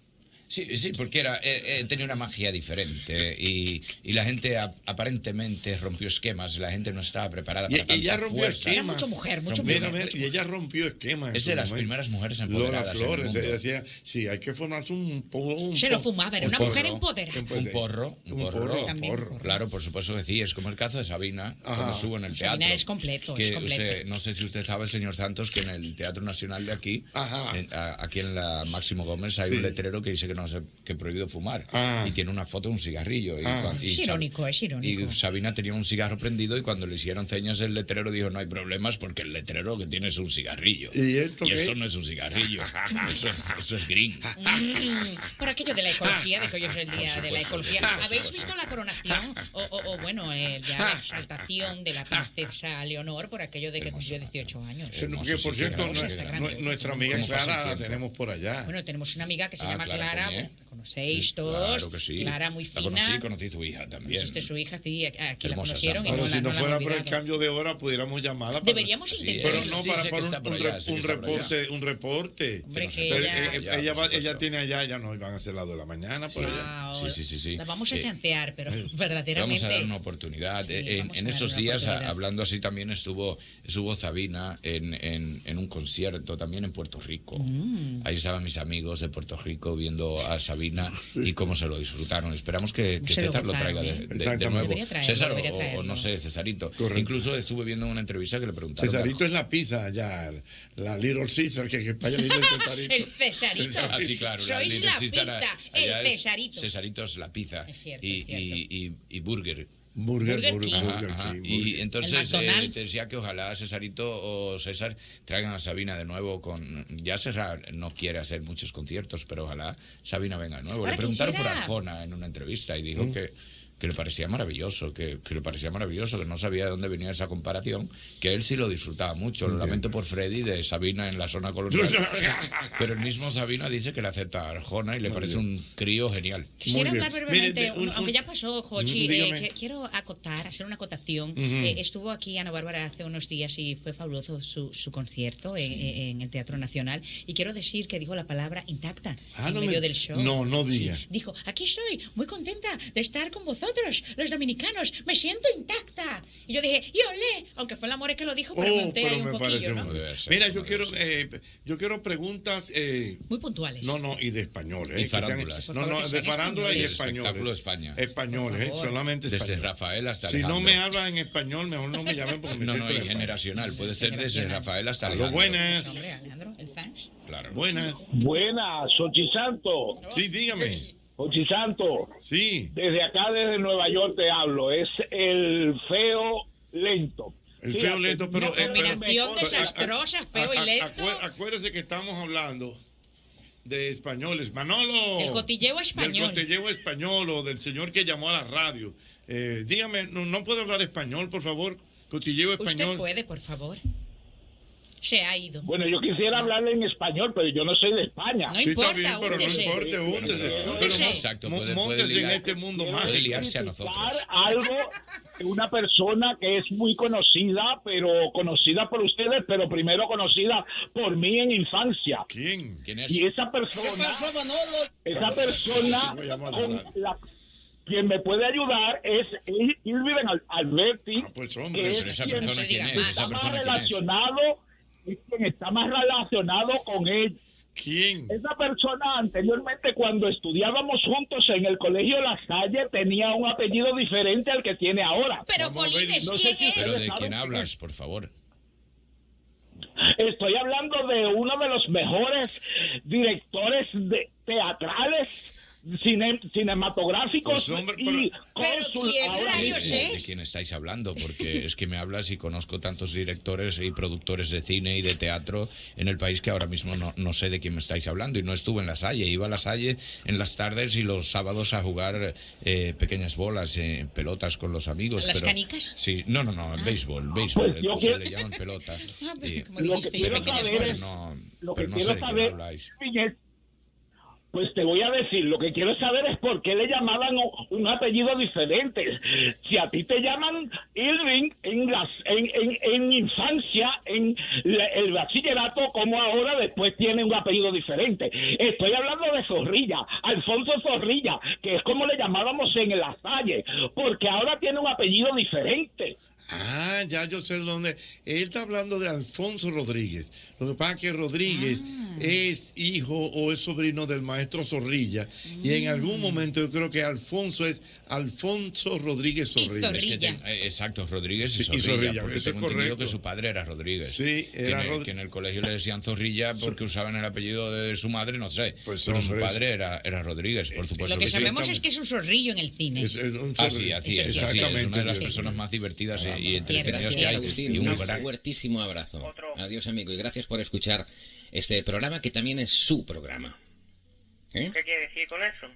[SPEAKER 15] Sí, sí, porque era, eh, eh, tenía una magia diferente y, y la gente ap- aparentemente rompió esquemas, la gente no estaba preparada
[SPEAKER 4] Y,
[SPEAKER 15] para
[SPEAKER 4] y ella
[SPEAKER 15] tanta
[SPEAKER 4] rompió
[SPEAKER 15] fuerza.
[SPEAKER 4] esquemas. Mira, mira, y ella rompió esquemas. en
[SPEAKER 15] Es de
[SPEAKER 4] su
[SPEAKER 15] las
[SPEAKER 4] momento.
[SPEAKER 15] primeras mujeres
[SPEAKER 4] Lola
[SPEAKER 15] empoderadas en el
[SPEAKER 4] Flores,
[SPEAKER 15] mundo.
[SPEAKER 4] ella decía, sí, hay que formarse un poco.
[SPEAKER 12] Se lo fumaba, era una mujer empoderada.
[SPEAKER 15] Un porro, un, porro,
[SPEAKER 4] porro,
[SPEAKER 12] También un
[SPEAKER 15] Claro, por supuesto que sí, es como el caso de Sabina cuando estuvo en el teatro.
[SPEAKER 12] Sabina es completo,
[SPEAKER 15] que
[SPEAKER 12] es completo.
[SPEAKER 15] usted- eh, no sé si usted sabe, señor Santos, que en el Teatro Nacional de aquí, en- a- aquí en la Máximo Gómez, hay un letrero que dice que no se, que prohibido fumar.
[SPEAKER 4] Ah.
[SPEAKER 15] Y tiene una foto de un cigarrillo. Y, cua- y
[SPEAKER 12] Es
[SPEAKER 15] Sa-
[SPEAKER 12] irónico, es irónico.
[SPEAKER 15] y Sabina tenía un cigarro prendido y cuando le hicieron ceñas el letrero dijo no hay problemas porque el letrero que tiene es un cigarrillo.
[SPEAKER 4] Y esto,
[SPEAKER 15] Y
[SPEAKER 4] qué?
[SPEAKER 15] esto no es un cigarrillo, eso es, eso es green.
[SPEAKER 12] Mm, por aquello de la ecología, de que hoy es el
[SPEAKER 15] Por
[SPEAKER 12] día de la
[SPEAKER 15] supuesto,
[SPEAKER 12] ecología.
[SPEAKER 15] por
[SPEAKER 12] ¿Habéis
[SPEAKER 15] supuesto.
[SPEAKER 12] visto la coronación? O, o- o, bueno, eh, ya la exaltación de la princesa Leonor por aquello de que cumplió 18 años.
[SPEAKER 4] Sí, no, que por cierto,
[SPEAKER 12] Hermoso,
[SPEAKER 4] nue-
[SPEAKER 12] está
[SPEAKER 4] nue-
[SPEAKER 12] grande.
[SPEAKER 4] nuestra amiga
[SPEAKER 15] ¿Cómo pasa el
[SPEAKER 4] Clara la
[SPEAKER 15] tiempo?
[SPEAKER 4] tenemos por allá.
[SPEAKER 12] Bueno, tenemos una amiga que se
[SPEAKER 15] Ah,
[SPEAKER 12] llama
[SPEAKER 15] Clara
[SPEAKER 12] Clara,
[SPEAKER 15] Fournier.
[SPEAKER 12] la conocéis todos.
[SPEAKER 15] Claro que sí.
[SPEAKER 12] Clara muy
[SPEAKER 15] La conocí,
[SPEAKER 12] fina.
[SPEAKER 15] conocí tu hija también.
[SPEAKER 12] Conociste su hija, sí, aquí
[SPEAKER 15] Hermosa
[SPEAKER 12] la conocieron y
[SPEAKER 4] Pero
[SPEAKER 12] no la-
[SPEAKER 4] si no,
[SPEAKER 12] no la han
[SPEAKER 4] fuera por el
[SPEAKER 12] olvidado.
[SPEAKER 4] cambio de hora, pudiéramos llamarla. para-
[SPEAKER 12] Deberíamos
[SPEAKER 4] Sí,
[SPEAKER 12] intentar.
[SPEAKER 4] Pero no,
[SPEAKER 15] Sí,
[SPEAKER 4] para,
[SPEAKER 15] sé que
[SPEAKER 4] para un,
[SPEAKER 15] está por
[SPEAKER 4] un
[SPEAKER 15] allá,
[SPEAKER 4] rep-
[SPEAKER 15] sé que
[SPEAKER 4] un
[SPEAKER 15] está por allá.
[SPEAKER 4] reporte. Un reporte.
[SPEAKER 12] Hombre, que
[SPEAKER 4] Pero,
[SPEAKER 12] ella-
[SPEAKER 4] eh, eh,
[SPEAKER 12] Ya, por
[SPEAKER 4] ella, va-
[SPEAKER 12] supuesto.
[SPEAKER 4] ella tiene allá, ya nos van a hacer las 2 de la mañana por allá.
[SPEAKER 12] Wow. La vamos a
[SPEAKER 15] Eh,
[SPEAKER 12] chantear, pero verdaderamente.
[SPEAKER 15] Vamos a dar una oportunidad. Eh, en
[SPEAKER 12] vamos a
[SPEAKER 15] en
[SPEAKER 12] dar
[SPEAKER 15] estos
[SPEAKER 12] una
[SPEAKER 15] días, a-
[SPEAKER 12] oportunidad.
[SPEAKER 15] hablando así, también estuvo, estuvo Sabina en, en- en un concierto también en Puerto Rico.
[SPEAKER 12] Mm.
[SPEAKER 15] Ahí estaban mis amigos de Puerto Rico viendo a Sabina y cómo se lo disfrutaron. Esperamos que, que
[SPEAKER 12] Se lo
[SPEAKER 15] César lo
[SPEAKER 12] gozaron,
[SPEAKER 15] traiga de-
[SPEAKER 12] ¿eh?
[SPEAKER 15] de, de
[SPEAKER 12] Exactamente.
[SPEAKER 15] nuevo.
[SPEAKER 12] Debería traerlo,
[SPEAKER 15] César o,
[SPEAKER 12] debería
[SPEAKER 15] o no
[SPEAKER 12] traerlo.
[SPEAKER 15] sé, Cesarito. Incluso estuve viendo una entrevista que le preguntaron.
[SPEAKER 4] Cesarito es la pizza allá, la Little Caesar, que en España le dicen Cesarito.
[SPEAKER 12] El Cesarito.
[SPEAKER 15] Ah, sí, claro.
[SPEAKER 12] Sois la
[SPEAKER 15] Little Caesar,
[SPEAKER 12] pizza,
[SPEAKER 15] allá
[SPEAKER 12] el
[SPEAKER 15] es-
[SPEAKER 12] Cesarito.
[SPEAKER 15] Cesarito es la pizza.
[SPEAKER 12] Es cierto,
[SPEAKER 15] y,
[SPEAKER 12] es cierto.
[SPEAKER 15] Y, y- y burger.
[SPEAKER 12] Burger Burger, King.
[SPEAKER 15] Ajá,
[SPEAKER 12] Burger
[SPEAKER 15] ajá.
[SPEAKER 12] King,
[SPEAKER 15] Y
[SPEAKER 12] burger. El
[SPEAKER 15] entonces
[SPEAKER 12] McDonald's.
[SPEAKER 15] eh, te decía que ojalá Cesarito o César traigan a Sabina de nuevo con... Ya César no quiere hacer muchos conciertos, pero ojalá Sabina venga de nuevo.
[SPEAKER 12] Ahora
[SPEAKER 15] le preguntaron por
[SPEAKER 12] quisiera.
[SPEAKER 15] Arjona en una entrevista y dijo que, que le parecía maravilloso, que, que le parecía maravilloso, que no sabía de dónde venía esa comparación, que él sí lo disfrutaba mucho. Lo lamento por Freddy de Sabina en la zona colonial. pero el mismo Sabina dice que le acepta a Arjona y le parece un crío genial.
[SPEAKER 12] Quisiera hablar brevemente, un- aunque ya pasó, Jochi,
[SPEAKER 15] Mm,
[SPEAKER 12] eh,
[SPEAKER 15] dígame.
[SPEAKER 12] que- quiero acotar, hacer una acotación.
[SPEAKER 15] Ujú.
[SPEAKER 12] Eh, estuvo aquí Ana Bárbara hace unos días y fue fabuloso su, su concierto en, eh, en el Teatro Nacional. Y quiero decir que dijo la palabra intacta
[SPEAKER 4] Ah,
[SPEAKER 12] en
[SPEAKER 4] no
[SPEAKER 12] medio
[SPEAKER 4] me-
[SPEAKER 12] del show.
[SPEAKER 4] No, no diga.
[SPEAKER 12] Dijo, aquí estoy, muy contenta de estar con vosotros, los dominicanos, me siento intacta. Y yo dije, y olé, aunque fue el amor que lo dijo,
[SPEAKER 4] Oh,
[SPEAKER 12] pregunté
[SPEAKER 4] pero
[SPEAKER 12] ahí un
[SPEAKER 4] me parece
[SPEAKER 12] poquillo, ¿no?
[SPEAKER 4] muy bien. Mira, yo quiero, eh, yo quiero preguntas. eh,
[SPEAKER 12] Muy puntuales.
[SPEAKER 4] no, no, y de españoles.
[SPEAKER 15] Y
[SPEAKER 4] eh, que sean-
[SPEAKER 15] farándulas. Por
[SPEAKER 4] no,
[SPEAKER 15] favor,
[SPEAKER 4] no,
[SPEAKER 15] que
[SPEAKER 4] de
[SPEAKER 15] sean
[SPEAKER 4] farándulas y
[SPEAKER 15] españoles. Espectáculo
[SPEAKER 4] españoles.
[SPEAKER 15] de España.
[SPEAKER 4] Españoles, eh,
[SPEAKER 15] Por favor.
[SPEAKER 4] solamente
[SPEAKER 15] Desde
[SPEAKER 4] españoles.
[SPEAKER 15] Rafael hasta
[SPEAKER 4] Si no
[SPEAKER 15] Alejandro.
[SPEAKER 4] me hablan en español, mejor no me llamen porque me
[SPEAKER 15] No, no,
[SPEAKER 4] siento
[SPEAKER 15] y
[SPEAKER 4] de España.
[SPEAKER 15] generacional. Puede ser desde Rafael hasta
[SPEAKER 4] Aló,
[SPEAKER 15] Alejandro.
[SPEAKER 4] buenas.
[SPEAKER 12] Hombre, Alejandro, el fans.
[SPEAKER 15] Claro.
[SPEAKER 4] Buenas.
[SPEAKER 10] Buenas, Xochisanto.
[SPEAKER 4] Sí, dígame.
[SPEAKER 10] Xochisanto.
[SPEAKER 4] Sí.
[SPEAKER 10] Desde acá, desde Nueva York te hablo. Es el feo lento.
[SPEAKER 4] El feo lento, pero. eh, pero-
[SPEAKER 12] combinación
[SPEAKER 4] pero-
[SPEAKER 12] desastrosa,
[SPEAKER 4] a- a-
[SPEAKER 12] feo y
[SPEAKER 4] a-
[SPEAKER 12] lento.
[SPEAKER 4] acué- Acuérdese que estamos hablando de españoles. Manolo.
[SPEAKER 12] El cotilleo español.
[SPEAKER 4] Del cotilleo español o del señor que llamó a la radio. Eh, dígame, no, no puede hablar español, por favor? Cotilleo español.
[SPEAKER 12] Usted puede, por favor. Se ha ido.
[SPEAKER 1] Bueno, yo quisiera hablarle en español, pero yo no soy de España.
[SPEAKER 4] sí, está bien, pero no importa, úntese. Pero mo-
[SPEAKER 1] Exacto,
[SPEAKER 4] mo-
[SPEAKER 1] puede-
[SPEAKER 4] móntese
[SPEAKER 1] puede ligar.
[SPEAKER 4] en este mundo
[SPEAKER 1] Puede
[SPEAKER 4] mágico.
[SPEAKER 1] liarse a nosotros. algo de una persona que es muy conocida, pero conocida por ustedes, pero primero conocida por mí en infancia.
[SPEAKER 4] ¿Quién?
[SPEAKER 1] es? Y esa persona, esa persona con la- quien me puede ayudar es Ir- Irving Al- Alberti.
[SPEAKER 4] Ah, pues, hombre,
[SPEAKER 1] que
[SPEAKER 4] pero esa
[SPEAKER 1] quien
[SPEAKER 4] persona quién es, esa
[SPEAKER 1] Está más
[SPEAKER 4] persona quién es.
[SPEAKER 1] relacionado, es quien está más relacionado con él.
[SPEAKER 4] ¿Quién?
[SPEAKER 1] Esa persona anteriormente cuando estudiábamos juntos en el colegio La Salle tenía un apellido diferente al que tiene ahora.
[SPEAKER 12] Pero Colines, ¿quién es?
[SPEAKER 15] Pero de quién hablas, por favor.
[SPEAKER 1] Estoy hablando de uno de los mejores directores de teatrales, cine- cinematográficos y cónsul ahora mismo.
[SPEAKER 15] Eh, ¿De quién estáis hablando? Porque es que me hablas y conozco tantos directores y productores de cine y de teatro en el país que ahora mismo no, no sé de quién me estáis hablando. Y no estuve en la Salle, iba a la Salle en las tardes y los sábados a jugar eh, pequeñas bolas, eh, pelotas con los amigos.
[SPEAKER 1] ¿Las
[SPEAKER 15] pero-
[SPEAKER 1] canicas? Ah.
[SPEAKER 15] Sí, no, no, no, béisbol, béisbol.
[SPEAKER 1] Pues yo
[SPEAKER 15] entonces
[SPEAKER 1] quiero-
[SPEAKER 15] le llaman pelota. Y-
[SPEAKER 1] Lo que quiero
[SPEAKER 15] pequeñas
[SPEAKER 1] saber
[SPEAKER 15] bolas,
[SPEAKER 1] es-
[SPEAKER 15] no,
[SPEAKER 1] lo que
[SPEAKER 15] pero no sé
[SPEAKER 1] quiero
[SPEAKER 15] de quién
[SPEAKER 1] saber,
[SPEAKER 15] habláis.
[SPEAKER 1] Miguel, pues te voy a decir, lo que quiero saber es por qué le llamaban u- un apellido diferente. Si a ti te llaman Irving en, las, en, en, en infancia, en la- el bachillerato, como ahora después tiene un apellido diferente. Estoy hablando de Zorrilla, Alfonso Zorrilla, que es como le llamábamos en la calle, porque ahora tiene un apellido diferente.
[SPEAKER 4] Ah, ya yo sé dónde. Él está hablando de Alfonso Rodríguez. Lo que pasa es que Rodríguez es hijo o es sobrino del maestro Zorrilla. Y en algún momento yo creo que Alfonso es Alfonso Rodríguez Zorrilla.
[SPEAKER 15] Es que ten- eh, exacto, Rodríguez y
[SPEAKER 4] Sí, y
[SPEAKER 15] Zorrilla.
[SPEAKER 4] Zorrilla, eso
[SPEAKER 15] porque
[SPEAKER 4] es
[SPEAKER 15] tengo entendido
[SPEAKER 4] correcto.
[SPEAKER 15] que su padre era Rodríguez.
[SPEAKER 4] Sí, era
[SPEAKER 15] que, en el,
[SPEAKER 4] Rod-
[SPEAKER 15] que en el colegio le decían Zorrilla porque usaban el apellido de su madre, no sé. pero su
[SPEAKER 4] hombre,
[SPEAKER 15] padre era, era Rodríguez, por supuesto.
[SPEAKER 12] Lo que
[SPEAKER 15] sí.
[SPEAKER 12] sabemos es que es un zorrillo en el cine.
[SPEAKER 15] Ah, sí, así es, así es,
[SPEAKER 4] Exactamente.
[SPEAKER 15] una de las
[SPEAKER 12] Sí.
[SPEAKER 15] personas más divertidas y- y, entretenidas
[SPEAKER 34] Gracias,
[SPEAKER 15] que hay.
[SPEAKER 34] Agustín.
[SPEAKER 15] Y un
[SPEAKER 34] un
[SPEAKER 15] gran-
[SPEAKER 34] fuertísimo abrazo. Adiós, amigo, y gracias por escuchar este programa que también es su programa. ¿Eh?
[SPEAKER 11] ¿Qué quiere decir con eso?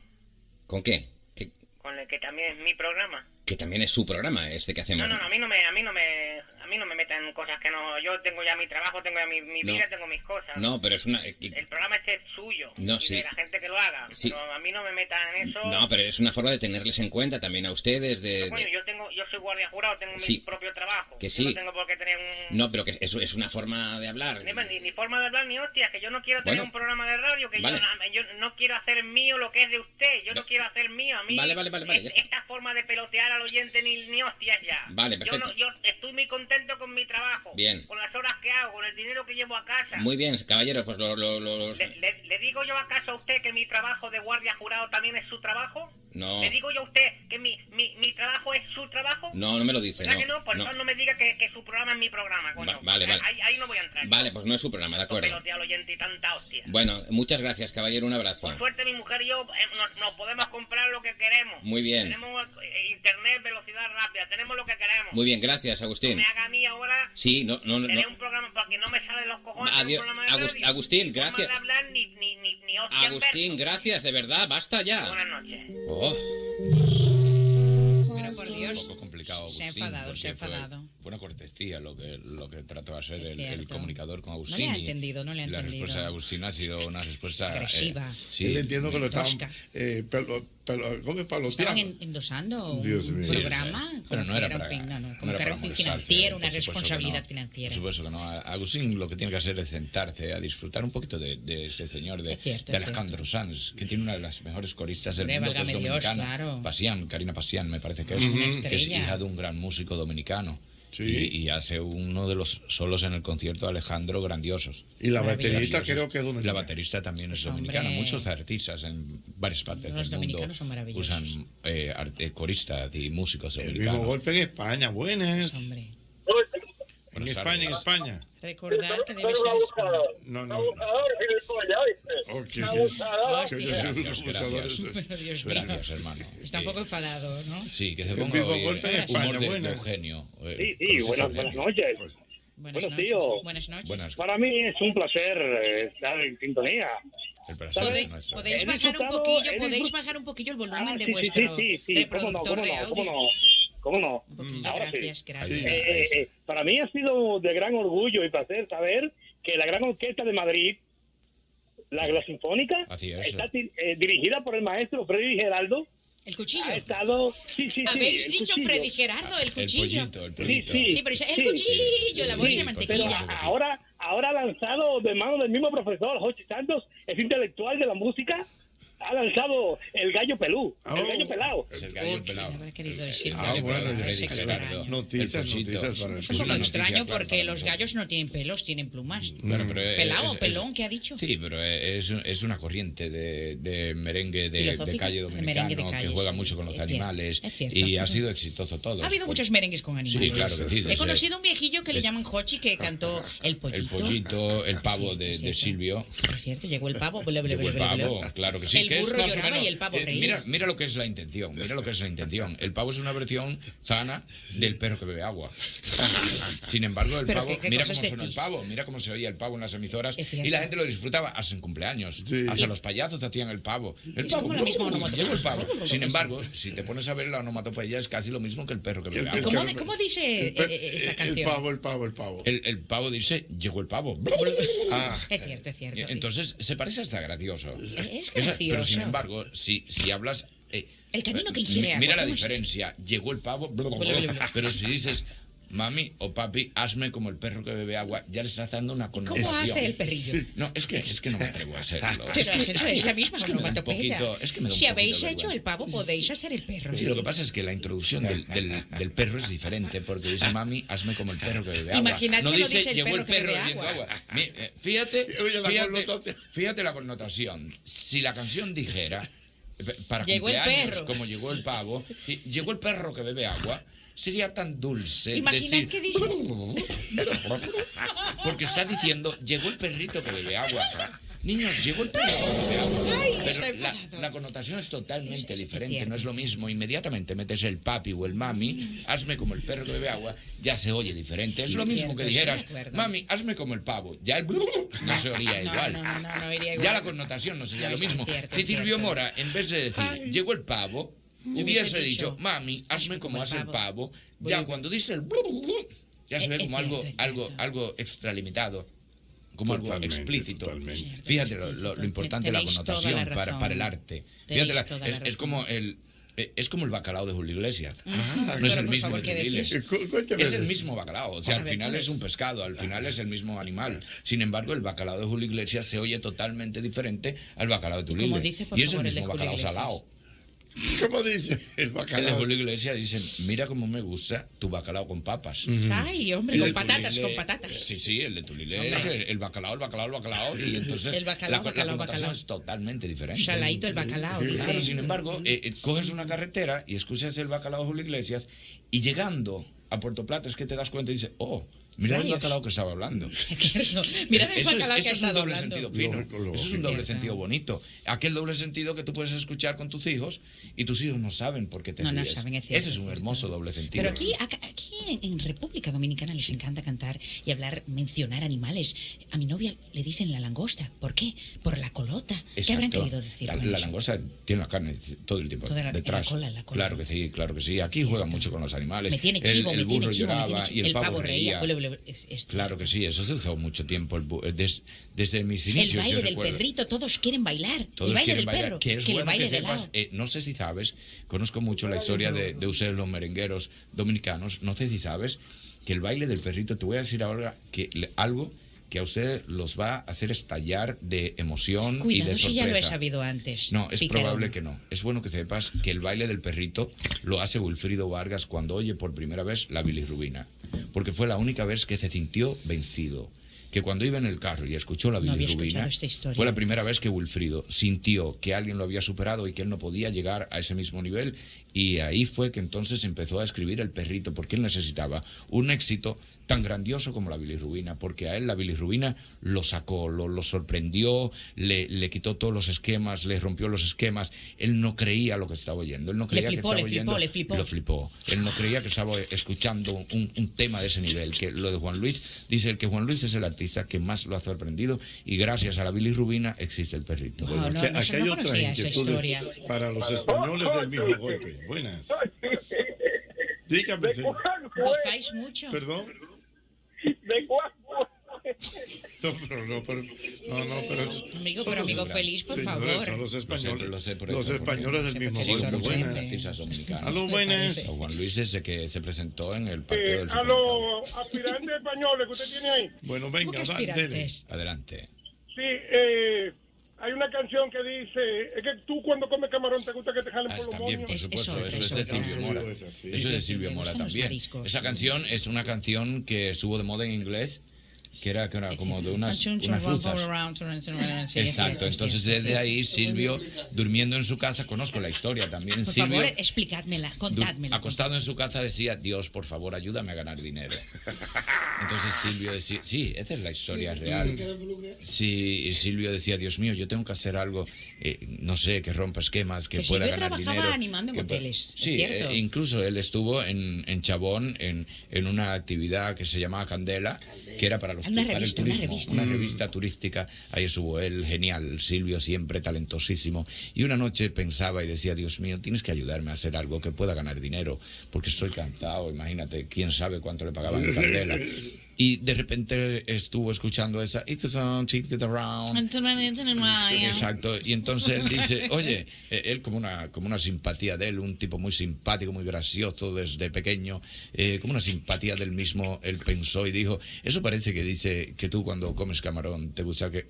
[SPEAKER 34] ¿Con qué? Que,
[SPEAKER 11] Con el que también es mi programa.
[SPEAKER 34] que también es su programa este que
[SPEAKER 11] No,
[SPEAKER 34] hacemos.
[SPEAKER 11] no, no, a mí no me, a mí no me, a mí no me metan cosas que no. Yo tengo ya mi trabajo, tengo ya mi, mi
[SPEAKER 34] No.
[SPEAKER 11] vida, tengo mis cosas.
[SPEAKER 34] No, pero es una- eh,
[SPEAKER 11] El programa este es suyo.
[SPEAKER 34] No,
[SPEAKER 11] y
[SPEAKER 34] sí.
[SPEAKER 11] de la gente que lo haga.
[SPEAKER 34] Sí.
[SPEAKER 11] Pero a mí no me metan en eso.
[SPEAKER 34] No, pero es una forma de tenerles en cuenta también a ustedes. De,
[SPEAKER 11] Coño,
[SPEAKER 34] de-
[SPEAKER 11] yo tengo, yo soy guardia jurado, tengo
[SPEAKER 34] Sí.
[SPEAKER 11] mi propio trabajo.
[SPEAKER 34] Que
[SPEAKER 11] Yo
[SPEAKER 34] sí.
[SPEAKER 11] no tengo por qué tener un.
[SPEAKER 34] No, pero que es, es una forma de hablar.
[SPEAKER 11] Ni, ni- ni forma de hablar ni hostia, que yo no quiero tener
[SPEAKER 34] Bueno.
[SPEAKER 11] un programa de radio, que
[SPEAKER 34] Vale.
[SPEAKER 11] yo, na- yo no quiero hacer mío lo que es de usted, yo no, quiero hacer mío a mí.
[SPEAKER 34] Vale, vale, vale, vale, ya
[SPEAKER 11] es-
[SPEAKER 34] está.
[SPEAKER 11] esta forma de pelotear al oyente ni, ni hostias ya.
[SPEAKER 34] Vale,
[SPEAKER 11] Yo, no-
[SPEAKER 34] perfecto.
[SPEAKER 11] yo estoy muy contento con mi trabajo,
[SPEAKER 34] Bien.
[SPEAKER 11] con las horas que hago, con el dinero que llevo a casa.
[SPEAKER 34] Muy bien, caballero, pues lo- lo- lo-
[SPEAKER 11] Le, le- le digo yo acaso a usted que mi trabajo de guardia jurado también es su trabajo?
[SPEAKER 34] No.
[SPEAKER 11] ¿Le digo yo a usted que mi, mi, mi trabajo es su trabajo?
[SPEAKER 34] No, no me lo dice,
[SPEAKER 11] ¿Verdad
[SPEAKER 34] no,
[SPEAKER 11] que no? Por
[SPEAKER 34] no.
[SPEAKER 11] favor, no me diga que, que su programa es mi programa, coño.
[SPEAKER 34] Va- vale, vale.
[SPEAKER 11] Ahí, ahí no voy a entrar.
[SPEAKER 34] Vale, pues no es su programa, de acuerdo.
[SPEAKER 11] Peloteo al oyente y tanta hostia.
[SPEAKER 34] Bueno, muchas gracias, caballero, un abrazo.
[SPEAKER 11] Por suerte mi mujer y yo eh, nos, nos podemos comprar lo que queremos.
[SPEAKER 34] Muy bien.
[SPEAKER 11] Tenemos eh, internet, velocidad rápida, tenemos lo que queremos.
[SPEAKER 34] Muy bien, gracias, Agustín.
[SPEAKER 11] No me haga a mí ahora
[SPEAKER 34] Sí, no, no, no.
[SPEAKER 11] tener un programa para que no me sale de los cojones.
[SPEAKER 34] Adiós,
[SPEAKER 11] un programa de
[SPEAKER 34] Agus-
[SPEAKER 11] radio.
[SPEAKER 34] Agustín,
[SPEAKER 11] No me
[SPEAKER 34] gracias.
[SPEAKER 11] haga hablar ni, ni, ni, ni hostia en
[SPEAKER 34] Agustín, gracias, de verdad, basta
[SPEAKER 11] verso.
[SPEAKER 34] ya.
[SPEAKER 11] Buenas noches.
[SPEAKER 34] Oh,
[SPEAKER 12] Pero por
[SPEAKER 15] Un poco
[SPEAKER 12] Dios.
[SPEAKER 15] complicado,
[SPEAKER 12] Se ha
[SPEAKER 15] Agustín,
[SPEAKER 12] enfadado, se ha
[SPEAKER 15] porque fue-
[SPEAKER 12] enfadado.
[SPEAKER 15] Fue una cortesía lo que, lo que trató de hacer
[SPEAKER 12] Es
[SPEAKER 15] el, el
[SPEAKER 12] cierto.
[SPEAKER 15] comunicador con
[SPEAKER 12] No
[SPEAKER 15] Agustín.
[SPEAKER 12] le ha
[SPEAKER 15] y
[SPEAKER 12] entendido, no le ha
[SPEAKER 15] La respuesta de
[SPEAKER 12] entendido.
[SPEAKER 15] Agustín ha sido una respuesta. eh,
[SPEAKER 12] Agresiva.
[SPEAKER 15] sí,
[SPEAKER 4] Él entiendo que lo estaban
[SPEAKER 12] Tosca.
[SPEAKER 4] eh, pelo, pelo- ¿cómo es?
[SPEAKER 12] Estaban
[SPEAKER 4] paloteando.
[SPEAKER 12] en- endosando
[SPEAKER 4] Dios
[SPEAKER 12] un
[SPEAKER 4] mío.
[SPEAKER 12] programa
[SPEAKER 15] Sí, sí.
[SPEAKER 12] como
[SPEAKER 15] Pero no
[SPEAKER 12] que
[SPEAKER 15] era
[SPEAKER 12] un
[SPEAKER 15] para-
[SPEAKER 12] fin- no, no,
[SPEAKER 15] no
[SPEAKER 12] como
[SPEAKER 15] era
[SPEAKER 12] que era
[SPEAKER 15] para
[SPEAKER 12] un fin
[SPEAKER 15] molestarte,
[SPEAKER 12] financiero, una
[SPEAKER 15] por supuesto que
[SPEAKER 12] responsabilidad
[SPEAKER 15] no.
[SPEAKER 12] financiera.
[SPEAKER 15] Por supuesto que no. A- Agustín lo que tiene que hacer es sentarse a disfrutar un poquito de, de este señor, de,
[SPEAKER 12] Es cierto,
[SPEAKER 15] de
[SPEAKER 12] es
[SPEAKER 15] Alejandro Sanz, que tiene una de las mejores coristas del
[SPEAKER 12] Hombre,
[SPEAKER 15] mundo, que es
[SPEAKER 12] válgame Dios,
[SPEAKER 15] dominicana.
[SPEAKER 12] claro.
[SPEAKER 15] Pasián, Karina Pasián, me parece que es,
[SPEAKER 12] Una
[SPEAKER 15] que es
[SPEAKER 12] estrella.
[SPEAKER 15] hija de un gran músico dominicano. Y, y hace uno de los solos en el concierto de Alejandro grandiosos.
[SPEAKER 4] Y la baterista creo
[SPEAKER 15] que es dominicana. La baterista también es dominicana. Muchos artistas en varias partes
[SPEAKER 12] Los
[SPEAKER 15] del mundo
[SPEAKER 12] dominicanos son maravillosos.
[SPEAKER 15] usan eh, art- eh, coristas y músicos
[SPEAKER 4] El mismo
[SPEAKER 15] dominicanos.
[SPEAKER 4] golpe en España. Buenas. En
[SPEAKER 15] Buenas
[SPEAKER 4] España, en
[SPEAKER 15] tardes.
[SPEAKER 4] España.
[SPEAKER 12] Recordar que debe ser español.
[SPEAKER 4] No, no.
[SPEAKER 12] no.
[SPEAKER 4] Ok, que-
[SPEAKER 12] Abusador.
[SPEAKER 4] que yo soy un
[SPEAKER 15] Gracias,
[SPEAKER 4] abusador.
[SPEAKER 15] gracias.
[SPEAKER 12] Pero Dios mío.
[SPEAKER 15] Gracias, hermano.
[SPEAKER 12] Está un poco enfadado, ¿no?
[SPEAKER 15] Sí, que se
[SPEAKER 4] El
[SPEAKER 15] ponga
[SPEAKER 4] mismo
[SPEAKER 15] hoy,
[SPEAKER 4] golpe
[SPEAKER 15] eh,
[SPEAKER 4] en España,
[SPEAKER 15] humor de, de
[SPEAKER 4] buenas.
[SPEAKER 15] Eugenio. eh,
[SPEAKER 20] Sí,
[SPEAKER 15] con
[SPEAKER 20] sí, buenas,
[SPEAKER 15] este Eugenio.
[SPEAKER 20] buenos noches.
[SPEAKER 12] Buenas
[SPEAKER 20] Buenos
[SPEAKER 12] noches.
[SPEAKER 20] días.
[SPEAKER 12] Buenas noches.
[SPEAKER 15] Buenas.
[SPEAKER 20] Para mí es un placer eh, estar en sintonía
[SPEAKER 15] El placer
[SPEAKER 12] Pode-
[SPEAKER 15] es nuestro.
[SPEAKER 12] Podéis
[SPEAKER 15] He
[SPEAKER 12] bajar un
[SPEAKER 15] disfrutado-
[SPEAKER 12] poquillo,
[SPEAKER 15] he
[SPEAKER 12] podéis
[SPEAKER 15] disfrut-
[SPEAKER 12] bajar un poquillo el volumen
[SPEAKER 15] Ah,
[SPEAKER 12] de
[SPEAKER 15] sí, sí,
[SPEAKER 12] vuestro
[SPEAKER 15] sí, sí, sí, cómo no,
[SPEAKER 12] reproductor
[SPEAKER 15] cómo
[SPEAKER 12] de
[SPEAKER 15] no,
[SPEAKER 12] audio.
[SPEAKER 15] cómo
[SPEAKER 14] no. ¿Cómo no? Ahora sí.
[SPEAKER 12] Gracias, gracias.
[SPEAKER 14] Eh, eh, eh, para mí ha sido de gran orgullo y placer saber que la Gran Orquesta de Madrid, la, la Sinfónica,
[SPEAKER 15] Así es.
[SPEAKER 14] está di- eh, dirigida por el maestro Freddy Geraldo.
[SPEAKER 12] El cuchillo.
[SPEAKER 14] Ha estado. Sí, sí, sí,
[SPEAKER 12] Habéis
[SPEAKER 14] el
[SPEAKER 12] dicho
[SPEAKER 14] cuchillo.
[SPEAKER 12] Freddy Gerardo, el cuchillo.
[SPEAKER 14] Sí,
[SPEAKER 12] Sí, pero es el cuchillo, la bolsa de mantequilla.
[SPEAKER 14] Pero ahora, ahora lanzado de mano del mismo profesor, Jochi Santos, es intelectual de la música, ha lanzado El Gallo Pelú, El Gallo Pelado.
[SPEAKER 4] Ah, bueno,
[SPEAKER 12] Freddy
[SPEAKER 4] ya.
[SPEAKER 12] Gerardo.
[SPEAKER 4] Noticias, noticias para el
[SPEAKER 12] Eso es
[SPEAKER 4] pueblo.
[SPEAKER 12] lo extraño porque los gallos no tienen pelos, tienen plumas.
[SPEAKER 4] Mm.
[SPEAKER 15] Bueno, pero, eh,
[SPEAKER 12] Pelao,
[SPEAKER 15] es-
[SPEAKER 12] pelón, ¿qué ha dicho?
[SPEAKER 15] Sí, pero eh, es, es una corriente de, de merengue de,
[SPEAKER 12] Filosófica,
[SPEAKER 15] de calle
[SPEAKER 12] de merengue de
[SPEAKER 15] dominicano
[SPEAKER 12] calle,
[SPEAKER 15] que juega
[SPEAKER 12] sí,
[SPEAKER 15] mucho con los
[SPEAKER 12] es cierto,
[SPEAKER 15] animales
[SPEAKER 12] es cierto.
[SPEAKER 15] y ha sido exitoso todo.
[SPEAKER 12] Ha habido muchos merengues con animales.
[SPEAKER 15] Sí, claro que sí,
[SPEAKER 12] He
[SPEAKER 15] desde-
[SPEAKER 12] conocido un viejillo que le
[SPEAKER 15] desde-
[SPEAKER 12] llaman Hochi que cantó El Pollito. Ah,
[SPEAKER 15] El pollito, el pavo de, de Silvio.
[SPEAKER 12] Es cierto, llegó el pavo. ble, ble,
[SPEAKER 15] Llegó el
[SPEAKER 12] ble, ble, ble.
[SPEAKER 15] pavo, claro que sí.
[SPEAKER 12] El
[SPEAKER 15] que es
[SPEAKER 12] burro
[SPEAKER 15] más o
[SPEAKER 12] lloraba
[SPEAKER 15] menos-
[SPEAKER 12] y el pavo
[SPEAKER 15] eh,
[SPEAKER 12] reía.
[SPEAKER 15] mira, mira lo que es la intención, mira lo que es la intención. El pavo es una versión sana del perro que bebe agua. Sin embargo, el
[SPEAKER 12] Pero
[SPEAKER 15] pavo,
[SPEAKER 12] qué- qué
[SPEAKER 15] mira
[SPEAKER 12] cosas
[SPEAKER 15] cómo sonó el
[SPEAKER 12] decís.
[SPEAKER 15] pavo, mira cómo se oía el pavo en las emisoras
[SPEAKER 12] Es cierto.
[SPEAKER 15] y la gente lo disfrutaba hasta en cumpleaños. Hasta los payasos hacían el pavo. El
[SPEAKER 12] Es como
[SPEAKER 15] pavo,
[SPEAKER 12] la misma onomatopeya.
[SPEAKER 15] llegó el pavo. Sin embargo, si te pones a ver la onomatopeya es casi lo mismo que el perro que bebe agua.
[SPEAKER 12] ¿Cómo, cómo dice eh, eh, esa canción?
[SPEAKER 15] el pavo, el pavo. El, el pavo dice, llegó el pavo. Ah.
[SPEAKER 12] Es cierto, es cierto.
[SPEAKER 15] Entonces, se parece hasta gracioso.
[SPEAKER 12] Es
[SPEAKER 15] Esa- Pero sin
[SPEAKER 12] gracioso.
[SPEAKER 15] embargo, si, si hablas... eh,
[SPEAKER 12] El canino que
[SPEAKER 15] mi-
[SPEAKER 12] ingiere agua,
[SPEAKER 15] Mira la
[SPEAKER 12] ¿cómo es?
[SPEAKER 15] diferencia. Llegó el pavo,
[SPEAKER 12] bla, bla.
[SPEAKER 15] pero si dices... Mami o papi, hazme como el perro que bebe agua. Ya le estás dando una connotación.
[SPEAKER 12] hace el perrillo?
[SPEAKER 15] No, es que, es que no me atrevo a hacerlo.
[SPEAKER 12] Pero
[SPEAKER 15] es, que,
[SPEAKER 12] es, es la misma
[SPEAKER 15] es que me da un
[SPEAKER 12] onomatopeya.
[SPEAKER 15] poquito- es que me da un
[SPEAKER 12] Si
[SPEAKER 15] poquito
[SPEAKER 12] habéis
[SPEAKER 15] de
[SPEAKER 12] hecho el pavo, podéis hacer el perro.
[SPEAKER 15] Sí, lo que pasa es que la introducción del, del- del perro es diferente porque dice, mami, hazme como el perro que bebe agua.
[SPEAKER 12] Imaginad
[SPEAKER 15] no
[SPEAKER 12] que lo dice el
[SPEAKER 15] llegó
[SPEAKER 12] perro
[SPEAKER 15] el
[SPEAKER 12] que bebe
[SPEAKER 15] perro bebiendo
[SPEAKER 12] agua.
[SPEAKER 15] agua. Mi- eh, Fíjate,
[SPEAKER 12] Oye, la
[SPEAKER 15] fíjate, fíjate la connotación. Si la canción dijera, eh, para
[SPEAKER 12] Llegó el
[SPEAKER 15] cumpleaños,
[SPEAKER 12] perro.
[SPEAKER 15] como llegó el pavo, y llegó el perro que bebe agua, sería tan dulce
[SPEAKER 12] Imaginad
[SPEAKER 15] decir...
[SPEAKER 12] que dice.
[SPEAKER 15] Porque está diciendo, llegó el perrito que bebe agua. Niños, llegó el perrito que bebe agua.
[SPEAKER 12] Ay, estoy
[SPEAKER 15] Pero la, la connotación es totalmente diferente, no es lo mismo. Inmediatamente metes el papi o el mami, hazme como el perro que bebe agua, ya se oye diferente. Es
[SPEAKER 12] Sí,
[SPEAKER 15] lo mismo
[SPEAKER 12] cierto,
[SPEAKER 15] que
[SPEAKER 12] estoy
[SPEAKER 15] dijeras,
[SPEAKER 12] de acuerdo.
[SPEAKER 15] mami, hazme como el pavo, ya el no se oía
[SPEAKER 12] No,
[SPEAKER 15] igual.
[SPEAKER 12] no, no, no, no iría igual.
[SPEAKER 15] Ya la connotación no sería
[SPEAKER 12] No,
[SPEAKER 15] lo
[SPEAKER 12] es
[SPEAKER 15] mismo.
[SPEAKER 12] cierto,
[SPEAKER 15] Si
[SPEAKER 12] es
[SPEAKER 15] Silvio
[SPEAKER 12] cierto.
[SPEAKER 15] Mora, en vez de decir,
[SPEAKER 12] Ay.
[SPEAKER 15] llegó el pavo,
[SPEAKER 12] Hubiese
[SPEAKER 15] hubiese
[SPEAKER 12] dicho,
[SPEAKER 15] dicho, mami, hazme como
[SPEAKER 12] el
[SPEAKER 15] hace el
[SPEAKER 12] pavo".
[SPEAKER 15] pavo,
[SPEAKER 12] Voy a-
[SPEAKER 15] ya cuando dice el ya se
[SPEAKER 12] Es-
[SPEAKER 15] ve
[SPEAKER 12] es
[SPEAKER 15] como algo, algo, algo extralimitado. Como algo explícito. Fíjate lo, lo- lo importante de la
[SPEAKER 12] Tenéis toda la
[SPEAKER 15] connotación para,
[SPEAKER 12] razón.
[SPEAKER 15] para el arte.
[SPEAKER 12] Tenéis
[SPEAKER 15] Fíjate, la-
[SPEAKER 12] toda la
[SPEAKER 15] es, es
[SPEAKER 12] razón.
[SPEAKER 15] como el. eh, Es como el bacalao de Julio Iglesias. no
[SPEAKER 12] Pero,
[SPEAKER 15] es el
[SPEAKER 12] por
[SPEAKER 15] mismo
[SPEAKER 12] favor,
[SPEAKER 15] de
[SPEAKER 12] ¿qué
[SPEAKER 15] Julio
[SPEAKER 12] decís?
[SPEAKER 15] Iglesias. Es el mismo bacalao. O sea,
[SPEAKER 12] A
[SPEAKER 15] al
[SPEAKER 12] ver,
[SPEAKER 15] final
[SPEAKER 12] ¿qué
[SPEAKER 15] es un pescado, al final es el mismo animal. Sin embargo, el bacalao de Julio Iglesias se oye totalmente diferente al bacalao de
[SPEAKER 12] Como
[SPEAKER 15] Tulile.
[SPEAKER 12] dice, por
[SPEAKER 15] Y es el
[SPEAKER 12] favor, el de
[SPEAKER 15] mismo
[SPEAKER 12] Julio
[SPEAKER 15] bacalao
[SPEAKER 12] Iglesias.
[SPEAKER 15] salado. ¿Cómo dice el bacalao? de Julio Iglesias dice, mira cómo me gusta tu bacalao con papas.
[SPEAKER 12] Ay, hombre,
[SPEAKER 15] El
[SPEAKER 12] con
[SPEAKER 15] de
[SPEAKER 12] patatas,
[SPEAKER 15] Tulile-
[SPEAKER 12] con patatas.
[SPEAKER 15] Sí, sí, el de Tulile
[SPEAKER 12] Hombre.
[SPEAKER 15] es el, el bacalao, el bacalao, el bacalao. Y entonces
[SPEAKER 12] El bacalao,
[SPEAKER 15] la, la
[SPEAKER 12] bacalao,
[SPEAKER 15] connotación
[SPEAKER 12] bacalao.
[SPEAKER 15] es totalmente diferente.
[SPEAKER 12] Saladito el bacalao, dice.
[SPEAKER 15] Claro, sin embargo, eh, eh, coges una carretera y escuchas el bacalao de Julio Iglesias y llegando a Puerto Plata es que te das cuenta y dices, oh, mira el
[SPEAKER 12] Rayos.
[SPEAKER 15] bacalao que estaba hablando.
[SPEAKER 12] Mirad el
[SPEAKER 15] Eso es-
[SPEAKER 12] bacalao que
[SPEAKER 15] eso
[SPEAKER 12] ha
[SPEAKER 15] es un
[SPEAKER 12] estado
[SPEAKER 15] doble
[SPEAKER 12] hablando.
[SPEAKER 15] sentido fino. Eso es un doble
[SPEAKER 12] Cierto.
[SPEAKER 15] sentido bonito. Aquel doble sentido que tú puedes escuchar con tus hijos y tus hijos no saben por qué te
[SPEAKER 12] No, no
[SPEAKER 15] ríes.
[SPEAKER 12] saben, es cierto,
[SPEAKER 15] Ese es un hermoso doble sentido.
[SPEAKER 12] Pero aquí, acá- aquí en, en República Dominicana les encanta cantar y hablar, mencionar animales. A mi novia le dicen la langosta. ¿Por qué? Por la colota. ¿Qué habrán
[SPEAKER 15] Exacto.
[SPEAKER 12] querido decir?
[SPEAKER 15] La,
[SPEAKER 12] con
[SPEAKER 15] la
[SPEAKER 12] eso?
[SPEAKER 15] langosta tiene la carne todo el tiempo
[SPEAKER 12] Toda la-
[SPEAKER 15] detrás.
[SPEAKER 12] la cola, la cola.
[SPEAKER 15] Claro que sí, claro que sí. Aquí juegan mucho con los animales.
[SPEAKER 12] Me tiene
[SPEAKER 15] El-
[SPEAKER 12] chivo,
[SPEAKER 15] el,
[SPEAKER 12] me tiene
[SPEAKER 15] burro
[SPEAKER 12] chivo, me
[SPEAKER 15] lloraba
[SPEAKER 12] tiene chivo.
[SPEAKER 15] y el, pavo, reía.
[SPEAKER 12] bule, bule, bule. Es- es-
[SPEAKER 15] Claro que sí, eso se usó mucho tiempo el bu- eh, des- desde mis
[SPEAKER 12] el
[SPEAKER 15] inicios. yo
[SPEAKER 12] baile del
[SPEAKER 15] recuerdo.
[SPEAKER 12] Pedrito, todos quieren bailar.
[SPEAKER 15] Todos
[SPEAKER 12] el baile
[SPEAKER 15] quieren
[SPEAKER 12] del
[SPEAKER 15] bailar.
[SPEAKER 12] perro,
[SPEAKER 15] que es
[SPEAKER 12] que lo
[SPEAKER 15] bueno
[SPEAKER 12] baile
[SPEAKER 15] que
[SPEAKER 12] de
[SPEAKER 15] sepas,
[SPEAKER 12] lado.
[SPEAKER 15] eh, no sé si sabes, conozco mucho la historia de, de ustedes los merengueros dominicanos, no sé si sabes que el baile del perrito, te voy a decir ahora que le- algo que a ustedes los va a hacer estallar de emoción y
[SPEAKER 12] Cuidado
[SPEAKER 15] de sorpresa.
[SPEAKER 12] si ya lo he sabido antes.
[SPEAKER 15] No, es
[SPEAKER 12] picarón.
[SPEAKER 15] probable que no. Es bueno que sepas que el baile del perrito lo hace Wilfrido Vargas cuando oye por primera vez la bilirrubina. Porque fue la única vez que se sintió vencido. Que cuando iba en el carro y escuchó la
[SPEAKER 12] No había
[SPEAKER 15] bilirrubina,
[SPEAKER 12] escuchado esta historia.
[SPEAKER 15] fue la primera vez que Wilfrido sintió que alguien lo había superado y que él no podía llegar a ese mismo nivel Y ahí fue que entonces empezó a escribir El Perrito, porque él necesitaba un éxito tan grandioso como la bilirrubina, porque a él la bilirrubina lo sacó, lo, lo sorprendió, le, le quitó todos los esquemas, le rompió los esquemas. Él no creía lo que estaba oyendo, él no creía
[SPEAKER 12] flipó,
[SPEAKER 15] que
[SPEAKER 12] le
[SPEAKER 15] estaba
[SPEAKER 12] flipó,
[SPEAKER 15] oyendo.
[SPEAKER 12] le flipó.
[SPEAKER 15] Lo flipó. Él no creía que estaba escuchando un, un tema de ese nivel, que lo de Juan Luis, dice el que Juan Luis es el artista que más lo ha sorprendido y gracias a la bilirrubina existe El Perrito.
[SPEAKER 4] Bueno, aquí, aquí hay otras inquietudes para los españoles del mismo golpe. Buenas. Dígame, señor.
[SPEAKER 27] Gozáis mucho.
[SPEAKER 4] Perdón.
[SPEAKER 27] De
[SPEAKER 4] No, pero no, pero, no, no, pero.
[SPEAKER 27] Amigo,
[SPEAKER 4] son
[SPEAKER 27] pero
[SPEAKER 4] los-
[SPEAKER 27] amigo feliz, por
[SPEAKER 4] Señores,
[SPEAKER 27] favor.
[SPEAKER 4] Son los españoles,
[SPEAKER 15] Lo sé, lo sé por
[SPEAKER 4] los
[SPEAKER 15] eso, porque-
[SPEAKER 4] españoles del mismo pues,
[SPEAKER 15] Sí,
[SPEAKER 4] golpe.
[SPEAKER 15] claro,
[SPEAKER 4] Buenas.
[SPEAKER 15] sí, sí, son dominicanos.
[SPEAKER 4] Aló, buenas.
[SPEAKER 15] Don Juan Luis ese que se presentó en el partido
[SPEAKER 14] Eh,
[SPEAKER 15] del
[SPEAKER 14] a los aspirantes españoles que usted tiene ahí.
[SPEAKER 4] Bueno,
[SPEAKER 14] venga, ¿Cómo que va, aspirantes? dele.
[SPEAKER 15] Adelante.
[SPEAKER 14] Sí, eh, hay una canción que dice, es que tú cuando comes camarón te gusta que te
[SPEAKER 4] Ah,
[SPEAKER 14] jalen por los
[SPEAKER 15] También,
[SPEAKER 14] moños.
[SPEAKER 15] por supuesto, eso es de Silvio Mora. Eso es de Silvio Mora también. Esa canción es una canción que estuvo de moda en inglés, que era, que era como de unas, unas rusas. Exacto, entonces desde ahí Silvio, durmiendo en su casa, conozco la historia también.
[SPEAKER 12] Por
[SPEAKER 15] Silvio,
[SPEAKER 12] favor, explicádmela,
[SPEAKER 15] Du-
[SPEAKER 12] contádmela.
[SPEAKER 15] Acostado en su casa decía, Dios, por favor, ayúdame a ganar dinero. Entonces Silvio decía, sí, esa es la historia real. Sí, y Silvio decía, Dios mío, yo tengo que hacer algo, eh, no sé, que rompa esquemas, que,
[SPEAKER 12] Que
[SPEAKER 15] pueda
[SPEAKER 12] Silvio
[SPEAKER 15] ganar
[SPEAKER 12] trabajaba
[SPEAKER 15] dinero.
[SPEAKER 12] animando en
[SPEAKER 15] que pueda-".
[SPEAKER 12] hoteles, es
[SPEAKER 15] Sí,
[SPEAKER 12] cierto.
[SPEAKER 15] eh, incluso él estuvo en, en Chabón en, en una actividad que se llamaba Candela, que era para, los,
[SPEAKER 12] Una
[SPEAKER 15] tu- para
[SPEAKER 12] revista,
[SPEAKER 15] el
[SPEAKER 12] una
[SPEAKER 15] turismo.
[SPEAKER 12] revista.
[SPEAKER 15] una
[SPEAKER 12] Mm.
[SPEAKER 15] revista turística. Ahí estuvo él, genial. Silvio siempre talentosísimo. Y una noche pensaba y decía, Dios mío, tienes que ayudarme a hacer algo que pueda ganar dinero, porque estoy cansado. Imagínate, quién sabe cuánto le pagaban en Candela. Y de repente estuvo escuchando esa, It's a song, take it around. Exacto. Y entonces él dice, oye, eh, él como una, como una simpatía de él, un tipo muy simpático, muy gracioso desde pequeño, eh, como una simpatía del mismo, él pensó y dijo, eso parece que dice que tú cuando comes camarón te gusta que...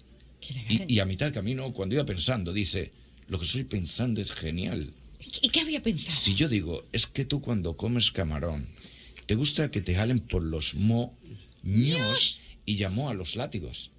[SPEAKER 15] Y, y a mitad de camino, cuando iba pensando, dice, lo que estoy pensando es genial.
[SPEAKER 12] ¿Y qué había pensado?
[SPEAKER 15] Si yo digo, es que tú cuando comes camarón, te gusta que te jalen por los moños y llamó a los látigos.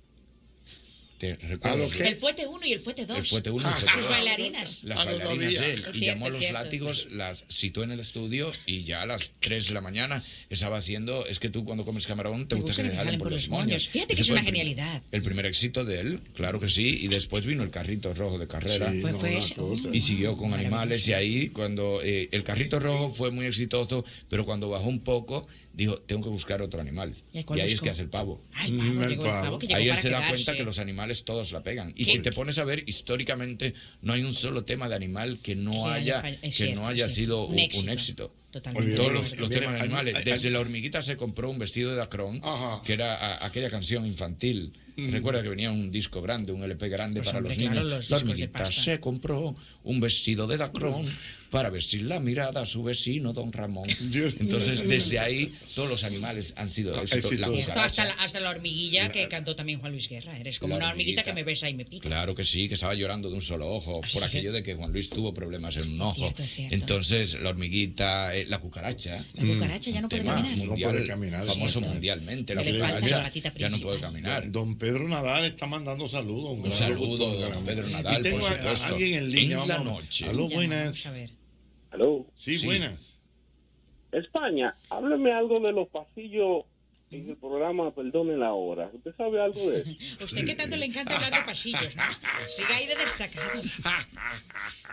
[SPEAKER 15] ¿Te recuerdas?
[SPEAKER 12] El fuete 1 y el fuete 2.
[SPEAKER 15] El fuete uno y el fuete
[SPEAKER 12] Ah, Sus
[SPEAKER 15] dos.
[SPEAKER 12] bailarinas.
[SPEAKER 15] Las bailarinas de él.
[SPEAKER 12] Es cierto,
[SPEAKER 15] Y llamó a los
[SPEAKER 12] es cierto.
[SPEAKER 15] látigos, las citó en el estudio y ya a las 3 de la mañana estaba haciendo. Es que tú cuando comes camarón te
[SPEAKER 12] Me
[SPEAKER 15] gusta que le jalen por los moños. "Pues,
[SPEAKER 12] Fíjate que
[SPEAKER 15] Ese
[SPEAKER 12] es
[SPEAKER 15] fue
[SPEAKER 12] una
[SPEAKER 15] el prim-
[SPEAKER 12] genialidad.
[SPEAKER 15] El primer éxito de él, claro que sí. Y después vino el carrito rojo de carrera.
[SPEAKER 12] Sí, Fue- no, fue una ese. cosa.
[SPEAKER 15] y siguió con animales. Y ahí, cuando eh, el carrito rojo fue muy exitoso, pero cuando bajó un poco, dijo: Tengo que buscar otro animal.
[SPEAKER 12] ¿Y
[SPEAKER 15] Y,
[SPEAKER 12] a cuál
[SPEAKER 15] ahí es
[SPEAKER 12] buscó?
[SPEAKER 15] que hace el pavo.
[SPEAKER 12] Ah, el pavo,
[SPEAKER 15] Mm,
[SPEAKER 12] llegó el pavo que llegó
[SPEAKER 15] Ahí él
[SPEAKER 12] para
[SPEAKER 15] se da
[SPEAKER 12] quedarse.
[SPEAKER 15] cuenta que los animales todos la pegan. Y si te pones a ver, históricamente no hay un solo tema de animal que no
[SPEAKER 12] Que haya
[SPEAKER 15] haya,
[SPEAKER 12] falla- es
[SPEAKER 15] que
[SPEAKER 12] cierto,
[SPEAKER 15] no haya
[SPEAKER 12] sí.
[SPEAKER 15] sido
[SPEAKER 12] Un
[SPEAKER 15] un un éxito.
[SPEAKER 12] éxito. Totalmente. Oye,
[SPEAKER 15] Todos
[SPEAKER 12] mira,
[SPEAKER 15] los, los
[SPEAKER 12] mira,
[SPEAKER 15] temas de
[SPEAKER 12] hay-
[SPEAKER 15] animales.
[SPEAKER 12] hay-
[SPEAKER 15] Desde la hormiguita se compró un vestido de acrón, que era a- aquella canción infantil.
[SPEAKER 12] Mm.
[SPEAKER 15] Recuerda que venía un disco grande, un LP grande
[SPEAKER 12] Pues
[SPEAKER 15] para
[SPEAKER 12] hombre,
[SPEAKER 15] los niños.
[SPEAKER 12] claro, los
[SPEAKER 15] la
[SPEAKER 12] discos de
[SPEAKER 15] hormiguita
[SPEAKER 12] pasta.
[SPEAKER 15] se compró un vestido de Dacron para vestir la mirada a su vecino, don Ramón. Entonces, desde ahí, todos los animales han sido éxitos. La
[SPEAKER 24] Cierto,
[SPEAKER 15] cucaracha,
[SPEAKER 24] hasta, la, hasta la hormiguilla que cantó también Juan Luis Guerra. Eres como
[SPEAKER 15] La
[SPEAKER 24] una hormiguita
[SPEAKER 15] hormiguita.
[SPEAKER 24] que me besa y me pica.
[SPEAKER 15] Claro que sí, que estaba llorando de un solo ojo,
[SPEAKER 12] Ah,
[SPEAKER 15] por aquello de que Juan Luis tuvo problemas en un ojo.
[SPEAKER 24] Cierto, cierto.
[SPEAKER 15] Entonces, la hormiguita, eh, la cucaracha.
[SPEAKER 12] La cucaracha ya no puede
[SPEAKER 15] tema
[SPEAKER 12] caminar.
[SPEAKER 15] mundial,
[SPEAKER 12] No puede caminar,
[SPEAKER 15] Famoso
[SPEAKER 12] cierto.
[SPEAKER 15] mundialmente, la
[SPEAKER 12] Que le falta la
[SPEAKER 15] cucaracha
[SPEAKER 12] patita
[SPEAKER 15] ya no
[SPEAKER 12] principal.
[SPEAKER 15] puede caminar.
[SPEAKER 4] Don Pedro Nadal está mandando saludos.
[SPEAKER 15] Un saludo, don Pedro Nadal,
[SPEAKER 4] Y tengo
[SPEAKER 15] por
[SPEAKER 4] a- a
[SPEAKER 15] supuesto.
[SPEAKER 4] alguien en línea,
[SPEAKER 15] la
[SPEAKER 4] vamos a-
[SPEAKER 15] noche.
[SPEAKER 4] Aló,
[SPEAKER 24] Ya,
[SPEAKER 4] buenas.
[SPEAKER 24] vamos a ver.
[SPEAKER 4] Aló. Sí, buenas.
[SPEAKER 1] España, hábleme algo de los pasillos en el programa Perdone la Hora. ¿Usted sabe algo de eso?
[SPEAKER 24] Usted que tanto le encanta hablar de pasillos, ¿no? Siga ahí de destacado.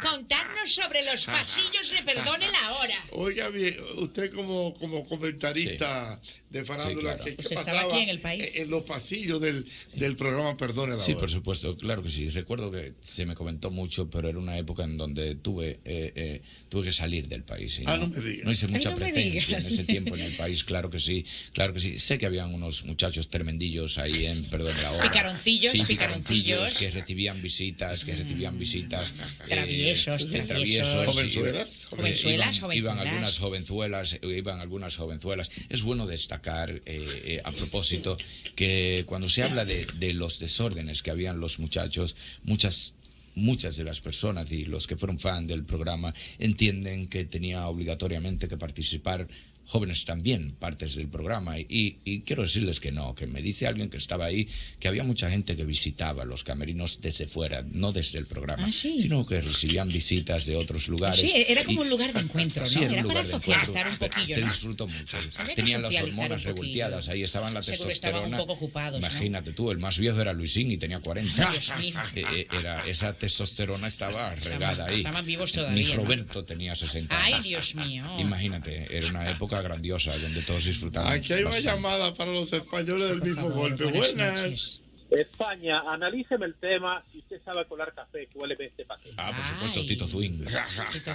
[SPEAKER 24] Contadnos sobre los
[SPEAKER 15] Ah.
[SPEAKER 24] pasillos de Perdone la Hora.
[SPEAKER 4] Oiga bien, usted como, como comentarista de farándula,
[SPEAKER 15] Sí, claro.
[SPEAKER 4] ¿qué, qué
[SPEAKER 24] Usted estaba
[SPEAKER 4] pasaba
[SPEAKER 24] aquí en el país.
[SPEAKER 4] en los pasillos del, del programa Perdone la
[SPEAKER 15] Sí,
[SPEAKER 4] Hora?
[SPEAKER 15] por supuesto, claro que sí. Recuerdo que se me comentó mucho, pero era una época en donde tuve eh, eh, tuve que salir del país. y
[SPEAKER 4] Ah, no me digas.
[SPEAKER 15] No hice
[SPEAKER 4] Ay,
[SPEAKER 15] mucha
[SPEAKER 4] no me
[SPEAKER 15] presencia
[SPEAKER 4] digas.
[SPEAKER 15] en ese tiempo en el país, claro que sí, claro que sí. Sé que habían unos muchachos tremendillos ahí en Perdón la Hora.
[SPEAKER 24] Picaroncillos,
[SPEAKER 15] Sí,
[SPEAKER 24] picaroncillos.
[SPEAKER 15] que recibían visitas, que recibían visitas.
[SPEAKER 24] Traviesos,
[SPEAKER 15] eh,
[SPEAKER 24] traviesos.
[SPEAKER 4] Jovenzuelas,
[SPEAKER 15] sí,
[SPEAKER 24] jovenzuelas,
[SPEAKER 15] eh, iban, iban
[SPEAKER 24] jovenzuelas.
[SPEAKER 15] algunas jovenzuelas, eh, iban algunas jovenzuelas. Es bueno destacar, eh, eh, a propósito, que cuando se habla de, de los desórdenes que habían los muchachos, muchas muchas de las personas y los que fueron fan del programa entienden que tenía obligatoriamente que participar jóvenes también partes del programa. Y, y quiero decirles que no, que me dice alguien que estaba ahí que había mucha gente que visitaba los camerinos desde fuera, no desde el programa,
[SPEAKER 12] Ah, sí.
[SPEAKER 15] sino que recibían visitas de otros lugares.
[SPEAKER 12] Sí, era como
[SPEAKER 15] Y-
[SPEAKER 12] un lugar de encuentro,
[SPEAKER 15] Sí,
[SPEAKER 12] ¿no?
[SPEAKER 15] era un
[SPEAKER 12] Era
[SPEAKER 15] lugar
[SPEAKER 12] para
[SPEAKER 15] de
[SPEAKER 12] socializar
[SPEAKER 15] encuentro.
[SPEAKER 12] un poquillo,
[SPEAKER 15] Se
[SPEAKER 12] ¿no?
[SPEAKER 15] disfrutó mucho.
[SPEAKER 12] Había que
[SPEAKER 15] Tenían las
[SPEAKER 12] socializar un
[SPEAKER 15] hormonas
[SPEAKER 12] poquillo.
[SPEAKER 15] revolteadas, ahí estaban la
[SPEAKER 12] Seguro estaban un
[SPEAKER 15] testosterona.
[SPEAKER 12] poco ocupados, ¿no?
[SPEAKER 15] Imagínate tú, el más viejo era Luisín y tenía 40.
[SPEAKER 12] Dios mío.
[SPEAKER 15] Eh, eh, era, esa testosterona estaba regada ahí.
[SPEAKER 12] estaban vivos
[SPEAKER 15] Ni
[SPEAKER 12] todavía, ¿no?
[SPEAKER 15] Roberto tenía 60 años.
[SPEAKER 12] Ay, Dios mío.
[SPEAKER 15] Imagínate, era una época grandiosa donde todos disfrutaban.
[SPEAKER 4] Aquí hay una
[SPEAKER 15] bastante.
[SPEAKER 4] llamada para los españoles del mismo golpe. Buenas.
[SPEAKER 1] España, analíceme el tema y usted sabe colar café, cuéleme este paquete.
[SPEAKER 15] Ah, por supuesto, Tito Swing.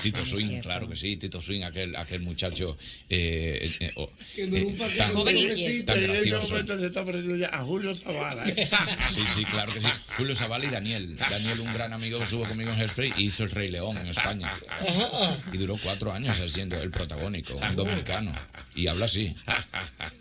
[SPEAKER 15] Tito Swing, claro que sí, Tito Swing, aquel, aquel muchacho eh, eh, eh, oh,
[SPEAKER 4] Que no
[SPEAKER 15] eh,
[SPEAKER 4] era un paquete,
[SPEAKER 15] tan,
[SPEAKER 4] joven y quieto.
[SPEAKER 15] tan
[SPEAKER 4] Y en ese
[SPEAKER 15] gracioso.
[SPEAKER 4] momento se está perdiendo ya a Julio Zavala. ¿eh?
[SPEAKER 15] Sí, sí, claro que sí. Julio Zavala y Daniel. Daniel, un gran amigo que estuvo conmigo en Hairspray, hizo El Rey León en España. Y duró cuatro años siendo el protagónico, un dominicano. Y habla así.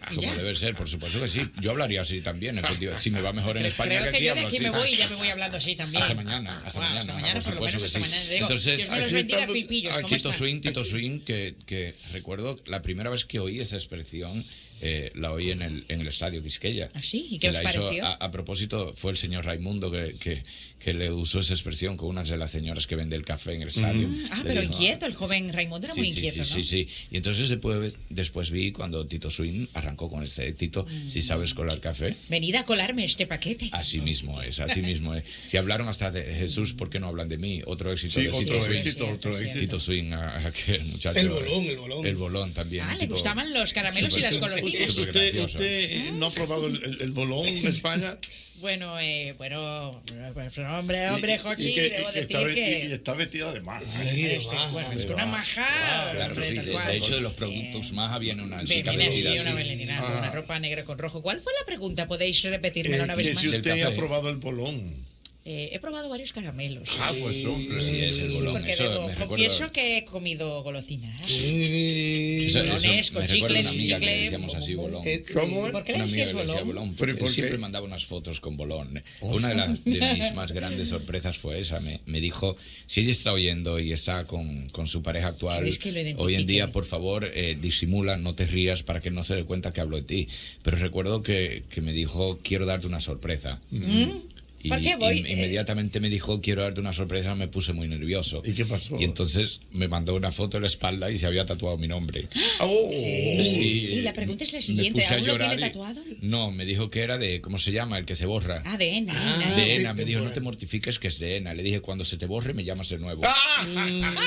[SPEAKER 15] Como
[SPEAKER 12] ya?
[SPEAKER 15] debe ser, por supuesto que sí. Yo hablaría así también, efectivamente. Si me va mejor en España
[SPEAKER 12] Creo
[SPEAKER 15] que
[SPEAKER 12] que
[SPEAKER 15] aquí,
[SPEAKER 12] yo de
[SPEAKER 15] hablo
[SPEAKER 12] aquí
[SPEAKER 15] así.
[SPEAKER 12] me voy y ya me voy hablando así también.
[SPEAKER 15] Hasta mañana, hasta
[SPEAKER 12] Wow,
[SPEAKER 15] mañana.
[SPEAKER 12] hasta mañana,
[SPEAKER 15] por
[SPEAKER 12] por lo menos
[SPEAKER 15] supuesto que
[SPEAKER 12] hasta
[SPEAKER 15] sí.
[SPEAKER 12] mañana. Digo, Dios me los
[SPEAKER 15] aquí
[SPEAKER 12] bendiga,
[SPEAKER 15] estamos-
[SPEAKER 12] pipillos, ¿cómo Ah,
[SPEAKER 15] aquí Tito
[SPEAKER 12] están?
[SPEAKER 15] Swing, Tito Swing, que, que recuerdo la primera vez que oí esa expresión, eh, la oí en el, en el estadio Quisqueya.
[SPEAKER 12] ¿Ah, sí? ¿Y qué
[SPEAKER 15] Que
[SPEAKER 12] os
[SPEAKER 15] la hizo-
[SPEAKER 12] pareció?
[SPEAKER 15] a, a propósito, fue el señor Raimundo que, que, que le usó esa expresión con una de las señoras que vende el café en el estadio.
[SPEAKER 12] Ah,
[SPEAKER 15] Le
[SPEAKER 12] pero
[SPEAKER 15] dijo,
[SPEAKER 12] inquieto, el joven Raimundo era muy
[SPEAKER 15] sí,
[SPEAKER 12] inquieto,
[SPEAKER 15] sí,
[SPEAKER 12] ¿no?
[SPEAKER 15] sí, sí. Y entonces después, después vi cuando Tito Swing arrancó con este éxito, si
[SPEAKER 12] Mm.
[SPEAKER 15] sabes colar café.
[SPEAKER 12] Venid a colarme este paquete.
[SPEAKER 15] Así mismo es, así mismo es. Si hablaron hasta de Jesús, ¿por qué no hablan de mí? Otro éxito.
[SPEAKER 4] Sí,
[SPEAKER 15] de
[SPEAKER 4] otro
[SPEAKER 15] Tito Swing.
[SPEAKER 4] éxito, otro éxito.
[SPEAKER 15] Tito Swing, a- aquel muchacho.
[SPEAKER 4] El bolón, el bolón.
[SPEAKER 15] El bolón también.
[SPEAKER 12] Ah,
[SPEAKER 15] un
[SPEAKER 12] le
[SPEAKER 15] este tipo-
[SPEAKER 12] gustaban los caramelos y las
[SPEAKER 15] Súper
[SPEAKER 12] golosinas.
[SPEAKER 4] ¿Usted,
[SPEAKER 15] gracioso.
[SPEAKER 4] usted Este, eh, no ha probado el, el- el bolón en España?
[SPEAKER 12] Bueno, eh, bueno, pues, hombre, hombre,
[SPEAKER 4] Y- y
[SPEAKER 12] Jochi,
[SPEAKER 4] que- y
[SPEAKER 12] debo
[SPEAKER 4] que está
[SPEAKER 12] decir
[SPEAKER 4] vesti-
[SPEAKER 12] que...
[SPEAKER 4] y está vestida de maja.
[SPEAKER 12] de Este, maja, bueno, es de una maja. maja,
[SPEAKER 15] Claro,
[SPEAKER 12] hombre,
[SPEAKER 15] sí,
[SPEAKER 12] tal
[SPEAKER 15] de,
[SPEAKER 12] cual.
[SPEAKER 15] de hecho, de los productos maja viene una chica
[SPEAKER 12] Viene pues, eh, así
[SPEAKER 15] vestida
[SPEAKER 12] una
[SPEAKER 15] así.
[SPEAKER 12] melenina,
[SPEAKER 15] Ah.
[SPEAKER 12] una ropa negra con rojo. ¿Cuál fue la pregunta? ¿Podéis repetírmela
[SPEAKER 15] Eh,
[SPEAKER 12] una
[SPEAKER 15] que
[SPEAKER 12] vez
[SPEAKER 15] si
[SPEAKER 12] más?
[SPEAKER 15] usted Del café. ha probado
[SPEAKER 4] el bolón.
[SPEAKER 12] Eh, he probado varios caramelos.
[SPEAKER 15] Ah, pues hombre. Sí, es el bolón.
[SPEAKER 12] Porque
[SPEAKER 15] Eso
[SPEAKER 12] debo-
[SPEAKER 15] me
[SPEAKER 12] confieso
[SPEAKER 15] recuerda.
[SPEAKER 12] que he comido golosinas.
[SPEAKER 15] Eso- eso
[SPEAKER 12] Bolones
[SPEAKER 15] me
[SPEAKER 12] con
[SPEAKER 15] recuerda a
[SPEAKER 12] chicles,
[SPEAKER 15] una amiga que
[SPEAKER 12] chicle.
[SPEAKER 15] le decíamos así, bolón.
[SPEAKER 12] Eh, ¿cómo es? ¿Por qué le
[SPEAKER 15] Una amiga
[SPEAKER 12] decías
[SPEAKER 15] que le
[SPEAKER 12] bolón?
[SPEAKER 15] decía
[SPEAKER 12] Oh.
[SPEAKER 15] bolón.
[SPEAKER 12] ¿Pero y por
[SPEAKER 15] Él
[SPEAKER 12] qué?
[SPEAKER 15] siempre mandaba unas fotos con bolón. Una de, las, de mis más grandes sorpresas fue esa. Me, me dijo, si ella está oyendo y está con, con su pareja actual,
[SPEAKER 12] ¿Quieres que lo identifique?
[SPEAKER 15] hoy en día, por favor, eh, disimula, no te rías para que no se dé cuenta que hablo de ti. Pero recuerdo que, que me dijo, quiero darte una sorpresa.
[SPEAKER 27] Hmm.
[SPEAKER 12] ¿Mm?
[SPEAKER 15] Y,
[SPEAKER 12] ¿Por qué voy?
[SPEAKER 15] in- inmediatamente me dijo, quiero darte una sorpresa, me puse muy nervioso. ¿Y qué pasó? Y entonces me mandó una foto en la espalda y se había tatuado mi nombre. Sí,
[SPEAKER 12] y la
[SPEAKER 15] eh,
[SPEAKER 12] pregunta es la
[SPEAKER 15] me
[SPEAKER 12] siguiente.
[SPEAKER 15] puse a
[SPEAKER 12] ¿Alguno tiene
[SPEAKER 15] llorar y-
[SPEAKER 12] tatuado?
[SPEAKER 15] No, me dijo que era de, ¿cómo se llama? El que se borra.
[SPEAKER 12] Ah, de Ena. nada.
[SPEAKER 15] de Ena, me dijo, no te mortifiques que es de Ena. Le dije, cuando se te borre me llamas de nuevo.
[SPEAKER 27] ¡Ah!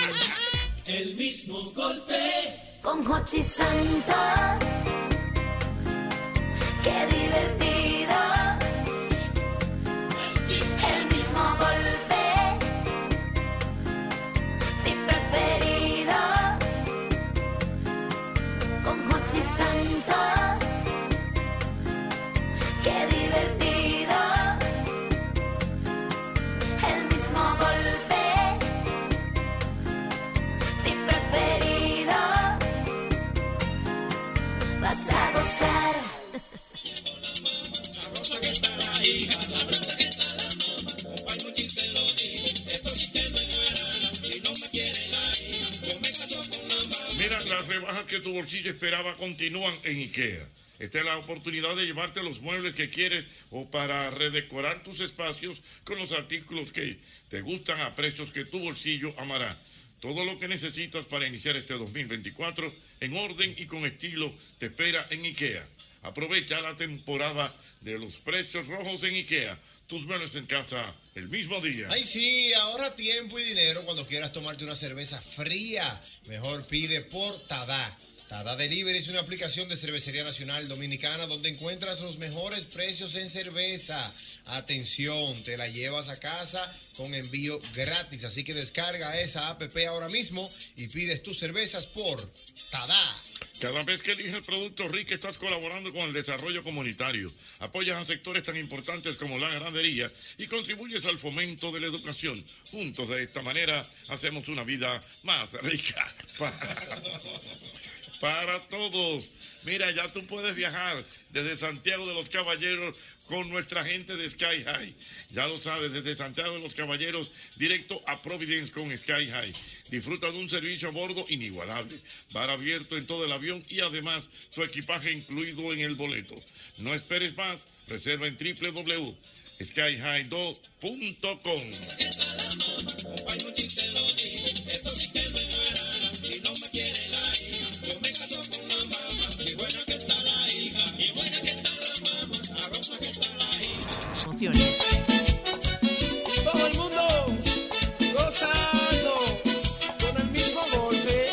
[SPEAKER 29] El mismo golpe.
[SPEAKER 6] Con Jochi Santos. Qué divertido. El mismo golpe. Mi preferido. Con Jochi Santos. Qué divertido. El mismo golpe. Mi preferido. Vas a gozar.
[SPEAKER 4] Mira, las rebajas que tu bolsillo esperaba continúan en IKEA. Esta es la oportunidad de llevarte los muebles que quieres o para redecorar tus espacios con los artículos que te gustan a precios que tu bolsillo amará. Todo lo que necesitas para iniciar este 2024 en orden y con estilo te espera en IKEA. Aprovecha la temporada de los precios rojos en IKEA. Tus muebles en casa el mismo día.
[SPEAKER 5] Ay, sí, ahora tiempo y dinero cuando quieras tomarte una cerveza fría. Mejor pide por Tadá. Tadá Delivery es una aplicación de cervecería nacional dominicana donde encuentras los mejores precios en cerveza. Atención, te la llevas a casa con envío gratis. Así que descarga esa app ahora mismo y pides tus cervezas por Tadá.
[SPEAKER 4] Cada vez que eliges el producto RIC estás colaborando con el desarrollo comunitario, apoyas a sectores tan importantes como la ganadería y contribuyes al fomento de la educación. Juntos de esta manera hacemos una vida más rica. para todos. Mira, ya tú puedes viajar desde Santiago de los Caballeros con nuestra gente de Sky High. Ya lo sabes, desde Santiago de los Caballeros, directo a Providence con Sky High. Disfruta de un servicio a bordo inigualable, bar abierto en todo el avión y además tu equipaje incluido en el boleto. No esperes más, reserva en www.skyhigh2.com.
[SPEAKER 29] Todo el mundo gozando con el mismo golpe.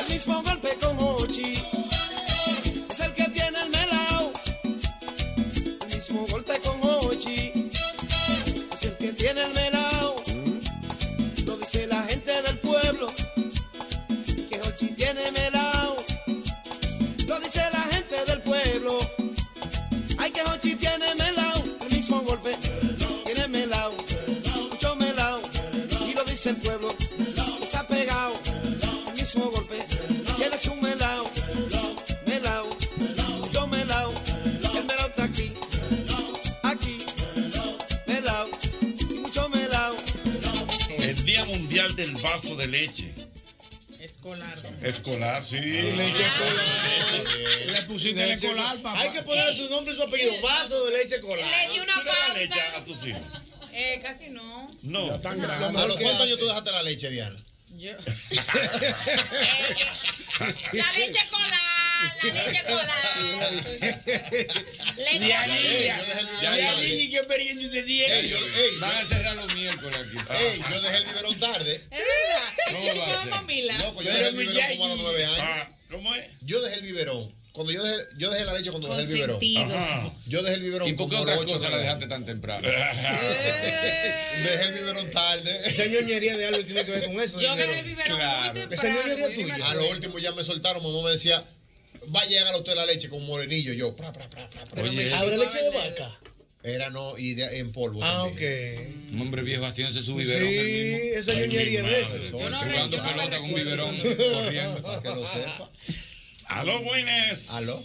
[SPEAKER 29] El mismo golpe con Mochi es el que tiene el melao. El mismo golpe con Mochi es el que tiene el melao. Lo dice la gente del pueblo que Hochi tiene melao. Lo dice la gente del pueblo. Ay, que Hochi tiene melao. El mismo golpe. Tiene melao. Mucho melao. Y lo dice el pueblo. Está pegado. El mismo golpe. Él es un melao. Melao. Mucho melao. El melao está aquí. Aquí. Melao. Y mucho melao.
[SPEAKER 4] El Día Mundial del Vaso de Leche.
[SPEAKER 12] Escolar.
[SPEAKER 4] Escolar, sí.
[SPEAKER 5] leche
[SPEAKER 4] escolar.
[SPEAKER 5] Le pusiste el escolar, papá. Hay que poner su nombre y su apellido. Vaso de leche colar.
[SPEAKER 12] Le di una
[SPEAKER 4] ¿Tú le das
[SPEAKER 12] pausa.
[SPEAKER 4] leche a tus hijos?
[SPEAKER 12] Eh, casi no.
[SPEAKER 4] No.
[SPEAKER 5] tan
[SPEAKER 12] No.
[SPEAKER 5] grande. ¿A los cuántos años tú dejaste la leche, Diana?
[SPEAKER 12] Yo- Eh, La leche colar, la leche colar.
[SPEAKER 29] Dianilla, Dianilla,
[SPEAKER 5] qué experiencia usted tiene.
[SPEAKER 15] Van a cerrar los miércoles aquí.
[SPEAKER 5] Ey, yo dejé el biberón tarde.
[SPEAKER 12] Es verdad.
[SPEAKER 5] ¿Cómo va a ser? Loco, yo dejé el biberón como a los nueve años.
[SPEAKER 15] Ah.
[SPEAKER 4] ¿Cómo es?
[SPEAKER 5] Ah. Yo dejé el biberón. Cuando yo dejé, yo dejé la leche cuando dejé el biberón.
[SPEAKER 15] Consentido. Ajá.
[SPEAKER 5] Yo dejé el biberón.
[SPEAKER 15] ¿Y por qué
[SPEAKER 5] como
[SPEAKER 15] otra
[SPEAKER 5] a los ocho
[SPEAKER 15] cosa la
[SPEAKER 5] nueve
[SPEAKER 15] dejaste tan temprano?
[SPEAKER 5] años. Dejé el biberón tarde.
[SPEAKER 15] Esa
[SPEAKER 5] ñoñería de algo tiene que ver con eso.
[SPEAKER 12] Yo dejé el biberón muy Claro. temprano,
[SPEAKER 5] Esa ñoñería
[SPEAKER 12] muy
[SPEAKER 5] tuya. A
[SPEAKER 12] temprano.
[SPEAKER 5] lo último ya me soltaron. Mamá me decía, va a llegar a usted la leche con morenillo. Yo, pra, pra, pra, pra, pra.
[SPEAKER 15] Oye,
[SPEAKER 5] ¿Habrá
[SPEAKER 15] eso-
[SPEAKER 5] leche de vaca? Era no, y de- en polvo.
[SPEAKER 15] Ah,
[SPEAKER 5] ok.
[SPEAKER 15] Un hombre viejo haciéndose su biberón. Sí, esa
[SPEAKER 5] ñoñería de eso. Yo no
[SPEAKER 15] Jugando
[SPEAKER 5] recuerdo.
[SPEAKER 15] pelota con biberón corriendo.
[SPEAKER 5] Para que lo sepa.
[SPEAKER 4] Aló, buenas.
[SPEAKER 5] Aló.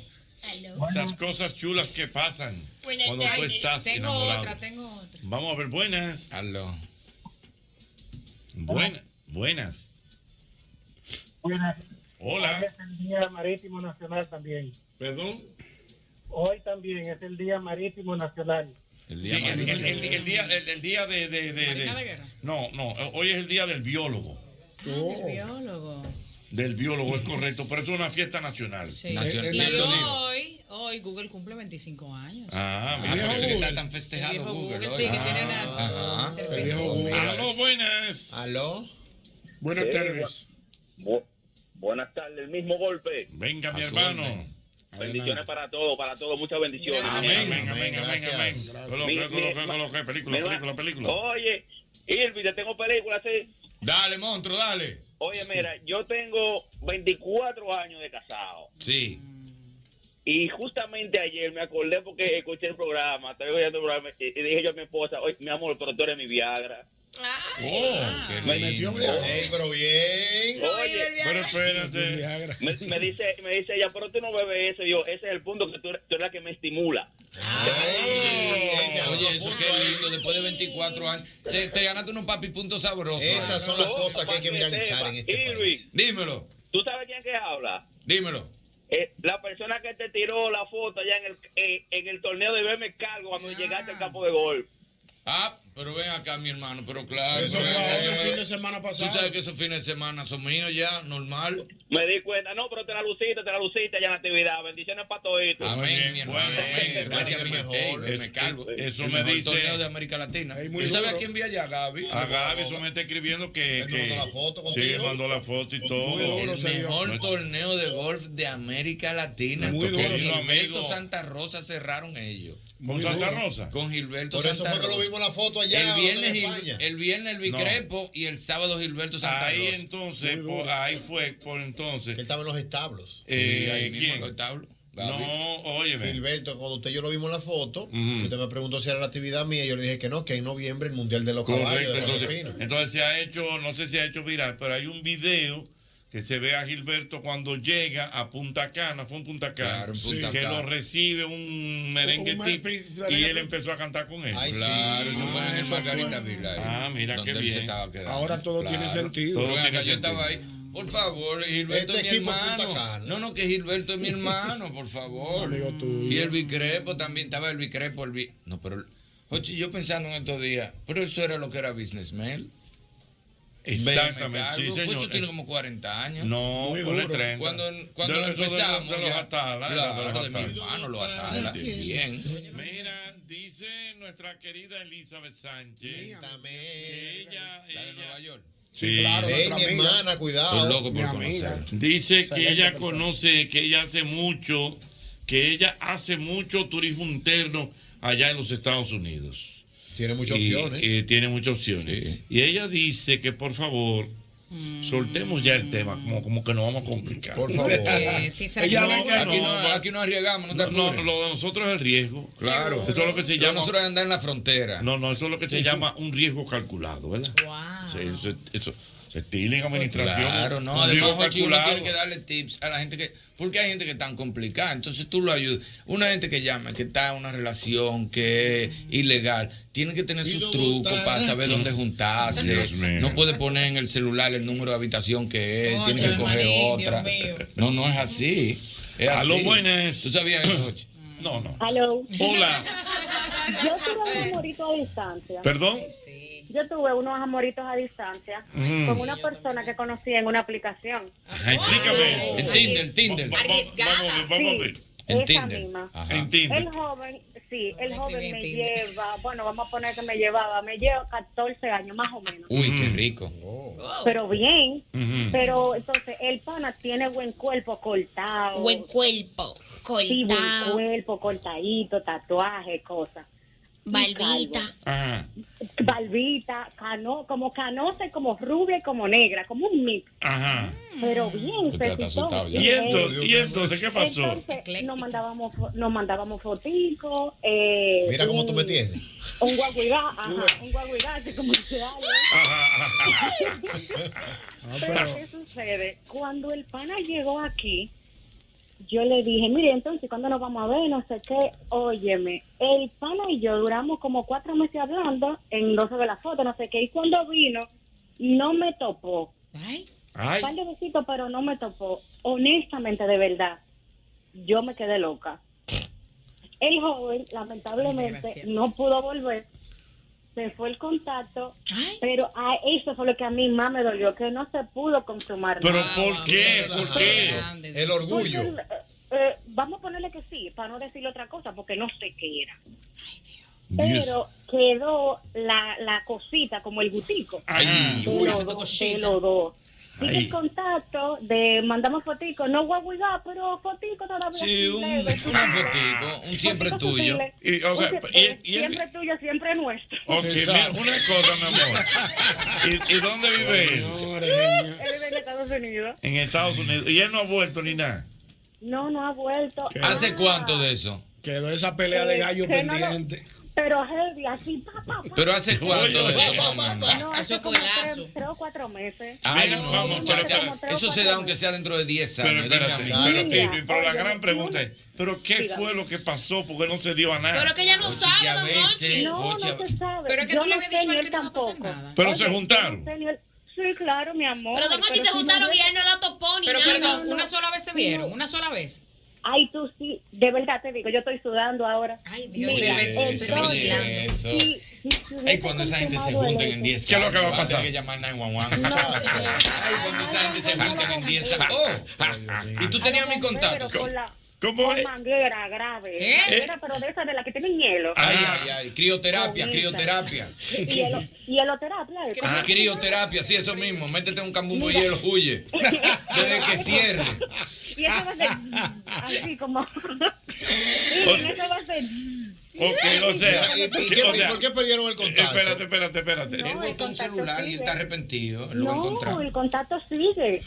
[SPEAKER 4] Esas cosas chulas que pasan
[SPEAKER 12] Buenas
[SPEAKER 4] cuando tú
[SPEAKER 12] tardes.
[SPEAKER 4] estás
[SPEAKER 12] Tengo
[SPEAKER 4] enamorado.
[SPEAKER 12] otra, tengo otra.
[SPEAKER 4] Vamos a ver, buenas. Aló. Buenas. Buenas.
[SPEAKER 20] Buenas.
[SPEAKER 4] Hola.
[SPEAKER 20] Hoy es el Día Marítimo Nacional también.
[SPEAKER 4] Perdón.
[SPEAKER 20] Hoy también es el Día Marítimo Nacional.
[SPEAKER 15] El
[SPEAKER 4] día, el, el- el- el día, el- el día de, de- de- de- No, no, hoy es el día del biólogo.
[SPEAKER 12] Ah,
[SPEAKER 15] Oh.
[SPEAKER 4] Oh.
[SPEAKER 12] biólogo.
[SPEAKER 4] Del biólogo, es correcto, pero eso es una fiesta nacional.
[SPEAKER 12] Sí.
[SPEAKER 15] Eh,
[SPEAKER 12] Y hoy, hoy Google cumple 25 años.
[SPEAKER 4] Ah,
[SPEAKER 15] Ah,
[SPEAKER 4] mira,
[SPEAKER 15] por eso que está
[SPEAKER 4] tan
[SPEAKER 12] El
[SPEAKER 15] festejado
[SPEAKER 12] viejo
[SPEAKER 15] Google.
[SPEAKER 12] Google,
[SPEAKER 15] hoy.
[SPEAKER 12] sí, que tiene las-
[SPEAKER 15] Ajá.
[SPEAKER 12] El viejo Google.
[SPEAKER 4] Aló, buenas.
[SPEAKER 5] Aló.
[SPEAKER 4] Buenas
[SPEAKER 20] Sí,
[SPEAKER 4] tardes.
[SPEAKER 20] bu- buenas tardes, el mismo golpe.
[SPEAKER 4] Venga, mi hermano.
[SPEAKER 20] Bendiciones para todos, para todos, muchas bendiciones.
[SPEAKER 4] Amén, amén, amén, amén, amén. Coloque,
[SPEAKER 20] Mi- mi-
[SPEAKER 4] coloque, coloque, película,
[SPEAKER 20] mi-
[SPEAKER 4] película, película.
[SPEAKER 20] Oye, Irving, te tengo películas. ¿sí?
[SPEAKER 15] Dale, monstruo, dale.
[SPEAKER 20] Oye, mira, yo tengo 24 años de casado.
[SPEAKER 15] Sí.
[SPEAKER 20] Y justamente ayer me acordé porque escuché el programa, estaba oyendo el programa, y y dije yo a mi esposa, oye, mi amor, pero tú eres mi Viagra.
[SPEAKER 5] Me metió un Ey, pero bien.
[SPEAKER 4] pero
[SPEAKER 20] espérate. Me, me dice, me dice ella, pero tú no bebes eso. Y yo, ese es el punto que tú, eres- tú eres la que me estimula.
[SPEAKER 15] Oye, eso qué lindo, después de 24 años. Te, te ganaste unos papi puntos sabrosos.
[SPEAKER 5] Esas son las cosas que hay que viralizar en este
[SPEAKER 20] Irving,
[SPEAKER 15] Dímelo.
[SPEAKER 20] ¿tú sabes quién que habla?
[SPEAKER 15] Dímelo.
[SPEAKER 20] Eh, la persona que te tiró la foto allá en el, eh, en el torneo de BM Cargo cuando llegaste al campo de golf.
[SPEAKER 15] Ah, pero ven acá, mi hermano, pero claro.
[SPEAKER 20] Eso
[SPEAKER 15] pero
[SPEAKER 20] fue
[SPEAKER 15] ven
[SPEAKER 20] ahora,
[SPEAKER 15] acá.
[SPEAKER 20] el fin de semana pasado.
[SPEAKER 15] Tú sabes que esos fines de semana son míos ya, normal.
[SPEAKER 20] Me di cuenta, no, pero te la luciste, te la luciste allá en la actividad. Bendiciones para toditos.
[SPEAKER 15] Amén, mi hermano. Amén. Gracias, mi Ey,
[SPEAKER 4] Es-
[SPEAKER 15] me cargo.
[SPEAKER 4] eso
[SPEAKER 15] El
[SPEAKER 4] me
[SPEAKER 15] mejor
[SPEAKER 4] dice-
[SPEAKER 15] torneo de América Latina.
[SPEAKER 4] muy
[SPEAKER 15] ¿Tú sabes
[SPEAKER 4] duro.
[SPEAKER 15] a quién vi allá? A Gaby.
[SPEAKER 4] Oh, A Gaby, eso me está escribiendo que.
[SPEAKER 15] Él
[SPEAKER 4] que
[SPEAKER 15] mandó la foto
[SPEAKER 4] Sí,
[SPEAKER 15] contigo.
[SPEAKER 4] mandó la foto y todo.
[SPEAKER 15] el mejor torneo de golf de América Latina.
[SPEAKER 4] Muy
[SPEAKER 15] Con
[SPEAKER 4] duro,
[SPEAKER 15] Gilberto
[SPEAKER 4] amigo.
[SPEAKER 15] Santa Rosa cerraron ellos.
[SPEAKER 4] ¿Con Santa Rosa?
[SPEAKER 15] Con Gilberto
[SPEAKER 5] Por eso
[SPEAKER 15] Santa
[SPEAKER 5] fue que lo
[SPEAKER 15] Rosa.
[SPEAKER 5] vimos la foto allá,
[SPEAKER 15] El viernes,
[SPEAKER 5] donde en
[SPEAKER 15] Gil-
[SPEAKER 5] España.
[SPEAKER 15] el, viernes el Vicrepo y el sábado Gilberto Santa
[SPEAKER 4] ahí
[SPEAKER 15] Rosa.
[SPEAKER 4] entonces, por- ahí fue por entonces. Que
[SPEAKER 5] estaba en los establos.
[SPEAKER 15] Sí, ahí mismo en los establos.
[SPEAKER 4] No, óyeme.
[SPEAKER 5] Gilberto, cuando usted y yo lo vimos en la foto, usted me preguntó si era la actividad mía y yo le dije que no, que en noviembre el Mundial de los Caballos
[SPEAKER 4] Correcto,
[SPEAKER 5] de
[SPEAKER 4] entonces,
[SPEAKER 5] Josefina.
[SPEAKER 4] entonces se ha hecho, no sé si se ha hecho viral, pero hay un video que se ve a Gilberto cuando llega a Punta Cana, fue en Punta Cana,
[SPEAKER 15] Claro, en Punta
[SPEAKER 4] que
[SPEAKER 15] Cana.
[SPEAKER 4] lo recibe un merengue
[SPEAKER 15] Un
[SPEAKER 4] tipo
[SPEAKER 15] merengue,
[SPEAKER 4] y él empezó a cantar con él.
[SPEAKER 15] Ay, Claro, sí. eso fue en el Margarita Vila, ahí,
[SPEAKER 4] Ah, mira
[SPEAKER 15] donde
[SPEAKER 4] qué
[SPEAKER 15] él
[SPEAKER 4] bien.
[SPEAKER 15] se estaba quedando.
[SPEAKER 4] Ahora todo
[SPEAKER 15] Claro.
[SPEAKER 4] tiene sentido.
[SPEAKER 15] Pero
[SPEAKER 4] Todo
[SPEAKER 15] acá
[SPEAKER 4] tiene
[SPEAKER 15] yo
[SPEAKER 4] sentido.
[SPEAKER 15] estaba ahí. Por favor, Gilberto Este es mi equipo es hermano. Punta No, no, que Gilberto es mi hermano, por favor. Y el Bicrepo también estaba el Bicrepo. El Bi- No, pero. Oye, yo pensando en estos días, pero eso era lo que era Business Mail.
[SPEAKER 4] Exactamente,
[SPEAKER 15] Véame
[SPEAKER 4] sí,
[SPEAKER 15] cargo. Pues
[SPEAKER 4] señor.
[SPEAKER 15] eso tiene como 40 años.
[SPEAKER 4] No,
[SPEAKER 15] Muy
[SPEAKER 4] ponle
[SPEAKER 15] duro.
[SPEAKER 4] 30.
[SPEAKER 15] Cuando, cuando
[SPEAKER 4] De- de- de- de-
[SPEAKER 15] empezamos.
[SPEAKER 4] de los
[SPEAKER 15] ya-
[SPEAKER 4] Atala, de los
[SPEAKER 15] Claro, de mi
[SPEAKER 4] Atala.
[SPEAKER 15] hermano, los Atala. Bien.
[SPEAKER 4] Mira, dice nuestra querida Elizabeth Sánchez. que ella, de Nueva York.
[SPEAKER 5] Sí, claro, Ey, nuestra mi amiga. hermana, cuidado. Estoy loco por Mi amiga. conocerla.
[SPEAKER 4] Dice que
[SPEAKER 5] Excelente
[SPEAKER 4] ella
[SPEAKER 5] persona.
[SPEAKER 4] conoce, que ella hace mucho, que ella hace mucho turismo interno allá en los Estados Unidos.
[SPEAKER 5] Tiene muchas
[SPEAKER 4] Y,
[SPEAKER 5] opciones.
[SPEAKER 4] eh, tiene muchas opciones. Y ella dice que por favor, soltemos ya el tema, como, como que nos vamos a complicar.
[SPEAKER 5] Por
[SPEAKER 15] favor. Eh, sí, será que- No, aquí no- aquí no arriesgamos, no te apures.
[SPEAKER 4] lo de nosotros es el riesgo.
[SPEAKER 15] Claro.
[SPEAKER 4] Esto es lo que se
[SPEAKER 15] Lo
[SPEAKER 4] llama.
[SPEAKER 15] nosotros es andar en la frontera.
[SPEAKER 4] No, no, eso es lo que se llama un riesgo calculado, ¿verdad? Sí, eso, eso se estila en administración.
[SPEAKER 15] Claro, no.
[SPEAKER 4] un
[SPEAKER 15] Además,
[SPEAKER 4] riesgo
[SPEAKER 15] Jochi, uno
[SPEAKER 4] calculado.
[SPEAKER 15] tiene que darle tips a la gente que. Porque hay gente que es tan complicada. Entonces tú lo ayudas. Una gente que llama, que está en una relación que es ilegal, tiene que tener sus trucos para saber dónde juntarse.
[SPEAKER 4] Dios mío.
[SPEAKER 15] No puede poner en el celular el número de habitación que es, Oye, tiene que coger Marín, Dios otra. mío. No, no es así. Es
[SPEAKER 4] A lo
[SPEAKER 15] así.
[SPEAKER 4] buenas.
[SPEAKER 15] ¿Tú sabías eso, Jochi?
[SPEAKER 4] No, no.
[SPEAKER 30] Aló.
[SPEAKER 4] Hola.
[SPEAKER 30] Yo tuve unos amoritos a distancia.
[SPEAKER 4] ¿Perdón?
[SPEAKER 30] Yo tuve unos amoritos a distancia
[SPEAKER 4] Mm.
[SPEAKER 30] con una persona que conocí en una aplicación.
[SPEAKER 4] Ajá, explícame.
[SPEAKER 15] En Tinder, en Tinder.
[SPEAKER 4] Vamos, vamos a ver.
[SPEAKER 15] En
[SPEAKER 30] Esa
[SPEAKER 15] Tinder.
[SPEAKER 30] misma.
[SPEAKER 15] Ajá. En
[SPEAKER 30] El joven, sí, el joven me lleva, bueno, vamos a poner que me llevaba, me lleva 14 años más o menos.
[SPEAKER 15] Uy,
[SPEAKER 4] Mm.
[SPEAKER 15] qué rico. Oh.
[SPEAKER 30] Pero bien,
[SPEAKER 15] Ujú.
[SPEAKER 30] pero entonces el pana tiene buen cuerpo cortado.
[SPEAKER 27] Buen cuerpo,
[SPEAKER 30] Sí, buen
[SPEAKER 27] cortado.
[SPEAKER 30] cuerpo, cortadito, tatuaje, cosas. Y
[SPEAKER 27] Barbita.
[SPEAKER 30] calvo.
[SPEAKER 4] Ajá.
[SPEAKER 30] Barbita, cano, como canosa y como rubia y como negra, como un mix.
[SPEAKER 4] Ajá.
[SPEAKER 30] Pero bien,
[SPEAKER 4] Usted está
[SPEAKER 30] pepitón.
[SPEAKER 4] asustado ya. Y entonces- y entonces, ¿qué pasó?
[SPEAKER 30] Entonces, nos mandábamos, fo- nos mandábamos foticos. Eh,
[SPEAKER 5] Mira cómo tú me
[SPEAKER 30] un-
[SPEAKER 5] tienes.
[SPEAKER 30] Un guaguirá, ajá, un guaguirá, así como dice Ale. Pero ¿qué sucede? Cuando el pana llegó aquí, yo le dije, mire, entonces, ¿cuándo nos vamos a ver? No sé qué. Óyeme, el pana y yo duramos como cuatro meses hablando en dos de las fotos, no sé qué. Y cuando vino, no me topó.
[SPEAKER 4] Ay.
[SPEAKER 30] Un par de besitos, pero no me topó. Honestamente, de verdad, yo me quedé loca. El joven, lamentablemente, no pudo volver. Se fue el contacto, pero a eso fue lo que a mí más me dolió, que no se pudo consumar.
[SPEAKER 4] Pero
[SPEAKER 5] Ah,
[SPEAKER 30] nada.
[SPEAKER 4] ¿por qué? ¿Por qué?
[SPEAKER 5] El orgullo.
[SPEAKER 30] Porque, eh, vamos a ponerle que sí, para no decir otra cosa, porque no sé qué era. Pero quedó la, la cosita, como el gutico.
[SPEAKER 4] Ay,
[SPEAKER 30] de los dos, de los dos. Sigue
[SPEAKER 4] Ay.
[SPEAKER 30] el contacto de mandamos fotico, no guaguigá, pero fotico todavía.
[SPEAKER 15] Sí, un,
[SPEAKER 30] leve,
[SPEAKER 15] un fotico, un siempre tuyo.
[SPEAKER 30] sutiles.
[SPEAKER 4] Y, o sea,
[SPEAKER 30] Porque,
[SPEAKER 4] y-
[SPEAKER 30] eh,
[SPEAKER 4] y-
[SPEAKER 30] siempre tuyo, siempre nuestro.
[SPEAKER 4] Ok, mira, una cosa, mi amor. ¿Y, y dónde vive él?
[SPEAKER 30] Él vive en Estados Unidos.
[SPEAKER 4] En Estados Unidos. Y él no ha vuelto ni nada.
[SPEAKER 30] No, no ha vuelto. Ah,
[SPEAKER 15] ¿Hace cuánto de eso?
[SPEAKER 21] Quedó esa pelea de gallo
[SPEAKER 30] Que no lo-
[SPEAKER 21] pendiente.
[SPEAKER 30] Pero heavy, así, pa, pa, pa.
[SPEAKER 15] Pero hace cuánto de eso, más o menos?
[SPEAKER 7] ah,
[SPEAKER 30] No, hace como tres, tres o cuatro meses.
[SPEAKER 15] Ay,
[SPEAKER 30] Pero
[SPEAKER 15] vamos,
[SPEAKER 30] como
[SPEAKER 15] muchacha,
[SPEAKER 30] tres o cuatro
[SPEAKER 15] Eso se da aunque sea dentro de 10
[SPEAKER 4] Pero
[SPEAKER 15] años.
[SPEAKER 4] espérate,
[SPEAKER 15] dime a mí.
[SPEAKER 4] pero, pero, pero la
[SPEAKER 15] Oye,
[SPEAKER 4] gran pregunta es, ¿pero qué fue lo que pasó? Porque no se dio a nada.
[SPEAKER 27] Pero que ya no
[SPEAKER 4] Oye,
[SPEAKER 27] sabe,
[SPEAKER 4] que a
[SPEAKER 27] don
[SPEAKER 4] veces-
[SPEAKER 27] Hochi.
[SPEAKER 30] No,
[SPEAKER 4] Oye,
[SPEAKER 30] no se sabe.
[SPEAKER 27] Pero es que
[SPEAKER 30] Yo
[SPEAKER 27] tú le
[SPEAKER 30] no
[SPEAKER 27] habías
[SPEAKER 30] sé
[SPEAKER 27] dicho
[SPEAKER 30] ni
[SPEAKER 27] a él
[SPEAKER 30] él
[SPEAKER 27] que no iba a pasar
[SPEAKER 30] tampoco.
[SPEAKER 27] nada.
[SPEAKER 4] Pero se
[SPEAKER 30] Oye,
[SPEAKER 4] juntaron.
[SPEAKER 30] yo no sé ni él- Sí, claro, mi amor.
[SPEAKER 27] Pero Don Hochi se
[SPEAKER 30] si no
[SPEAKER 27] juntaron
[SPEAKER 30] yo-
[SPEAKER 27] y él no la topó ni
[SPEAKER 30] Pero
[SPEAKER 27] nada.
[SPEAKER 30] perdón, No, no. una
[SPEAKER 27] sola vez
[SPEAKER 30] se vieron,
[SPEAKER 27] una sola vez.
[SPEAKER 30] Ay, tú sí, de verdad te digo, yo estoy sudando ahora. Ay,
[SPEAKER 15] Dios, oye, eso, oye, eso. Ay, cuando esa gente se junta en 10 años.
[SPEAKER 4] ¿Qué es lo que va a pasar?
[SPEAKER 15] Hay que llamar 911. Ay, cuando esa gente se junta en 10 años. Oh, y tú tenías mi contacto.
[SPEAKER 30] Pero con la
[SPEAKER 4] ¿Cómo
[SPEAKER 30] con manguera grave. Manguera, pero de esa de la que tienen hielo.
[SPEAKER 15] Ay, ay, ay. Crioterapia, crioterapia.
[SPEAKER 30] Y hielo, hieloterapia. ¿eh?
[SPEAKER 15] Ah, crioterapia, sí, eso mismo. Métete un cambumbo y hielo, huye. Desde que cierre.
[SPEAKER 30] Y eso va a ser así como. y
[SPEAKER 15] Pues,
[SPEAKER 30] eso va a ser.
[SPEAKER 4] Ok, o sea.
[SPEAKER 5] ¿Y- y
[SPEAKER 4] que-
[SPEAKER 5] qué-
[SPEAKER 4] o sea,
[SPEAKER 5] por qué perdieron el contacto?
[SPEAKER 4] Espérate, espérate, espérate.
[SPEAKER 30] No, el contacto
[SPEAKER 15] celular y
[SPEAKER 30] sigue.
[SPEAKER 15] está arrepentido. pues Lo va a
[SPEAKER 30] No,
[SPEAKER 15] encontrar. Mm,
[SPEAKER 30] el contacto sigue.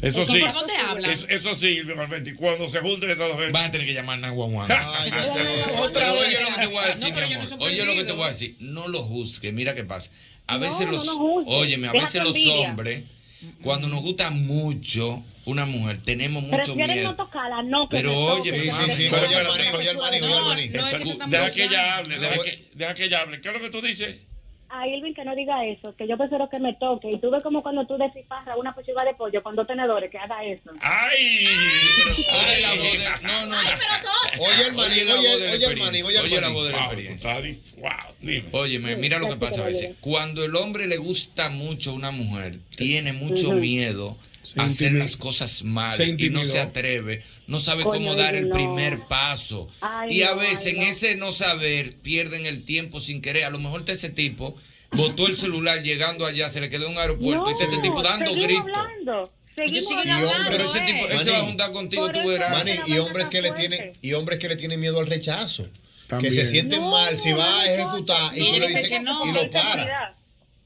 [SPEAKER 4] Eso sí.
[SPEAKER 27] ¿Por dónde habla?
[SPEAKER 4] Es- eso sí, Valverde, cuando se junten estas dos gente. Vas a tener que llamar a Nahuahuan.
[SPEAKER 15] Otra vez. Oye lo que te voy a decir,
[SPEAKER 27] No, pero
[SPEAKER 15] mi
[SPEAKER 27] yo no
[SPEAKER 15] amor.
[SPEAKER 27] soy
[SPEAKER 15] Oye lo que te
[SPEAKER 27] perdido.
[SPEAKER 15] voy a decir. No lo juzgues, mira qué pasa. A
[SPEAKER 27] No,
[SPEAKER 15] veces
[SPEAKER 27] no
[SPEAKER 15] los.
[SPEAKER 27] lo juzgues.
[SPEAKER 15] óyeme, a
[SPEAKER 27] Deja
[SPEAKER 15] veces
[SPEAKER 27] tu
[SPEAKER 15] los
[SPEAKER 27] envidia.
[SPEAKER 15] hombres, cuando nos gusta mucho una mujer, tenemos mucho
[SPEAKER 30] Prefieren no
[SPEAKER 15] miedo.
[SPEAKER 30] tocarla, no. que
[SPEAKER 15] Pero
[SPEAKER 30] se
[SPEAKER 15] oye,
[SPEAKER 30] toque.
[SPEAKER 15] mi mamá,
[SPEAKER 4] sí, oye al
[SPEAKER 15] pero espérate,
[SPEAKER 4] maní,
[SPEAKER 15] espérate.
[SPEAKER 4] oye al maní, oye al maní.
[SPEAKER 30] No, no, es que
[SPEAKER 4] Escu-
[SPEAKER 30] está
[SPEAKER 4] Deja
[SPEAKER 30] muy
[SPEAKER 4] que ella
[SPEAKER 30] claro.
[SPEAKER 4] hable, deja que, deja que ella hable. ¿Qué es lo que tú dices?
[SPEAKER 30] A Irving que no diga eso, que yo prefiero que me toque. Y tú ves como cuando tú desciparras una pechuga de pollo con dos tenedores, que haga eso.
[SPEAKER 15] Pues,
[SPEAKER 4] ¡Ay!
[SPEAKER 15] Oye la voz de- No, no.
[SPEAKER 5] Oye el maní,
[SPEAKER 15] la
[SPEAKER 5] oye,
[SPEAKER 15] voz de la
[SPEAKER 5] oye el maní,
[SPEAKER 15] experiencia.
[SPEAKER 5] oye el
[SPEAKER 15] Oye la
[SPEAKER 5] maní.
[SPEAKER 15] voz de la experiencia. Óyeme, mira lo que pasa a veces. Cuando el hombre le gusta mucho a una mujer, tiene mucho
[SPEAKER 27] Ujú.
[SPEAKER 15] miedo a hacer las cosas mal
[SPEAKER 27] Se
[SPEAKER 15] y no
[SPEAKER 27] intimidó.
[SPEAKER 15] se atreve, no sabe
[SPEAKER 27] Coño,
[SPEAKER 15] cómo dar el
[SPEAKER 27] no.
[SPEAKER 15] primer paso.
[SPEAKER 27] Ay,
[SPEAKER 15] y a
[SPEAKER 27] no,
[SPEAKER 15] veces
[SPEAKER 27] ay,
[SPEAKER 15] en
[SPEAKER 27] no.
[SPEAKER 15] ese no saber pierden el tiempo sin querer. A lo mejor está ese tipo botó el celular llegando allá, se le quedó en un aeropuerto y está pues, ese tipo dando
[SPEAKER 30] seguimos
[SPEAKER 15] gritos.
[SPEAKER 30] hablando. Seguimos
[SPEAKER 15] siguen
[SPEAKER 30] hablando,
[SPEAKER 15] hablando, Pero ese tipo-
[SPEAKER 30] eh.
[SPEAKER 15] él se va a juntar contigo,
[SPEAKER 30] Por
[SPEAKER 15] tú
[SPEAKER 30] eso
[SPEAKER 15] verás.
[SPEAKER 30] es
[SPEAKER 5] Manny,
[SPEAKER 30] la
[SPEAKER 5] y
[SPEAKER 30] banda
[SPEAKER 5] hombres que
[SPEAKER 30] tan
[SPEAKER 5] le
[SPEAKER 30] fuerte.
[SPEAKER 5] tienen y hombres que le tienen miedo al rechazo.
[SPEAKER 7] También.
[SPEAKER 5] Que se sienten
[SPEAKER 30] No,
[SPEAKER 5] mal si va a
[SPEAKER 30] no,
[SPEAKER 5] ejecutar y
[SPEAKER 30] no,
[SPEAKER 5] tú
[SPEAKER 30] él
[SPEAKER 5] le
[SPEAKER 30] dice
[SPEAKER 5] dices
[SPEAKER 30] que no,
[SPEAKER 5] y
[SPEAKER 30] él
[SPEAKER 5] lo
[SPEAKER 30] tiene
[SPEAKER 5] para.
[SPEAKER 30] seguridad.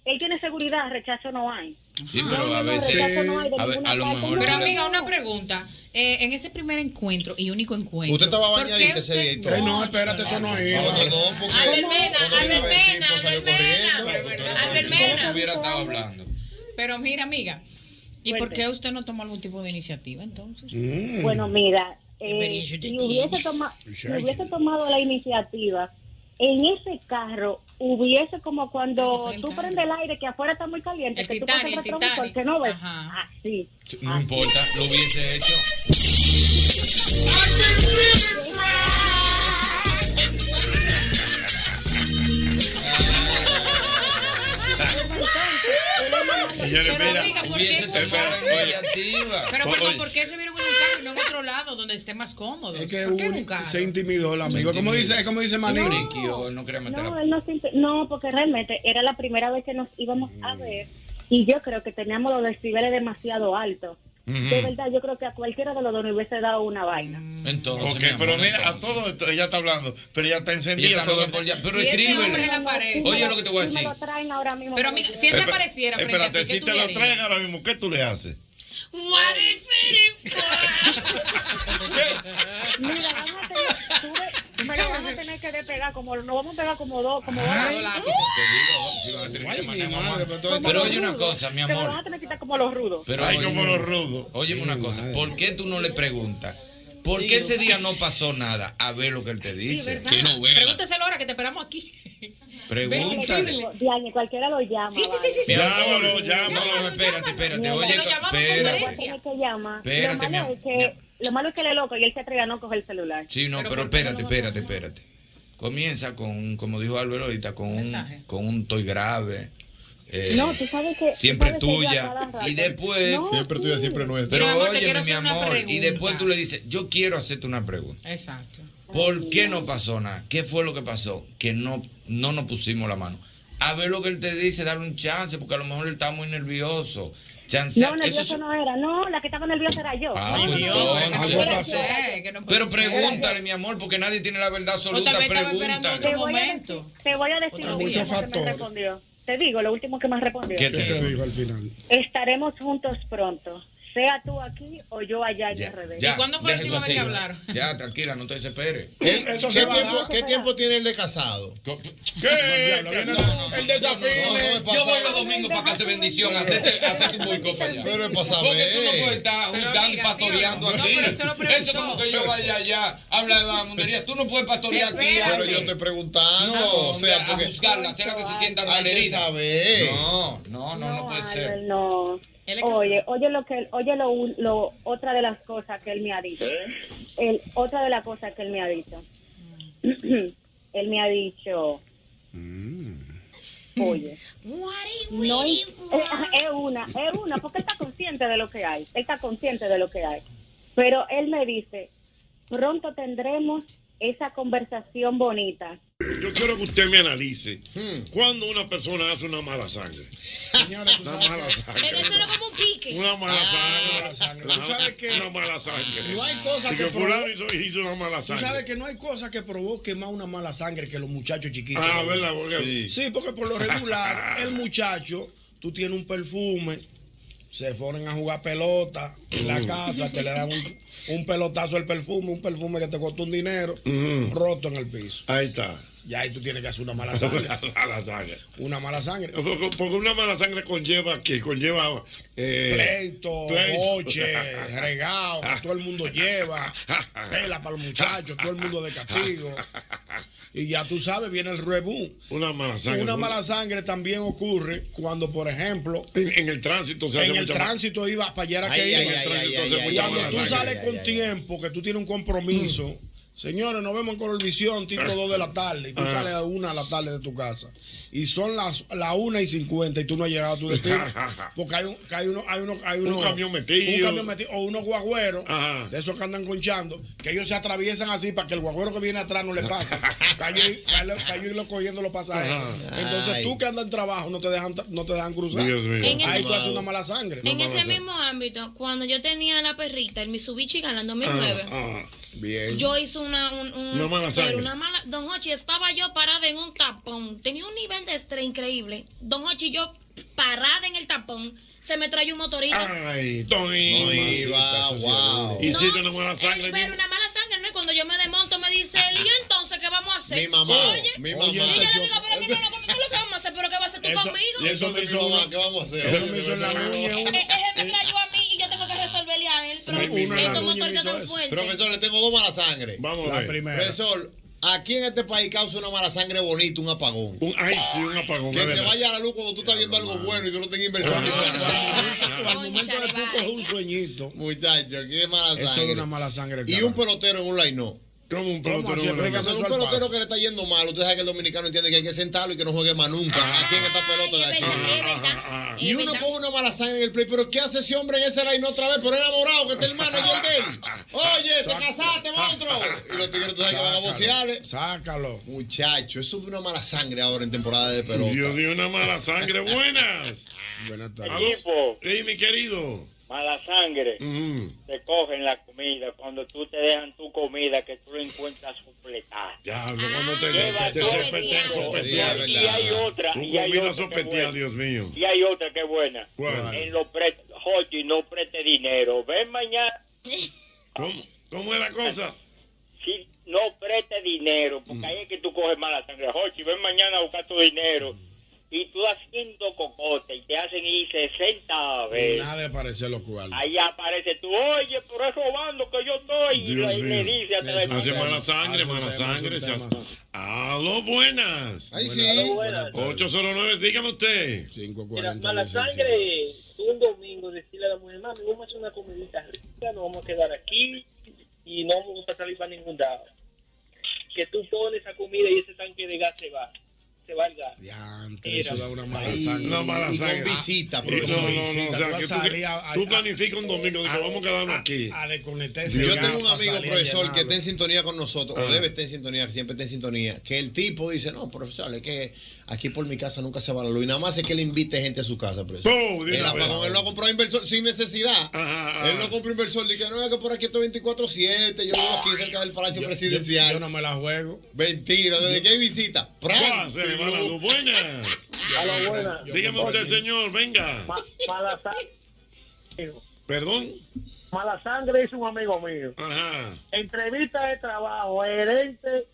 [SPEAKER 30] Él tiene seguridad, rechazo no hay.
[SPEAKER 15] Sí,
[SPEAKER 30] Ajá.
[SPEAKER 15] pero
[SPEAKER 30] No,
[SPEAKER 15] a
[SPEAKER 30] no, no,
[SPEAKER 15] veces
[SPEAKER 30] rechazo no hay de
[SPEAKER 15] a, ve-
[SPEAKER 30] ninguna
[SPEAKER 15] a lo
[SPEAKER 30] parte,
[SPEAKER 15] mejor
[SPEAKER 30] no.
[SPEAKER 20] Pero
[SPEAKER 15] tú le-
[SPEAKER 20] amiga, una pregunta. Eh, en ese primer encuentro y único encuentro.
[SPEAKER 5] Usted estaba
[SPEAKER 20] ¿por
[SPEAKER 5] bañadita
[SPEAKER 20] qué
[SPEAKER 5] ese
[SPEAKER 20] usted-
[SPEAKER 5] día y todo.
[SPEAKER 20] No,
[SPEAKER 5] No,
[SPEAKER 20] espérate, eso no
[SPEAKER 5] es. No, no, porque
[SPEAKER 20] Albert Mena, Albert Mena, Albert Mena, Albert Mena.
[SPEAKER 15] hubiera estado hablando.
[SPEAKER 20] Pero mira, amiga, ¿y por qué usted no tomó algún tipo de iniciativa entonces?
[SPEAKER 7] Mm.
[SPEAKER 30] Bueno, mira, eh,
[SPEAKER 20] Experiencia de
[SPEAKER 30] si,
[SPEAKER 20] ti.
[SPEAKER 30] hubiese toma- si
[SPEAKER 20] Muchacho.
[SPEAKER 30] hubiese tomado la iniciativa, en ese carro hubiese como cuando tú prendes el aire que afuera está muy caliente,
[SPEAKER 20] El
[SPEAKER 30] que tú
[SPEAKER 20] Titanic,
[SPEAKER 30] pasas
[SPEAKER 20] el
[SPEAKER 30] retrovisor,
[SPEAKER 20] Titanic.
[SPEAKER 30] que no ves. Ah, Así.
[SPEAKER 15] No importa, lo hubiese hecho.
[SPEAKER 4] Señores,
[SPEAKER 20] Pero,
[SPEAKER 4] mira.
[SPEAKER 20] amiga, ¿por qué
[SPEAKER 4] Hubiese
[SPEAKER 20] culpar?
[SPEAKER 4] tomado la iniciativa.
[SPEAKER 20] Pero perdón,
[SPEAKER 4] Oye,
[SPEAKER 20] ¿por qué se vieron en un carro y no en otro lado donde esté más cómodo?
[SPEAKER 7] Es que
[SPEAKER 20] ¿Por qué en
[SPEAKER 7] un-
[SPEAKER 20] un carro?
[SPEAKER 7] se intimidó el amigo.
[SPEAKER 15] Se
[SPEAKER 7] Como dice,
[SPEAKER 15] intimida.
[SPEAKER 7] como dice
[SPEAKER 15] Se
[SPEAKER 7] Maní.
[SPEAKER 15] friquió, no quería meter
[SPEAKER 30] No,
[SPEAKER 15] la-
[SPEAKER 30] él no, se inter- no, porque realmente era la primera vez que nos íbamos
[SPEAKER 4] Mm.
[SPEAKER 30] a ver y yo creo que teníamos los decibeles demasiado altos. De verdad, yo creo que a cualquiera de los dos nos hubiese dado una vaina.
[SPEAKER 15] Entonces,
[SPEAKER 4] Ok, pero mira, a todo esto, ella está hablando, pero ella está
[SPEAKER 15] Ella
[SPEAKER 4] encendida.
[SPEAKER 15] está
[SPEAKER 4] todo-
[SPEAKER 15] loca por ya- pero
[SPEAKER 20] Si ese hombre le
[SPEAKER 4] Oye,
[SPEAKER 20] aparece.
[SPEAKER 4] lo que te voy a
[SPEAKER 30] Si
[SPEAKER 4] decir.
[SPEAKER 30] me lo traen ahora mismo.
[SPEAKER 20] Pero
[SPEAKER 30] me lo
[SPEAKER 20] amiga, si él
[SPEAKER 4] Espera-
[SPEAKER 20] apareciera frente a ti,
[SPEAKER 4] Espérate,
[SPEAKER 20] ¿qué
[SPEAKER 4] si
[SPEAKER 20] tú
[SPEAKER 4] te lo
[SPEAKER 20] harías?
[SPEAKER 4] traen ahora mismo, ¿qué tú le haces?
[SPEAKER 20] What if it is-
[SPEAKER 30] Mira, van a tener, tú ve- me lo van a tener que despegar, como nos vamos a pegar como dos, como dos lápices.
[SPEAKER 15] uh, Te digo, si vas a tener que llamar a mamá. Pero oye una cosa, mi
[SPEAKER 30] Te lo
[SPEAKER 15] amor.
[SPEAKER 30] van a tener que quitar como los rudos.
[SPEAKER 15] Pero
[SPEAKER 4] Ay, como los
[SPEAKER 15] rudos. Óyeme una cosa, ¿por qué tú no le preguntas? ¿Por qué ese día no pasó nada? A ver lo que él te dice.
[SPEAKER 20] ¿verdad? Pregúntaselo ahora que te esperamos aquí.
[SPEAKER 15] Pregúntale.
[SPEAKER 30] Diane, cualquiera lo llama.
[SPEAKER 20] Sí, sí, sí, sí, sí.
[SPEAKER 15] Llámalo, llámalo. No, no, espérate, espérate. Oye, espérate. Espérate,
[SPEAKER 30] Espérate,
[SPEAKER 15] mi
[SPEAKER 30] lo malo,
[SPEAKER 15] am-
[SPEAKER 30] es que, lo malo es que él es loco y él se atreve a no coger el celular.
[SPEAKER 15] Sí, no, pero, espérate, espérate, espérate. Comienza con, como dijo Álvaro ahorita, con
[SPEAKER 30] Mensaje.
[SPEAKER 15] un, con un toy grave. eh,
[SPEAKER 30] No, tú sabes que. tú
[SPEAKER 15] siempre
[SPEAKER 30] sabes que yo a
[SPEAKER 15] tuya.
[SPEAKER 30] cada rato-
[SPEAKER 15] Y después.
[SPEAKER 30] No, sí.
[SPEAKER 15] Pero
[SPEAKER 20] Mi amor, te quiero
[SPEAKER 15] óyeme, mi
[SPEAKER 20] hacer una
[SPEAKER 15] amor. Y
[SPEAKER 20] pregunta.
[SPEAKER 15] después tú le dices, yo quiero hacerte una pregunta.
[SPEAKER 20] Exacto.
[SPEAKER 15] ¿Por qué no pasó nada? ¿Qué fue lo que pasó? Que no, no nos pusimos la mano. A ver lo que él te dice, darle un chance, porque a lo mejor él está muy nervioso. Chance,
[SPEAKER 30] No, nervioso no era. No, la que estaba nerviosa era yo.
[SPEAKER 15] Ah,
[SPEAKER 30] No,
[SPEAKER 15] pues
[SPEAKER 30] no, no,
[SPEAKER 15] entonces.
[SPEAKER 30] no,
[SPEAKER 15] Algo
[SPEAKER 30] era yo,
[SPEAKER 15] pasó.
[SPEAKER 30] era yo.
[SPEAKER 15] Pero pregúntale, mi amor, porque nadie tiene la verdad absoluta.
[SPEAKER 30] tal vez estaba
[SPEAKER 15] Pregúntale.
[SPEAKER 30] Te voy a decir- Te voy a decir lo
[SPEAKER 15] muchos
[SPEAKER 30] último que me
[SPEAKER 15] factores.
[SPEAKER 30] respondió. Te digo lo último que me respondió.
[SPEAKER 7] ¿Qué te dijo al final?
[SPEAKER 30] Estaremos juntos pronto. Sea tú aquí o yo allá en RD.
[SPEAKER 15] Ya, deja eso así.
[SPEAKER 30] hablar?
[SPEAKER 15] Ya, tranquila, no te desesperes.
[SPEAKER 5] ¿Qué,
[SPEAKER 15] Eso
[SPEAKER 5] qué
[SPEAKER 15] se va a
[SPEAKER 5] tiempo,
[SPEAKER 15] dar.
[SPEAKER 5] ¿Qué tiempo tiene el de casado?
[SPEAKER 15] ¿Qué?
[SPEAKER 5] El desafío.
[SPEAKER 15] Yo voy los domingos para que hace bendición, hacerte, hacerte un boicot para allá. Pero
[SPEAKER 5] es para saber.
[SPEAKER 15] Porque tú no puedes estar juzgando y pastoreando
[SPEAKER 5] no? No,
[SPEAKER 15] aquí.
[SPEAKER 5] pero
[SPEAKER 15] eso,
[SPEAKER 5] eso lo preguntó.
[SPEAKER 15] es como que yo vaya allá, habla de vagabundería. Tú no puedes pastorear aquí.
[SPEAKER 5] Pero yo estoy preguntando.
[SPEAKER 15] No,
[SPEAKER 5] o sea,
[SPEAKER 15] a
[SPEAKER 5] porque.
[SPEAKER 15] juzgarla, hacerla que se sienta
[SPEAKER 5] Hay que
[SPEAKER 15] malherida.
[SPEAKER 5] saber.
[SPEAKER 15] No, no, no, no puede ser.
[SPEAKER 30] Ay, No. Oye, oye lo que él- oye lo, un- lo- otra de las cosas que él me ha dicho.
[SPEAKER 15] ¿Eh?
[SPEAKER 30] El, otra de las cosas que él me ha dicho. él me ha dicho, oye, no es, es- es una, es una, porque él está consciente de lo que hay, él está consciente de lo que hay. Pero él me dice, pronto tendremos esa conversación bonita.
[SPEAKER 4] Yo quiero que usted me analice cuando una persona hace una mala sangre. una mala sangre.
[SPEAKER 27] suena como un pique.
[SPEAKER 4] Una mala sangre.
[SPEAKER 7] ¿Tú sabes qué?
[SPEAKER 4] Una mala sangre.
[SPEAKER 7] No hay cosa
[SPEAKER 4] Así
[SPEAKER 7] que
[SPEAKER 4] Eh, que fulano
[SPEAKER 7] provo-
[SPEAKER 4] hizo, hizo una mala
[SPEAKER 7] Tú
[SPEAKER 4] sangre.
[SPEAKER 7] sabes que no hay cosa que provoque más una mala sangre que los muchachos chiquitos.
[SPEAKER 4] Ah, ¿verdad? Porque-
[SPEAKER 7] Sí. Sí, porque por lo regular, el muchacho, tú tienes un perfume, se ponen a jugar pelota en la
[SPEAKER 4] Mm.
[SPEAKER 7] casa, te le dan un, un pelotazo al perfume, un perfume que te costó un dinero,
[SPEAKER 4] Mm.
[SPEAKER 7] roto en el piso.
[SPEAKER 4] Ahí está.
[SPEAKER 7] Y ahí tú tienes que hacer una mala sangre.
[SPEAKER 4] mala sangre.
[SPEAKER 7] Una mala sangre.
[SPEAKER 4] Porque, porque una mala sangre conlleva que conlleva eh,
[SPEAKER 7] Pleito, boche, regao, que todo el mundo lleva, pela para los muchachos, todo el mundo de castigo. Y ya tú sabes, viene el rebú.
[SPEAKER 4] Una mala sangre.
[SPEAKER 7] Una mala sangre también ocurre cuando, por ejemplo,
[SPEAKER 4] en, en el tránsito se hace
[SPEAKER 7] en el
[SPEAKER 4] mucha ma-
[SPEAKER 7] tránsito iba para allá
[SPEAKER 4] Ay,
[SPEAKER 7] que iba.
[SPEAKER 4] ay, ay, En el tránsito ay, se ay, mucha
[SPEAKER 7] cuando
[SPEAKER 4] mala
[SPEAKER 7] tú
[SPEAKER 4] sangre.
[SPEAKER 7] sales
[SPEAKER 4] Ay, ay,
[SPEAKER 7] con
[SPEAKER 4] ay,
[SPEAKER 7] tiempo, que tú tienes un compromiso. Señores, nos vemos en Colorvisión tipo 2 de la tarde y tú
[SPEAKER 4] Mm. Ah.
[SPEAKER 7] sales a 1 de la tarde de tu casa y son las la 1 y 50 y tú no has llegado a tu destino porque hay, un, que hay, uno, hay, uno, hay
[SPEAKER 4] Un
[SPEAKER 7] uno-
[SPEAKER 4] camión metido.
[SPEAKER 7] un camión metido, o unos guagüeros
[SPEAKER 4] Ajá.
[SPEAKER 7] de esos que andan conchando que ellos se atraviesan así para que el guagüero que viene atrás no le pase cayó y, cayó, cayó y lo cogiendo los pasajeros
[SPEAKER 4] Ajá.
[SPEAKER 7] entonces
[SPEAKER 4] Ay.
[SPEAKER 7] tú que andas en trabajo no te dejan tra- no te dejan cruzar
[SPEAKER 4] Dios mío.
[SPEAKER 7] ahí
[SPEAKER 4] En ese-
[SPEAKER 7] tú haces una mala sangre
[SPEAKER 9] En ese mismo ámbito, cuando yo tenía la perrita, el Mitsubishi Gala en
[SPEAKER 5] Ah,
[SPEAKER 9] 2009,
[SPEAKER 7] Bien.
[SPEAKER 9] yo hice una, un- un-
[SPEAKER 7] Una mala
[SPEAKER 9] pero
[SPEAKER 7] sangre.
[SPEAKER 9] una mala- Don Hochi, estaba yo parada en un tapón. Tenía un nivel de estrés increíble. Don Hochi, yo parada en el tapón, se me trae un
[SPEAKER 5] Ah,
[SPEAKER 9] motorista.
[SPEAKER 4] Ay, Tony.
[SPEAKER 5] No iba,
[SPEAKER 4] Mamacita, eso sí es
[SPEAKER 5] wow.
[SPEAKER 4] duro. Hiciste una mala sangre. bien-
[SPEAKER 9] Pero una mala sangre, ¿no? Y cuando yo me desmonto, me dice él, ¿y entonces qué vamos a hacer?
[SPEAKER 5] Mi mamá,
[SPEAKER 9] Oye,
[SPEAKER 5] mi
[SPEAKER 9] y
[SPEAKER 5] mamá.
[SPEAKER 9] yo le digo, pero mi mamá, ¿qué es lo que vamos a hacer? ¿Pero qué vas a hacer tú conmigo?
[SPEAKER 5] Y eso me hizo mamá, ¿qué vamos a hacer?
[SPEAKER 7] Eso me hizo en la uña.
[SPEAKER 9] Eh, eh, él me trayó a mí y yo tengo que resolverle a él. Pero estos motores tan fuertes.
[SPEAKER 5] Profesor, le tengo dos malas sangre. Vamos
[SPEAKER 4] a La ver. primera.
[SPEAKER 5] Profesor, aquí en este país causa una mala sangre bonita, un apagón.
[SPEAKER 4] Un, ay, sí, un apagón.
[SPEAKER 5] Que
[SPEAKER 4] es
[SPEAKER 5] se
[SPEAKER 4] verdad.
[SPEAKER 5] vaya a la luz cuando tú estás viendo algo bueno y tú no tengas inversión.
[SPEAKER 7] al momento de tú coger un sueñito.
[SPEAKER 5] Muchacho, qué mala
[SPEAKER 7] Eso es
[SPEAKER 5] sangre.
[SPEAKER 7] una mala sangre,
[SPEAKER 5] Y un pelotero en un line no.
[SPEAKER 4] Como un
[SPEAKER 7] pelotero ¿Cómo así? en un Explícame line-up? eso
[SPEAKER 5] Un
[SPEAKER 7] al
[SPEAKER 5] pelotero
[SPEAKER 7] paso.
[SPEAKER 5] que le está yendo mal. Usted sabe que el dominicano entiende que hay que sentarlo y que no juegue más nunca. aquí en esta pelota de aquí. Y uno coge una mala sangre en el play. Pero ¿qué hace ese hombre en ese line otra vez? Pero era morado, que es el hermano y el de él. Oye, te
[SPEAKER 7] Saca-
[SPEAKER 5] casaste, monstruo. Y los tigres tú sabes que van a
[SPEAKER 7] Sácalo,
[SPEAKER 5] vocearle.
[SPEAKER 7] Sácalo.
[SPEAKER 5] Muchacho, eso es una mala sangre ahora en temporada de pelota.
[SPEAKER 4] Dios de una mala sangre. Buenas.
[SPEAKER 7] Buenas
[SPEAKER 4] Aló. Ey, mi querido.
[SPEAKER 1] Mala sangre. Te cogen la comida cuando tú te dejan tu comida que tú lo encuentras completada.
[SPEAKER 4] Ya, hablo
[SPEAKER 1] Ah,
[SPEAKER 4] cuando te
[SPEAKER 1] Lleva
[SPEAKER 4] te
[SPEAKER 1] todo
[SPEAKER 4] sopetea,
[SPEAKER 1] el
[SPEAKER 4] sopetea.
[SPEAKER 1] día. Y hay otra,
[SPEAKER 4] Tu
[SPEAKER 1] y hay
[SPEAKER 4] comida
[SPEAKER 1] otra, pues. qué
[SPEAKER 4] sopetea,
[SPEAKER 1] bueno.
[SPEAKER 4] Dios mío.
[SPEAKER 1] Y hay otra que es buena.
[SPEAKER 4] ¿Cuál?
[SPEAKER 1] En los pre Jochi, no preste dinero. Ven mañana.
[SPEAKER 4] ¿Cómo, ¿Cómo es la cosa?
[SPEAKER 1] Sí, no preste dinero, porque ahí es que tú coges mala sangre. Jochi, ven mañana a buscar tu dinero. Y tú haciendo cocote y te hacen ir 60 veces.
[SPEAKER 7] Nada de parecer lo cual.
[SPEAKER 1] Ahí aparece tú, oye, pero es robando que yo estoy. y
[SPEAKER 4] Dios
[SPEAKER 1] ahí le
[SPEAKER 4] mío.
[SPEAKER 1] dice a teléfono.
[SPEAKER 4] Hace mala sangre, mala sangre. se hace- Aló, buenas.
[SPEAKER 1] Ay, sí. Aló, buenas.
[SPEAKER 4] 809, dígame usted.
[SPEAKER 1] Mira, mala sangre, un domingo decirle a la mujer, mami, vamos a hacer una comidita rica, nos vamos a quedar aquí y no vamos a salir para ningún lado. Que tú pones esa comida y ese tanque de gas se va, se va el gas.
[SPEAKER 7] Eso da una mala
[SPEAKER 4] Ay,
[SPEAKER 7] sangre. Ah,
[SPEAKER 4] Una mala
[SPEAKER 7] Y con
[SPEAKER 4] sangre.
[SPEAKER 7] visita,
[SPEAKER 4] Y
[SPEAKER 7] porque
[SPEAKER 4] no, no,
[SPEAKER 7] con
[SPEAKER 4] no.
[SPEAKER 7] visita,
[SPEAKER 4] O
[SPEAKER 7] tú
[SPEAKER 4] sea,
[SPEAKER 7] vas
[SPEAKER 4] que
[SPEAKER 7] a
[SPEAKER 4] tú,
[SPEAKER 7] salir a-
[SPEAKER 4] tú
[SPEAKER 7] a-
[SPEAKER 4] planificas un domingo, dices, vamos a quedarnos aquí.
[SPEAKER 7] A desconectarse.
[SPEAKER 5] Yo
[SPEAKER 7] ya,
[SPEAKER 5] tengo un
[SPEAKER 7] pa'
[SPEAKER 5] amigo,
[SPEAKER 7] salir a
[SPEAKER 5] profesor, que
[SPEAKER 7] llenarlo.
[SPEAKER 5] está en sintonía con nosotros,
[SPEAKER 4] Ah.
[SPEAKER 7] Ajá.
[SPEAKER 5] o debe estar en sintonía, que siempre está en sintonía, que el tipo dice, no, profesor, es que aquí por mi casa nunca se va la luz. Y nada más es que le invite gente a su casa, profesor.
[SPEAKER 4] ¡Pum! De
[SPEAKER 5] el
[SPEAKER 4] una
[SPEAKER 5] apagón,
[SPEAKER 4] vez.
[SPEAKER 5] él no ha comprado inversor sin necesidad. Él no compró inversor, dice, no, es que por aquí estoy 24-7, yo vivo aquí cerca del Palacio Presidencial.
[SPEAKER 7] Yo no me la juego.
[SPEAKER 5] Mentira, ¿desde que hay visita?
[SPEAKER 4] Buah, se le va la luz. Buenas.
[SPEAKER 1] Ah, Aló, buenas.
[SPEAKER 4] Dígame usted, señor, venga.
[SPEAKER 1] mala sangre.
[SPEAKER 4] Perdón.
[SPEAKER 1] Mala sangre es un amigo mío.
[SPEAKER 4] Ajá.
[SPEAKER 1] Entrevista de trabajo, gerente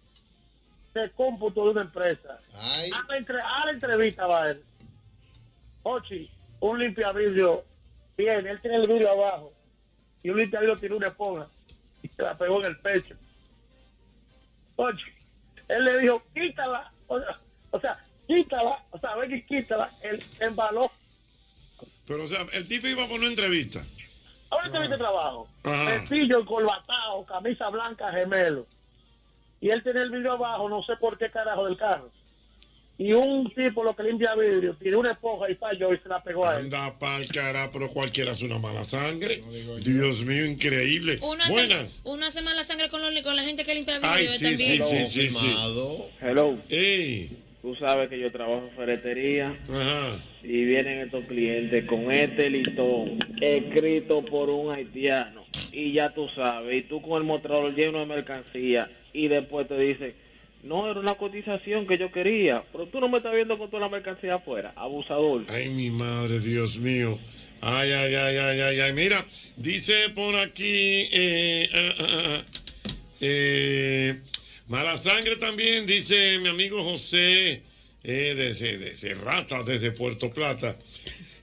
[SPEAKER 1] de cómputo de una empresa. A, la entre- a la entrevista va él. Ochi, un limpia vidrio. Bien, él tiene el vidrio abajo. Y un limpia vidrio tiene una esponja. Y se la pegó en el pecho. Ochi, él le dijo, quítala. O, o sea, quítala. O sea, ven y quítala. Él embaló.
[SPEAKER 4] Pero, o sea, el tipo iba por una entrevista.
[SPEAKER 1] Ahora entrevista de trabajo.
[SPEAKER 4] Ajá.
[SPEAKER 1] Sencillo, encolbatado, camisa blanca, gemelo. Y él tiene el vidrio abajo, no sé por qué carajo del carro. Y un tipo lo que limpia vidrio, tiene una esponja y falló y se la pegó a él.
[SPEAKER 4] Anda pa'l cara, pero cualquiera hace una mala sangre. Dios mío, increíble.
[SPEAKER 9] Uno hace,
[SPEAKER 4] Buenas.
[SPEAKER 9] uno hace mala sangre con, los- con la gente que limpia vidrio
[SPEAKER 4] Ay, sí, sí,
[SPEAKER 9] también.
[SPEAKER 4] sí, sí, sí.
[SPEAKER 20] Hello.
[SPEAKER 4] Tú sabes que yo trabajo en ferretería.
[SPEAKER 20] Y vienen estos clientes con este listón escrito por un haitiano. Y ya tú sabes, y tú con el mostrador lleno de mercancía. Y después te dicen, no, era una cotización que yo quería. Pero tú no me estás viendo con toda la mercancía afuera. Abusador.
[SPEAKER 4] Ay, mi madre, Dios mío. Ay, ay, ay, ay, ay, ay. Mira, dice por aquí. Eh, ah, ah, ah, eh, mala sangre también, dice mi amigo José eh, desde, desde Rata, desde Puerto Plata.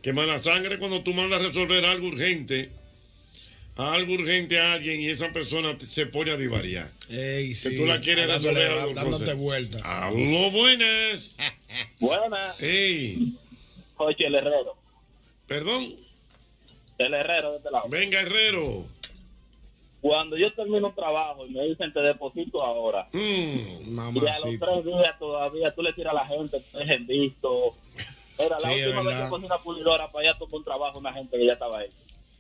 [SPEAKER 4] Que mala sangre cuando tú mandas a resolver algo urgente. Algo urgente a alguien y esa persona te- se pone a divariar.
[SPEAKER 7] Ey, sí.
[SPEAKER 4] que tú la quieres
[SPEAKER 7] Dándole-
[SPEAKER 4] resolver algo.
[SPEAKER 7] Dándote vuelta.
[SPEAKER 4] Aló, buenas.
[SPEAKER 20] Buenas.
[SPEAKER 4] Ey.
[SPEAKER 20] Oye, el herrero.
[SPEAKER 4] ¿Perdón?
[SPEAKER 20] El herrero de este lado.
[SPEAKER 4] Venga, herrero.
[SPEAKER 20] Cuando yo termino un trabajo y me dicen te deposito ahora.
[SPEAKER 4] Mm.
[SPEAKER 20] y a los
[SPEAKER 7] Mamacita.
[SPEAKER 20] tres días todavía tú le tiras a la gente, te dejen visto. Era la
[SPEAKER 7] Sí, es
[SPEAKER 20] última vez
[SPEAKER 7] verdad.
[SPEAKER 20] que puse una pulidora para allá tomó un trabajo una gente que ya estaba ahí.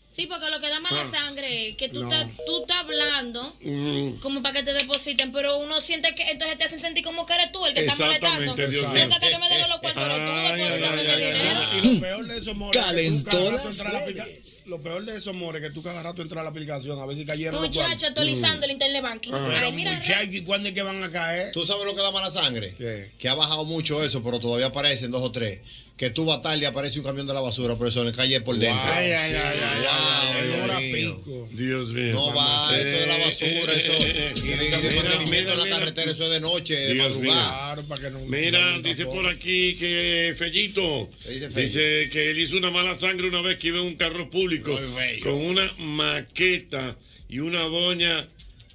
[SPEAKER 9] Sí, porque lo que da mala
[SPEAKER 20] Ah.
[SPEAKER 9] sangre es que tú
[SPEAKER 20] No.
[SPEAKER 9] estás tú estás hablando
[SPEAKER 15] Mm.
[SPEAKER 9] como para que te depositen, pero uno siente que entonces te hacen sentir como que eres tú el que está molestando.
[SPEAKER 4] Exactamente, Dios mío.
[SPEAKER 9] Venga, hasta que me den los cuartos, eres tú, deposítame mi dinero.
[SPEAKER 7] Y lo peor de eso, More,
[SPEAKER 9] Calentó
[SPEAKER 7] que tú cada rato
[SPEAKER 9] las
[SPEAKER 7] entras a la aplica- Lo peor de eso, More, que tú cada rato entras a la aplicación a ver si cayeron. los cuartos.
[SPEAKER 9] Muchacho, actualizando
[SPEAKER 4] Mm.
[SPEAKER 9] el internet banking.
[SPEAKER 4] Ah,
[SPEAKER 9] Ay, mira,
[SPEAKER 7] Muchacho, ¿y cuándo es que van a caer?
[SPEAKER 5] ¿Tú sabes lo que da mala sangre? Que ha bajado mucho eso, pero todavía aparecen dos o tres. Que tú vas tarde y aparece un camión de la basura, pero eso le calle por dentro.
[SPEAKER 4] Ay, ay, ay, ay, ay, ay, ay, Dios mío.
[SPEAKER 5] No va, eso de la basura, eso. Y de, y de mantenimiento en la carretera, eso es de noche, de
[SPEAKER 4] Dios
[SPEAKER 5] madrugada.
[SPEAKER 4] Mira, dice por aquí que Fellito dice que él hizo una mala sangre una vez que iba en un carro público con una maqueta y una doña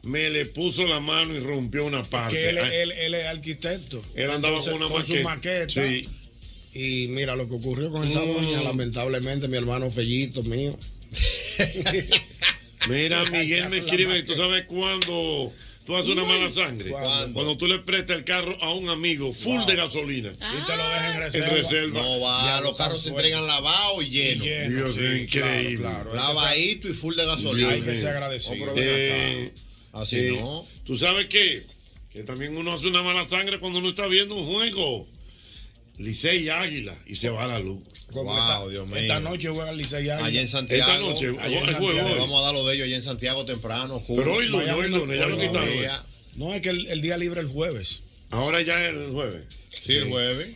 [SPEAKER 4] me le puso la mano y rompió una parte. Ah,
[SPEAKER 7] Que él,
[SPEAKER 4] Ay,
[SPEAKER 7] él- él es arquitecto.
[SPEAKER 4] Él andaba con una
[SPEAKER 7] con su
[SPEAKER 4] maqueta.
[SPEAKER 7] maqueta.
[SPEAKER 4] Sí.
[SPEAKER 7] Y mira lo que ocurrió con esa doña, lamentablemente, mi hermano Fellito mío.
[SPEAKER 4] Mira, Miguel me escribe, ¿tú sabes cuándo tú haces una mala sangre?
[SPEAKER 7] ¿Cuándo?
[SPEAKER 4] Cuando tú le prestas el carro a un amigo full de gasolina.
[SPEAKER 7] Ah. Y te lo dejan en reserva.
[SPEAKER 4] En reserva.
[SPEAKER 5] No va,
[SPEAKER 4] Ya
[SPEAKER 5] los
[SPEAKER 4] no
[SPEAKER 5] carros
[SPEAKER 4] está
[SPEAKER 5] se
[SPEAKER 4] fuera.
[SPEAKER 5] entregan lavados y llenos.
[SPEAKER 4] Dios, es increíble.
[SPEAKER 5] Lavadito y full de gasolina.
[SPEAKER 4] Dios mío.
[SPEAKER 5] Oh, pero ven acá.
[SPEAKER 4] Eh,
[SPEAKER 5] Así
[SPEAKER 4] eh,
[SPEAKER 5] no.
[SPEAKER 4] ¿Tú sabes qué? Que también uno hace una mala sangre cuando uno está viendo un juego. Licey y Águila y se va la luz.
[SPEAKER 7] Como esta, esta noche juegan Licey Águila.
[SPEAKER 5] Allá en Santiago.
[SPEAKER 4] Esta noche,
[SPEAKER 5] allá en
[SPEAKER 4] el juego
[SPEAKER 5] Santiago,
[SPEAKER 4] hoy.
[SPEAKER 5] Vamos a dar lo de ellos allá en Santiago temprano.
[SPEAKER 4] Pero hoy lunes, hoy lunes, ya lo quitaron.
[SPEAKER 7] No, es que el, el día libre es el jueves.
[SPEAKER 4] Ahora ya es el jueves.
[SPEAKER 5] Sí, el jueves.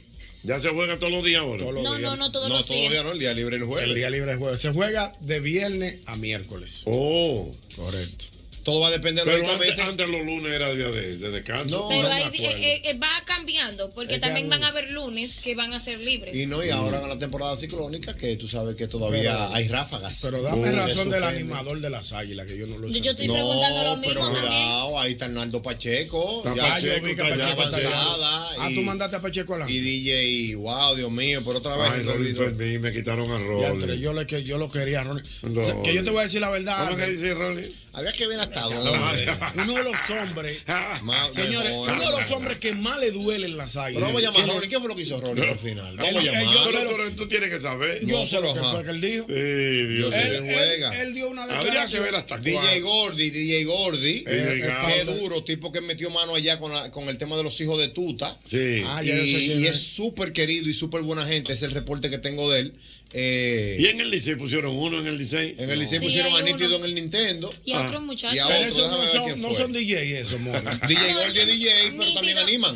[SPEAKER 4] Ya se juega todos los días ahora.
[SPEAKER 7] Todos los No, días. no, no, todos No, los todos días. días no, el
[SPEAKER 5] día libre el
[SPEAKER 7] El día libre es jueves. Se juega de viernes a miércoles.
[SPEAKER 4] Oh.
[SPEAKER 7] Correcto.
[SPEAKER 5] Todo va a depender
[SPEAKER 4] Pero antes, antes los lunes era día de, de descanso.
[SPEAKER 9] Pero ahí
[SPEAKER 4] me
[SPEAKER 9] eh,
[SPEAKER 4] acuerdo.
[SPEAKER 9] eh, eh, va cambiando, porque
[SPEAKER 5] Es que
[SPEAKER 9] también
[SPEAKER 5] hay-
[SPEAKER 9] van a haber lunes que van a ser libres.
[SPEAKER 5] Y no, y
[SPEAKER 4] Mm.
[SPEAKER 5] ahora con la temporada ciclónica, que tú sabes que todavía
[SPEAKER 7] Pero-
[SPEAKER 5] hay ráfagas.
[SPEAKER 7] Pero dame razón del animador de las águilas, que yo no lo sé.
[SPEAKER 9] Yo estoy preguntando lo mismo
[SPEAKER 5] pero
[SPEAKER 9] también.
[SPEAKER 5] cuidado, ahí está Arnaldo Pacheco.
[SPEAKER 7] Está Pacheco,
[SPEAKER 5] yo vi que
[SPEAKER 7] está
[SPEAKER 5] Pacheco
[SPEAKER 7] allá, Pacheco.
[SPEAKER 5] avanzada,
[SPEAKER 7] Ah, tú
[SPEAKER 5] y-
[SPEAKER 7] mandaste a Pacheco a la.
[SPEAKER 5] Y DJ, wow, Dios mío, por otra vez.
[SPEAKER 4] Ay,
[SPEAKER 5] me
[SPEAKER 4] Rolly
[SPEAKER 5] olvidó.
[SPEAKER 4] Fermín, me quitaron a
[SPEAKER 7] Ya,
[SPEAKER 4] Rolly.
[SPEAKER 7] entre, yo, le, que, yo lo quería, Ronnie.
[SPEAKER 4] No.
[SPEAKER 7] O sea, que yo te voy a decir la verdad.
[SPEAKER 4] ¿Cómo que
[SPEAKER 7] Ángel.
[SPEAKER 4] dice Rolly?
[SPEAKER 5] Había que ver hasta
[SPEAKER 7] dónde. Uno de los hombres,
[SPEAKER 5] Más
[SPEAKER 7] Ah, señores,
[SPEAKER 5] mejor.
[SPEAKER 7] uno de los hombres que más le duelen las águilas.
[SPEAKER 5] Pero vamos a llamar a
[SPEAKER 7] Tiene-
[SPEAKER 5] Rolly. ¿Qué fue lo que hizo Rolly al final? Vamos a
[SPEAKER 7] Él- él-
[SPEAKER 5] llamar.
[SPEAKER 7] yo sé
[SPEAKER 4] Pero
[SPEAKER 7] lo-
[SPEAKER 4] tú, tú tienes que saber.
[SPEAKER 7] Yo sé lo que fue que él dijo.
[SPEAKER 4] Dios
[SPEAKER 7] Él-
[SPEAKER 4] mío.
[SPEAKER 7] él- él dio una
[SPEAKER 5] Habría que
[SPEAKER 7] declaración.
[SPEAKER 5] ver hasta DJ Gordy, DJ Gordy.
[SPEAKER 4] Eh,
[SPEAKER 5] qué
[SPEAKER 4] Gato.
[SPEAKER 5] duro, tipo que metió mano allá con, la- con el tema de los hijos de Tuta.
[SPEAKER 4] Sí.
[SPEAKER 7] Ah,
[SPEAKER 5] y,
[SPEAKER 7] ya yo sé quién
[SPEAKER 5] y
[SPEAKER 7] es.
[SPEAKER 5] es súper querido y súper buena gente. Es el reporte que tengo de él. Eh,
[SPEAKER 4] Y en el Licey pusieron uno en el Licey.
[SPEAKER 5] en el Licey
[SPEAKER 9] Sí,
[SPEAKER 5] pusieron
[SPEAKER 9] hay
[SPEAKER 5] a Nítido en
[SPEAKER 9] uno.
[SPEAKER 5] el Nintendo. Ah.
[SPEAKER 9] Y a otro muchacho.
[SPEAKER 5] Y a
[SPEAKER 7] Pero
[SPEAKER 5] otro,
[SPEAKER 7] esos
[SPEAKER 5] déjame
[SPEAKER 7] no
[SPEAKER 5] ver quién
[SPEAKER 7] son, no
[SPEAKER 5] fue.
[SPEAKER 7] son DJ eso,
[SPEAKER 5] Ah,
[SPEAKER 7] mono.
[SPEAKER 5] DJ Gordy es DJ, pero también animan.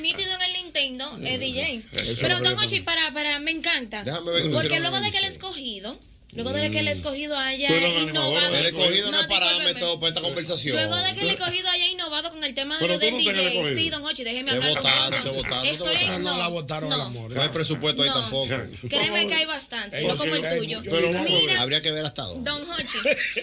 [SPEAKER 9] Nítido en el Nintendo es DJ.
[SPEAKER 5] Eso
[SPEAKER 9] Pero
[SPEAKER 5] es lo que
[SPEAKER 9] Don
[SPEAKER 5] yo
[SPEAKER 9] Ochi, para, para, me encanta.
[SPEAKER 5] Déjame ver que
[SPEAKER 9] Porque
[SPEAKER 5] pusieron
[SPEAKER 9] luego
[SPEAKER 5] en
[SPEAKER 9] de
[SPEAKER 5] el
[SPEAKER 9] que el escogido, luego de que el
[SPEAKER 5] Mm.
[SPEAKER 9] escogido haya
[SPEAKER 5] Tú eres un
[SPEAKER 9] innovado.
[SPEAKER 5] animador, El escogido no es
[SPEAKER 9] discúlpeme.
[SPEAKER 5] parámetro para esta conversación.
[SPEAKER 9] Luego de que el escogido haya innovado con el tema de
[SPEAKER 5] Pero
[SPEAKER 9] lo
[SPEAKER 5] tú
[SPEAKER 9] del
[SPEAKER 5] no estás en el
[SPEAKER 9] DJ.
[SPEAKER 5] escogido.
[SPEAKER 9] Sí, Don Ochi, déjeme
[SPEAKER 5] Te
[SPEAKER 9] hablar con
[SPEAKER 5] votaron, te
[SPEAKER 9] calma.
[SPEAKER 5] votaron, te
[SPEAKER 9] Estoy
[SPEAKER 5] votaron.
[SPEAKER 9] no,
[SPEAKER 5] No la
[SPEAKER 7] votaron
[SPEAKER 9] no.
[SPEAKER 5] No hay presupuesto ahí
[SPEAKER 9] No.
[SPEAKER 5] tampoco.
[SPEAKER 9] Créeme que hay bastante, no como el tuyo.
[SPEAKER 5] Pero vamos a ver.
[SPEAKER 9] Mira,
[SPEAKER 5] Habría que ver hasta dónde.
[SPEAKER 9] Don Hochi,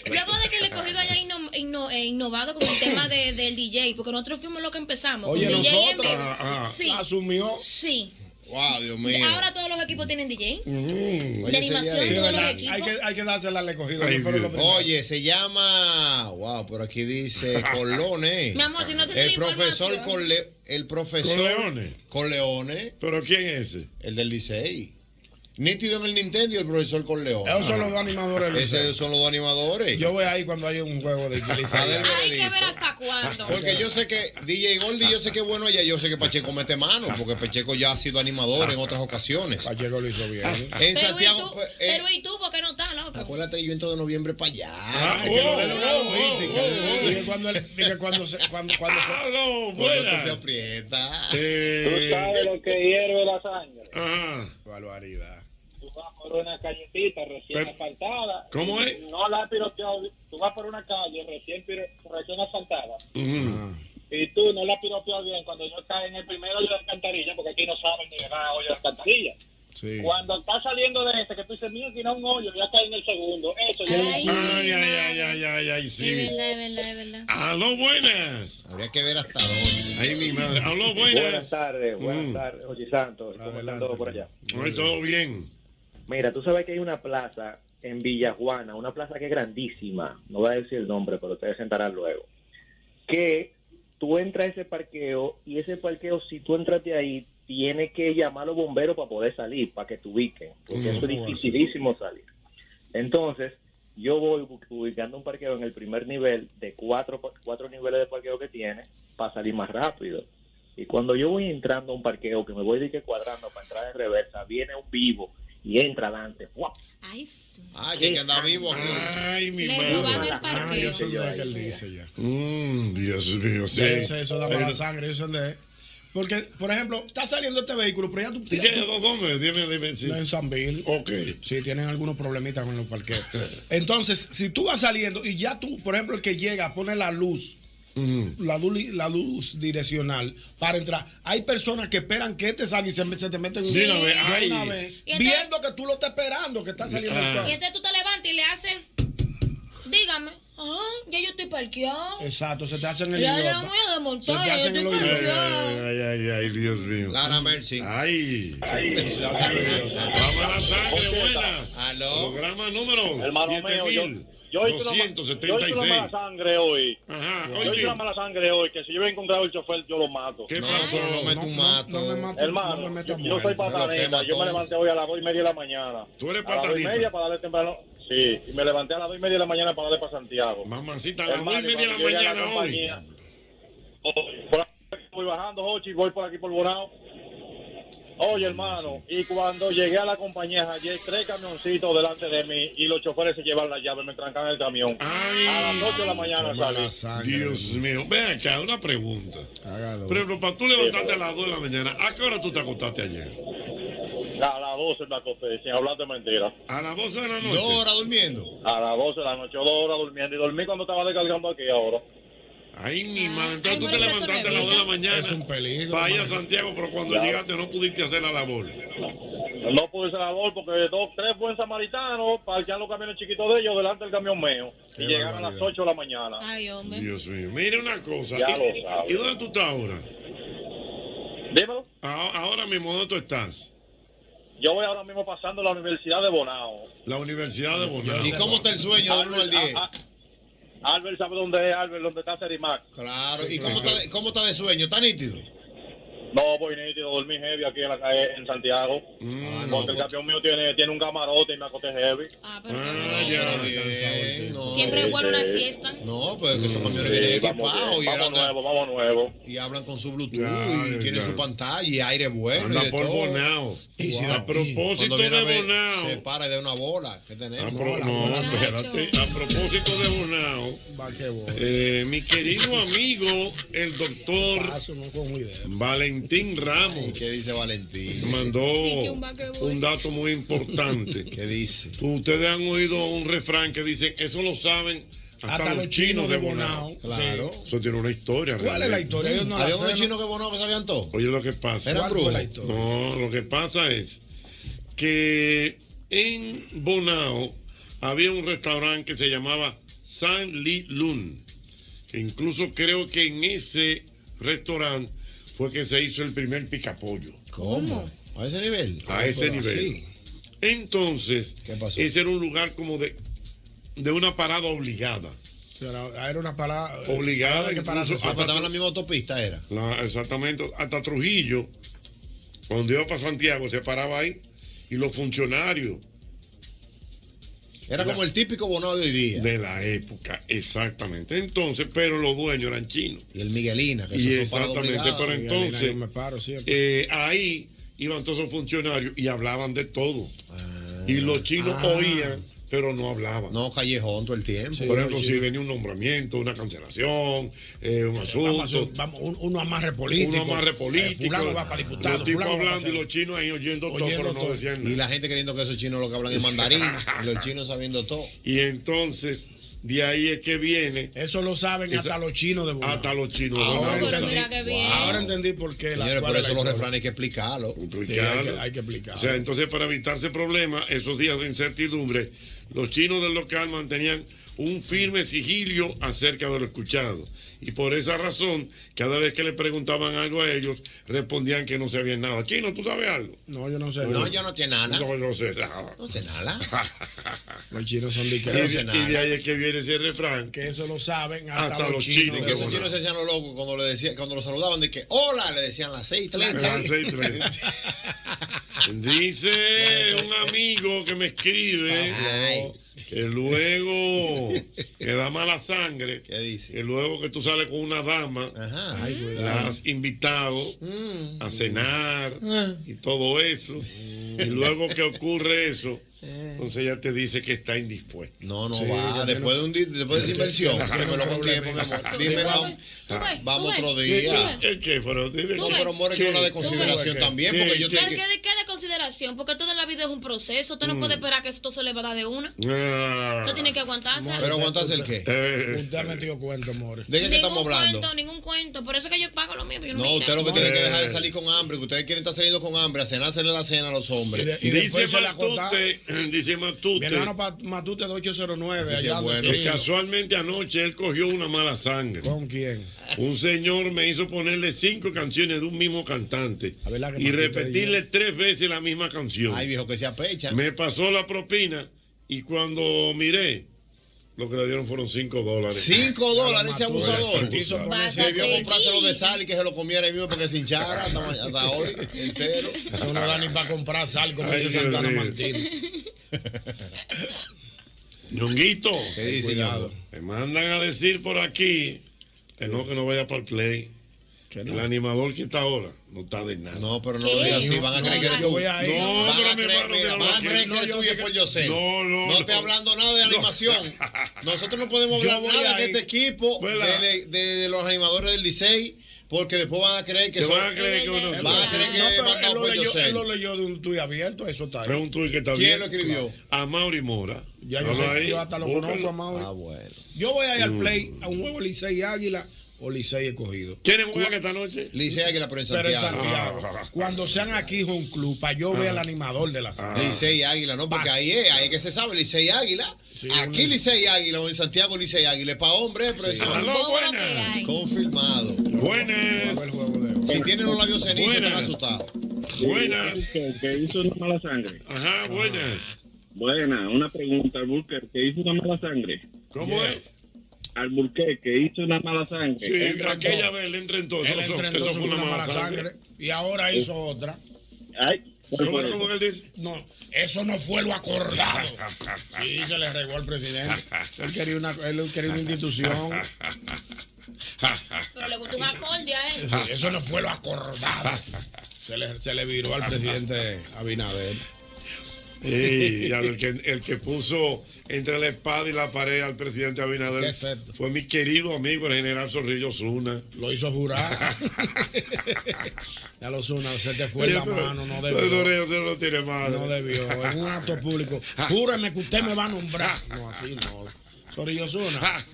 [SPEAKER 9] luego de que el escogido haya inno- inno- eh, innovado con el tema de- del DJ, porque nosotros fuimos los que empezamos.
[SPEAKER 7] Oye,
[SPEAKER 9] con DJ en
[SPEAKER 7] nosotros
[SPEAKER 9] vivo.
[SPEAKER 5] ah,
[SPEAKER 9] Sí.
[SPEAKER 7] Ah, asumió.
[SPEAKER 9] Sí.
[SPEAKER 5] Wow, Dios
[SPEAKER 9] Ahora todos los equipos tienen DJ.
[SPEAKER 7] Ujú.
[SPEAKER 9] Oye, animación sería- todos
[SPEAKER 7] Sí,
[SPEAKER 9] los
[SPEAKER 7] ¿verdad?
[SPEAKER 9] equipos.
[SPEAKER 7] Hay que, hay que dársela al escogido.
[SPEAKER 5] Ay,
[SPEAKER 7] que fueron los
[SPEAKER 5] Dios.
[SPEAKER 7] primeros.
[SPEAKER 5] Oye, se llama. Wow, por aquí dice Corleone.
[SPEAKER 9] Mi amor, si no te doy
[SPEAKER 5] El profesor
[SPEAKER 9] información.
[SPEAKER 5] Corle, El profesor.
[SPEAKER 4] Corleone.
[SPEAKER 5] Corleone.
[SPEAKER 4] ¿Pero quién es ese?
[SPEAKER 5] El del Licey. Nítido en el Nintendo y el profesor Corleone.
[SPEAKER 7] Esos son los dos animadores del Licey.
[SPEAKER 5] Esos son los dos animadores.
[SPEAKER 7] Yo voy ahí cuando hay un juego de Licey.
[SPEAKER 5] Adelante.
[SPEAKER 9] Hay que ver hasta cuándo.
[SPEAKER 5] Porque yo sé que DJ Gordy, yo sé que es bueno ella, yo sé que Pacheco mete mano, porque Pacheco ya ha sido animador en otras ocasiones.
[SPEAKER 7] Pacheco lo hizo bien.
[SPEAKER 5] En
[SPEAKER 9] Pero y
[SPEAKER 5] Santiago, pues, eh.
[SPEAKER 9] tú, pero y tú, ¿por qué no estás loco?
[SPEAKER 5] acuérdate, yo entro de noviembre para allá.
[SPEAKER 7] Hay que darle una logística. Y oh, que cuando, el- y que cuando se. Cuando, cuando se
[SPEAKER 4] Aló,
[SPEAKER 7] buenas.
[SPEAKER 5] se aprieta.
[SPEAKER 4] Eh,
[SPEAKER 7] sabes
[SPEAKER 1] lo que hierve la sangre.
[SPEAKER 4] Ajá.
[SPEAKER 7] Barbaridad.
[SPEAKER 1] Tú
[SPEAKER 14] Tú vas por una callecita recién
[SPEAKER 4] Pero-
[SPEAKER 14] asfaltada.
[SPEAKER 4] ¿Cómo es?
[SPEAKER 14] No la has piropeado. Tú vas por una calle recién, piro- recién asfaltada.
[SPEAKER 15] Mm.
[SPEAKER 14] Y tú no la has piropeado bien cuando yo estaba en el primero de la alcantarilla, porque aquí no saben ni nada hoyo de alcantarilla.
[SPEAKER 7] Sí.
[SPEAKER 14] Cuando está saliendo de este, que tú dices, mira, tiene un hoyo, ya cae en el segundo. Eso ya
[SPEAKER 4] Ay, ay, ay, ay, ay, ay, sí.
[SPEAKER 9] verdad, es verdad, es verdad.
[SPEAKER 4] Aló, buenas.
[SPEAKER 5] Habría que ver hasta dónde.
[SPEAKER 4] Ay, mi madre. Aló, buenas. Mm.
[SPEAKER 35] Buenas tardes, buenas tardes, Oye Santos. ¿Cómo están todos por allá?
[SPEAKER 4] todo bien.
[SPEAKER 35] Mira, tú sabes que hay una plaza en Villajuana, una plaza que es grandísima. No voy a decir el nombre, pero ustedes se enterarán luego. Que tú entras a ese parqueo y ese parqueo, si tú entras de ahí, tiene que llamar a los bomberos para poder salir, para que te ubiquen. Porque
[SPEAKER 4] Mm,
[SPEAKER 35] eso es
[SPEAKER 4] ¿cómo así?
[SPEAKER 35] dificilísimo salir. Entonces, yo voy bu- ubicando un parqueo en el primer nivel de cuatro, pa- cuatro niveles de parqueo que tiene para salir más rápido. Y cuando yo voy entrando a un parqueo, que me voy de que cuadrando para entrar en reversa, viene un vivo y entra adelante. ¡Guau!
[SPEAKER 9] Ay, sí.
[SPEAKER 5] Ay, que hay que andar vivo aquí.
[SPEAKER 4] Ay, mi
[SPEAKER 9] Le roban el parqueo.
[SPEAKER 7] Ah, yo sé de que él dice ya.
[SPEAKER 4] Mm, Dios mío, sí.
[SPEAKER 7] Yo sé, eso da mala
[SPEAKER 4] Pero-
[SPEAKER 7] sangre, yo sé dónde es. Porque, por ejemplo, está saliendo este vehículo, pero ya tú
[SPEAKER 4] ¿Y qué? ¿Dónde? Dime, dime. sí.
[SPEAKER 7] No, en San Bill.
[SPEAKER 4] Ok.
[SPEAKER 7] Sí, tienen algunos problemitas con los parqueos. Entonces, si tú vas saliendo y ya tú, por ejemplo, el que llega, pone la luz,
[SPEAKER 4] Mm.
[SPEAKER 7] la, luz li- la luz direccional para entrar. Hay personas que esperan que este salga y se, me- se te meten en
[SPEAKER 4] Sí, una vez, ay.
[SPEAKER 9] Y entonces-
[SPEAKER 7] viendo que tú lo estás esperando, que está saliendo
[SPEAKER 4] Ah,
[SPEAKER 5] Ah.
[SPEAKER 7] el
[SPEAKER 9] Y
[SPEAKER 7] carro.
[SPEAKER 9] entonces tú te levantas y le haces, dígame, ah, ya yo estoy parqueado.
[SPEAKER 7] Exacto, se te hacen el
[SPEAKER 9] Ya yo no
[SPEAKER 7] idiota.
[SPEAKER 9] voy a
[SPEAKER 7] Se te
[SPEAKER 9] desmontar, ya yo
[SPEAKER 7] hacen
[SPEAKER 9] estoy
[SPEAKER 7] el oído.
[SPEAKER 9] parqueado.
[SPEAKER 4] Ay, ay, ay, Dios mío.
[SPEAKER 5] Lara Mercy.
[SPEAKER 4] Ay. Ay. La sangre. Vamos a la sangre, buena.
[SPEAKER 5] Aló.
[SPEAKER 4] Programa número
[SPEAKER 5] Hermano mío, yo-
[SPEAKER 35] yo
[SPEAKER 14] hice una ma- Yo hice una mala
[SPEAKER 4] 7276.
[SPEAKER 14] sangre hoy.
[SPEAKER 4] Ajá,
[SPEAKER 14] yo hice una mala sangre hoy, que si yo hubiera encontrado el chofer, yo lo mato.
[SPEAKER 4] ¿Qué pasó?
[SPEAKER 5] No me tu mato.
[SPEAKER 14] Hermano, yo, yo soy pataneta. Yo me levanté hoy a las dos y media de la mañana.
[SPEAKER 4] ¿Tú eres
[SPEAKER 14] A las dos y
[SPEAKER 4] patanita?
[SPEAKER 14] media para darle temprano. Sí, y me levanté a las dos y media de la mañana para darle para Santiago.
[SPEAKER 4] Mamacita, a las dos
[SPEAKER 14] Hermano,
[SPEAKER 4] y media de la
[SPEAKER 14] cuando yo llegué a
[SPEAKER 4] mañana hoy.
[SPEAKER 14] compañía, hoy, por aquí voy bajando, Hochi, voy por aquí por Bonao. Oye, hermano, y cuando llegué a la compañía, hallé tres camioncitos delante de mí y los choferes se llevan la llave, me trancan el camión. a las 8 de la mañana salí.
[SPEAKER 4] Dios mío, ven acá, una pregunta. Por ejemplo, para tú levantarte a las 2 de la mañana, ¿a qué hora tú te acostaste ayer?
[SPEAKER 14] A las 12 me acosté, sin hablar de mentira.
[SPEAKER 4] ¿A las 12 de la noche?
[SPEAKER 14] ¿Dos horas durmiendo? A las 12 de la noche, dos horas durmiendo. Y dormí cuando estaba descargando aquí ahora.
[SPEAKER 4] Ay, mi madre, entonces
[SPEAKER 14] Ah, ay,
[SPEAKER 4] tú te
[SPEAKER 14] bueno, pero eso
[SPEAKER 4] levantaste a las 2 de la
[SPEAKER 14] revisa.
[SPEAKER 4] mañana.
[SPEAKER 14] Es un peligro,
[SPEAKER 4] Para ir a
[SPEAKER 14] hermano.
[SPEAKER 4] Santiago, pero cuando
[SPEAKER 14] Claro.
[SPEAKER 4] llegaste no pudiste hacer la labor.
[SPEAKER 14] No pude hacer labor porque dos, tres buen samaritanos parquean los camiones chiquitos de ellos delante del camión mío.
[SPEAKER 4] Qué
[SPEAKER 14] y llegaron a las
[SPEAKER 4] barbaridad.
[SPEAKER 14] 8 de la mañana.
[SPEAKER 9] Ay, hombre.
[SPEAKER 4] Dios mío, mire una cosa.
[SPEAKER 14] Ya
[SPEAKER 4] ¿Y,
[SPEAKER 14] lo sabes.
[SPEAKER 4] y dónde tú estás ahora?
[SPEAKER 14] Dímelo.
[SPEAKER 4] Ahora, ahora mismo, ¿dónde tú estás?
[SPEAKER 14] Yo voy ahora mismo pasando la Universidad de Bonao.
[SPEAKER 4] La Universidad de Bonao.
[SPEAKER 5] ¿Y cómo está el sueño del 1 al 10?
[SPEAKER 14] a- a- ah, Albert sabe dónde es, Albert, dónde está Serimac.
[SPEAKER 5] Claro, ¿y cómo está, de, cómo está de sueño? ¿Está nítido?
[SPEAKER 14] No, voy nítido, dormí heavy aquí en, la calle, en Santiago. porque el campeón mío tiene, tiene un camarote y me acosté heavy.
[SPEAKER 9] Ah, pero
[SPEAKER 14] Siempre es bueno una
[SPEAKER 9] fiesta.
[SPEAKER 5] No, pero es Pues, que esos camiones
[SPEAKER 14] Sí,
[SPEAKER 5] vienen
[SPEAKER 14] vamos
[SPEAKER 5] equipados
[SPEAKER 14] bien,
[SPEAKER 5] y
[SPEAKER 14] vamos
[SPEAKER 5] andan-
[SPEAKER 14] nuevo, vamos nuevo.
[SPEAKER 5] Y hablan con su Bluetooth
[SPEAKER 4] Claro,
[SPEAKER 5] y tienen
[SPEAKER 4] claro.
[SPEAKER 5] su pantalla y aire bueno.
[SPEAKER 4] Anda
[SPEAKER 5] y de
[SPEAKER 4] por
[SPEAKER 5] todo.
[SPEAKER 4] Bonao.
[SPEAKER 5] Y si
[SPEAKER 4] Wow.
[SPEAKER 5] da-
[SPEAKER 4] A propósito
[SPEAKER 5] cuando viene
[SPEAKER 4] de
[SPEAKER 5] a ver,
[SPEAKER 4] Bonao.
[SPEAKER 5] Se para y de una bola que
[SPEAKER 4] A
[SPEAKER 5] tenemos.
[SPEAKER 4] pro- no, espérate. A propósito de Bonao, eh, mi querido amigo, el doctor
[SPEAKER 7] Paso, Ah, no con idea.
[SPEAKER 4] Valentín Ramos.
[SPEAKER 5] ¿Qué dice Valentín?
[SPEAKER 4] Mandó
[SPEAKER 7] Y que un vaquebol.
[SPEAKER 4] un dato muy importante.
[SPEAKER 5] ¿Qué dice?
[SPEAKER 4] Ustedes han oído un refrán que dice, eso lo saben hasta, los chinos de Bonao.
[SPEAKER 5] Claro.
[SPEAKER 4] Sí. Eso tiene una historia.
[SPEAKER 5] ¿Cuál es la historia? Ellos no la Había unos saben. chinos
[SPEAKER 4] que
[SPEAKER 5] Bonao que sabían todo.
[SPEAKER 4] Oye, lo que pasa.
[SPEAKER 5] ¿Eran ¿Cuál fue brujos? la historia?
[SPEAKER 4] No, lo que pasa es que en Bonao había un restaurante que se llamaba San Li Lun. Que incluso creo que en ese restaurante fue que se hizo el primer picapollo.
[SPEAKER 5] ¿Cómo? ¿A ese nivel?
[SPEAKER 4] A ese nivel. Entonces, ese era un lugar como de, de una parada obligada.
[SPEAKER 7] Era, era una parada. eh,
[SPEAKER 4] Obligada,
[SPEAKER 7] que parada
[SPEAKER 4] incluso
[SPEAKER 7] se-
[SPEAKER 4] hasta
[SPEAKER 5] Ah, pues, Estaba en la misma autopista, era.
[SPEAKER 4] La- exactamente, hasta Trujillo, cuando iba para Santiago, se paraba ahí. Y los funcionarios.
[SPEAKER 5] Era como el típico Bonao de hoy día.
[SPEAKER 4] De la época, exactamente. Entonces, pero los dueños eran chinos.
[SPEAKER 5] Y el Miguelina, que
[SPEAKER 4] Y
[SPEAKER 5] eso fue para
[SPEAKER 4] exactamente,
[SPEAKER 5] obligado.
[SPEAKER 4] pero
[SPEAKER 5] Miguelina,
[SPEAKER 4] entonces,
[SPEAKER 5] yo me
[SPEAKER 4] eh, ahí iban todos esos funcionarios y hablaban de todo. y los chinos
[SPEAKER 5] Ah.
[SPEAKER 4] oían pero no hablaba.
[SPEAKER 5] No, callejón todo el tiempo.
[SPEAKER 4] Por ejemplo, si venía un nombramiento, una cancelación, eh, un asunto.
[SPEAKER 7] Vamos a hacer- vamos, un- uno amarre político.
[SPEAKER 4] Uno amarre político.
[SPEAKER 7] Eh, fulano va para diputado.
[SPEAKER 4] Los tipos
[SPEAKER 7] fulano va para
[SPEAKER 4] hablando y los chinos ahí oyendo, todo,
[SPEAKER 5] Oyendo
[SPEAKER 4] pero no
[SPEAKER 5] todo.
[SPEAKER 4] decían nada.
[SPEAKER 5] Y la gente creyendo que esos chinos lo que hablan es mandarín. y los chinos sabiendo todo.
[SPEAKER 4] Y entonces, de ahí es que viene.
[SPEAKER 7] Eso lo saben hasta los chinos de Bonao.
[SPEAKER 4] Hasta los chinos de
[SPEAKER 7] Ahora,
[SPEAKER 4] Bonao.
[SPEAKER 7] entendí, ahora entendí por qué la
[SPEAKER 5] Señores,
[SPEAKER 7] actual
[SPEAKER 5] por
[SPEAKER 7] de
[SPEAKER 5] eso
[SPEAKER 7] la
[SPEAKER 5] los
[SPEAKER 7] historia.
[SPEAKER 5] refranes hay que explicarlo.
[SPEAKER 7] Sí, hay, que, hay que explicarlo.
[SPEAKER 4] O sea, entonces para evitarse problemas, esos días de incertidumbre, los chinos del local mantenían un firme sigilio acerca de lo escuchado. Y por esa razón, cada vez que le preguntaban algo a ellos, respondían que no sabían nada. Chino, ¿tú sabes algo?
[SPEAKER 7] no, yo no sé.
[SPEAKER 4] No,
[SPEAKER 7] nada.
[SPEAKER 4] yo no sé nada. No, no sé nada.
[SPEAKER 5] No sé nada.
[SPEAKER 7] Los chinos son
[SPEAKER 4] Y,
[SPEAKER 7] diqueros.
[SPEAKER 4] de- y de ahí es que viene ese refrán.
[SPEAKER 7] Que eso lo saben
[SPEAKER 4] hasta, los chinos.
[SPEAKER 5] Porque
[SPEAKER 4] de
[SPEAKER 5] esos
[SPEAKER 4] Bonao.
[SPEAKER 5] chinos se hacían los locos cuando le decían, cuando lo saludaban de que hola, le decían las seis
[SPEAKER 4] Eran seis, tres. Dice un amigo que me escribe que luego que da mala sangre. Que luego que tú sales con una dama, la has invitado
[SPEAKER 5] Mm.
[SPEAKER 9] Mm.
[SPEAKER 4] a cenar y todo eso. Y
[SPEAKER 5] Mm.
[SPEAKER 4] luego que ocurre eso, entonces ella te dice que está indispuesta.
[SPEAKER 5] Eh. No, no va. Después de un di- después de esa inversión, dímelo con tiempo, mi amor. Dime, vamos- vamos otro día.
[SPEAKER 4] ¿El qué? Pero dime
[SPEAKER 5] No,
[SPEAKER 4] qué.
[SPEAKER 5] pero more que una de
[SPEAKER 4] ¿Qué?
[SPEAKER 5] consideración
[SPEAKER 4] ¿Qué?
[SPEAKER 5] también,
[SPEAKER 4] ¿Qué?
[SPEAKER 5] porque yo
[SPEAKER 4] ¿Qué?
[SPEAKER 5] tengo
[SPEAKER 4] ¿Qué?
[SPEAKER 5] que-
[SPEAKER 4] ¿Qué?
[SPEAKER 27] ¿Qué de qué de consideración? Porque toda la vida es un proceso. Usted no puede
[SPEAKER 5] Mm.
[SPEAKER 27] esperar que esto se le va a dar de una.
[SPEAKER 4] Ah. Eh.
[SPEAKER 27] Usted tiene que aguantarse.
[SPEAKER 5] Pero aguantarse el qué?
[SPEAKER 7] Usted ha metido cuento, amor.
[SPEAKER 5] ¿De qué que estamos hablando?
[SPEAKER 27] cuento, ningún cuento. Por eso es que yo pago lo mío. pero yo
[SPEAKER 5] No,
[SPEAKER 27] me
[SPEAKER 5] usted lo que
[SPEAKER 27] invento.
[SPEAKER 4] eh.
[SPEAKER 5] tiene que dejar de salir con hambre, que ustedes quieren estar saliendo con hambre, a cenársele la cena a los hombres.
[SPEAKER 4] Dice Matute, dice
[SPEAKER 7] Mi
[SPEAKER 4] Matute.
[SPEAKER 7] hermano Pat- Matute de 809.
[SPEAKER 4] Que
[SPEAKER 7] allá donde se hizo.
[SPEAKER 4] casualmente anoche él cogió una mala sangre.
[SPEAKER 7] ¿Con quién?
[SPEAKER 4] Un señor me hizo ponerle cinco canciones de un mismo cantante
[SPEAKER 5] que
[SPEAKER 4] y
[SPEAKER 5] Matute
[SPEAKER 4] repetirle tres veces la misma canción.
[SPEAKER 5] Ay, viejo, que se apecha.
[SPEAKER 4] Me pasó la propina y cuando miré, lo que le dieron fueron cinco dólares.
[SPEAKER 5] Cinco dólares ese abusador.
[SPEAKER 4] Oye,
[SPEAKER 5] Quiso
[SPEAKER 4] Vas
[SPEAKER 5] ponerse-
[SPEAKER 4] a
[SPEAKER 5] Debió
[SPEAKER 4] seguir.
[SPEAKER 5] comprárselo de sal y que se lo comiera ahí mismo porque se hinchara hasta, ma- hasta hoy entero.
[SPEAKER 7] Eso no da ni para comprar sal, como
[SPEAKER 4] Ay,
[SPEAKER 7] dice
[SPEAKER 4] Dios
[SPEAKER 7] Santana
[SPEAKER 4] mío.
[SPEAKER 7] Martín.
[SPEAKER 4] Ñonguito,
[SPEAKER 5] dice,
[SPEAKER 4] cuidado. Me mandan a decir por aquí que no, que no vaya para el play. El animador que está ahora no está de nada.
[SPEAKER 5] No, pero
[SPEAKER 4] no
[SPEAKER 5] no lo digas así, van a creer que eres
[SPEAKER 4] yo
[SPEAKER 5] tú.
[SPEAKER 4] voy a ir.
[SPEAKER 5] No,
[SPEAKER 4] No,
[SPEAKER 5] van
[SPEAKER 4] pero
[SPEAKER 5] a
[SPEAKER 4] mi
[SPEAKER 5] creer,
[SPEAKER 4] hermano, mi
[SPEAKER 5] mira, van a
[SPEAKER 4] hermano,
[SPEAKER 5] creer que
[SPEAKER 4] no,
[SPEAKER 5] eres tú y es por Yosef.
[SPEAKER 4] No, no,
[SPEAKER 5] No estoy
[SPEAKER 4] no.
[SPEAKER 5] hablando nada de
[SPEAKER 4] No.
[SPEAKER 5] animación. Nosotros no podemos
[SPEAKER 4] Yo
[SPEAKER 5] hablar
[SPEAKER 4] voy
[SPEAKER 5] nada
[SPEAKER 4] a
[SPEAKER 5] de
[SPEAKER 4] ir.
[SPEAKER 5] este equipo,
[SPEAKER 4] ¿Verdad?
[SPEAKER 5] de, de- de los animadores del Licey, porque después van a creer que
[SPEAKER 4] Se
[SPEAKER 5] son...
[SPEAKER 4] van a creer que uno es
[SPEAKER 5] Van a
[SPEAKER 4] verdad.
[SPEAKER 5] creer que
[SPEAKER 7] No,
[SPEAKER 5] es
[SPEAKER 7] pero él
[SPEAKER 5] mandado
[SPEAKER 7] lo,
[SPEAKER 5] por
[SPEAKER 7] leyó,
[SPEAKER 5] Yosef.
[SPEAKER 7] él lo leyó de un tuit abierto, eso está ahí.
[SPEAKER 4] Es un tuit que está
[SPEAKER 7] ¿Quién
[SPEAKER 4] bien.
[SPEAKER 7] lo escribió?
[SPEAKER 4] A Mauri Mora.
[SPEAKER 7] Ya yo,
[SPEAKER 4] Ponlo
[SPEAKER 7] sé,
[SPEAKER 4] ahí,
[SPEAKER 7] yo hasta lo
[SPEAKER 4] búscalo.
[SPEAKER 7] conozco a Mauri. Yo voy a ir
[SPEAKER 4] Mm.
[SPEAKER 7] al play a un juego Licey Águila o Licey Escogido.
[SPEAKER 4] ¿Quieren jugar esta noche? Ah.
[SPEAKER 5] Licey Águila, pero en
[SPEAKER 7] Pero en
[SPEAKER 5] Santiago. Ah.
[SPEAKER 7] Santiago. Cuando sean aquí un club, para yo ver al animador de la sala.
[SPEAKER 5] Licey Águila, no, porque ahí es, ahí es que se sabe, Licey Águila. Aquí Licey Águila o en Santiago Licey Águila. Es para hombres, profesor.
[SPEAKER 1] Ah,
[SPEAKER 4] Aló,
[SPEAKER 5] buenas. Confirmado.
[SPEAKER 4] Buenas.
[SPEAKER 5] Si tienen los labios cenizos,
[SPEAKER 4] Buenas.
[SPEAKER 5] están asustados.
[SPEAKER 4] Buenas.
[SPEAKER 1] Que hizo una mala sangre. Ah.
[SPEAKER 4] Ajá, buenas.
[SPEAKER 1] Buena, una pregunta, al Burker, que hizo una mala sangre.
[SPEAKER 4] ¿Cómo es?
[SPEAKER 1] Al Burker, que hizo una mala sangre.
[SPEAKER 4] Sí,
[SPEAKER 1] Entra
[SPEAKER 4] aquella
[SPEAKER 1] todo.
[SPEAKER 4] vez, él entra en todo. Eso,
[SPEAKER 7] Eh, Él
[SPEAKER 4] eso-
[SPEAKER 7] entró en
[SPEAKER 4] eso
[SPEAKER 7] dos,
[SPEAKER 4] fue una mala sangre.
[SPEAKER 7] Y ahora hizo otra.
[SPEAKER 1] Ay, ¿cuál
[SPEAKER 4] ¿Cómo
[SPEAKER 1] fue
[SPEAKER 4] es
[SPEAKER 1] esa?
[SPEAKER 4] como él dice?
[SPEAKER 7] No, eso no fue lo acordado. Sí, se le regó al presidente. Él quería una, él quería una institución.
[SPEAKER 27] Pero le gustó un acorde a él.
[SPEAKER 7] Sí,
[SPEAKER 5] Ah,
[SPEAKER 7] eso no fue lo acordado. Se le, se le viró al presidente Abinader.
[SPEAKER 4] Ey, ya, el, que, el que puso entre la espada y la pared al presidente Abinader fue mi querido amigo, el general Zorrillo Zuna.
[SPEAKER 7] Lo hizo jurar. Ya lo suena, se te fue
[SPEAKER 4] Oye,
[SPEAKER 7] la
[SPEAKER 4] pero-
[SPEAKER 7] mano, no
[SPEAKER 4] pero
[SPEAKER 7] debió.
[SPEAKER 4] Zorrillo Zuna no tiene madre.
[SPEAKER 7] No debió. En un acto público. Júreme que usted me va a nombrar. No, así no. Sorillo Zuna,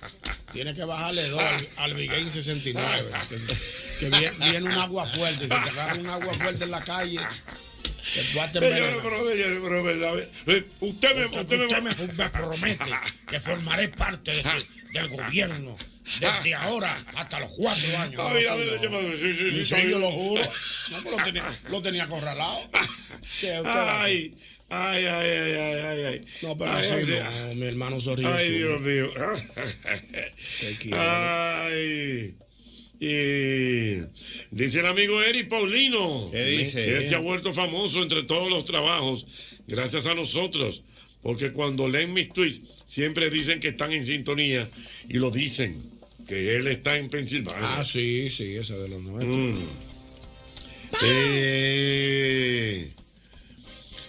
[SPEAKER 7] tiene que bajarle dos al, al Big 69. Que, se- que vie- viene, un agua fuerte. Si te agarra un agua fuerte en la calle, te vas a
[SPEAKER 4] Señores,
[SPEAKER 7] envenenar.
[SPEAKER 4] pero, señores, pero, ¿verdad? Eh, Usted me, usted me,
[SPEAKER 7] me promete que formaré parte de su- del gobierno desde ahora hasta los cuatro años.
[SPEAKER 4] Ah, mira, mira, yo me- sí, sí, sí,
[SPEAKER 7] Sí,
[SPEAKER 4] soy-
[SPEAKER 7] yo lo juro. No, pero lo tenía, lo tenía acorralado. ¿Qué- qué va a hacer?
[SPEAKER 4] Ay, ay, ay, ay, ay, ay, ay.
[SPEAKER 7] No, pero
[SPEAKER 4] Ay,
[SPEAKER 7] así
[SPEAKER 4] o sea,
[SPEAKER 7] no, mi hermano Sorillo.
[SPEAKER 4] Ay,
[SPEAKER 7] Zuna.
[SPEAKER 4] Dios mío. Ah. Ay. Y dice el amigo Eric Paulino.
[SPEAKER 5] ¿Qué dice?
[SPEAKER 4] Que él se ha vuelto famoso entre todos los trabajos, gracias a nosotros. Porque cuando leen mis tweets, siempre dicen que están en sintonía y lo dicen. Que él está en Pensilvania.
[SPEAKER 7] Ah, sí, sí, esa de los nueve.
[SPEAKER 4] Mm. Eh,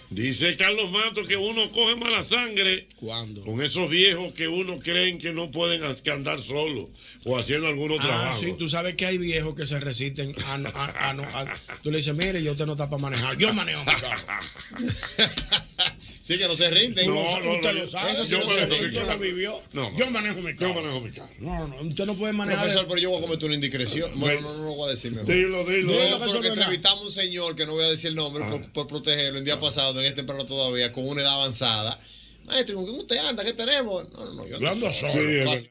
[SPEAKER 4] Dice Carlos Mato que uno coge mala sangre
[SPEAKER 7] ¿Cuándo?
[SPEAKER 4] con esos viejos que uno creen que no pueden andar solos o haciendo algún otro
[SPEAKER 7] Ah,
[SPEAKER 4] trabajo.
[SPEAKER 7] sí, tú sabes que hay viejos que se resisten a no. a- a no- a- tú le dices, mire, yo usted no está para manejar. Yo manejo mi carro.
[SPEAKER 5] Sí, que no se rinden.
[SPEAKER 7] Tú lo sa- usted lo
[SPEAKER 5] yo-
[SPEAKER 7] sabe.
[SPEAKER 5] eso sí
[SPEAKER 7] Yo
[SPEAKER 5] no se
[SPEAKER 7] manejo
[SPEAKER 5] rinden.
[SPEAKER 7] mi carro. Yo lo vivió. Yo manejo mi carro. No, no, no, usted no puede manejar.
[SPEAKER 5] Profesor, pero yo voy a cometer una indiscreción. Bueno, no, no, lo voy a decir mejor.
[SPEAKER 7] Dilo,
[SPEAKER 5] No,
[SPEAKER 7] dilo. Dilo, que eso
[SPEAKER 5] porque
[SPEAKER 7] no es nada.
[SPEAKER 5] entrevistamos a un señor que no voy a decir el nombre por, por protegerlo. El día pasado, en este temprano todavía, con una edad avanzada. Maestro, ¿con quién usted anda? ¿Qué tenemos? No, no, no. Yo
[SPEAKER 7] Yo ando solo. Sí,
[SPEAKER 5] Fácil.